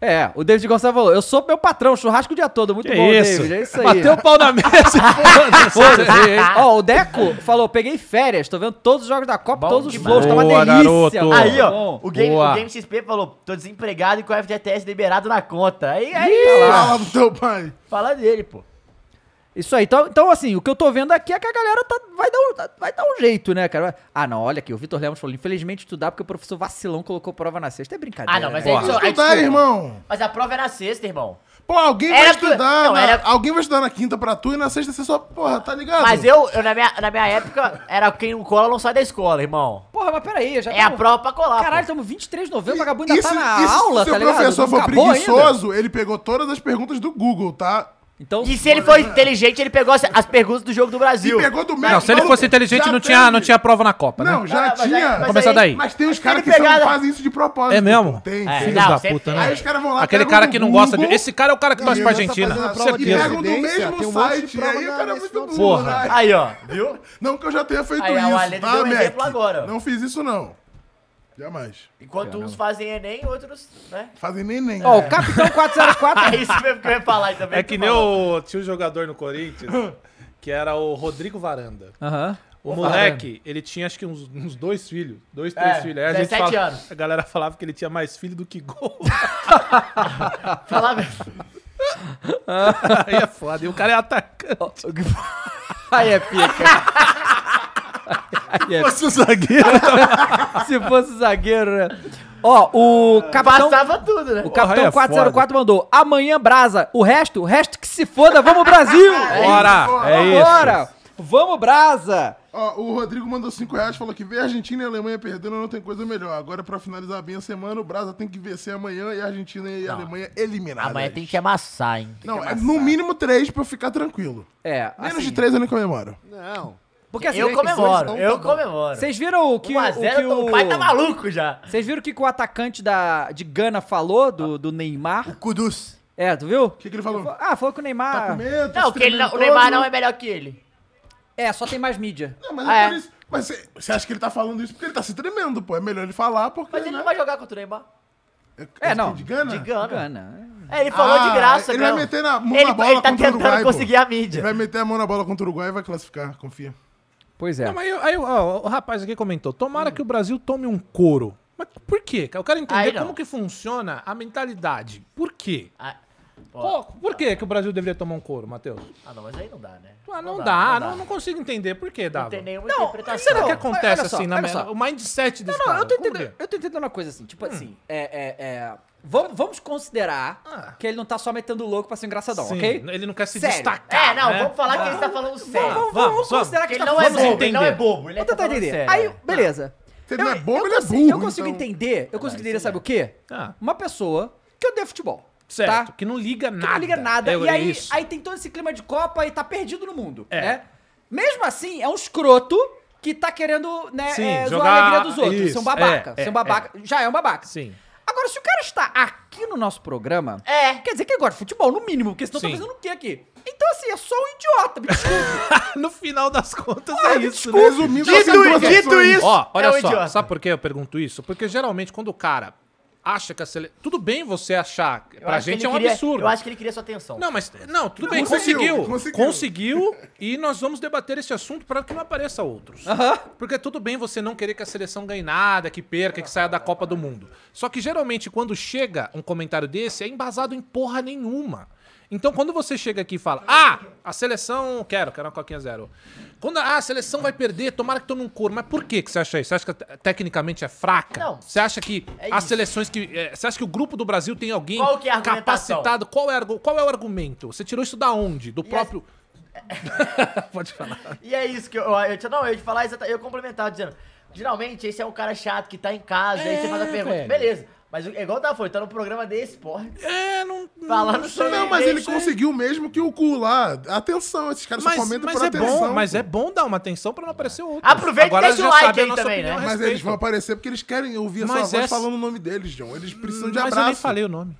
[SPEAKER 1] É, o David Gonçalves falou, eu sou meu patrão, churrasco o dia todo. Muito
[SPEAKER 2] Que
[SPEAKER 1] bom,
[SPEAKER 2] isso?
[SPEAKER 1] David, é isso aí.
[SPEAKER 2] Bateu o
[SPEAKER 1] [laughs]
[SPEAKER 2] pau na [laughs] mesa e foda-se.
[SPEAKER 1] Foda-se, hein? Ó, o Deco falou, peguei férias, tô vendo todos os jogos da Copa, todos os flows, tá uma
[SPEAKER 2] Boa,
[SPEAKER 1] delícia.
[SPEAKER 2] garoto.
[SPEAKER 1] mano.
[SPEAKER 11] Tá
[SPEAKER 3] Aí, ó,
[SPEAKER 1] Bom.
[SPEAKER 3] o game,
[SPEAKER 2] Boa.
[SPEAKER 3] o game XP falou, tô desempregado e com o FGTS liberado na conta. Aí,
[SPEAKER 1] Ih, tá
[SPEAKER 3] aí,
[SPEAKER 1] fala
[SPEAKER 11] do teu pai.
[SPEAKER 3] Fala dele, pô.
[SPEAKER 1] Isso aí. Então, então, assim, o que eu tô vendo aqui é que a galera tá, vai, dar um, vai dar um jeito, né, cara? Vai- Ah, não, olha aqui. O Vitor Lemos falou: infelizmente estudar porque o professor vacilão colocou prova na sexta. É brincadeira.
[SPEAKER 3] Ah, não, mas
[SPEAKER 1] né?
[SPEAKER 3] aí... só- aí,
[SPEAKER 11] Estudar,
[SPEAKER 3] desculpa.
[SPEAKER 11] irmão.
[SPEAKER 3] Mas a prova é na sexta, irmão.
[SPEAKER 11] Pô, alguém vai
[SPEAKER 3] Era tu-
[SPEAKER 11] estudar.
[SPEAKER 3] não,
[SPEAKER 11] na-
[SPEAKER 3] era-
[SPEAKER 11] Alguém vai estudar na quinta pra tu e na sexta você só, porra, tá ligado?
[SPEAKER 3] Mas eu, eu na, minha, na minha época, era quem não cola não sai da escola, irmão.
[SPEAKER 1] Porra, mas peraí, já
[SPEAKER 3] É a prova pra colar,
[SPEAKER 1] Caralho,
[SPEAKER 3] pô.
[SPEAKER 1] estamos 23 de novembro, vagabundo
[SPEAKER 11] E
[SPEAKER 1] ainda tá
[SPEAKER 11] se-
[SPEAKER 1] na
[SPEAKER 11] e se
[SPEAKER 1] aula,
[SPEAKER 11] seu
[SPEAKER 1] tá ligado?
[SPEAKER 11] professor
[SPEAKER 1] Não
[SPEAKER 11] for
[SPEAKER 1] acabou ainda.
[SPEAKER 11] preguiçoso, ele pegou todas as perguntas do Google, tá?
[SPEAKER 1] Então,
[SPEAKER 3] E se ele for inteligente, ele pegou as, as perguntas do jogo do Brasil.
[SPEAKER 11] pegou do
[SPEAKER 2] Não, se ele fosse inteligente, não tinha, não tinha prova na Copa, né?
[SPEAKER 11] Não, já
[SPEAKER 3] Não, mas aí-
[SPEAKER 11] tinha.
[SPEAKER 3] mas
[SPEAKER 2] Começar
[SPEAKER 3] aí-
[SPEAKER 2] daí.
[SPEAKER 11] Mas tem uns
[SPEAKER 3] Se
[SPEAKER 11] caras
[SPEAKER 3] ele
[SPEAKER 11] que são-
[SPEAKER 3] pegar na-
[SPEAKER 11] fazem isso de propósito.
[SPEAKER 2] É mesmo?
[SPEAKER 11] Tem,
[SPEAKER 2] É,
[SPEAKER 11] tem.
[SPEAKER 2] filhos da puta, né?
[SPEAKER 11] Aí os caras vão lá,
[SPEAKER 2] Aquele
[SPEAKER 11] pegam
[SPEAKER 2] cara
[SPEAKER 11] no
[SPEAKER 2] que não gosta de.
[SPEAKER 11] Google.
[SPEAKER 2] Esse cara é o cara que torce pra
[SPEAKER 11] tá
[SPEAKER 2] Argentina. Certeza.
[SPEAKER 11] Pegam do
[SPEAKER 4] um
[SPEAKER 11] mesmo site. Aí o cara é muito burro,
[SPEAKER 2] Porra.
[SPEAKER 11] né?
[SPEAKER 3] Aí, ó, viu?
[SPEAKER 11] Não que eu já tenha feito
[SPEAKER 3] Aí, ó, o Ale
[SPEAKER 11] isso,
[SPEAKER 3] deu
[SPEAKER 11] tá,
[SPEAKER 3] um exemplo
[SPEAKER 11] Mac?
[SPEAKER 3] agora.
[SPEAKER 11] Não fiz isso, não. Jamais.
[SPEAKER 3] Enquanto uns fazem Enem, outros, né?
[SPEAKER 11] Fazem neném.
[SPEAKER 1] Ó, o Capitão 404.
[SPEAKER 3] [laughs] É isso mesmo que eu ia falar aí também.
[SPEAKER 2] É que nem o. Tinha um jogador no [laughs] Corinthians que era o Rodrigo Varanda.
[SPEAKER 1] Aham.
[SPEAKER 2] O moleque, ele tinha acho que uns, uns dois filhos. Dois, três
[SPEAKER 3] É,
[SPEAKER 2] filhos. Aí a, gente
[SPEAKER 3] 17
[SPEAKER 2] fala-
[SPEAKER 3] anos.
[SPEAKER 2] a galera falava que ele tinha mais filho do que gol. [laughs]
[SPEAKER 3] Falava...
[SPEAKER 2] Aí é foda. E o cara é atacante.
[SPEAKER 1] Aí é pica. é Aí é
[SPEAKER 2] Se fosse o zagueiro,
[SPEAKER 1] [laughs] Se fosse zagueiro, né? Ó, o capitão...
[SPEAKER 3] Passava tudo, né?
[SPEAKER 1] O capitão
[SPEAKER 3] Porra, aí é
[SPEAKER 1] 404 mandou. Amanhã, brasa. O resto, o resto que se foda, vamos Brasil!
[SPEAKER 11] Bora! [laughs] É isso.
[SPEAKER 1] Bora! Vamos brasa!
[SPEAKER 11] Ó, o Rodrigo mandou 5 reais, falou que ver a Argentina e a Alemanha perdendo não tem coisa melhor. Agora, pra finalizar bem a semana, o Brasa tem que vencer amanhã e a Argentina e a Alemanha
[SPEAKER 4] Ah,
[SPEAKER 11] eliminadas.
[SPEAKER 3] Amanhã tem que amassar, hein?
[SPEAKER 11] Não, é no mínimo 3 pra eu ficar tranquilo.
[SPEAKER 1] É,
[SPEAKER 11] Menos
[SPEAKER 1] assim-
[SPEAKER 11] de 3 eu não comemoro.
[SPEAKER 4] Não.
[SPEAKER 1] Porque assim,
[SPEAKER 3] eu
[SPEAKER 1] eles-
[SPEAKER 3] comemoro,
[SPEAKER 1] eles-
[SPEAKER 3] eu comemoro.
[SPEAKER 1] Vocês viram o que,
[SPEAKER 3] 1 a
[SPEAKER 1] o,
[SPEAKER 3] 0,
[SPEAKER 1] que
[SPEAKER 3] o pai tá maluco já.
[SPEAKER 1] Vocês viram o que, que o atacante da, de Gana falou do, do Neymar? O
[SPEAKER 3] Kudus.
[SPEAKER 1] É, tu viu?
[SPEAKER 11] O que, que ele falou?
[SPEAKER 1] Ah, falou que o Neymar.
[SPEAKER 11] Tá com medo?
[SPEAKER 3] Não,
[SPEAKER 11] esse
[SPEAKER 3] que ele não- o
[SPEAKER 11] tremendo
[SPEAKER 3] Neymar
[SPEAKER 11] todo?
[SPEAKER 3] não é melhor que ele.
[SPEAKER 1] É, só tem mais mídia.
[SPEAKER 11] Não, mas
[SPEAKER 3] Ah,
[SPEAKER 11] é
[SPEAKER 3] é.
[SPEAKER 11] por isso. Mas você- você acha que ele tá falando isso porque ele tá se tremendo, pô. É melhor ele falar porque.
[SPEAKER 3] Mas ele
[SPEAKER 11] né?
[SPEAKER 3] não vai jogar contra o Neymar.
[SPEAKER 1] É, não.
[SPEAKER 11] De Gana?
[SPEAKER 3] De Gana.
[SPEAKER 1] Gana. né?
[SPEAKER 3] É, ele falou
[SPEAKER 11] Ah,
[SPEAKER 3] de graça,
[SPEAKER 11] Ele
[SPEAKER 3] cara.
[SPEAKER 11] vai meter na mão
[SPEAKER 3] Ele-
[SPEAKER 11] na bola
[SPEAKER 3] ele tá
[SPEAKER 11] contra o
[SPEAKER 3] tentando
[SPEAKER 11] Uruguai, pô.
[SPEAKER 3] conseguir a
[SPEAKER 11] Ele
[SPEAKER 3] mídia.
[SPEAKER 11] vai meter a mão na bola contra o Uruguai e vai classificar, confia.
[SPEAKER 1] Pois é.
[SPEAKER 2] Não, mas aí, aí, ó, o rapaz aqui comentou: tomara que o Brasil tome um couro. Mas por quê? Eu quero
[SPEAKER 3] Aí
[SPEAKER 2] entender
[SPEAKER 3] não.
[SPEAKER 2] como que funciona a mentalidade. Por quê?
[SPEAKER 3] Ah,
[SPEAKER 2] Qual- por que, que o Brasil deveria tomar um couro, Matheus?
[SPEAKER 3] ah, não, mas aí não dá, né?
[SPEAKER 2] Ah, não, dá, não, não consigo entender por que
[SPEAKER 3] Não é
[SPEAKER 2] dava.
[SPEAKER 3] tem nenhuma
[SPEAKER 2] O que
[SPEAKER 3] interpretação.
[SPEAKER 2] será que
[SPEAKER 1] Não,
[SPEAKER 2] acontece
[SPEAKER 1] olha só,
[SPEAKER 2] assim na
[SPEAKER 1] olha
[SPEAKER 2] me-
[SPEAKER 1] só.
[SPEAKER 2] O mindset desse
[SPEAKER 1] Não, não,
[SPEAKER 2] cara?
[SPEAKER 1] eu tô,
[SPEAKER 2] Como
[SPEAKER 1] entendendo,
[SPEAKER 2] que é? Hum.
[SPEAKER 1] eu tô entendendo uma coisa assim, tipo assim, é, é, é, vamos, vamos considerar que ele não tá só metendo louco pra ser engraçadão,
[SPEAKER 2] Ah. é? Sim,
[SPEAKER 1] ok?
[SPEAKER 2] Ele não quer se
[SPEAKER 1] Sério.
[SPEAKER 2] destacar.
[SPEAKER 3] É, não,
[SPEAKER 2] né?
[SPEAKER 3] vamos falar que ele tá falando sério.
[SPEAKER 1] Vamos, vamos,
[SPEAKER 2] Vamos,
[SPEAKER 1] considerar
[SPEAKER 2] vamos.
[SPEAKER 1] que ele
[SPEAKER 3] Ele
[SPEAKER 1] tá
[SPEAKER 3] não é
[SPEAKER 1] falando
[SPEAKER 3] bobo,
[SPEAKER 1] sério.
[SPEAKER 3] ele não é
[SPEAKER 2] entender.
[SPEAKER 3] bobo. Ele
[SPEAKER 1] Vou
[SPEAKER 3] é
[SPEAKER 1] tentar entender.
[SPEAKER 3] Sério.
[SPEAKER 1] Aí, beleza.
[SPEAKER 11] Se ele não é bom, ele é
[SPEAKER 1] consigo,
[SPEAKER 11] burro,
[SPEAKER 1] Eu consigo
[SPEAKER 11] então.
[SPEAKER 1] entender, eu consigo entender, sabe o quê?
[SPEAKER 2] Ah.
[SPEAKER 1] Uma pessoa que odeia futebol,
[SPEAKER 2] Certo,
[SPEAKER 1] tá?
[SPEAKER 2] que não liga nada.
[SPEAKER 1] que não liga nada.
[SPEAKER 2] É
[SPEAKER 1] e aí,
[SPEAKER 2] isso.
[SPEAKER 1] aí tem todo esse clima de Copa e tá perdido no mundo,
[SPEAKER 2] É.
[SPEAKER 1] né? Mesmo assim, é um escroto que tá querendo, né,
[SPEAKER 2] Sim,
[SPEAKER 1] é, zoar
[SPEAKER 2] jogar-
[SPEAKER 1] a alegria dos outros.
[SPEAKER 2] isso,
[SPEAKER 1] ser um babaca.
[SPEAKER 2] é,
[SPEAKER 1] ser um
[SPEAKER 2] é,
[SPEAKER 1] babaca. Já é um babaca.
[SPEAKER 2] Sim.
[SPEAKER 1] Agora, se o cara está aqui no nosso programa,
[SPEAKER 3] É.
[SPEAKER 1] quer dizer que ele gosta de futebol, no mínimo, porque senão tá
[SPEAKER 2] Sim.
[SPEAKER 1] fazendo o quê aqui? Então, assim, é só um idiota, me desculpe.
[SPEAKER 2] [laughs] no final das contas é isso, né?
[SPEAKER 11] Resumindo, só tem duas opções.
[SPEAKER 4] né?
[SPEAKER 2] Ó, olha
[SPEAKER 3] é um
[SPEAKER 2] só,
[SPEAKER 3] idiota.
[SPEAKER 2] sabe por que eu pergunto isso? Porque geralmente quando o cara acha que a seleção... Tudo bem você achar,
[SPEAKER 3] Eu
[SPEAKER 2] pra
[SPEAKER 3] acho que
[SPEAKER 2] gente
[SPEAKER 3] ele
[SPEAKER 2] é um
[SPEAKER 3] queria-
[SPEAKER 2] absurdo.
[SPEAKER 3] Eu acho que ele queria sua atenção.
[SPEAKER 2] Não, mas. Não, tudo bem,
[SPEAKER 11] Então. É. conseguiu,
[SPEAKER 2] conseguiu. Conseguiu.
[SPEAKER 11] conseguiu.
[SPEAKER 2] e nós vamos debater esse assunto para que não apareça outros. Porque é tudo bem você não querer que a seleção ganhe nada, que perca, que saia da Copa do Mundo. Só que geralmente quando chega um comentário desse é embasado em porra nenhuma. Então quando você chega aqui e fala, ah, a seleção. Quero, quero uma coquinha zero. Quando ah, a seleção vai perder, tomara que tome um couro. Mas por que, que você acha isso? Você acha que te- tecnicamente é fraca?
[SPEAKER 3] Não.
[SPEAKER 2] Você acha que
[SPEAKER 3] É
[SPEAKER 2] as
[SPEAKER 3] isso.
[SPEAKER 2] seleções que. eh, você acha que o grupo do Brasil tem alguém
[SPEAKER 3] Qual que é a argumentação?
[SPEAKER 2] capacitado? Ricardo, Qual é, argu- qual é o argumento? Você tirou isso da onde? Do próprio. Pode falar.
[SPEAKER 3] E é isso que eu, eu, tinha- não, eu ia te falar exatamente, eu ia complementar dizendo, geralmente esse é um cara chato que tá em casa, aí você faz a pergunta,
[SPEAKER 2] velho.
[SPEAKER 3] beleza. Mas é igual tá foi, tá no programa desse, porra.
[SPEAKER 2] É, não.
[SPEAKER 3] Falando sobre
[SPEAKER 11] Não, mas ele
[SPEAKER 3] isso.
[SPEAKER 11] conseguiu mesmo que o cu lá. Atenção, esses caras
[SPEAKER 2] Mas,
[SPEAKER 11] só comentam
[SPEAKER 2] mas
[SPEAKER 11] por
[SPEAKER 2] é
[SPEAKER 11] atenção.
[SPEAKER 2] bom, mas é bom dar uma atenção pra não aparecer outro.
[SPEAKER 3] Aproveita e deixa o like aí também, né?
[SPEAKER 11] Mas eles vão aparecer porque eles querem ouvir a sua
[SPEAKER 2] Mas
[SPEAKER 11] voz
[SPEAKER 2] essa-
[SPEAKER 11] falando o nome deles, John. Eles precisam de
[SPEAKER 2] Mas
[SPEAKER 11] um abraço.
[SPEAKER 2] eu nem falei o nome.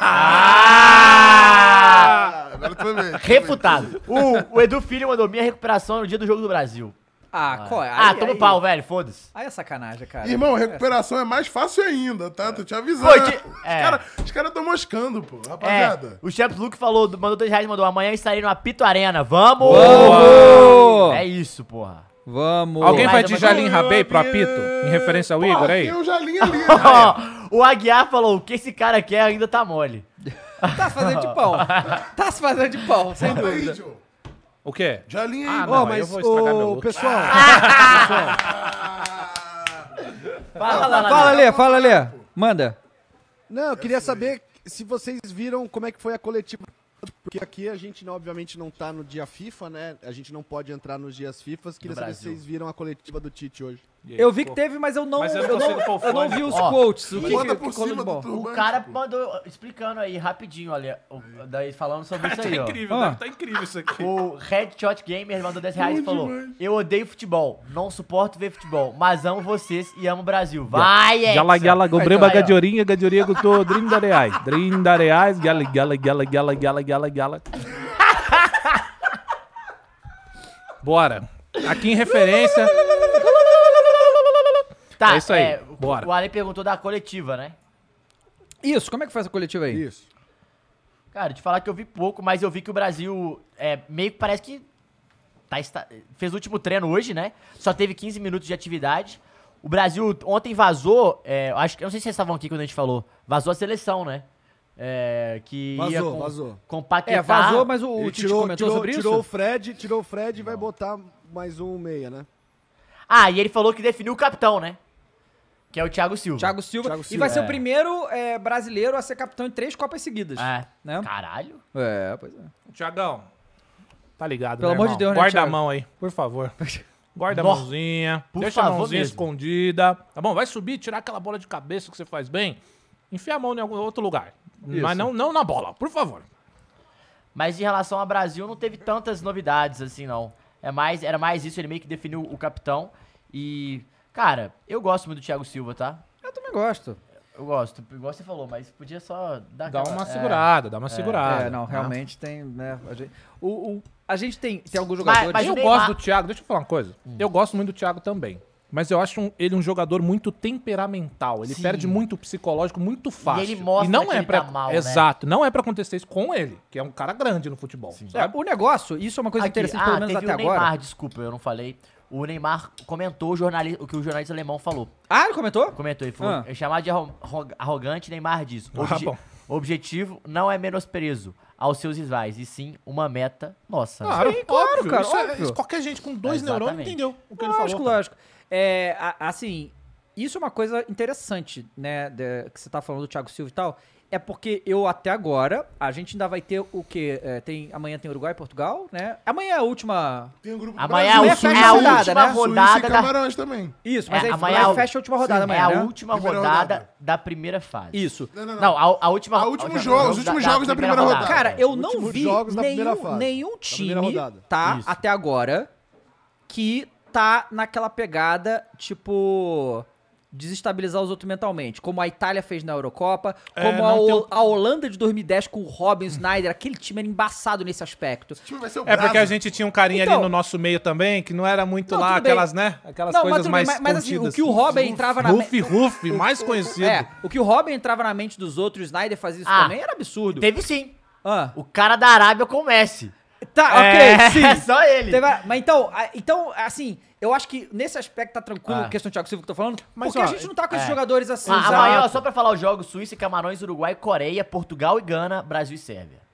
[SPEAKER 11] Ah, agora tu vai ver.
[SPEAKER 3] Refutado. O, o Edu Filho mandou minha recuperação é no dia do jogo do Brasil.
[SPEAKER 1] ah, qual é?
[SPEAKER 3] Ah,
[SPEAKER 1] Aí-
[SPEAKER 3] toma
[SPEAKER 1] aí-
[SPEAKER 3] o pau, velho, foda-se.
[SPEAKER 1] Aí é sacanagem, cara.
[SPEAKER 11] Irmão, recuperação é mais fácil ainda, tá? Tô te avisando.
[SPEAKER 3] Pô,
[SPEAKER 11] Os
[SPEAKER 3] te- é.
[SPEAKER 11] caras estão moscando, pô.
[SPEAKER 3] É,
[SPEAKER 11] Rapaziada.
[SPEAKER 3] o Champs Luke falou, mandou dois reais, mandou amanhã estarei no Apito Arena. Vamos! É isso, porra.
[SPEAKER 1] Vamos.
[SPEAKER 2] Alguém vai
[SPEAKER 3] Mas
[SPEAKER 2] de
[SPEAKER 3] eu-
[SPEAKER 2] Jalim Rabei pro apito? Em referência ao Igor é aí?
[SPEAKER 11] Eu já li
[SPEAKER 2] [laughs]
[SPEAKER 11] ali. né?
[SPEAKER 3] o Aguiar falou, o que esse cara quer ainda tá mole.
[SPEAKER 1] Tá se fazendo de
[SPEAKER 2] [laughs]
[SPEAKER 1] pau. tá se fazendo de pau, sem
[SPEAKER 11] Olha aí,
[SPEAKER 2] é.
[SPEAKER 1] dúvida.
[SPEAKER 11] John.
[SPEAKER 2] O quê?
[SPEAKER 11] Já li aí.
[SPEAKER 2] Ah,
[SPEAKER 11] pô.
[SPEAKER 2] não, aí eu vou estragar meu look.
[SPEAKER 4] pessoal,
[SPEAKER 3] Fala, lá, lá,
[SPEAKER 1] Fala, Lê, fala, Lê. Manda.
[SPEAKER 4] Não, eu queria saber se vocês viram como é que foi a coletiva. Porque aqui a gente, não- obviamente, não tá no dia FIFA, né? A gente não pode entrar nos dias FIFA. Queria saber se
[SPEAKER 3] Brasil.
[SPEAKER 4] vocês viram a coletiva do Tite hoje.
[SPEAKER 1] Eu vi que teve, mas eu não,
[SPEAKER 2] Mas eu
[SPEAKER 1] eu
[SPEAKER 2] não
[SPEAKER 1] não,
[SPEAKER 2] consigo pôr
[SPEAKER 1] eu não
[SPEAKER 2] fone.
[SPEAKER 1] vi os
[SPEAKER 3] Ó,
[SPEAKER 1] quotes. O que, que,
[SPEAKER 11] Bota
[SPEAKER 1] que
[SPEAKER 11] por
[SPEAKER 1] colou de
[SPEAKER 11] cima
[SPEAKER 1] bom.
[SPEAKER 11] do
[SPEAKER 3] O
[SPEAKER 11] turbante.
[SPEAKER 3] cara
[SPEAKER 11] pô.
[SPEAKER 3] mandou explicando aí rapidinho, olha, o- daí falando sobre isso
[SPEAKER 2] Tá
[SPEAKER 3] aí, ó.
[SPEAKER 2] incrível,
[SPEAKER 1] Ó.
[SPEAKER 2] né? tá incrível isso aqui.
[SPEAKER 3] O Headshot Gamer mandou 10 reais e
[SPEAKER 11] Bom
[SPEAKER 3] falou:
[SPEAKER 11] demais.
[SPEAKER 3] Eu odeio futebol, não suporto ver futebol, mas amo vocês e amo o Brasil. Vai, é!
[SPEAKER 12] Gala, gala,
[SPEAKER 3] Aí,
[SPEAKER 12] gobreba,
[SPEAKER 3] ó.
[SPEAKER 12] gadiorinha, gadiorinha, gutô, drinda reais. Drinda reais, gala, gala, gala, gala, gala, gala,
[SPEAKER 3] [laughs]
[SPEAKER 12] gala.
[SPEAKER 2] Bora. Aqui em referência.
[SPEAKER 3] Tá,
[SPEAKER 2] É isso aí,
[SPEAKER 3] o-
[SPEAKER 2] bora.
[SPEAKER 3] O Ale perguntou da coletiva, né?
[SPEAKER 1] Isso, como é que foi essa coletiva aí?
[SPEAKER 4] Isso.
[SPEAKER 3] Cara, te falar que eu vi pouco, mas eu vi que o Brasil é, meio que parece que tá, esta- fez o último treino hoje, né? Só teve 15 minutos de atividade. O Brasil ontem vazou, é, eu acho que eu não sei se vocês estavam aqui quando a gente falou, vazou a seleção, né? É, que ia
[SPEAKER 4] Vazou,
[SPEAKER 3] com,
[SPEAKER 4] vazou.
[SPEAKER 3] com Paquetá.
[SPEAKER 1] É, vazou, mas o, o
[SPEAKER 4] Ele
[SPEAKER 1] Tite comentou sobre isso?
[SPEAKER 4] tirou o Fred, tirou o Fred e vai botar mais um meia, né?
[SPEAKER 3] Ah, e ele falou que definiu o capitão, né? Que é o Thiago Silva.
[SPEAKER 1] Thiago Silva. E vai ser o primeiro é, brasileiro a ser capitão em três Copas seguidas.
[SPEAKER 3] É.
[SPEAKER 1] Né?
[SPEAKER 3] Caralho.
[SPEAKER 1] É, pois é.
[SPEAKER 2] Tiagão, tá ligado,
[SPEAKER 1] Pelo
[SPEAKER 2] né,
[SPEAKER 1] amor
[SPEAKER 2] irmão?
[SPEAKER 1] de Deus, né,
[SPEAKER 2] Guarda a
[SPEAKER 1] Thiago?
[SPEAKER 2] mão aí, por favor.
[SPEAKER 1] [laughs]
[SPEAKER 2] Guarda a
[SPEAKER 3] Nó.
[SPEAKER 2] mãozinha,
[SPEAKER 3] Por
[SPEAKER 2] deixa a
[SPEAKER 3] favor
[SPEAKER 2] mãozinha
[SPEAKER 3] mesmo.
[SPEAKER 2] escondida, tá bom? Vai subir, tirar aquela bola de cabeça que você faz bem, enfia a mão em algum outro lugar. Mas
[SPEAKER 3] Isso.
[SPEAKER 2] não, não na bola, por favor.
[SPEAKER 3] Mas em relação ao Brasil, não teve tantas novidades assim, não. É mais, era mais isso, ele meio que definiu o capitão. E, cara, eu gosto muito do Thiago Silva, tá?
[SPEAKER 1] Eu também gosto.
[SPEAKER 3] Eu gosto, igual você falou, mas podia só dar
[SPEAKER 2] Dá
[SPEAKER 3] aquela-
[SPEAKER 2] uma
[SPEAKER 3] é,
[SPEAKER 2] segurada, dá uma
[SPEAKER 3] é.
[SPEAKER 2] segurada.
[SPEAKER 1] É, não,
[SPEAKER 2] né?
[SPEAKER 1] realmente tem. Né, a gente, o, o- a gente tem, tem alguns
[SPEAKER 2] Mas-
[SPEAKER 1] jogadores.
[SPEAKER 2] eu gosto do Thiago, deixa eu falar uma coisa.
[SPEAKER 1] Hum.
[SPEAKER 2] Eu gosto muito do Thiago também. Mas eu acho um- ele um jogador muito temperamental. Ele
[SPEAKER 3] Sim.
[SPEAKER 2] perde muito o psicológico muito fácil.
[SPEAKER 3] ele mostra
[SPEAKER 2] não
[SPEAKER 3] que
[SPEAKER 2] é
[SPEAKER 3] ele
[SPEAKER 2] pra,
[SPEAKER 3] tá mal, né?
[SPEAKER 2] Exato. Não é pra acontecer isso com ele, que é um cara grande no futebol.
[SPEAKER 1] É,
[SPEAKER 2] sabe?
[SPEAKER 1] o negócio, isso é uma coisa
[SPEAKER 3] Aqui,
[SPEAKER 1] interessante,
[SPEAKER 3] ah,
[SPEAKER 1] pelo menos
[SPEAKER 3] teve
[SPEAKER 1] até
[SPEAKER 3] o Neymar,
[SPEAKER 1] agora.
[SPEAKER 3] desculpa, eu não falei. O Neymar comentou o, jornali- o que o jornalista alemão falou.
[SPEAKER 1] Ah, ele comentou?
[SPEAKER 3] Comentou, ele falou.
[SPEAKER 1] Ah.
[SPEAKER 3] É chamado de arro- arro- arrogante, Neymar diz. O
[SPEAKER 2] Ah, bom.
[SPEAKER 3] objetivo não é menosprezo aos seus rivais, e sim uma meta nossa.
[SPEAKER 2] Claro,
[SPEAKER 1] Sim, claro,
[SPEAKER 2] óbvio,
[SPEAKER 1] cara,
[SPEAKER 2] isso é-
[SPEAKER 1] óbvio.
[SPEAKER 2] isso qualquer gente com dois
[SPEAKER 3] Exatamente.
[SPEAKER 2] neurônios entendeu o que ele
[SPEAKER 1] lógico,
[SPEAKER 2] falou. cara.
[SPEAKER 1] lógico. É, a- assim, isso é uma coisa interessante, né? de- que você tá falando do Thiago Silva e tal. É porque eu até agora, a gente ainda vai ter o quê? É, tem, amanhã tem Uruguai e Portugal, né? Amanhã é a última.
[SPEAKER 11] Tem um grupo do
[SPEAKER 3] Amanhã
[SPEAKER 11] Brasil.
[SPEAKER 3] é o-
[SPEAKER 11] Suíça-
[SPEAKER 1] é a última
[SPEAKER 11] Suíça e
[SPEAKER 3] rodada da-
[SPEAKER 11] Camarões também.
[SPEAKER 1] Isso, mas
[SPEAKER 3] É,
[SPEAKER 1] aí,
[SPEAKER 3] amanhã
[SPEAKER 1] aí
[SPEAKER 3] é o-
[SPEAKER 1] fecha a última rodada
[SPEAKER 3] é
[SPEAKER 1] amanhã.
[SPEAKER 3] a
[SPEAKER 1] né?
[SPEAKER 3] última
[SPEAKER 11] Primeira
[SPEAKER 3] rodada,
[SPEAKER 11] rodada.
[SPEAKER 3] da primeira fase.
[SPEAKER 1] Isso.
[SPEAKER 11] Não, não, não.
[SPEAKER 3] Não, a, a última
[SPEAKER 11] A
[SPEAKER 3] ro-
[SPEAKER 11] últimos
[SPEAKER 3] a última
[SPEAKER 11] jogos,
[SPEAKER 3] rodada
[SPEAKER 11] os últimos jogos da primeira
[SPEAKER 2] Tá.
[SPEAKER 11] rodada.
[SPEAKER 1] Cara, eu não
[SPEAKER 4] Últimos
[SPEAKER 1] vi
[SPEAKER 4] jogos da primeira
[SPEAKER 1] nenhum,
[SPEAKER 4] fase.
[SPEAKER 1] nenhum
[SPEAKER 4] primeira
[SPEAKER 1] time,
[SPEAKER 4] rodada.
[SPEAKER 1] tá,
[SPEAKER 3] Isso.
[SPEAKER 1] até agora, que tá naquela pegada, tipo, desestabilizar os outros mentalmente. Como a Itália fez na Eurocopa,
[SPEAKER 2] É,
[SPEAKER 1] como a,
[SPEAKER 2] não tem
[SPEAKER 1] Hol- a Holanda de 2010 com o Robin Snyder, aquele time era embaçado nesse aspecto.
[SPEAKER 4] Tipo,
[SPEAKER 11] O time vai ser o
[SPEAKER 2] É porque a
[SPEAKER 11] Brasil.
[SPEAKER 2] gente tinha um carinha
[SPEAKER 1] Então-
[SPEAKER 2] ali no nosso meio também, que não era muito
[SPEAKER 1] Não,
[SPEAKER 2] lá
[SPEAKER 1] tudo bem.
[SPEAKER 2] aquelas, né? Aquelas
[SPEAKER 1] Não, mas
[SPEAKER 2] coisas
[SPEAKER 1] tudo bem,
[SPEAKER 2] mais
[SPEAKER 1] mas- mas assim, o
[SPEAKER 2] contidas.
[SPEAKER 1] que o Robin entrava na-
[SPEAKER 2] Ruff, Ruff, mais conhecido.
[SPEAKER 1] É, o que o Robin entrava na mente dos outros, o Snyder fazia isso
[SPEAKER 3] Ah.
[SPEAKER 1] também, era absurdo.
[SPEAKER 3] Teve sim.
[SPEAKER 1] Ah.
[SPEAKER 3] O cara da Arábia com o Messi.
[SPEAKER 1] Tá,
[SPEAKER 3] É,
[SPEAKER 1] ok, sim. [laughs]
[SPEAKER 3] é só ele.
[SPEAKER 1] Teve a- Mas então, a- então, assim, eu acho que nesse aspecto tá tranquilo,
[SPEAKER 3] Ah.
[SPEAKER 1] questão do Thiago Silva que eu tô falando,
[SPEAKER 2] Mas,
[SPEAKER 1] porque
[SPEAKER 2] ó,
[SPEAKER 1] a gente não tá com esses
[SPEAKER 3] é.
[SPEAKER 1] jogadores assim.
[SPEAKER 3] Ah,
[SPEAKER 1] sabe?
[SPEAKER 3] amanhã, ó, só pra falar os jogos, Suíça, Camarões, Uruguai, Coreia, Portugal e Gana, Brasil e Sérvia.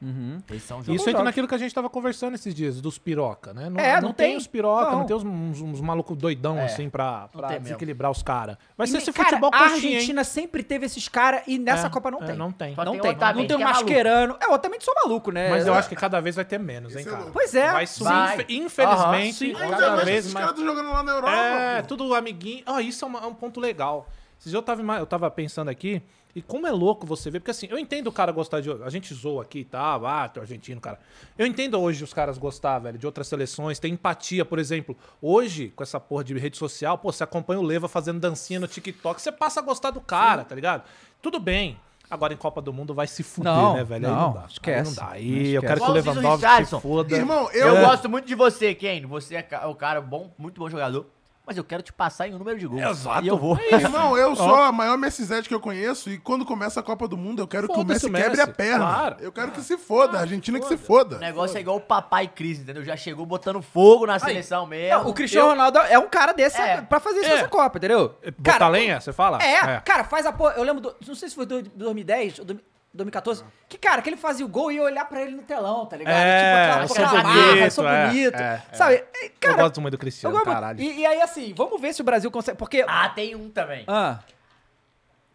[SPEAKER 3] Esses são os jogos.
[SPEAKER 2] Isso entra naquilo que a gente tava conversando esses dias, dos piroca, né? Não,
[SPEAKER 1] É,
[SPEAKER 2] não
[SPEAKER 1] não
[SPEAKER 2] tem,
[SPEAKER 1] tem.
[SPEAKER 2] os piroca, não,
[SPEAKER 1] Não.
[SPEAKER 2] tem os, uns, uns malucos doidão, assim, pra,
[SPEAKER 3] Não
[SPEAKER 2] pra
[SPEAKER 3] tem mesmo.
[SPEAKER 2] desequilibrar os caras. Vai ser
[SPEAKER 1] E,
[SPEAKER 2] esse
[SPEAKER 1] cara,
[SPEAKER 2] futebol
[SPEAKER 1] A
[SPEAKER 2] coxinha, hein?
[SPEAKER 1] Argentina sempre teve esses caras e nessa
[SPEAKER 2] É,
[SPEAKER 1] Copa não
[SPEAKER 2] é,
[SPEAKER 1] tem.
[SPEAKER 2] não tem.
[SPEAKER 3] Só
[SPEAKER 1] Não
[SPEAKER 3] tem o
[SPEAKER 1] tem.
[SPEAKER 3] Otamendi,
[SPEAKER 1] Não tem o
[SPEAKER 3] que é maluco.
[SPEAKER 1] Mascherano. É, eu também sou maluco, né?
[SPEAKER 2] Mas eu acho que cada vez vai ter menos, hein,
[SPEAKER 11] Esse é
[SPEAKER 2] cara?
[SPEAKER 11] louco.
[SPEAKER 1] Pois é.
[SPEAKER 2] Vai subir,
[SPEAKER 3] Vai.
[SPEAKER 2] infe- infelizmente,
[SPEAKER 11] Mas
[SPEAKER 2] cada
[SPEAKER 11] é,
[SPEAKER 2] vez
[SPEAKER 11] Esses
[SPEAKER 2] mais.
[SPEAKER 11] caras estão jogando lá na Europa.
[SPEAKER 2] É,
[SPEAKER 11] pô.
[SPEAKER 2] tudo amiguinho. Ah, isso é, uma- é um ponto legal. Esses dias eu tava, ima- eu tava pensando aqui, e como é louco você ver, porque assim, eu entendo o cara gostar de. A gente zoa aqui e tal, ah, tu é argentino, cara. Eu entendo hoje os caras gostar, velho, de outras seleções, tem empatia, por exemplo. Hoje, com essa porra de rede social, pô, você acompanha o Leva fazendo dancinha no TikTok, você passa a gostar do cara, tá ligado? Tudo bem. Agora em Copa do Mundo vai se fuder,
[SPEAKER 1] Não,
[SPEAKER 2] né, velho? Aí
[SPEAKER 1] não,
[SPEAKER 2] dá. Aí não
[SPEAKER 1] esquece.
[SPEAKER 2] dá.
[SPEAKER 1] Não
[SPEAKER 2] Aí eu
[SPEAKER 1] esquece.
[SPEAKER 2] quero que o
[SPEAKER 3] Igualzinho o
[SPEAKER 2] Lewandowski se
[SPEAKER 3] Richarlison.
[SPEAKER 2] foda.
[SPEAKER 11] Irmão,
[SPEAKER 3] Eu
[SPEAKER 11] eu...
[SPEAKER 3] gosto muito de você, Ken. Você é ca- o cara bom, muito bom jogador. Mas eu quero te passar em um número de gols.
[SPEAKER 2] Exato.
[SPEAKER 3] E eu vou.
[SPEAKER 11] Irmão,
[SPEAKER 4] [laughs]
[SPEAKER 11] eu sou a maior Messizete que eu conheço e quando começa a Copa do Mundo eu quero que o
[SPEAKER 2] Foda-se
[SPEAKER 11] Messi,
[SPEAKER 2] o Messi,
[SPEAKER 11] quebre a perna.
[SPEAKER 2] claro.
[SPEAKER 11] Eu quero que se foda, a
[SPEAKER 4] Ah,
[SPEAKER 11] Argentina que se foda.
[SPEAKER 3] O negócio é igual o papai Cris, entendeu? Já chegou botando fogo na seleção mesmo.
[SPEAKER 1] Não, o Cristiano Ronaldo é um cara desse
[SPEAKER 3] É.
[SPEAKER 1] pra fazer isso
[SPEAKER 2] É.
[SPEAKER 1] nessa Copa, entendeu?
[SPEAKER 2] Botar
[SPEAKER 1] Cara,
[SPEAKER 2] lenha, você fala?
[SPEAKER 1] É, cara, faz a porra. Eu lembro, do, não sei se foi do, do 2010 ou do- 2014, que, cara, que ele fazia o gol e eu olhar pra ele no telão, tá ligado?
[SPEAKER 2] É,
[SPEAKER 1] tipo,
[SPEAKER 2] eu
[SPEAKER 1] aquela
[SPEAKER 2] sou
[SPEAKER 1] porra, barra,
[SPEAKER 2] bonito,
[SPEAKER 1] sou
[SPEAKER 2] é,
[SPEAKER 1] bonito.
[SPEAKER 2] é, é.
[SPEAKER 1] Sabe? E, Cara,
[SPEAKER 2] eu gosto muito do Cristiano,
[SPEAKER 1] eu gosto-
[SPEAKER 2] caralho.
[SPEAKER 1] E, e aí, assim, vamos ver se o Brasil consegue. Porque.
[SPEAKER 3] Ah, tem um também.
[SPEAKER 1] Ah.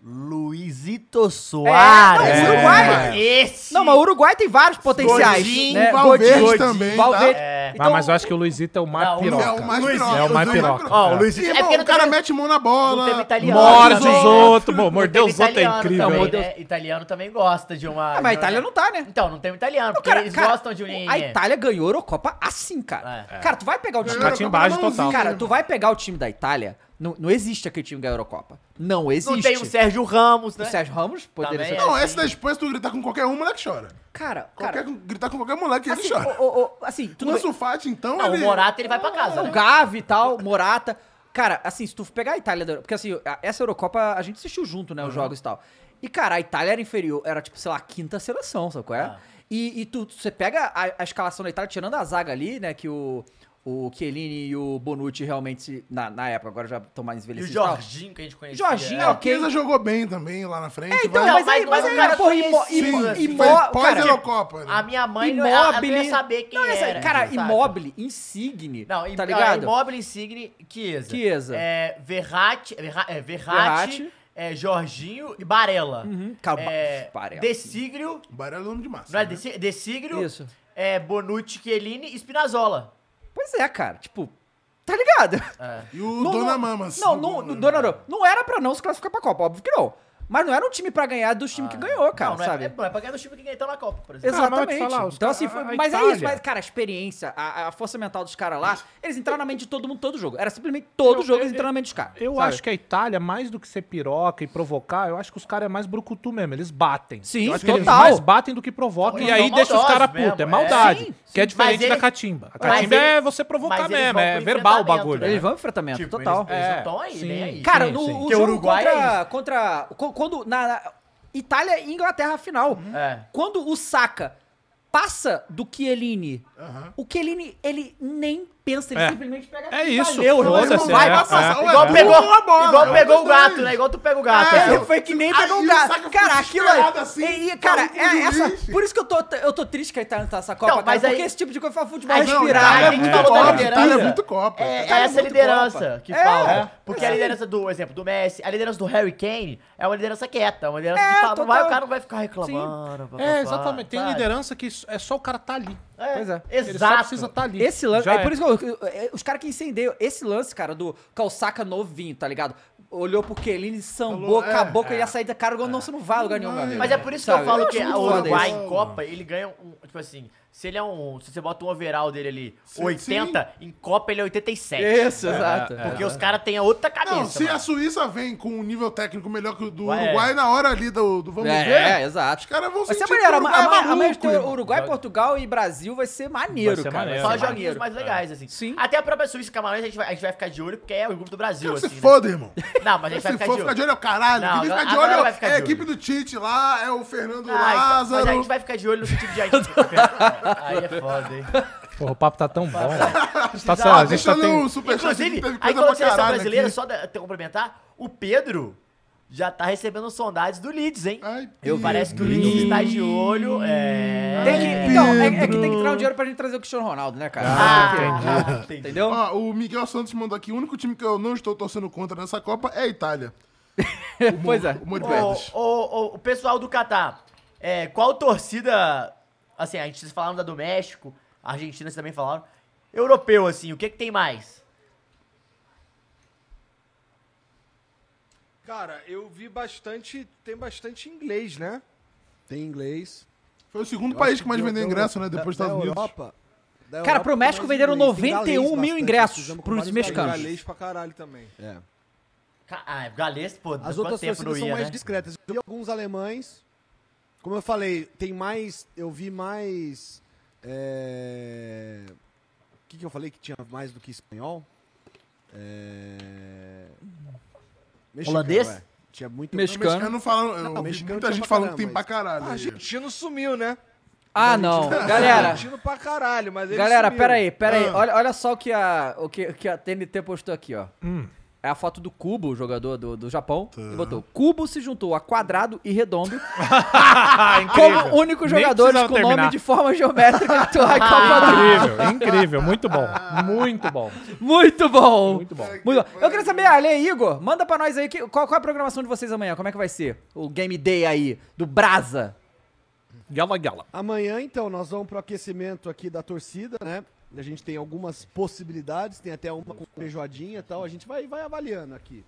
[SPEAKER 3] Luizito Soares.
[SPEAKER 1] não, o Uruguai.
[SPEAKER 3] Esse.
[SPEAKER 1] Não, mas o Uruguai tem vários potenciais.
[SPEAKER 3] Godinho,
[SPEAKER 1] né?
[SPEAKER 11] Valverde
[SPEAKER 1] Godinho,
[SPEAKER 11] também,
[SPEAKER 1] Valverde. Então,
[SPEAKER 11] tá?
[SPEAKER 3] É.
[SPEAKER 2] Ah, mas eu acho que o Luizito é o mais
[SPEAKER 3] Não, o
[SPEAKER 2] piroca.
[SPEAKER 11] É o mais
[SPEAKER 3] Luiz,
[SPEAKER 11] piroca.
[SPEAKER 2] é o mais
[SPEAKER 11] Os dois
[SPEAKER 2] piroca.
[SPEAKER 3] Ó, o Luizito.
[SPEAKER 11] Irmão, o cara mete mão na
[SPEAKER 3] não teve
[SPEAKER 11] bola.
[SPEAKER 3] italiano.
[SPEAKER 2] Morde os
[SPEAKER 3] também, né?
[SPEAKER 2] outros, pô,
[SPEAKER 3] Não
[SPEAKER 2] mordeu
[SPEAKER 3] teve
[SPEAKER 2] os outros, é
[SPEAKER 3] italiano
[SPEAKER 2] incrível.
[SPEAKER 3] também,
[SPEAKER 2] Mordeu-
[SPEAKER 3] né? Italiano também gosta de
[SPEAKER 1] Ah, mas
[SPEAKER 3] uma.
[SPEAKER 1] a
[SPEAKER 3] de uma-
[SPEAKER 1] Itália não tá, né?
[SPEAKER 3] Então, não tem um italiano,
[SPEAKER 1] Não,
[SPEAKER 3] porque eles gostam de um.
[SPEAKER 1] A Itália ganhou a Eurocopa assim, cara.
[SPEAKER 3] É.
[SPEAKER 1] Cara, tu vai pegar o time.
[SPEAKER 11] Ganhou a
[SPEAKER 2] Tá
[SPEAKER 11] Eurocopa
[SPEAKER 2] embaixo
[SPEAKER 11] na
[SPEAKER 2] total.
[SPEAKER 11] mãozinha,
[SPEAKER 1] Cara,
[SPEAKER 11] irmão.
[SPEAKER 1] tu vai pegar o time da Itália. Não, não existe aquele time que ganhou a Eurocopa. Não existe.
[SPEAKER 3] Não tem
[SPEAKER 2] um
[SPEAKER 3] o Sérgio Ramos,
[SPEAKER 1] O
[SPEAKER 3] né?
[SPEAKER 1] Sérgio Ramos poderia
[SPEAKER 3] Também
[SPEAKER 1] ser.
[SPEAKER 3] é.
[SPEAKER 11] Não, esse da Espanha, se tu gritar com qualquer um, o moleque chora.
[SPEAKER 1] Cara,
[SPEAKER 11] Qualquer, um,
[SPEAKER 1] cara.
[SPEAKER 11] gritar com qualquer moleque, ele
[SPEAKER 1] Assim,
[SPEAKER 11] chora.
[SPEAKER 1] o, o, o, assim tudo
[SPEAKER 11] Lança
[SPEAKER 1] bem.
[SPEAKER 11] o Fati, então,
[SPEAKER 3] Não, o
[SPEAKER 11] ele...
[SPEAKER 3] Morata ele vai pra casa.
[SPEAKER 1] O
[SPEAKER 3] né?
[SPEAKER 1] Gavi e tal, Morata. Cara, assim, se tu pegar a Itália. da- Porque assim, a- essa Eurocopa a gente assistiu junto, né? Os jogos e tal. E, cara, a Itália era inferior, era tipo, sei lá, a quinta seleção, sabe qual é? E, e tu, você pega a, a escalação da Itália, tirando a zaga ali, né? Que o, o Chiellini e o Bonucci realmente, se- na, na época, agora já estão mais
[SPEAKER 3] E o
[SPEAKER 1] envelhecidos. e tal.
[SPEAKER 3] Jorginho que a gente conhecia.
[SPEAKER 1] Jorginho,
[SPEAKER 3] é.
[SPEAKER 1] é, ok.
[SPEAKER 11] Chiesa jogou bem também lá na frente.
[SPEAKER 1] É, então,
[SPEAKER 11] vai-
[SPEAKER 1] mas aí,
[SPEAKER 3] mas
[SPEAKER 1] mas
[SPEAKER 3] o
[SPEAKER 1] aí,
[SPEAKER 3] cara
[SPEAKER 1] porra, Imo,
[SPEAKER 3] conhecia,
[SPEAKER 1] Imo,
[SPEAKER 11] né?
[SPEAKER 1] Imo,
[SPEAKER 11] Foi
[SPEAKER 1] cara,
[SPEAKER 11] pós-Eurocopa, né?
[SPEAKER 3] A minha mãe não ia,
[SPEAKER 1] Immobile.
[SPEAKER 3] ela ia saber quem
[SPEAKER 1] Não, essa-
[SPEAKER 3] era.
[SPEAKER 1] Cara,
[SPEAKER 3] sabe?
[SPEAKER 1] Immobile, Insigne,
[SPEAKER 3] Não,
[SPEAKER 1] tá
[SPEAKER 3] Im-
[SPEAKER 1] ligado?
[SPEAKER 3] É, Immobile, Insigne, Chiesa.
[SPEAKER 1] Chiesa.
[SPEAKER 3] É, Verratti, é, Verra- é, Verratti,
[SPEAKER 1] Verratti.
[SPEAKER 3] é, Jorginho e Barella.
[SPEAKER 1] Cara,
[SPEAKER 3] É,
[SPEAKER 1] Barella.
[SPEAKER 3] Desigrio,
[SPEAKER 11] Baralho é nome de massa.
[SPEAKER 3] não é?
[SPEAKER 11] né?
[SPEAKER 3] Desi- Desigrio,
[SPEAKER 1] Isso.
[SPEAKER 3] é, Bonucci, Chiellini e Spinazzola.
[SPEAKER 1] Pois é, cara, tipo, tá
[SPEAKER 2] [laughs]
[SPEAKER 1] ligado?
[SPEAKER 11] E o Dona
[SPEAKER 2] assim.
[SPEAKER 11] Mamas.
[SPEAKER 1] Não, não, não, Donnarumma, não era pra não se classificar pra Copa, óbvio que não. Mas não era um time pra ganhar dos times que ganhou, cara,
[SPEAKER 3] não, não,
[SPEAKER 1] sabe?
[SPEAKER 3] É, não é pra ganhar do time que ganhou na Copa, por exemplo.
[SPEAKER 2] Cara, mas eu vou te
[SPEAKER 1] Exatamente.
[SPEAKER 2] falar, os
[SPEAKER 1] então,
[SPEAKER 2] ca-
[SPEAKER 1] assim,
[SPEAKER 2] a-
[SPEAKER 1] foi-
[SPEAKER 2] a
[SPEAKER 1] mas é
[SPEAKER 2] Itália- Tipo,
[SPEAKER 1] isso. Mas, cara, a experiência, a, a força mental dos caras lá, eles entraram na mente de todo mundo todo jogo. Era simplesmente todo
[SPEAKER 2] Eu-
[SPEAKER 1] jogo
[SPEAKER 2] eu-
[SPEAKER 1] eles entraram na mente dos caras.
[SPEAKER 2] Eu
[SPEAKER 1] sabe?
[SPEAKER 2] acho que a Itália, mais do que ser piroca e provocar, eu acho que os caras é mais brucutu mesmo. Eles batem.
[SPEAKER 1] Sim,
[SPEAKER 2] eu acho que eles
[SPEAKER 1] total.
[SPEAKER 2] mais batem do que provocam.
[SPEAKER 3] Eles
[SPEAKER 2] e aí
[SPEAKER 3] são
[SPEAKER 2] deixa os
[SPEAKER 3] maldosos
[SPEAKER 2] caras
[SPEAKER 3] mesmo,
[SPEAKER 2] putos. É
[SPEAKER 3] é.
[SPEAKER 2] maldade.
[SPEAKER 3] Sim,
[SPEAKER 2] que é
[SPEAKER 3] sim.
[SPEAKER 2] diferente
[SPEAKER 3] Mas ele-
[SPEAKER 2] da catimba. A
[SPEAKER 3] mas
[SPEAKER 2] catimba
[SPEAKER 3] ele-
[SPEAKER 2] é você provocar
[SPEAKER 3] mas eles
[SPEAKER 2] mesmo.
[SPEAKER 3] vão
[SPEAKER 2] É
[SPEAKER 3] pro
[SPEAKER 2] verbal o bagulho.
[SPEAKER 3] enfrentamento,
[SPEAKER 1] Eles
[SPEAKER 2] né?
[SPEAKER 1] vão em enfrentamento,
[SPEAKER 3] Tipo,
[SPEAKER 1] total.
[SPEAKER 3] Eles, eles
[SPEAKER 2] É,
[SPEAKER 3] não tão aí,
[SPEAKER 2] sim.
[SPEAKER 3] nem aí.
[SPEAKER 1] Cara,
[SPEAKER 2] Sim,
[SPEAKER 1] no
[SPEAKER 2] sim.
[SPEAKER 1] o
[SPEAKER 3] Porque
[SPEAKER 1] jogo
[SPEAKER 3] Uruguai
[SPEAKER 1] contra,
[SPEAKER 3] é isso.
[SPEAKER 1] contra- co- Quando. Na, na Itália e Inglaterra final.
[SPEAKER 3] É.
[SPEAKER 1] Quando o Saka passa do Chiellini, o Chiellini, ele nem pensa, ele
[SPEAKER 2] É.
[SPEAKER 1] simplesmente pega
[SPEAKER 2] É isso.
[SPEAKER 1] Valeu, irmão, não
[SPEAKER 2] Foda-se,
[SPEAKER 1] vai
[SPEAKER 2] é,
[SPEAKER 1] passar.
[SPEAKER 2] é.
[SPEAKER 3] Igual
[SPEAKER 11] Ué,
[SPEAKER 3] pegou,
[SPEAKER 11] boa bola,
[SPEAKER 3] igual
[SPEAKER 11] eu
[SPEAKER 3] pegou o
[SPEAKER 11] gostei.
[SPEAKER 3] gato, né? Igual tu pega o gato.
[SPEAKER 11] É,
[SPEAKER 3] assim.
[SPEAKER 1] Ele foi que nem
[SPEAKER 11] Aí
[SPEAKER 1] pegou o
[SPEAKER 11] o
[SPEAKER 1] gato.
[SPEAKER 11] Saka ficou
[SPEAKER 1] Cara, aquilo aí.
[SPEAKER 11] desesperado assim,
[SPEAKER 1] e- e, cara,
[SPEAKER 11] falando com
[SPEAKER 1] é
[SPEAKER 11] o
[SPEAKER 1] essa.
[SPEAKER 11] juiz.
[SPEAKER 1] Por isso que eu tô, eu tô triste que a Itália não tá nessa Copa,
[SPEAKER 3] Então,
[SPEAKER 1] cara,
[SPEAKER 3] mas aí-
[SPEAKER 1] porque esse tipo de coisa faz futebol
[SPEAKER 3] Aí-
[SPEAKER 1] respirar.
[SPEAKER 3] Aí
[SPEAKER 1] né?
[SPEAKER 3] a gente falou da
[SPEAKER 11] Copa,
[SPEAKER 3] liderança.
[SPEAKER 11] Itália é muito Copa.
[SPEAKER 3] É, é
[SPEAKER 11] Itália
[SPEAKER 3] essa
[SPEAKER 11] muito
[SPEAKER 3] liderança
[SPEAKER 11] Copa.
[SPEAKER 3] que
[SPEAKER 1] É,
[SPEAKER 3] falta.
[SPEAKER 1] é.
[SPEAKER 3] Porque a liderança do, exemplo, do Messi, a liderança do Harry Kane é uma liderança quieta, uma liderança
[SPEAKER 1] É,
[SPEAKER 3] que fala, não vai,
[SPEAKER 1] total.
[SPEAKER 3] o cara não vai ficar reclamando. pá, pá,
[SPEAKER 2] É,
[SPEAKER 3] pá,
[SPEAKER 2] exatamente. Tem
[SPEAKER 3] sabe?
[SPEAKER 2] liderança que é só o cara tá ali.
[SPEAKER 3] É,
[SPEAKER 1] Pois é.
[SPEAKER 2] Ele só
[SPEAKER 3] Exato.
[SPEAKER 2] precisa tá ali.
[SPEAKER 1] Esse lance.
[SPEAKER 2] Já
[SPEAKER 1] é por isso que eu- eu- eu- os caras que incendeiam. Esse lance, cara, do calçaca novinho, tá ligado? Olhou pro Kelini, sambou,
[SPEAKER 11] Falou, é,
[SPEAKER 1] acabou que ele ia sair da cara. Não, você não vai a lugar nenhum, meu amigo.
[SPEAKER 3] É. Mas é por isso que
[SPEAKER 1] Sabe?
[SPEAKER 3] eu falo
[SPEAKER 1] acho
[SPEAKER 3] que
[SPEAKER 1] muito
[SPEAKER 3] o
[SPEAKER 1] foda
[SPEAKER 3] Uruguai
[SPEAKER 1] isso.
[SPEAKER 3] em Copa, ele ganha um. Tipo assim, se ele é um. Se você bota um overall dele ali, 80, em Copa ele é 87.
[SPEAKER 1] Isso, exato.
[SPEAKER 3] Porque os caras têm a outra cabeça.
[SPEAKER 11] Não, se
[SPEAKER 3] mano. é.
[SPEAKER 11] a Suíça vem com um nível técnico melhor que o do
[SPEAKER 3] Ué.
[SPEAKER 11] Uruguai, na hora ali do, do vamos
[SPEAKER 1] É,
[SPEAKER 11] ver,
[SPEAKER 1] é, exato.
[SPEAKER 11] os caras vão
[SPEAKER 1] Vai ser
[SPEAKER 11] sentir
[SPEAKER 1] maneiro.
[SPEAKER 11] que o Uruguai é
[SPEAKER 1] A, a, a, a
[SPEAKER 11] maluco,
[SPEAKER 1] América,
[SPEAKER 11] irmão.
[SPEAKER 1] Uruguai, Portugal e Brasil vai ser maneiro,
[SPEAKER 2] Vai ser
[SPEAKER 1] cara.
[SPEAKER 2] maneiro.
[SPEAKER 3] Só
[SPEAKER 2] É,
[SPEAKER 3] joguinhos mais legais, assim.
[SPEAKER 1] Sim.
[SPEAKER 3] Até a própria Suíça e Camarões a gente, vai, a gente vai ficar de olho, porque é o grupo do Brasil,
[SPEAKER 11] Quero que
[SPEAKER 3] assim.
[SPEAKER 11] se
[SPEAKER 3] né?
[SPEAKER 11] foda, irmão.
[SPEAKER 3] Não, mas a gente vai
[SPEAKER 11] Se
[SPEAKER 3] ficar
[SPEAKER 11] for
[SPEAKER 3] de
[SPEAKER 11] ficar
[SPEAKER 3] olho.
[SPEAKER 11] de olho, é o caralho.
[SPEAKER 3] Não,
[SPEAKER 11] Quem vai ficar de
[SPEAKER 3] agora
[SPEAKER 11] olho
[SPEAKER 3] vai ficar
[SPEAKER 11] é
[SPEAKER 3] de
[SPEAKER 11] a
[SPEAKER 3] olho.
[SPEAKER 11] equipe do Tite lá, é o Fernando
[SPEAKER 3] Ah, então- mas a
[SPEAKER 11] Lázaro.
[SPEAKER 3] gente vai ficar de olho
[SPEAKER 11] [laughs]
[SPEAKER 3] no sentido de a gente. Aí é foda, hein?
[SPEAKER 2] Porra, o papo tá tão bom.
[SPEAKER 1] [laughs]
[SPEAKER 2] tá, sei
[SPEAKER 11] Ah,
[SPEAKER 2] lá, a gente tá
[SPEAKER 11] deixando
[SPEAKER 2] tendo...
[SPEAKER 11] o superchat aqui,
[SPEAKER 3] Inclusive,
[SPEAKER 11] teve
[SPEAKER 3] aí
[SPEAKER 11] coisa
[SPEAKER 3] falando de
[SPEAKER 11] pra
[SPEAKER 3] seleção
[SPEAKER 11] caralho
[SPEAKER 3] brasileira,
[SPEAKER 11] aqui.
[SPEAKER 3] só da- até complementar, o Pedro já tá recebendo sondades do Leeds, hein?
[SPEAKER 11] Ai,
[SPEAKER 3] Eu
[SPEAKER 11] Pedro.
[SPEAKER 3] parece que o Leeds está de olho. É.
[SPEAKER 1] Tem que, então, é, é que tem que entrar um dinheiro pra gente trazer o Cristiano Ronaldo, né, cara?
[SPEAKER 3] Ah, entendi.
[SPEAKER 1] Entendeu?
[SPEAKER 11] Ó, o Miguel Santos mandou aqui, o único time que eu não estou torcendo contra nessa Copa é a Itália.
[SPEAKER 1] pois é.
[SPEAKER 11] O Mori Pérez.
[SPEAKER 3] O, o pessoal do Catar, é, qual torcida. Assim, a gente vocês falaram da do México, a Argentina vocês também falaram. Europeu, assim, o que, que tem mais?
[SPEAKER 5] Cara, eu vi bastante. Tem bastante inglês, né?
[SPEAKER 4] Tem inglês.
[SPEAKER 11] Foi o segundo
[SPEAKER 4] Eu acho
[SPEAKER 11] país que mais
[SPEAKER 4] da-
[SPEAKER 11] vendeu
[SPEAKER 4] da
[SPEAKER 11] ingresso, né?
[SPEAKER 4] Euro-
[SPEAKER 11] Depois dos
[SPEAKER 4] da-
[SPEAKER 11] Estados
[SPEAKER 4] da
[SPEAKER 11] Unidos.
[SPEAKER 4] Europa- da
[SPEAKER 1] Cara,
[SPEAKER 4] Europa
[SPEAKER 1] pro
[SPEAKER 4] tem
[SPEAKER 1] México
[SPEAKER 4] mais
[SPEAKER 1] venderam
[SPEAKER 4] inglês. Tem
[SPEAKER 1] 91
[SPEAKER 4] galês
[SPEAKER 1] mil
[SPEAKER 4] bastante,
[SPEAKER 1] ingressos
[SPEAKER 4] precisamos com
[SPEAKER 1] pros
[SPEAKER 4] vários
[SPEAKER 1] mexicanos.
[SPEAKER 4] galês. Galês pra caralho também. É.
[SPEAKER 3] Ca- Ah, Gales, pô,
[SPEAKER 4] As
[SPEAKER 3] quanto
[SPEAKER 4] outras
[SPEAKER 3] tempo não
[SPEAKER 4] torcidas são
[SPEAKER 3] ia,
[SPEAKER 4] mais
[SPEAKER 3] né?
[SPEAKER 4] discretas. Eu vi alguns alemães. Como eu falei, tem mais. Eu vi mais. é, O que, que eu falei que tinha mais do que espanhol? É... mexicano,
[SPEAKER 3] Holandês?
[SPEAKER 4] é. Tinha muito
[SPEAKER 11] Mexicano.
[SPEAKER 1] Mexicano.
[SPEAKER 11] não falam, eu
[SPEAKER 4] Não,
[SPEAKER 11] ouvi
[SPEAKER 4] mexicano
[SPEAKER 11] muita
[SPEAKER 4] tinha
[SPEAKER 11] gente
[SPEAKER 4] pra
[SPEAKER 11] falando que
[SPEAKER 4] caramba,
[SPEAKER 11] tem pra caralho.
[SPEAKER 5] Ah, argentino sumiu, né?
[SPEAKER 1] Ah, não. Galera,
[SPEAKER 5] Argentino pra caralho, mas ele
[SPEAKER 1] Galera,
[SPEAKER 5] sumiu.
[SPEAKER 1] pera aí, pera aí.
[SPEAKER 11] Ah.
[SPEAKER 1] Olha, olha só o que a, o que, o que a TNT postou aqui, ó. É a foto do Cubo, o jogador do, do Japão. E botou: Cubo se juntou a quadrado e redondo Ah,
[SPEAKER 2] Ah,
[SPEAKER 1] como único
[SPEAKER 2] Nem
[SPEAKER 1] jogador
[SPEAKER 2] precisava
[SPEAKER 1] com nome
[SPEAKER 2] terminar.
[SPEAKER 1] de forma geométrica atual em Copa do Mundo.
[SPEAKER 2] Incrível, incrível. Muito bom. Muito bom.
[SPEAKER 1] Muito bom! Muito
[SPEAKER 2] Muito bom.
[SPEAKER 1] bom. Eu queria saber, Ale e Igor, manda pra nós aí que, qual, qual é a programação de vocês amanhã? Como é que vai ser? O Game Day aí, do Brasa.
[SPEAKER 2] Gala, gala.
[SPEAKER 4] Amanhã, então, nós vamos pro aquecimento aqui da torcida, né? A gente tem algumas possibilidades, tem até uma com feijoadinha e tal. A gente vai, vai avaliando aqui.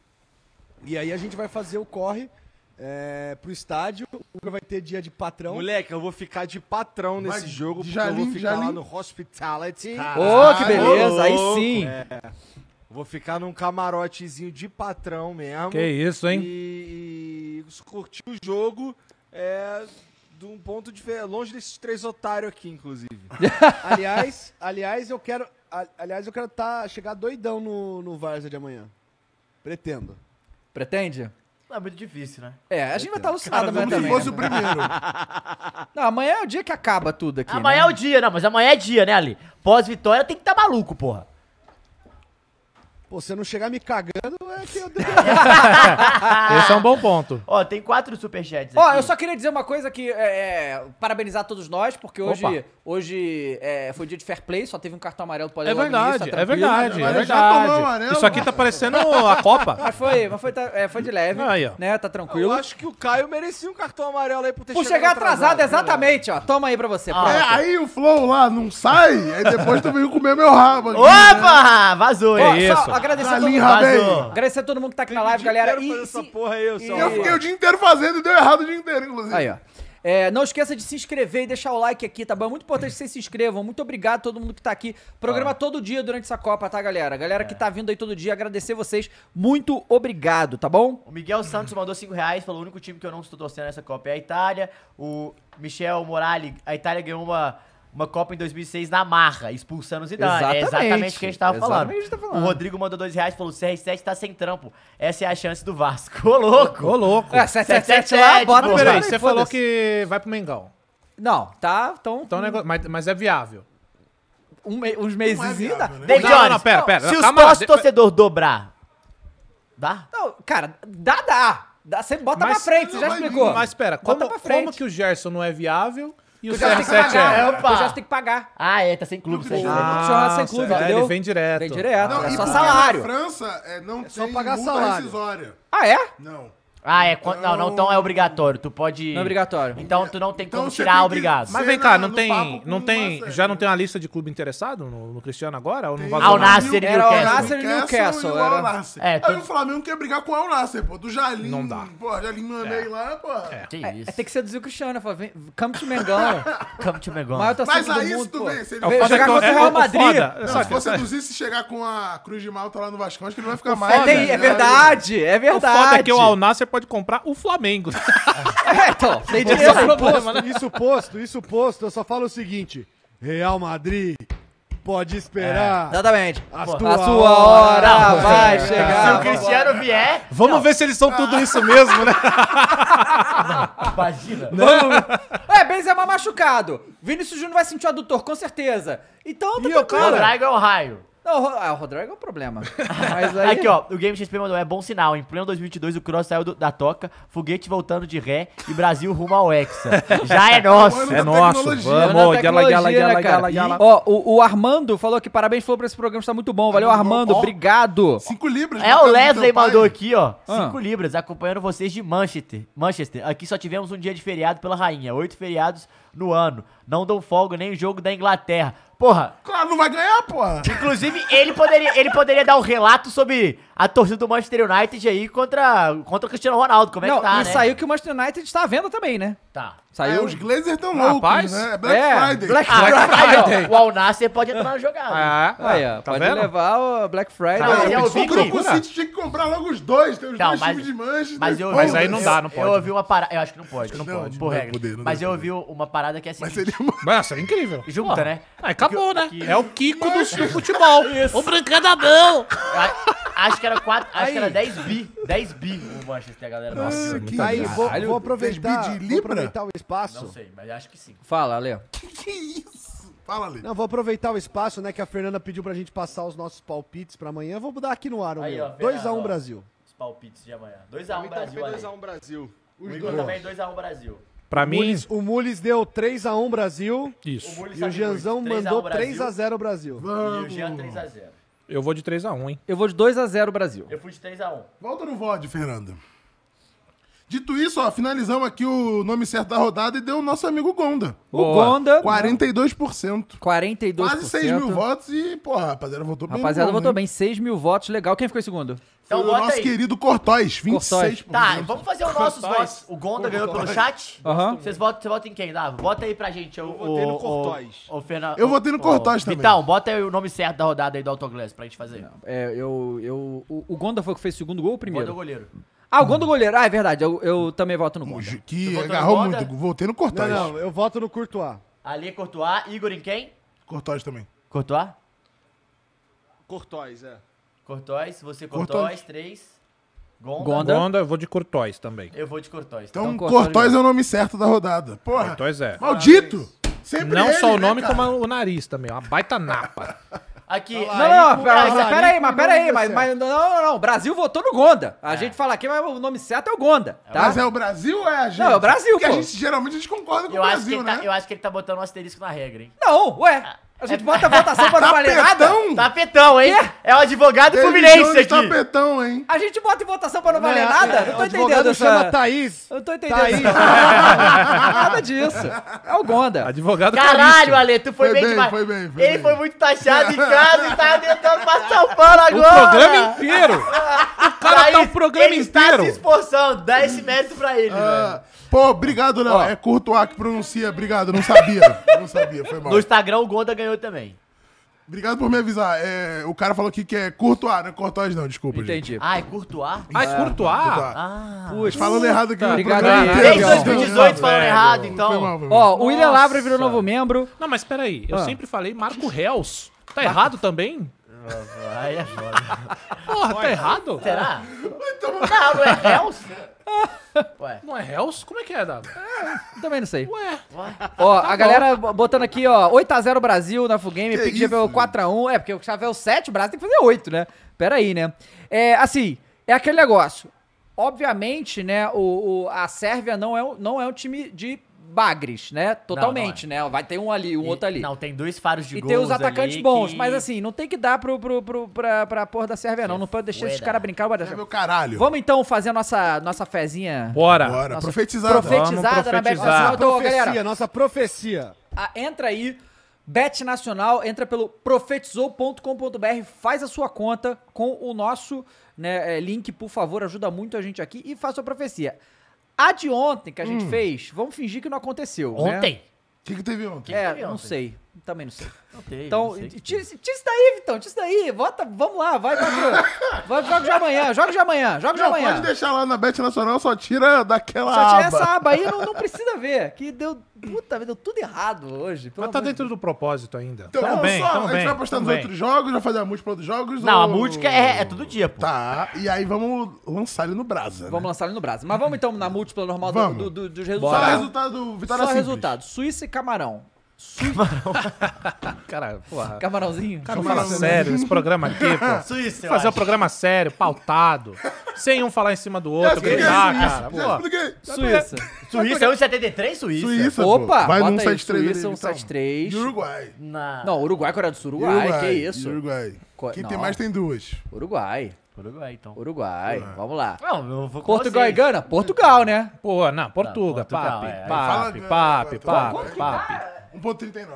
[SPEAKER 4] E aí a gente vai fazer o corre é, pro estádio. O Igor vai ter dia de patrão.
[SPEAKER 5] Moleque, eu vou ficar de patrão nesse
[SPEAKER 11] Vai,
[SPEAKER 5] jogo, porque
[SPEAKER 11] Jalim,
[SPEAKER 5] eu vou ficar lá
[SPEAKER 11] Jalim. Tá.
[SPEAKER 5] no Hospitality.
[SPEAKER 4] Ah,
[SPEAKER 1] Ô, que beleza, aí sim.
[SPEAKER 5] Vou ficar num camarotezinho de patrão mesmo.
[SPEAKER 2] Que isso, hein?
[SPEAKER 5] E, e curtir o jogo é, de um ponto de ver- longe desses três otários aqui, inclusive.
[SPEAKER 11] [laughs]
[SPEAKER 4] aliás, aliás, eu quero. a- Aliás, eu quero tá, chegar doidão no, no Varza de amanhã. Pretendo.
[SPEAKER 1] Pretende?
[SPEAKER 3] É muito difícil, né?
[SPEAKER 1] É, a gente vai estar alucinado
[SPEAKER 3] Cara,
[SPEAKER 1] amanhã
[SPEAKER 3] como se
[SPEAKER 1] também.
[SPEAKER 3] fosse
[SPEAKER 11] é
[SPEAKER 1] né?
[SPEAKER 3] o primeiro.
[SPEAKER 11] [laughs]
[SPEAKER 1] Não, amanhã é o dia que né? acaba tudo aqui.
[SPEAKER 3] Amanhã é o dia, não, mas amanhã é dia, né, Ali? Pós-vitória tem que tá maluco, porra.
[SPEAKER 4] Pô, se eu não chegar me cagando, é que eu...
[SPEAKER 2] Esse é um bom ponto.
[SPEAKER 3] Ó, tem quatro superchats
[SPEAKER 1] Ó,
[SPEAKER 3] aqui.
[SPEAKER 1] eu só queria dizer uma coisa que é, é, parabenizar todos nós, porque hoje,
[SPEAKER 3] Opa.
[SPEAKER 1] hoje é, foi dia de fair play, só teve um cartão amarelo pro
[SPEAKER 2] É
[SPEAKER 1] Adelaide Nunes,
[SPEAKER 2] verdade,
[SPEAKER 1] tá
[SPEAKER 2] é
[SPEAKER 1] tranquilo.
[SPEAKER 2] verdade, é verdade. Isso aqui tá parecendo a
[SPEAKER 1] [laughs]
[SPEAKER 2] Copa.
[SPEAKER 1] Mas foi, mas foi, tá- é, foi de leve,
[SPEAKER 2] Aí, ó.
[SPEAKER 1] né? Tá
[SPEAKER 5] Eu
[SPEAKER 1] tranquilo.
[SPEAKER 5] acho que o Caio merecia um cartão amarelo aí por ter
[SPEAKER 1] Por
[SPEAKER 5] chegado
[SPEAKER 1] chegar atrasado,
[SPEAKER 5] viu, velho?
[SPEAKER 1] exatamente, ó. Toma aí pra você. pronto.
[SPEAKER 11] É, aí o Flow lá não sai, aí depois tu veio comer meu rabo aqui.
[SPEAKER 3] Opa! Vazou,
[SPEAKER 1] Ó,
[SPEAKER 3] hein?
[SPEAKER 2] é
[SPEAKER 1] Só agradecer a, todo
[SPEAKER 11] Galinha
[SPEAKER 1] mundo,
[SPEAKER 11] Rabei.
[SPEAKER 1] agradecer a todo mundo que tá aqui na live, galera. E, se-
[SPEAKER 11] E eu fiquei o dia inteiro fazendo e deu errado o dia inteiro, inclusive.
[SPEAKER 1] Aí, ó. É, não esqueça de se inscrever e deixar o like aqui, tá bom? É muito importante que vocês se inscrevam. Muito obrigado a todo mundo que tá aqui.
[SPEAKER 11] Ah.
[SPEAKER 1] Programa todo dia durante essa Copa, tá, galera? Galera
[SPEAKER 11] É.
[SPEAKER 1] que tá vindo aí todo dia, agradecer vocês. Muito obrigado, tá bom?
[SPEAKER 3] O Miguel Santos mandou 5 reais, falou: o único time que eu não estou torcendo nessa Copa é a Itália. O Michel Morali, a Itália ganhou uma, uma Copa em 2006 na marra, expulsando o Zidane. É exatamente
[SPEAKER 1] Exatamente.
[SPEAKER 3] o que a gente tava falando.
[SPEAKER 1] Exatamente o que a gente tá falando.
[SPEAKER 3] O Rodrigo mandou 2 reais, falou: CR7 tá sem trampo. Essa é a chance do Vasco. [laughs] Ô, louco!
[SPEAKER 2] Ô, louco.
[SPEAKER 1] É, 777 lá, bota
[SPEAKER 2] Mas
[SPEAKER 1] os
[SPEAKER 2] peraí,
[SPEAKER 1] caras e
[SPEAKER 2] você falou
[SPEAKER 1] foda-se.
[SPEAKER 2] que vai pro Mengão.
[SPEAKER 1] Não, tá? Então,
[SPEAKER 2] Então, é o negócio- mas, mas é viável.
[SPEAKER 1] um me- uns meses ainda.
[SPEAKER 3] David
[SPEAKER 2] Não, não,
[SPEAKER 3] Jones,
[SPEAKER 2] não, pera, pera,
[SPEAKER 3] Se os
[SPEAKER 2] calma lá,
[SPEAKER 3] nossos
[SPEAKER 2] de-
[SPEAKER 3] torcedor dobrar, dá?
[SPEAKER 1] Não, cara, dá, dá. Dá, você bota
[SPEAKER 2] Mas-
[SPEAKER 1] pra frente, você já explicou.
[SPEAKER 2] Mas pera,
[SPEAKER 1] Bota
[SPEAKER 2] como,
[SPEAKER 1] pra frente.
[SPEAKER 2] como que o Gerson não é viável e o
[SPEAKER 1] Porque o Jorge tem que
[SPEAKER 2] CR7
[SPEAKER 1] pagar.
[SPEAKER 2] é?
[SPEAKER 3] é? Opa.
[SPEAKER 1] Porque o Jorge tem que pagar.
[SPEAKER 3] Ah, é, tá sem clube, sem clube.
[SPEAKER 1] Ah, funciona sem clube,
[SPEAKER 2] é,
[SPEAKER 1] entendeu?
[SPEAKER 2] ele vem direto.
[SPEAKER 1] Vem direto,
[SPEAKER 11] Não,
[SPEAKER 1] é
[SPEAKER 11] e
[SPEAKER 1] só
[SPEAKER 11] porque
[SPEAKER 1] salário.
[SPEAKER 11] Na França é, não
[SPEAKER 4] só
[SPEAKER 11] tem
[SPEAKER 4] pagar
[SPEAKER 11] multa
[SPEAKER 4] salário.
[SPEAKER 11] rescisória.
[SPEAKER 1] Ah, é?
[SPEAKER 11] Não.
[SPEAKER 3] Ah, é. quan- Não, não, então é obrigatório. Tu pode.
[SPEAKER 1] Não é obrigatório.
[SPEAKER 3] Então tu não tem
[SPEAKER 11] Então
[SPEAKER 3] como
[SPEAKER 11] você
[SPEAKER 3] tirar,
[SPEAKER 11] tem que-
[SPEAKER 3] obrigado.
[SPEAKER 2] Mas
[SPEAKER 11] Você
[SPEAKER 2] vem cá,
[SPEAKER 11] na-
[SPEAKER 2] não
[SPEAKER 11] no
[SPEAKER 2] tem,
[SPEAKER 11] papo com
[SPEAKER 2] não
[SPEAKER 11] o
[SPEAKER 2] tem,
[SPEAKER 11] Marcelo.
[SPEAKER 2] já não tem uma lista de clube interessado no, no Cristiano agora? Ou não vazou
[SPEAKER 3] Ah, o
[SPEAKER 2] nada?
[SPEAKER 3] Nasser e
[SPEAKER 1] Era o
[SPEAKER 3] Newcastle.
[SPEAKER 1] Nasser e Newcastle,
[SPEAKER 11] e o
[SPEAKER 1] era.
[SPEAKER 11] Al-Nassr.
[SPEAKER 3] É,
[SPEAKER 11] Aí
[SPEAKER 3] tu-
[SPEAKER 11] o Flamengo quer brigar com o Al-Nasser, pô. Do Jalim.
[SPEAKER 2] Não dá.
[SPEAKER 11] Pô, Jalim mandei lá, pô.
[SPEAKER 3] Que
[SPEAKER 1] É,
[SPEAKER 3] isso.
[SPEAKER 1] tem que seduzir o Cristiano. Fala, vem, come
[SPEAKER 11] [laughs]
[SPEAKER 1] to Mengão.
[SPEAKER 3] Come to Mengão.
[SPEAKER 1] Maior torcida
[SPEAKER 11] Mas
[SPEAKER 1] do
[SPEAKER 11] aí se
[SPEAKER 1] mundo,
[SPEAKER 11] tu
[SPEAKER 1] pô.
[SPEAKER 11] vê, se ele
[SPEAKER 2] É, o
[SPEAKER 1] Veio
[SPEAKER 2] foda é
[SPEAKER 1] jogar
[SPEAKER 2] que
[SPEAKER 1] contra o
[SPEAKER 2] é-
[SPEAKER 1] Real
[SPEAKER 2] o
[SPEAKER 1] Madrid.
[SPEAKER 2] foda-
[SPEAKER 11] Não,
[SPEAKER 2] saca,
[SPEAKER 11] se você
[SPEAKER 2] saca.
[SPEAKER 11] induzir, se chegar com a Cruz de Malta lá no Vasco, acho que ele vai ficar
[SPEAKER 1] É,
[SPEAKER 11] mais.
[SPEAKER 1] tem-
[SPEAKER 11] né?
[SPEAKER 1] é [laughs] verdade, é
[SPEAKER 2] O
[SPEAKER 1] verdade.
[SPEAKER 2] foda é que o Al Nasser pode comprar o Flamengo.
[SPEAKER 1] É, então, tem
[SPEAKER 4] Isso
[SPEAKER 1] dinheiro.
[SPEAKER 4] posto, isso posto, isso posto, eu só falo o seguinte. Real Madrid, pode esperar.
[SPEAKER 1] Exatamente.
[SPEAKER 4] A
[SPEAKER 1] É. Pô,
[SPEAKER 4] sua
[SPEAKER 1] a sua
[SPEAKER 4] hora
[SPEAKER 1] hora vai
[SPEAKER 2] é um
[SPEAKER 1] chegar.
[SPEAKER 3] Se o Cristiano vier,
[SPEAKER 2] Vamos ver se eles são tudo isso mesmo, né?
[SPEAKER 3] imagina.
[SPEAKER 1] É, Benzema machucado. Vinícius Júnior vai sentir o adutor, com certeza. Então, tá
[SPEAKER 3] O
[SPEAKER 1] tranquilo.
[SPEAKER 3] Rodrigo é o raio.
[SPEAKER 1] Não, o Ro- ah, o Rodrigo é um
[SPEAKER 2] [laughs]
[SPEAKER 1] problema. Mas aí...
[SPEAKER 3] Aqui, ó, o Game XP mandou, é bom sinal. Em pleno 2022, o Cross saiu do- da toca, foguete voltando de ré e Brasil rumo ao Hexa. Já é nosso.
[SPEAKER 11] É
[SPEAKER 2] É
[SPEAKER 11] nosso,
[SPEAKER 2] nosso,
[SPEAKER 11] tecnologia,
[SPEAKER 1] Mano, a
[SPEAKER 2] vamos, gala,
[SPEAKER 1] tecnologia,
[SPEAKER 2] gala,
[SPEAKER 1] né,
[SPEAKER 2] gala,
[SPEAKER 1] cara?
[SPEAKER 2] gala, gala.
[SPEAKER 1] Ó, o, o Armando falou que parabéns, falou pra esse programa, está muito bom. Valeu, Armando,
[SPEAKER 11] Ó.
[SPEAKER 1] obrigado.
[SPEAKER 11] Cinco libras. por
[SPEAKER 3] É o
[SPEAKER 11] causa do teu
[SPEAKER 3] Leslie
[SPEAKER 11] pai.
[SPEAKER 3] mandou aqui, ó.
[SPEAKER 1] Ah.
[SPEAKER 3] 5 libras, acompanhando vocês de Manchester. Manchester, aqui só tivemos um dia de feriado pela rainha. Oito feriados no ano. Não dão folga nem o jogo da Inglaterra. Porra,
[SPEAKER 11] Claro, não vai ganhar, porra.
[SPEAKER 3] inclusive ele poderia, ele poderia dar um relato sobre a torcida do Manchester United aí contra, contra o Cristiano Ronaldo. Como é
[SPEAKER 1] Não,
[SPEAKER 3] que tá,
[SPEAKER 1] e
[SPEAKER 3] né?
[SPEAKER 1] saiu que o Manchester United está à venda também, né?
[SPEAKER 3] Tá.
[SPEAKER 11] É,
[SPEAKER 1] Saiu.
[SPEAKER 11] os Glazers tão loucos,
[SPEAKER 2] Rapaz,
[SPEAKER 11] né? É Black Friday.
[SPEAKER 1] Black
[SPEAKER 3] Ah,
[SPEAKER 1] Friday.
[SPEAKER 3] aí, ó, o Alnasser pode entrar na jogada.
[SPEAKER 2] Ah,
[SPEAKER 1] Aí, ó,
[SPEAKER 2] tá
[SPEAKER 1] pode
[SPEAKER 2] vendo?
[SPEAKER 1] levar o Black Friday.
[SPEAKER 3] Não, mas
[SPEAKER 1] aí.
[SPEAKER 3] eu
[SPEAKER 11] Eles
[SPEAKER 3] ouvi que-
[SPEAKER 11] compraram com o City, tinha que comprar logo os dois. Tem os
[SPEAKER 3] Não,
[SPEAKER 11] dois
[SPEAKER 3] mas-
[SPEAKER 11] times de Manchester.
[SPEAKER 3] Mas, eu, um-
[SPEAKER 2] Mas aí não dá, não
[SPEAKER 3] eu-
[SPEAKER 2] pode.
[SPEAKER 3] Eu ouvi uma parada. Eu acho que não pode.
[SPEAKER 11] não,
[SPEAKER 3] não, pode,
[SPEAKER 11] não
[SPEAKER 3] por
[SPEAKER 11] deve
[SPEAKER 3] regra.
[SPEAKER 11] poder, não
[SPEAKER 3] mas
[SPEAKER 11] deve
[SPEAKER 3] eu ouvi uma parada que é assim.
[SPEAKER 11] Mas seria uma...
[SPEAKER 2] Mas essa é incrível.
[SPEAKER 3] Junta,
[SPEAKER 2] Pô,
[SPEAKER 3] né?
[SPEAKER 2] Aí acabou, né?
[SPEAKER 3] Que-
[SPEAKER 2] É o Kiko do, do futebol. O brincando a mão.
[SPEAKER 3] acho que era 4. Acho que era 10 bi. 10 bi o Manchester, galera.
[SPEAKER 1] é
[SPEAKER 3] Nossa,
[SPEAKER 11] que
[SPEAKER 4] tá Aí, vou,
[SPEAKER 11] caralho,
[SPEAKER 4] vou aproveitar,
[SPEAKER 11] 10 bi de
[SPEAKER 4] vou
[SPEAKER 11] libra?
[SPEAKER 4] aproveitar o espaço.
[SPEAKER 3] não sei, mas acho que sim.
[SPEAKER 1] Fala, Leo.
[SPEAKER 11] Que isso? Fala, ali.
[SPEAKER 4] Não, vou aproveitar o espaço, né, que a Fernanda pediu pra gente passar os nossos palpites pra amanhã. Vou mudar aqui no ar o
[SPEAKER 3] Aí, ó,
[SPEAKER 4] meu.
[SPEAKER 3] Fernanda,
[SPEAKER 4] 2x1
[SPEAKER 3] ó.
[SPEAKER 4] Brasil.
[SPEAKER 3] Os palpites de amanhã. 2x1
[SPEAKER 5] Então
[SPEAKER 3] Brasil
[SPEAKER 5] foi
[SPEAKER 3] ali.
[SPEAKER 5] 2x1 Brasil.
[SPEAKER 3] O Igor também é 2x1 Brasil.
[SPEAKER 2] Pra mim,
[SPEAKER 4] Mules- o Mules deu 3x1 Brasil
[SPEAKER 2] isso.
[SPEAKER 3] Mules
[SPEAKER 4] e o
[SPEAKER 3] sabe muito.
[SPEAKER 4] Gianzão
[SPEAKER 3] 3 a 1
[SPEAKER 4] mandou
[SPEAKER 3] Brasil
[SPEAKER 4] 3x0 Brasil.
[SPEAKER 3] E o Jean 3x0.
[SPEAKER 2] Eu vou de 3x1, hein?
[SPEAKER 1] Eu vou de 2x0 Brasil.
[SPEAKER 3] Eu fui de 3x1.
[SPEAKER 11] Volta no VOD, Fernanda. Dito isso, ó, finalizamos aqui o nome certo da rodada e deu o nosso amigo Gonda.
[SPEAKER 1] O Gonda,
[SPEAKER 11] 42%.
[SPEAKER 1] 42%.
[SPEAKER 11] Quase 6 mil votos e, porra, a rapaziada, votou bem.
[SPEAKER 1] Rapaziada,
[SPEAKER 11] no Gonda,
[SPEAKER 1] votou
[SPEAKER 11] hein?
[SPEAKER 1] bem. 6 mil votos, legal. Quem ficou em segundo?
[SPEAKER 3] Então
[SPEAKER 11] Foi o
[SPEAKER 3] bota
[SPEAKER 11] nosso
[SPEAKER 3] aí.
[SPEAKER 11] querido Cortóis, 26%.
[SPEAKER 3] Tá, vamos fazer o nosso, os nossos. O Gonda ganhou pelo chat.
[SPEAKER 1] Aham.
[SPEAKER 3] Vocês votam, você vota em quem? Dá, vota aí pra gente. Eu
[SPEAKER 5] votei no Cortóis.
[SPEAKER 3] O, o Fernan-
[SPEAKER 11] Eu votei no
[SPEAKER 3] o-
[SPEAKER 11] Cortóis também.
[SPEAKER 3] Vitão, bota aí o nome certo da rodada aí do Autoglass pra gente fazer.
[SPEAKER 1] É, eu, eu, o, o Gonda foi o que fez o segundo gol ou o
[SPEAKER 3] Gonda é o
[SPEAKER 1] primeiro?
[SPEAKER 3] goleiro.
[SPEAKER 1] Ah, o Gonda goleiro. Ah, é verdade. Eu, eu também voto no Gonda.
[SPEAKER 11] Hoje, que
[SPEAKER 3] votou no
[SPEAKER 11] agarrou
[SPEAKER 3] Gonda?
[SPEAKER 11] muito. Voltei
[SPEAKER 3] Tá.
[SPEAKER 11] no
[SPEAKER 4] Não,
[SPEAKER 11] Cortóis.
[SPEAKER 4] não, eu voto no Courtois.
[SPEAKER 3] Ali Courtois, Igor em quem?
[SPEAKER 11] Cortóis também.
[SPEAKER 3] Courtois?
[SPEAKER 5] Cortóis, é.
[SPEAKER 3] Cortóis, você
[SPEAKER 11] Courtois.
[SPEAKER 3] Cortóis, 3. Gonda.
[SPEAKER 2] Gonda. eu vou de Courtois também.
[SPEAKER 3] Eu vou de tá Cortóis.
[SPEAKER 4] Então, Cortóis é o nome certo da rodada. Porra.
[SPEAKER 2] Cortóis é.
[SPEAKER 4] Maldito! Sempre
[SPEAKER 2] não
[SPEAKER 4] Ah, ele,
[SPEAKER 2] só o
[SPEAKER 4] né,
[SPEAKER 2] nome,
[SPEAKER 4] cara?
[SPEAKER 2] como o nariz também. Uma baita
[SPEAKER 4] [laughs]
[SPEAKER 2] napa.
[SPEAKER 3] Aqui.
[SPEAKER 1] Não, não, não, pera, mas pera aí, mas pera aí, mas, mas não, não, não, o Brasil votou no Gonda. A gente fala aqui, mas o nome certo é o Gonda, tá?
[SPEAKER 4] Mas é o Brasil ou é a gente?
[SPEAKER 1] Não, é o Brasil,
[SPEAKER 4] Porque
[SPEAKER 1] pô.
[SPEAKER 4] a gente geralmente a gente concorda com
[SPEAKER 3] Eu
[SPEAKER 4] o
[SPEAKER 3] acho, que
[SPEAKER 4] Brasil,
[SPEAKER 3] ele
[SPEAKER 4] né?
[SPEAKER 3] tá, eu acho que ele tá botando um asterisco na regra, hein?
[SPEAKER 1] Não, ué. A gente bota a votação pra não valer nada.
[SPEAKER 4] Tapetão!
[SPEAKER 3] Tapetão, Tá hein? É o advogado
[SPEAKER 4] David
[SPEAKER 3] fluminense
[SPEAKER 4] Jones tá
[SPEAKER 3] aqui.
[SPEAKER 4] tapetão, hein?
[SPEAKER 1] A gente bota em votação pra não valer
[SPEAKER 13] Não,
[SPEAKER 1] nada?
[SPEAKER 13] é,
[SPEAKER 1] Não
[SPEAKER 13] o
[SPEAKER 1] tô entendendo
[SPEAKER 13] advogado
[SPEAKER 1] essa...
[SPEAKER 13] chama Thaís.
[SPEAKER 1] Eu tô entendendo.
[SPEAKER 13] Thaís.
[SPEAKER 1] essa- [laughs] nada disso. É o Gonda.
[SPEAKER 2] Advogado
[SPEAKER 3] Caralho,
[SPEAKER 2] caríssimo.
[SPEAKER 3] Ale, tu foi,
[SPEAKER 4] Foi
[SPEAKER 3] bem,
[SPEAKER 4] bem,
[SPEAKER 3] demais.
[SPEAKER 4] foi bem, foi
[SPEAKER 3] ele
[SPEAKER 4] bem.
[SPEAKER 3] foi muito taxado em casa e tá
[SPEAKER 4] [laughs]
[SPEAKER 3] tentando passar o pano
[SPEAKER 2] O
[SPEAKER 3] agora.
[SPEAKER 2] programa inteiro. O cara tá o programa
[SPEAKER 3] ele
[SPEAKER 2] inteiro.
[SPEAKER 3] tá se esforçando. Dá esse mérito pra ele,
[SPEAKER 4] Ah,
[SPEAKER 3] velho.
[SPEAKER 4] pô, obrigado, Léo. É Courtois que pronuncia. Obrigado, não sabia. não sabia, foi mal.
[SPEAKER 3] No Instagram o Gonda ganhou também.
[SPEAKER 4] Obrigado por me avisar. É, o cara falou aqui que é Courtois, não é Courtois não, desculpa, gente.
[SPEAKER 1] Entendi.
[SPEAKER 3] Ah, é Courtois?
[SPEAKER 2] Mas Courtois...
[SPEAKER 4] Courtois.
[SPEAKER 1] Putz,
[SPEAKER 4] Falando errado aqui
[SPEAKER 1] Tá, Obrigado aí,
[SPEAKER 3] Desde
[SPEAKER 1] Campeão.
[SPEAKER 3] 2018 falando
[SPEAKER 2] Velho.
[SPEAKER 3] errado,
[SPEAKER 4] Foi
[SPEAKER 3] então.
[SPEAKER 4] mal, foi mal.
[SPEAKER 1] Ó, o William
[SPEAKER 3] Nossa.
[SPEAKER 1] Labra virou novo membro.
[SPEAKER 2] Não, mas peraí.
[SPEAKER 4] Ah.
[SPEAKER 2] Eu sempre falei Marco Reus. Tá errado também?
[SPEAKER 3] Aí é foda.
[SPEAKER 2] Porra, tá errado?
[SPEAKER 3] Será? Não, não é
[SPEAKER 4] [laughs]
[SPEAKER 3] Hells? Ué.
[SPEAKER 2] Não é Reus? Como é que é, Dado?
[SPEAKER 1] Também não sei.
[SPEAKER 2] Ué.
[SPEAKER 3] Ah,
[SPEAKER 1] Ó,
[SPEAKER 3] tá
[SPEAKER 1] a galera botando aqui, ó, 8x0 Brasil na Fugame,
[SPEAKER 4] Que
[SPEAKER 1] Pique Javel
[SPEAKER 4] isso?
[SPEAKER 1] 4x1. É, porque o Chavel 7, o Brasil tem que fazer 8, né? Pera aí, né? É, assim, é aquele negócio. Obviamente, né, o, o- a Sérvia não é, um- não é um time de bagres, né? Totalmente, né? Vai ter um ali, um
[SPEAKER 3] é. E-
[SPEAKER 1] outro ali.
[SPEAKER 3] Não, tem dois faros de
[SPEAKER 1] E
[SPEAKER 3] gols
[SPEAKER 1] tem os atacantes
[SPEAKER 3] ali
[SPEAKER 1] bons,
[SPEAKER 3] que-
[SPEAKER 1] mas assim, não tem que dar pro, pro, pro, pra, pra porra da Sérvia,
[SPEAKER 3] é
[SPEAKER 1] não. Não pode deixar esses
[SPEAKER 3] fuera.
[SPEAKER 1] caras brincar. não pode
[SPEAKER 4] É
[SPEAKER 1] deixar.
[SPEAKER 4] meu caralho.
[SPEAKER 1] Vamos então fazer a nossa, nossa fezinha
[SPEAKER 2] Bora.
[SPEAKER 4] Bora,
[SPEAKER 1] Nossa,
[SPEAKER 4] profetizado.
[SPEAKER 1] profetizada na Bet
[SPEAKER 2] profetizar.
[SPEAKER 1] Nacional. Então,
[SPEAKER 13] profecia,
[SPEAKER 1] galera,
[SPEAKER 13] nossa profecia.
[SPEAKER 1] Ah, entra aí, Bet Nacional, entra pelo profetizou.com.br, faz a sua conta com o nosso né, eh, link, por favor, ajuda muito a gente aqui e faça a profecia. A de ontem que a gente fez, vamos fingir que não aconteceu. né?
[SPEAKER 3] Ontem.
[SPEAKER 4] O que, que teve ontem?
[SPEAKER 1] É,
[SPEAKER 3] teve
[SPEAKER 1] não
[SPEAKER 3] ontem?
[SPEAKER 1] sei. Também não sei.
[SPEAKER 3] Ontem,
[SPEAKER 1] Então,
[SPEAKER 3] não sei.
[SPEAKER 1] tira, esse- tira isso daí, Vitão, tira isso daí. Vota, vamos lá, vai, vai pro. vai pro jogo de amanhã, joga de amanhã, joga de
[SPEAKER 4] Não,
[SPEAKER 1] amanhã.
[SPEAKER 4] pode deixar lá na Bet Nacional, só tira daquela
[SPEAKER 1] Só tirar
[SPEAKER 4] aba.
[SPEAKER 1] essa aba aí, não, não precisa ver. Que deu. Puta, deu tudo errado hoje. pelo
[SPEAKER 2] Mas tá
[SPEAKER 1] amor de
[SPEAKER 2] dentro do propósito ainda.
[SPEAKER 4] Então,
[SPEAKER 2] Tamo
[SPEAKER 4] vamos
[SPEAKER 2] bem,
[SPEAKER 4] só,
[SPEAKER 2] tamo
[SPEAKER 4] a gente
[SPEAKER 2] bem,
[SPEAKER 4] vai apostar
[SPEAKER 2] tamo
[SPEAKER 4] nos
[SPEAKER 2] bem.
[SPEAKER 4] outros jogos, vai fazer a múltipla dos jogos.
[SPEAKER 3] Não, a
[SPEAKER 4] ou-
[SPEAKER 3] música é, é todo dia, pô.
[SPEAKER 4] Tá, e aí vamos lançar ele no Brasa. né?
[SPEAKER 1] Vamos lançar ele no Brasa. Mas vamos então na múltipla normal do-
[SPEAKER 4] Vamos.
[SPEAKER 1] do- do- dos
[SPEAKER 4] Só
[SPEAKER 1] resultados.
[SPEAKER 4] resultado,
[SPEAKER 1] Só
[SPEAKER 4] vitória simples.
[SPEAKER 1] resultado. Suíça e Camarão.
[SPEAKER 2] Caralho, porra.
[SPEAKER 1] Camarãozinho?
[SPEAKER 2] Cara,
[SPEAKER 4] Vamos
[SPEAKER 2] fala
[SPEAKER 4] lá, né?
[SPEAKER 2] sério nesse programa aqui, pô.
[SPEAKER 3] Suíça, eu
[SPEAKER 2] Fazer um
[SPEAKER 3] acho.
[SPEAKER 2] programa sério, pautado. sem um falar em cima do
[SPEAKER 4] Já
[SPEAKER 2] outro,
[SPEAKER 4] expliquei
[SPEAKER 2] gritar,
[SPEAKER 4] isso,
[SPEAKER 2] cara.
[SPEAKER 4] já
[SPEAKER 2] Pô.
[SPEAKER 4] expliquei.
[SPEAKER 1] Suíça.
[SPEAKER 3] Suíça é 1,73, Suíça?
[SPEAKER 4] Suíça, pô.
[SPEAKER 1] Opa!
[SPEAKER 4] vai
[SPEAKER 1] bota
[SPEAKER 4] no
[SPEAKER 1] aí,
[SPEAKER 4] 173 ali,
[SPEAKER 1] Suíça,
[SPEAKER 4] Vitão.
[SPEAKER 1] 173.
[SPEAKER 4] E Uruguai.
[SPEAKER 3] Na...
[SPEAKER 1] Não, Uruguai, Coreia do Sul. Uruguai, que isso?
[SPEAKER 4] Uruguai.
[SPEAKER 1] Co-
[SPEAKER 4] Quem tem
[SPEAKER 1] não.
[SPEAKER 4] mais tem duas.
[SPEAKER 1] Uruguai.
[SPEAKER 3] Uruguai, então. é
[SPEAKER 1] Uruguai. Vamos lá.
[SPEAKER 3] Não, eu vou com
[SPEAKER 1] Portugal e
[SPEAKER 3] Tá vocês.
[SPEAKER 1] Gana? Portugal, né?
[SPEAKER 2] Pô, não, Portuga,
[SPEAKER 3] Não, Portugal,
[SPEAKER 2] papi,
[SPEAKER 3] é.
[SPEAKER 2] papi,
[SPEAKER 4] Fala,
[SPEAKER 2] papi,
[SPEAKER 4] Gana,
[SPEAKER 2] papi, papi.
[SPEAKER 4] 1.39.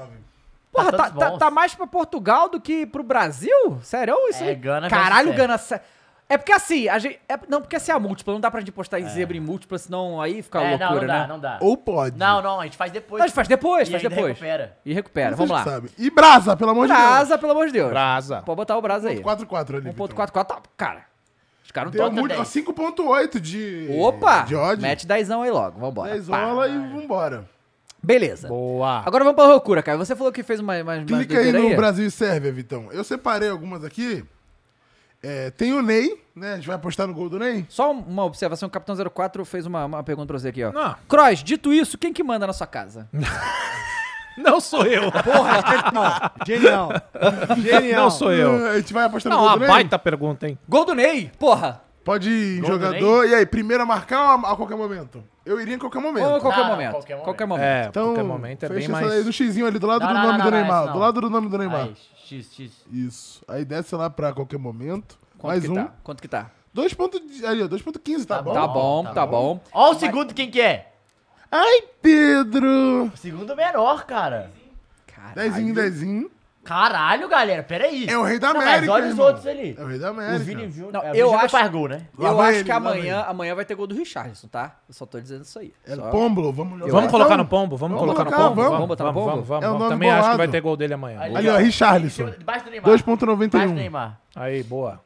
[SPEAKER 1] Porra, tá,
[SPEAKER 3] todos
[SPEAKER 1] tá-
[SPEAKER 3] bons.
[SPEAKER 1] tá mais pra Portugal do que pro Brasil? Sério? Isso
[SPEAKER 3] É,
[SPEAKER 1] aí-
[SPEAKER 3] Gana versus
[SPEAKER 1] Caralho,
[SPEAKER 3] Sérvia.
[SPEAKER 1] Gana. sé- É porque assim, a gente. é- não, porque assim é a múltipla. Não dá pra gente postar em zebra em múltipla, senão aí fica
[SPEAKER 3] É,
[SPEAKER 1] loucura,
[SPEAKER 3] não, não
[SPEAKER 1] né?
[SPEAKER 3] dá, não dá.
[SPEAKER 4] Ou pode.
[SPEAKER 3] Não, não, a gente faz depois.
[SPEAKER 1] Não, a gente faz depois,
[SPEAKER 3] E
[SPEAKER 1] faz
[SPEAKER 3] ainda
[SPEAKER 1] depois.
[SPEAKER 3] recupera.
[SPEAKER 1] E recupera,
[SPEAKER 4] Vocês
[SPEAKER 1] vamos lá.
[SPEAKER 4] sabem. E Brasa, pelo amor
[SPEAKER 1] Brasa, pelo amor de Deus.
[SPEAKER 2] Brasa.
[SPEAKER 1] Pode botar o Brasa aí.
[SPEAKER 4] de Deus. 4.4 ali, Vitão.
[SPEAKER 1] 1.44, tá, cara. Os caras não
[SPEAKER 4] Deu
[SPEAKER 1] estão.
[SPEAKER 4] Então, muito, assim, ó, 5.8 de...
[SPEAKER 1] Opa!
[SPEAKER 4] De ódio.
[SPEAKER 1] Mete dezão aí logo, vambora.
[SPEAKER 4] Dezola e vambora.
[SPEAKER 1] Beleza.
[SPEAKER 2] Boa.
[SPEAKER 1] Agora vamos pra loucura, cara. Você falou que fez uma. uma uma
[SPEAKER 4] Clica aí
[SPEAKER 1] doideira
[SPEAKER 4] no Brasil e Sérvia, Vitão. Eu separei algumas aqui. É, tem o Ney, né? A gente vai apostar no gol do Ney.
[SPEAKER 1] Só uma observação, o Capitão 04 fez uma, uma pergunta pra você aqui, ó.
[SPEAKER 2] Não.
[SPEAKER 1] Cross, dito isso, quem que manda na sua casa?
[SPEAKER 2] Não sou
[SPEAKER 4] [laughs]
[SPEAKER 2] eu.
[SPEAKER 13] Genial. Genial.
[SPEAKER 2] Não sou eu.
[SPEAKER 4] É, A gente vai apostar
[SPEAKER 2] Não,
[SPEAKER 4] no gol
[SPEAKER 2] uma
[SPEAKER 4] do Ney.
[SPEAKER 2] baita pergunta, hein?
[SPEAKER 1] Gol do Ney, porra!
[SPEAKER 4] Pode ir em
[SPEAKER 3] Gol do
[SPEAKER 4] jogador. E aí, primeiro a marcar ou a, a qualquer momento? Eu iria em qualquer momento.
[SPEAKER 1] Ou a qualquer,
[SPEAKER 3] Não, não,
[SPEAKER 1] momento,
[SPEAKER 3] qualquer
[SPEAKER 1] qualquer
[SPEAKER 3] momento.
[SPEAKER 1] momento.
[SPEAKER 2] É,
[SPEAKER 4] Então,
[SPEAKER 2] qualquer momento é bem
[SPEAKER 4] fecha
[SPEAKER 2] mais...
[SPEAKER 4] essa aí no xizinho ali, do lado
[SPEAKER 3] Não,
[SPEAKER 4] do
[SPEAKER 3] não,
[SPEAKER 4] nome
[SPEAKER 3] não,
[SPEAKER 4] do
[SPEAKER 3] não,
[SPEAKER 4] Neymar.
[SPEAKER 3] isso não.
[SPEAKER 4] Do lado do nome do Neymar.
[SPEAKER 3] Aí, X, X.
[SPEAKER 4] Isso. Aí desce lá pra qualquer momento.
[SPEAKER 1] Quanto
[SPEAKER 4] mais
[SPEAKER 1] que
[SPEAKER 4] um.
[SPEAKER 1] tá? Quanto que tá?
[SPEAKER 4] 2 ponto de- ali, ó, 2.15, tá, bom?
[SPEAKER 1] Tá bom, tá, bom.
[SPEAKER 3] Ó o segundo quem que é?
[SPEAKER 4] Ai, Pedro!
[SPEAKER 3] O segundo menor, cara.
[SPEAKER 4] Dezinho, dezinho.
[SPEAKER 3] Caralho, galera, peraí.
[SPEAKER 4] É o rei da
[SPEAKER 3] Não,
[SPEAKER 4] América,
[SPEAKER 3] mas olha os
[SPEAKER 4] irmão.
[SPEAKER 3] outros ali.
[SPEAKER 4] É o rei da
[SPEAKER 3] O
[SPEAKER 4] América.
[SPEAKER 3] Vini Júnior.
[SPEAKER 1] Não,
[SPEAKER 3] é, o
[SPEAKER 1] eu
[SPEAKER 3] Vini Júnior
[SPEAKER 1] acho-
[SPEAKER 3] faz gol, né?
[SPEAKER 4] Lá
[SPEAKER 1] eu
[SPEAKER 4] vai
[SPEAKER 1] acho
[SPEAKER 4] ele,
[SPEAKER 1] que
[SPEAKER 4] lá vai
[SPEAKER 1] amanhã,
[SPEAKER 4] ele.
[SPEAKER 1] amanhã vai ter gol do Richardson, tá? Eu só tô dizendo isso aí.
[SPEAKER 4] É
[SPEAKER 1] Só-
[SPEAKER 4] Pombo, vamos jogar.
[SPEAKER 2] Vamos colocar no pombo? Vamos,
[SPEAKER 4] Então, Vamos
[SPEAKER 2] colocar no
[SPEAKER 4] colocar,
[SPEAKER 2] pombo?
[SPEAKER 4] vamos.
[SPEAKER 1] Vamos botar no
[SPEAKER 2] vamos,
[SPEAKER 1] pombo?
[SPEAKER 2] vamos,
[SPEAKER 4] É o
[SPEAKER 2] vamos.
[SPEAKER 4] nome
[SPEAKER 2] Também acho que
[SPEAKER 4] bolado.
[SPEAKER 2] vai ter gol dele amanhã.
[SPEAKER 3] Ali,
[SPEAKER 4] Ali, ó, Richarlison.
[SPEAKER 3] Debaixo do Neymar. Debaixo do
[SPEAKER 4] 2.91.
[SPEAKER 3] Neymar.
[SPEAKER 2] Aí, boa.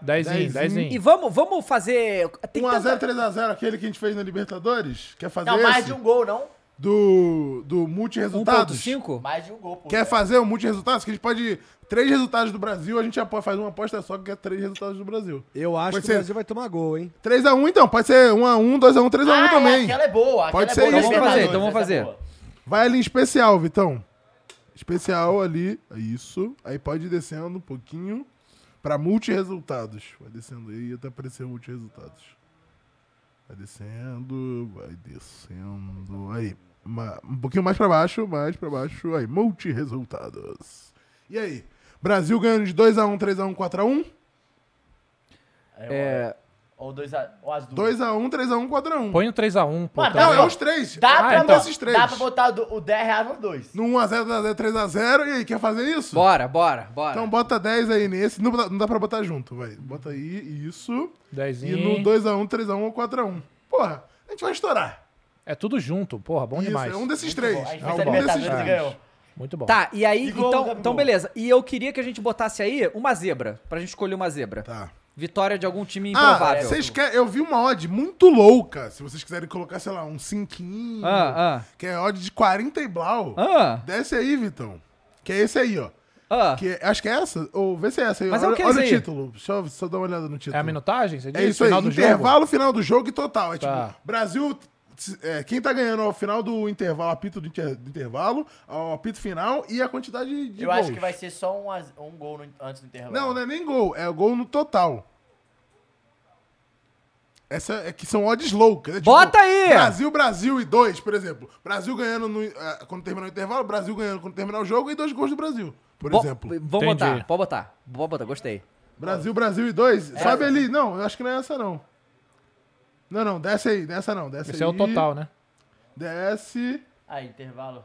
[SPEAKER 2] Dezinho,
[SPEAKER 4] Dezinho.
[SPEAKER 1] E
[SPEAKER 2] dezinho.
[SPEAKER 1] vamos, vamos fazer. Tem
[SPEAKER 4] 1x0,
[SPEAKER 1] tanta-
[SPEAKER 4] 3x0, aquele que a gente fez na Libertadores? Quer fazer
[SPEAKER 3] Não, mais
[SPEAKER 4] esse?
[SPEAKER 3] de um gol, não?
[SPEAKER 4] do, do multi-resultados.
[SPEAKER 1] 1.5?
[SPEAKER 3] Mais de um gol, pô.
[SPEAKER 4] Quer fazer um multi-resultados? Que a gente pode. Três resultados do Brasil, a gente apo- faz uma aposta só que é três resultados do Brasil.
[SPEAKER 14] Eu acho que o Brasil vai tomar gol, hein?
[SPEAKER 4] 3x1 então, pode ser 1x1, 2x1, 3x1
[SPEAKER 3] Ah, é,
[SPEAKER 4] também.
[SPEAKER 3] aquela é boa,
[SPEAKER 4] Pode
[SPEAKER 3] aquela é
[SPEAKER 4] ser
[SPEAKER 3] boa,
[SPEAKER 4] isso.
[SPEAKER 3] então vamos fazer,
[SPEAKER 1] então vamos fazer.
[SPEAKER 4] Vai ali em especial, Vitão. Especial ali, é isso. Aí pode ir descendo um pouquinho pra multi-resultados. Vai descendo aí até aparecer multi-resultados. Vai descendo, vai descendo. Aí, ma- um pouquinho mais pra baixo, mais pra baixo. Aí, multi-resultados. E aí? Brasil ganhando de 2x1, 3x1, 4x1?
[SPEAKER 1] É.
[SPEAKER 3] Ou dois a, ou as duas.
[SPEAKER 4] 2x1, 3x1, 4x1.
[SPEAKER 2] Põe um o 3x1, pô. tá?
[SPEAKER 3] Mano,
[SPEAKER 2] também.
[SPEAKER 4] Não, é os três.
[SPEAKER 3] Então, Dá,
[SPEAKER 4] Ah,
[SPEAKER 3] pra,
[SPEAKER 4] então
[SPEAKER 3] bo-
[SPEAKER 4] esses três.
[SPEAKER 3] dá pra botar do- o 10 reais nos dois.
[SPEAKER 4] No 1x0, 2x0, 3x0. E aí, quer fazer isso?
[SPEAKER 1] Bora, bora, bora.
[SPEAKER 4] Então bota 10 aí nesse. Não, dá- não dá pra botar junto, vai. Bota aí, isso.
[SPEAKER 2] Dezinho.
[SPEAKER 4] E no 2x1, 3x1 ou 4x1. Porra, a gente vai estourar.
[SPEAKER 2] É tudo junto, porra, bom
[SPEAKER 4] Isso,
[SPEAKER 2] demais.
[SPEAKER 4] é um desses três.
[SPEAKER 3] A gente fez
[SPEAKER 4] É um
[SPEAKER 3] a
[SPEAKER 4] desses
[SPEAKER 3] Libertadores e
[SPEAKER 4] três.
[SPEAKER 3] ganhou.
[SPEAKER 2] Muito bom.
[SPEAKER 1] Tá, e aí,
[SPEAKER 3] E gol,
[SPEAKER 1] então,
[SPEAKER 3] Gabigol.
[SPEAKER 1] então beleza. E eu queria que a gente botasse aí uma zebra, pra gente escolher uma zebra.
[SPEAKER 4] Tá.
[SPEAKER 1] Vitória de algum time
[SPEAKER 4] Ah,
[SPEAKER 1] improvável.
[SPEAKER 4] vocês querem. Eu vi uma odd muito louca. Se vocês quiserem colocar, sei lá, um 5
[SPEAKER 1] Ah, ah.
[SPEAKER 4] Que é odd de 40 e blau.
[SPEAKER 1] Ah.
[SPEAKER 4] Desce aí, Vitão. Que é esse aí, ó.
[SPEAKER 1] Ah.
[SPEAKER 4] Que, acho que é essa. Ou vê se é essa aí.
[SPEAKER 1] Mas é
[SPEAKER 4] olha
[SPEAKER 1] o que é
[SPEAKER 4] olha
[SPEAKER 1] esse aí?
[SPEAKER 4] título. Deixa eu só dar uma olhada no título.
[SPEAKER 2] É a minutagem? Você diz?
[SPEAKER 4] É isso aí,
[SPEAKER 2] Final do jogo?
[SPEAKER 4] intervalo, final do jogo e total. É
[SPEAKER 2] Tá.
[SPEAKER 4] tipo, Brasil, t- é, quem tá ganhando ao final do intervalo, apito do, inter- do intervalo, ao apito final e a quantidade de
[SPEAKER 3] Eu
[SPEAKER 4] gols.
[SPEAKER 3] acho que vai ser só um, as- um gol no- antes do intervalo.
[SPEAKER 4] Não, não é nem gol, é gol no total. Essa é que são odds loucas. né? Tipo,
[SPEAKER 1] Bota aí!
[SPEAKER 4] Brasil, Brasil e dois, por exemplo. Brasil ganhando no- ah, quando terminar o intervalo, Brasil ganhando quando terminar o jogo e dois gols do Brasil, por
[SPEAKER 1] Bo-
[SPEAKER 4] exemplo.
[SPEAKER 1] Vamos
[SPEAKER 2] Entendi.
[SPEAKER 1] botar, pode botar. Pode botar, gostei.
[SPEAKER 4] Brasil, Brasil e dois.
[SPEAKER 3] É.
[SPEAKER 4] Sobe ali. Não, eu acho que não é essa, não. Não, não, desce aí, dessa não, desce
[SPEAKER 2] Esse é
[SPEAKER 4] aí.
[SPEAKER 2] o total, né?
[SPEAKER 4] Desce.
[SPEAKER 3] Ah, intervalo.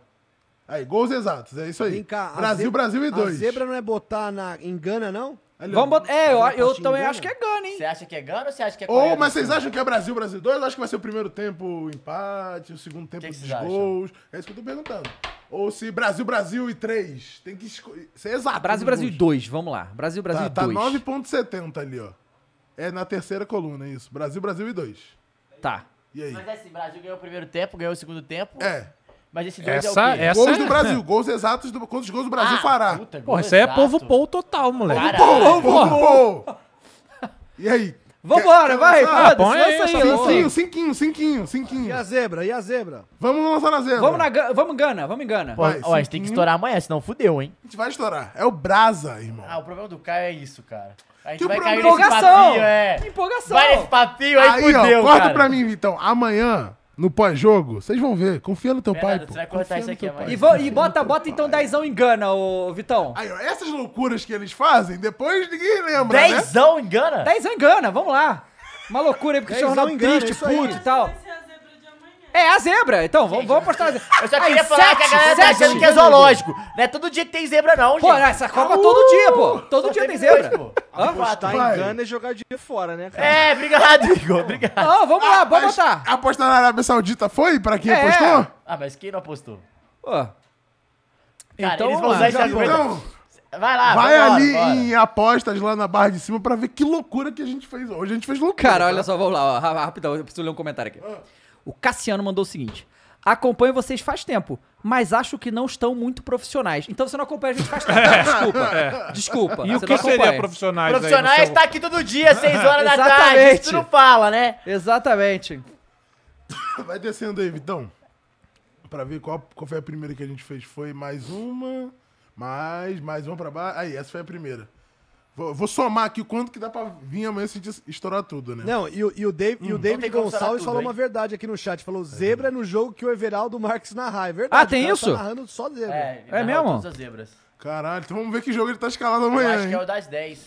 [SPEAKER 4] Aí, gols exatos, é isso aí.
[SPEAKER 14] Vem cá. a
[SPEAKER 4] Brasil,
[SPEAKER 14] zebra-
[SPEAKER 4] Brasil e
[SPEAKER 14] A
[SPEAKER 4] dois.
[SPEAKER 14] zebra não é botar na engana, não?
[SPEAKER 4] Ali, ó.
[SPEAKER 1] Vamos botar. É, eu,
[SPEAKER 14] Fazer uma
[SPEAKER 1] eu
[SPEAKER 14] apostinha
[SPEAKER 1] também
[SPEAKER 14] engana?
[SPEAKER 1] acho que é tá assim, Gana, hein?
[SPEAKER 3] Você acha que é Gana ou você acha que é Coreia
[SPEAKER 4] Ou,
[SPEAKER 3] do
[SPEAKER 4] mas vocês
[SPEAKER 3] Sul?
[SPEAKER 1] né?
[SPEAKER 4] acham que é Brasil, Brasil 2? Eu acho que vai ser o primeiro tempo empate, o segundo tempo
[SPEAKER 3] que
[SPEAKER 4] dos
[SPEAKER 3] vocês acham?
[SPEAKER 4] gols. É isso que eu tô perguntando. Ou se Brasil, Brasil e três. Tem que escolher. Ser exato.
[SPEAKER 1] Brasil,
[SPEAKER 4] nos
[SPEAKER 1] Brasil
[SPEAKER 4] gols.
[SPEAKER 1] 2, vamos lá. Brasil, Brasil
[SPEAKER 4] é Tá, tá
[SPEAKER 1] 2.
[SPEAKER 4] 9,70 ali, ó. É na terceira coluna, é isso. Brasil, Brasil e dois.
[SPEAKER 1] Tá.
[SPEAKER 4] E aí?
[SPEAKER 3] Mas é assim, Brasil ganhou o primeiro tempo, ganhou o segundo tempo.
[SPEAKER 4] É.
[SPEAKER 3] Mas esse dois é o
[SPEAKER 2] Essa,
[SPEAKER 3] quê? Ah,
[SPEAKER 2] essa
[SPEAKER 4] Gols
[SPEAKER 2] é-
[SPEAKER 4] do Brasil, gols exatos do quantos gols o Brasil
[SPEAKER 1] Ah,
[SPEAKER 4] fará.
[SPEAKER 3] Puta, gol
[SPEAKER 2] Porra, isso aí é
[SPEAKER 3] exato.
[SPEAKER 2] povo pou total, moleque.
[SPEAKER 3] Caralho.
[SPEAKER 4] Pô, pô, pô. [laughs] E aí?
[SPEAKER 1] Vambora, vai,
[SPEAKER 2] Ah,
[SPEAKER 1] foda-se,
[SPEAKER 2] põe
[SPEAKER 1] lança
[SPEAKER 2] essa
[SPEAKER 1] aí, lança aí.
[SPEAKER 4] Cinquinho, cinquinho, cinquinho,
[SPEAKER 14] E
[SPEAKER 4] cinquinho.
[SPEAKER 14] a zebra? E a zebra?
[SPEAKER 4] Vamos lançar na zebra.
[SPEAKER 1] Vamos, na, Ga- vamos Gana, vamos em Gana.
[SPEAKER 3] Pô,
[SPEAKER 4] Vai,
[SPEAKER 3] ó, a gente tem que
[SPEAKER 4] cinquinho.
[SPEAKER 3] estourar amanhã, senão fudeu, hein?
[SPEAKER 4] A gente vai estourar. É o Brasa, irmão.
[SPEAKER 3] Ah, o problema do Caio é isso, cara. A gente
[SPEAKER 4] Que
[SPEAKER 3] vai
[SPEAKER 4] pro-
[SPEAKER 3] cair nesse
[SPEAKER 1] Empolgação!
[SPEAKER 3] papinho, é.
[SPEAKER 1] Empolgação!
[SPEAKER 3] Vai nesse papinho, aí,
[SPEAKER 4] ó,
[SPEAKER 3] fudeu,
[SPEAKER 4] corta
[SPEAKER 3] cara.
[SPEAKER 4] pra mim, Vitão. Amanhã, no pós-jogo, vocês vão ver. Confia no teu
[SPEAKER 3] Bernardo,
[SPEAKER 4] pai, pô.
[SPEAKER 3] você vai cortar
[SPEAKER 4] Confia
[SPEAKER 3] isso
[SPEAKER 4] no
[SPEAKER 3] aqui
[SPEAKER 4] teu
[SPEAKER 3] amanhã.
[SPEAKER 4] pai.
[SPEAKER 1] E, vo- e bota, bota então dezão em Gana, ô Vitão.
[SPEAKER 4] Aí, ó, essas loucuras que eles fazem, depois ninguém lembra, né?
[SPEAKER 3] Dezão engana?
[SPEAKER 1] Dezão em Gana, vamos lá. Uma loucura aí, porque o
[SPEAKER 14] Dezão
[SPEAKER 1] Cristiano Ronaldo
[SPEAKER 14] em Gana,
[SPEAKER 1] triste,
[SPEAKER 14] isso aí.
[SPEAKER 1] puto e tal.
[SPEAKER 15] Vai ser a zebra de amanhã.
[SPEAKER 1] É, a zebra, então, vamos, vamos apostar na zebra.
[SPEAKER 3] Eu só
[SPEAKER 1] Aí,
[SPEAKER 3] queria falar que a galera tá
[SPEAKER 1] sete.
[SPEAKER 3] achando que é zoológico. Não é todo dia que tem zebra, não, gente.
[SPEAKER 1] Pô, essa Copa todo dia, pô. Todo dia tem zebra. Hã?
[SPEAKER 14] Apostar
[SPEAKER 4] Vai.
[SPEAKER 14] engana é jogar de fora, né, cara?
[SPEAKER 3] É, obrigado, Igor. Obrigado.
[SPEAKER 1] Não, vamos lá, vamos
[SPEAKER 4] Mas
[SPEAKER 1] botar.
[SPEAKER 4] A aposta na Arábia Saudita foi pra quem
[SPEAKER 1] É.
[SPEAKER 4] apostou?
[SPEAKER 3] Ah, mas quem não apostou?
[SPEAKER 1] Pô.
[SPEAKER 3] Cara,
[SPEAKER 1] Então,
[SPEAKER 3] eles vão
[SPEAKER 1] vamos
[SPEAKER 3] usar
[SPEAKER 1] lá,
[SPEAKER 3] esse
[SPEAKER 1] já
[SPEAKER 3] argumento.
[SPEAKER 4] Então,
[SPEAKER 3] Vai lá,
[SPEAKER 4] vai
[SPEAKER 3] vambora,
[SPEAKER 4] ali
[SPEAKER 3] Ah, bora.
[SPEAKER 4] em apostas lá na barra de cima pra ver que loucura que a gente fez. Hoje a gente fez loucura.
[SPEAKER 1] Cara,
[SPEAKER 4] tá?
[SPEAKER 1] olha só, vamos lá, ó, ra- rapidão, eu preciso ler um comentário aqui.
[SPEAKER 2] Ah.
[SPEAKER 1] O Cassiano mandou o seguinte: acompanho vocês faz tempo, mas acho que não estão muito profissionais. Então você não acompanha a gente faz
[SPEAKER 2] [laughs]
[SPEAKER 1] tempo. Desculpa. Desculpa.
[SPEAKER 2] É. E o
[SPEAKER 1] você
[SPEAKER 2] que
[SPEAKER 1] não
[SPEAKER 2] seria
[SPEAKER 1] acompanha.
[SPEAKER 2] profissionais aí no
[SPEAKER 3] Profissionais
[SPEAKER 2] seu-
[SPEAKER 3] tá aqui todo dia, 6 horas da tarde.
[SPEAKER 1] Exatamente.
[SPEAKER 3] Isso tu não fala, né?
[SPEAKER 1] Exatamente.
[SPEAKER 4] Vai descendo aí, Vitão. Pra ver qual, qual foi a primeira que a gente fez. Foi mais uma, mais, mais uma pra baixo. Aí, essa foi a primeira. Vou, vou somar aqui o quanto que dá pra vir amanhã se a gente estourar tudo, né? Hum.
[SPEAKER 14] Não, e, o- e o David, e o David
[SPEAKER 3] tem como falar
[SPEAKER 14] Gonçalves
[SPEAKER 3] tudo,
[SPEAKER 14] falou
[SPEAKER 3] hein?
[SPEAKER 14] uma verdade aqui no chat. Falou zebra no jogo que o Everaldo Marques narrar. É verdade.
[SPEAKER 1] Ah, tem
[SPEAKER 14] o cara
[SPEAKER 1] isso?
[SPEAKER 14] Tá narrando só zebra.
[SPEAKER 3] narrou
[SPEAKER 1] É, mesmo?
[SPEAKER 3] É, todas as zebras.
[SPEAKER 4] Caralho, então vamos ver que jogo ele tá escalado
[SPEAKER 3] Eu
[SPEAKER 4] amanhã,
[SPEAKER 3] acho que é o
[SPEAKER 4] hein?
[SPEAKER 3] das 10.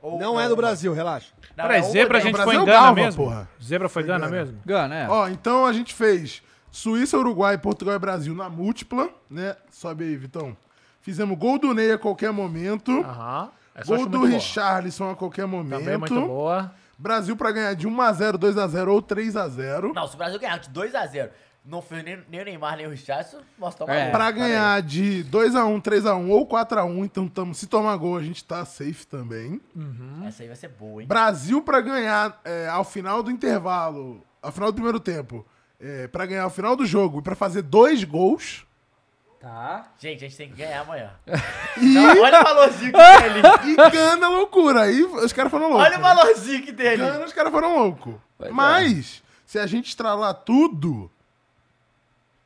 [SPEAKER 3] Ou-
[SPEAKER 14] Não é do Brasil, relaxa.
[SPEAKER 3] Não,
[SPEAKER 2] Peraí,
[SPEAKER 3] é uma
[SPEAKER 2] zebra a
[SPEAKER 3] dez.
[SPEAKER 2] gente
[SPEAKER 4] Brasil
[SPEAKER 2] foi
[SPEAKER 4] é o
[SPEAKER 2] engana
[SPEAKER 4] Galva,
[SPEAKER 2] mesmo?
[SPEAKER 4] porra.
[SPEAKER 2] Zebra um foi engana mesmo?
[SPEAKER 1] Gana, é.
[SPEAKER 4] Ó, então a gente fez Suíça, Uruguai, Portugal e Brasil na múltipla, né? Sobe aí, Vitão. Fizemos gol do Ney a qualquer momento.
[SPEAKER 2] Aham. Ah, Essa eu
[SPEAKER 4] gol
[SPEAKER 2] acho
[SPEAKER 4] do
[SPEAKER 2] muito boa.
[SPEAKER 4] Richarlison a qualquer
[SPEAKER 2] Também é
[SPEAKER 4] momento.
[SPEAKER 2] muito boa.
[SPEAKER 4] Brasil pra ganhar de 1x0, 2x0 ou 3x0.
[SPEAKER 3] Não, se o Brasil ganhar de 2x0, não foi nem, nem o Neymar, nem o Richardson, nós tomamos.
[SPEAKER 1] É,
[SPEAKER 4] Pra ganhar de 2x1, 3x1 ou 4x1, então tamo, se tomar gol, a gente tá safe também.
[SPEAKER 3] Essa aí vai ser boa, hein?
[SPEAKER 4] Brasil pra ganhar é, ao final do intervalo, ao final do primeiro tempo,
[SPEAKER 11] é, pra ganhar o final do jogo e pra fazer dois gols.
[SPEAKER 1] Tá.
[SPEAKER 3] Gente, a gente tem que
[SPEAKER 11] [laughs]
[SPEAKER 3] ganhar amanhã.
[SPEAKER 11] E...
[SPEAKER 3] Não, olha o valorzinho que tem ali.
[SPEAKER 11] E Gana loucura. Aí os caras foram loucos.
[SPEAKER 3] Olha o valorzinho que tem ali.
[SPEAKER 11] Gana, os caras foram loucos. Mas, se a gente estralar tudo,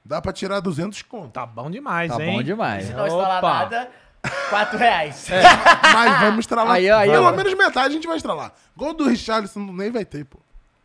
[SPEAKER 11] dá pra tirar 200 conto.
[SPEAKER 2] Tá bom demais,
[SPEAKER 1] Tá
[SPEAKER 2] hein?
[SPEAKER 1] bom demais.
[SPEAKER 3] Se não instalar
[SPEAKER 2] Opa.
[SPEAKER 3] nada, 4
[SPEAKER 11] É,
[SPEAKER 3] [laughs] reais. É
[SPEAKER 11] Mas vamos estralar.
[SPEAKER 1] Aí, aí,
[SPEAKER 11] Pelo
[SPEAKER 1] ó.
[SPEAKER 11] menos metade a gente vai estralar. Gol do Richarlison nem vai ter, pô.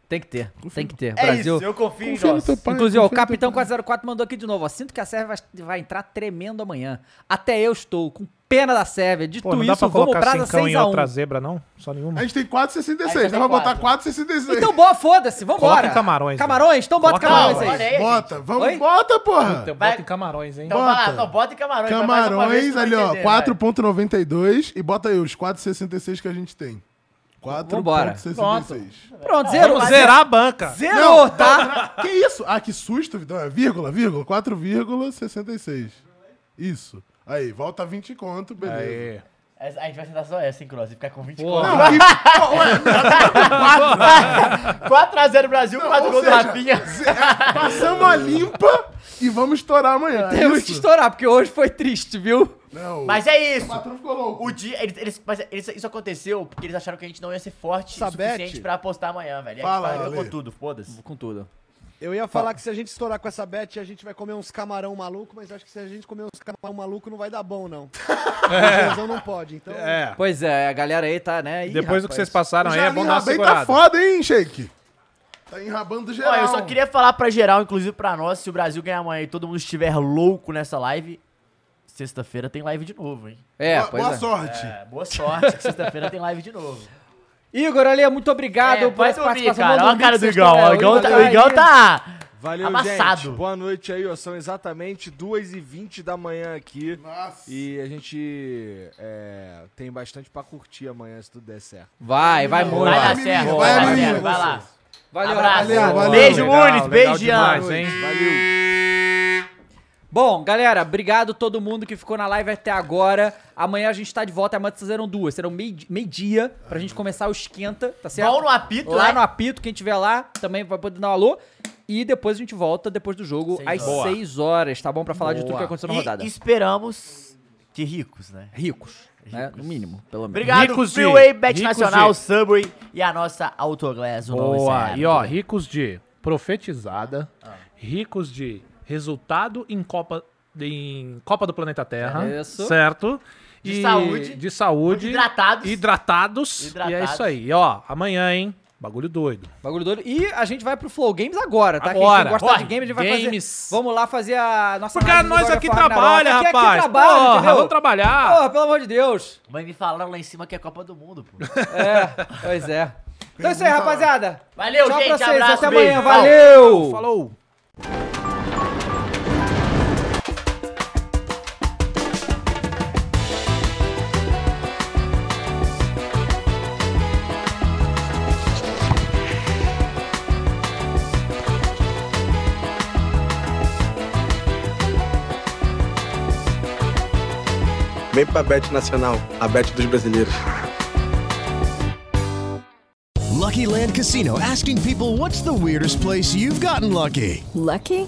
[SPEAKER 1] Tem que ter, tem que ter.
[SPEAKER 3] É
[SPEAKER 1] Brasil.
[SPEAKER 3] isso, eu confio em
[SPEAKER 11] Confia no
[SPEAKER 3] nós.
[SPEAKER 11] teu pai,
[SPEAKER 1] Inclusive, ó, o
[SPEAKER 11] confia no teu
[SPEAKER 1] Capitão 404 mandou aqui de novo. Ó, sinto que a Sérvia vai, vai entrar tremendo amanhã. Até eu estou com pena da Sérvia. Dito
[SPEAKER 2] Pô, não dá
[SPEAKER 1] isso,
[SPEAKER 2] pra
[SPEAKER 1] vamos
[SPEAKER 2] colocar
[SPEAKER 1] Brasa
[SPEAKER 2] cincão
[SPEAKER 1] 6
[SPEAKER 2] em
[SPEAKER 1] a 1
[SPEAKER 2] outra zebra, não? Só nenhuma.
[SPEAKER 11] A gente tem
[SPEAKER 3] Aí
[SPEAKER 11] 4,66.
[SPEAKER 3] já
[SPEAKER 11] Dá pra
[SPEAKER 3] tem
[SPEAKER 11] botar 4,66.
[SPEAKER 1] Então, boa, foda-se, vambora.
[SPEAKER 2] Coloca em Camarões,
[SPEAKER 1] Camarões, então bota
[SPEAKER 2] Coloca
[SPEAKER 1] Camarões
[SPEAKER 3] Camarões.
[SPEAKER 1] aí.
[SPEAKER 3] Olha aí,
[SPEAKER 11] Bota, vamos,
[SPEAKER 1] Oi?
[SPEAKER 11] bota, porra.
[SPEAKER 2] Então
[SPEAKER 3] Vai-
[SPEAKER 2] bota em Camarões, hein?
[SPEAKER 3] Então vai lá,
[SPEAKER 11] Bota.
[SPEAKER 3] não, bota em camarões. vai Então, mais uma vez,
[SPEAKER 11] Camarões
[SPEAKER 3] você vai
[SPEAKER 11] ali, ó,
[SPEAKER 3] entender, né? vai.
[SPEAKER 11] 4.92 e bota aí os 4.66 que a gente tem.
[SPEAKER 1] Vambora.
[SPEAKER 11] 4.66.
[SPEAKER 1] Pronto, zerou.
[SPEAKER 2] Vamos zerar a banca.
[SPEAKER 1] Zerou, tá?
[SPEAKER 11] Que isso? Ah, que susto, Vitão. É vírgula, vírgula, 4,66. Isso. Aí, volta 20 conto, beleza.
[SPEAKER 2] Aê.
[SPEAKER 3] Essa- A gente vai sentar só essa, hein, Cross? e Ficar com 20
[SPEAKER 2] É, Porra.
[SPEAKER 3] conto.
[SPEAKER 11] Não, que- não, ué,
[SPEAKER 3] [laughs] 4x0 Brasil, 4
[SPEAKER 11] ou
[SPEAKER 3] gols do
[SPEAKER 11] seja,
[SPEAKER 3] Rafinha.
[SPEAKER 11] ze- é, passamos a limpa e vamos estourar amanhã. é
[SPEAKER 1] Temos
[SPEAKER 11] isso?
[SPEAKER 1] que estourar, porque hoje foi triste, viu?
[SPEAKER 11] Não,
[SPEAKER 3] Mas é isso.
[SPEAKER 11] o patrão ficou louco.
[SPEAKER 3] O dia, eles, eles- mas eles- isso aconteceu porque eles acharam que a gente não ia ser forte
[SPEAKER 4] Sabete.
[SPEAKER 3] o suficiente pra apostar amanhã, velho.
[SPEAKER 11] Fala,
[SPEAKER 3] a gente
[SPEAKER 11] Ale.
[SPEAKER 3] com tudo, foda-se.
[SPEAKER 1] Com tudo.
[SPEAKER 4] Eu ia falar que se a gente estourar com essa bet, a gente vai comer uns camarão maluco, mas acho que se a gente comer uns camarão maluco não vai dar bom,
[SPEAKER 11] [laughs]
[SPEAKER 4] não. O Jezão não pode, então...
[SPEAKER 2] É.
[SPEAKER 1] Pois é, a galera aí tá, né? Ih,
[SPEAKER 2] Depois do que
[SPEAKER 1] rapaz.
[SPEAKER 2] vocês passaram aí, é bom dar uma
[SPEAKER 11] Jardim tá
[SPEAKER 2] segurada.
[SPEAKER 11] foda, hein, Shake? Tá enrabando geral.
[SPEAKER 3] Ó, eu só queria falar pra geral, inclusive pra nós, se o Brasil ganhar amanhã e todo mundo estiver louco nessa live, sexta-feira tem live de novo, hein?
[SPEAKER 1] É,
[SPEAKER 11] boa,
[SPEAKER 1] pois
[SPEAKER 11] boa
[SPEAKER 1] é.
[SPEAKER 11] sorte.
[SPEAKER 3] É, boa sorte, que sexta-feira tem live de novo.
[SPEAKER 1] Igor Alê, muito obrigado
[SPEAKER 3] É,
[SPEAKER 1] por
[SPEAKER 3] pode
[SPEAKER 1] essa
[SPEAKER 3] dormir,
[SPEAKER 1] participação.
[SPEAKER 3] cara.
[SPEAKER 1] Manda um
[SPEAKER 3] Olha a cara
[SPEAKER 1] mix,
[SPEAKER 3] do
[SPEAKER 1] vocês estão-
[SPEAKER 3] Igão. O Igão tá.
[SPEAKER 1] Olha
[SPEAKER 3] O
[SPEAKER 1] aí.
[SPEAKER 3] Igão tá.
[SPEAKER 5] Valeu,
[SPEAKER 3] Amassado.
[SPEAKER 5] gente. Boa noite aí, ó. São exatamente 2h20 da manhã aqui.
[SPEAKER 11] Nossa.
[SPEAKER 5] E a gente é, tem bastante pra curtir amanhã, se tudo der certo.
[SPEAKER 1] Vai, vai muito.
[SPEAKER 3] Vai dar
[SPEAKER 11] menino,
[SPEAKER 3] certo,
[SPEAKER 11] vai,
[SPEAKER 3] vai dar
[SPEAKER 11] menino,
[SPEAKER 3] certo. Vai lá.
[SPEAKER 1] Valeu,
[SPEAKER 3] Abraço.
[SPEAKER 1] valeu.
[SPEAKER 11] valeu.
[SPEAKER 3] Beijo,
[SPEAKER 2] Legal,
[SPEAKER 3] Muniz.
[SPEAKER 2] legal
[SPEAKER 3] Beijo, Ian.
[SPEAKER 2] demais, hein?
[SPEAKER 5] Valeu.
[SPEAKER 1] Bom, galera, obrigado todo mundo que ficou na live até agora. Amanhã a gente tá de volta. Amanhã serão duas, serão meio- meio-dia pra gente começar o esquenta, tá certo?
[SPEAKER 3] Vão no apito né?
[SPEAKER 1] lá
[SPEAKER 3] lá.
[SPEAKER 1] no apito, quem tiver lá também vai poder dar um alô. E depois a gente volta depois do jogo
[SPEAKER 3] Seis
[SPEAKER 1] às
[SPEAKER 3] horas. Boa.
[SPEAKER 1] 6 horas, tá bom? Pra falar de tudo que aconteceu na rodada.
[SPEAKER 3] E esperamos que ricos, né?
[SPEAKER 1] Ricos, né? No mínimo, pelo menos.
[SPEAKER 3] Obrigado,
[SPEAKER 2] Ricos de-
[SPEAKER 3] Freeway, Bet
[SPEAKER 2] ricos
[SPEAKER 3] Nacional,
[SPEAKER 2] de-
[SPEAKER 3] Subway e a nossa Autoglass. o nome
[SPEAKER 2] Boa.
[SPEAKER 3] certo.
[SPEAKER 2] E ó, ricos de profetizada,
[SPEAKER 3] Ah.
[SPEAKER 2] ricos de resultado em Copa, em Copa do Planeta Terra.
[SPEAKER 1] Isso.
[SPEAKER 2] Certo?
[SPEAKER 3] De
[SPEAKER 2] E-
[SPEAKER 3] saúde.
[SPEAKER 2] De saúde.
[SPEAKER 3] Hidratados.
[SPEAKER 2] Hidratados. E é
[SPEAKER 3] Hidratados.
[SPEAKER 2] isso aí. E ó, amanhã, hein? Bagulho doido.
[SPEAKER 1] Bagulho doido. E a gente vai pro Flow Games agora, tá? Quem-
[SPEAKER 2] Agora,
[SPEAKER 1] Quem gostar
[SPEAKER 2] corre.
[SPEAKER 1] de games, a gente vai
[SPEAKER 2] Games.
[SPEAKER 1] fazer. Vamos lá fazer a nossa.
[SPEAKER 2] Porque
[SPEAKER 1] análise do
[SPEAKER 2] nós
[SPEAKER 1] God
[SPEAKER 2] aqui
[SPEAKER 1] of Ragnarok.
[SPEAKER 2] trabalha,
[SPEAKER 1] Aqui-
[SPEAKER 2] rapaz.
[SPEAKER 1] Aqui trabalha,
[SPEAKER 2] Porra,
[SPEAKER 1] entendeu?
[SPEAKER 2] vamos trabalhar.
[SPEAKER 1] Porra, pelo amor de Deus.
[SPEAKER 3] Mas me falaram lá em cima que é Copa do Mundo, pô.
[SPEAKER 1] É, pois é. Então é isso aí, rapaziada.
[SPEAKER 3] Valeu,
[SPEAKER 1] Tchau
[SPEAKER 3] gente.
[SPEAKER 1] pra vocês.
[SPEAKER 3] abraço,
[SPEAKER 1] Até
[SPEAKER 3] beijo.
[SPEAKER 1] amanhã.
[SPEAKER 3] Falou.
[SPEAKER 1] Valeu.
[SPEAKER 2] Falou.
[SPEAKER 16] Vem pra Bet Nacional, a Bet dos brasileiros.
[SPEAKER 9] Lucky Land Casino asking people what's the weirdest place you've gotten lucky?
[SPEAKER 17] Lucky?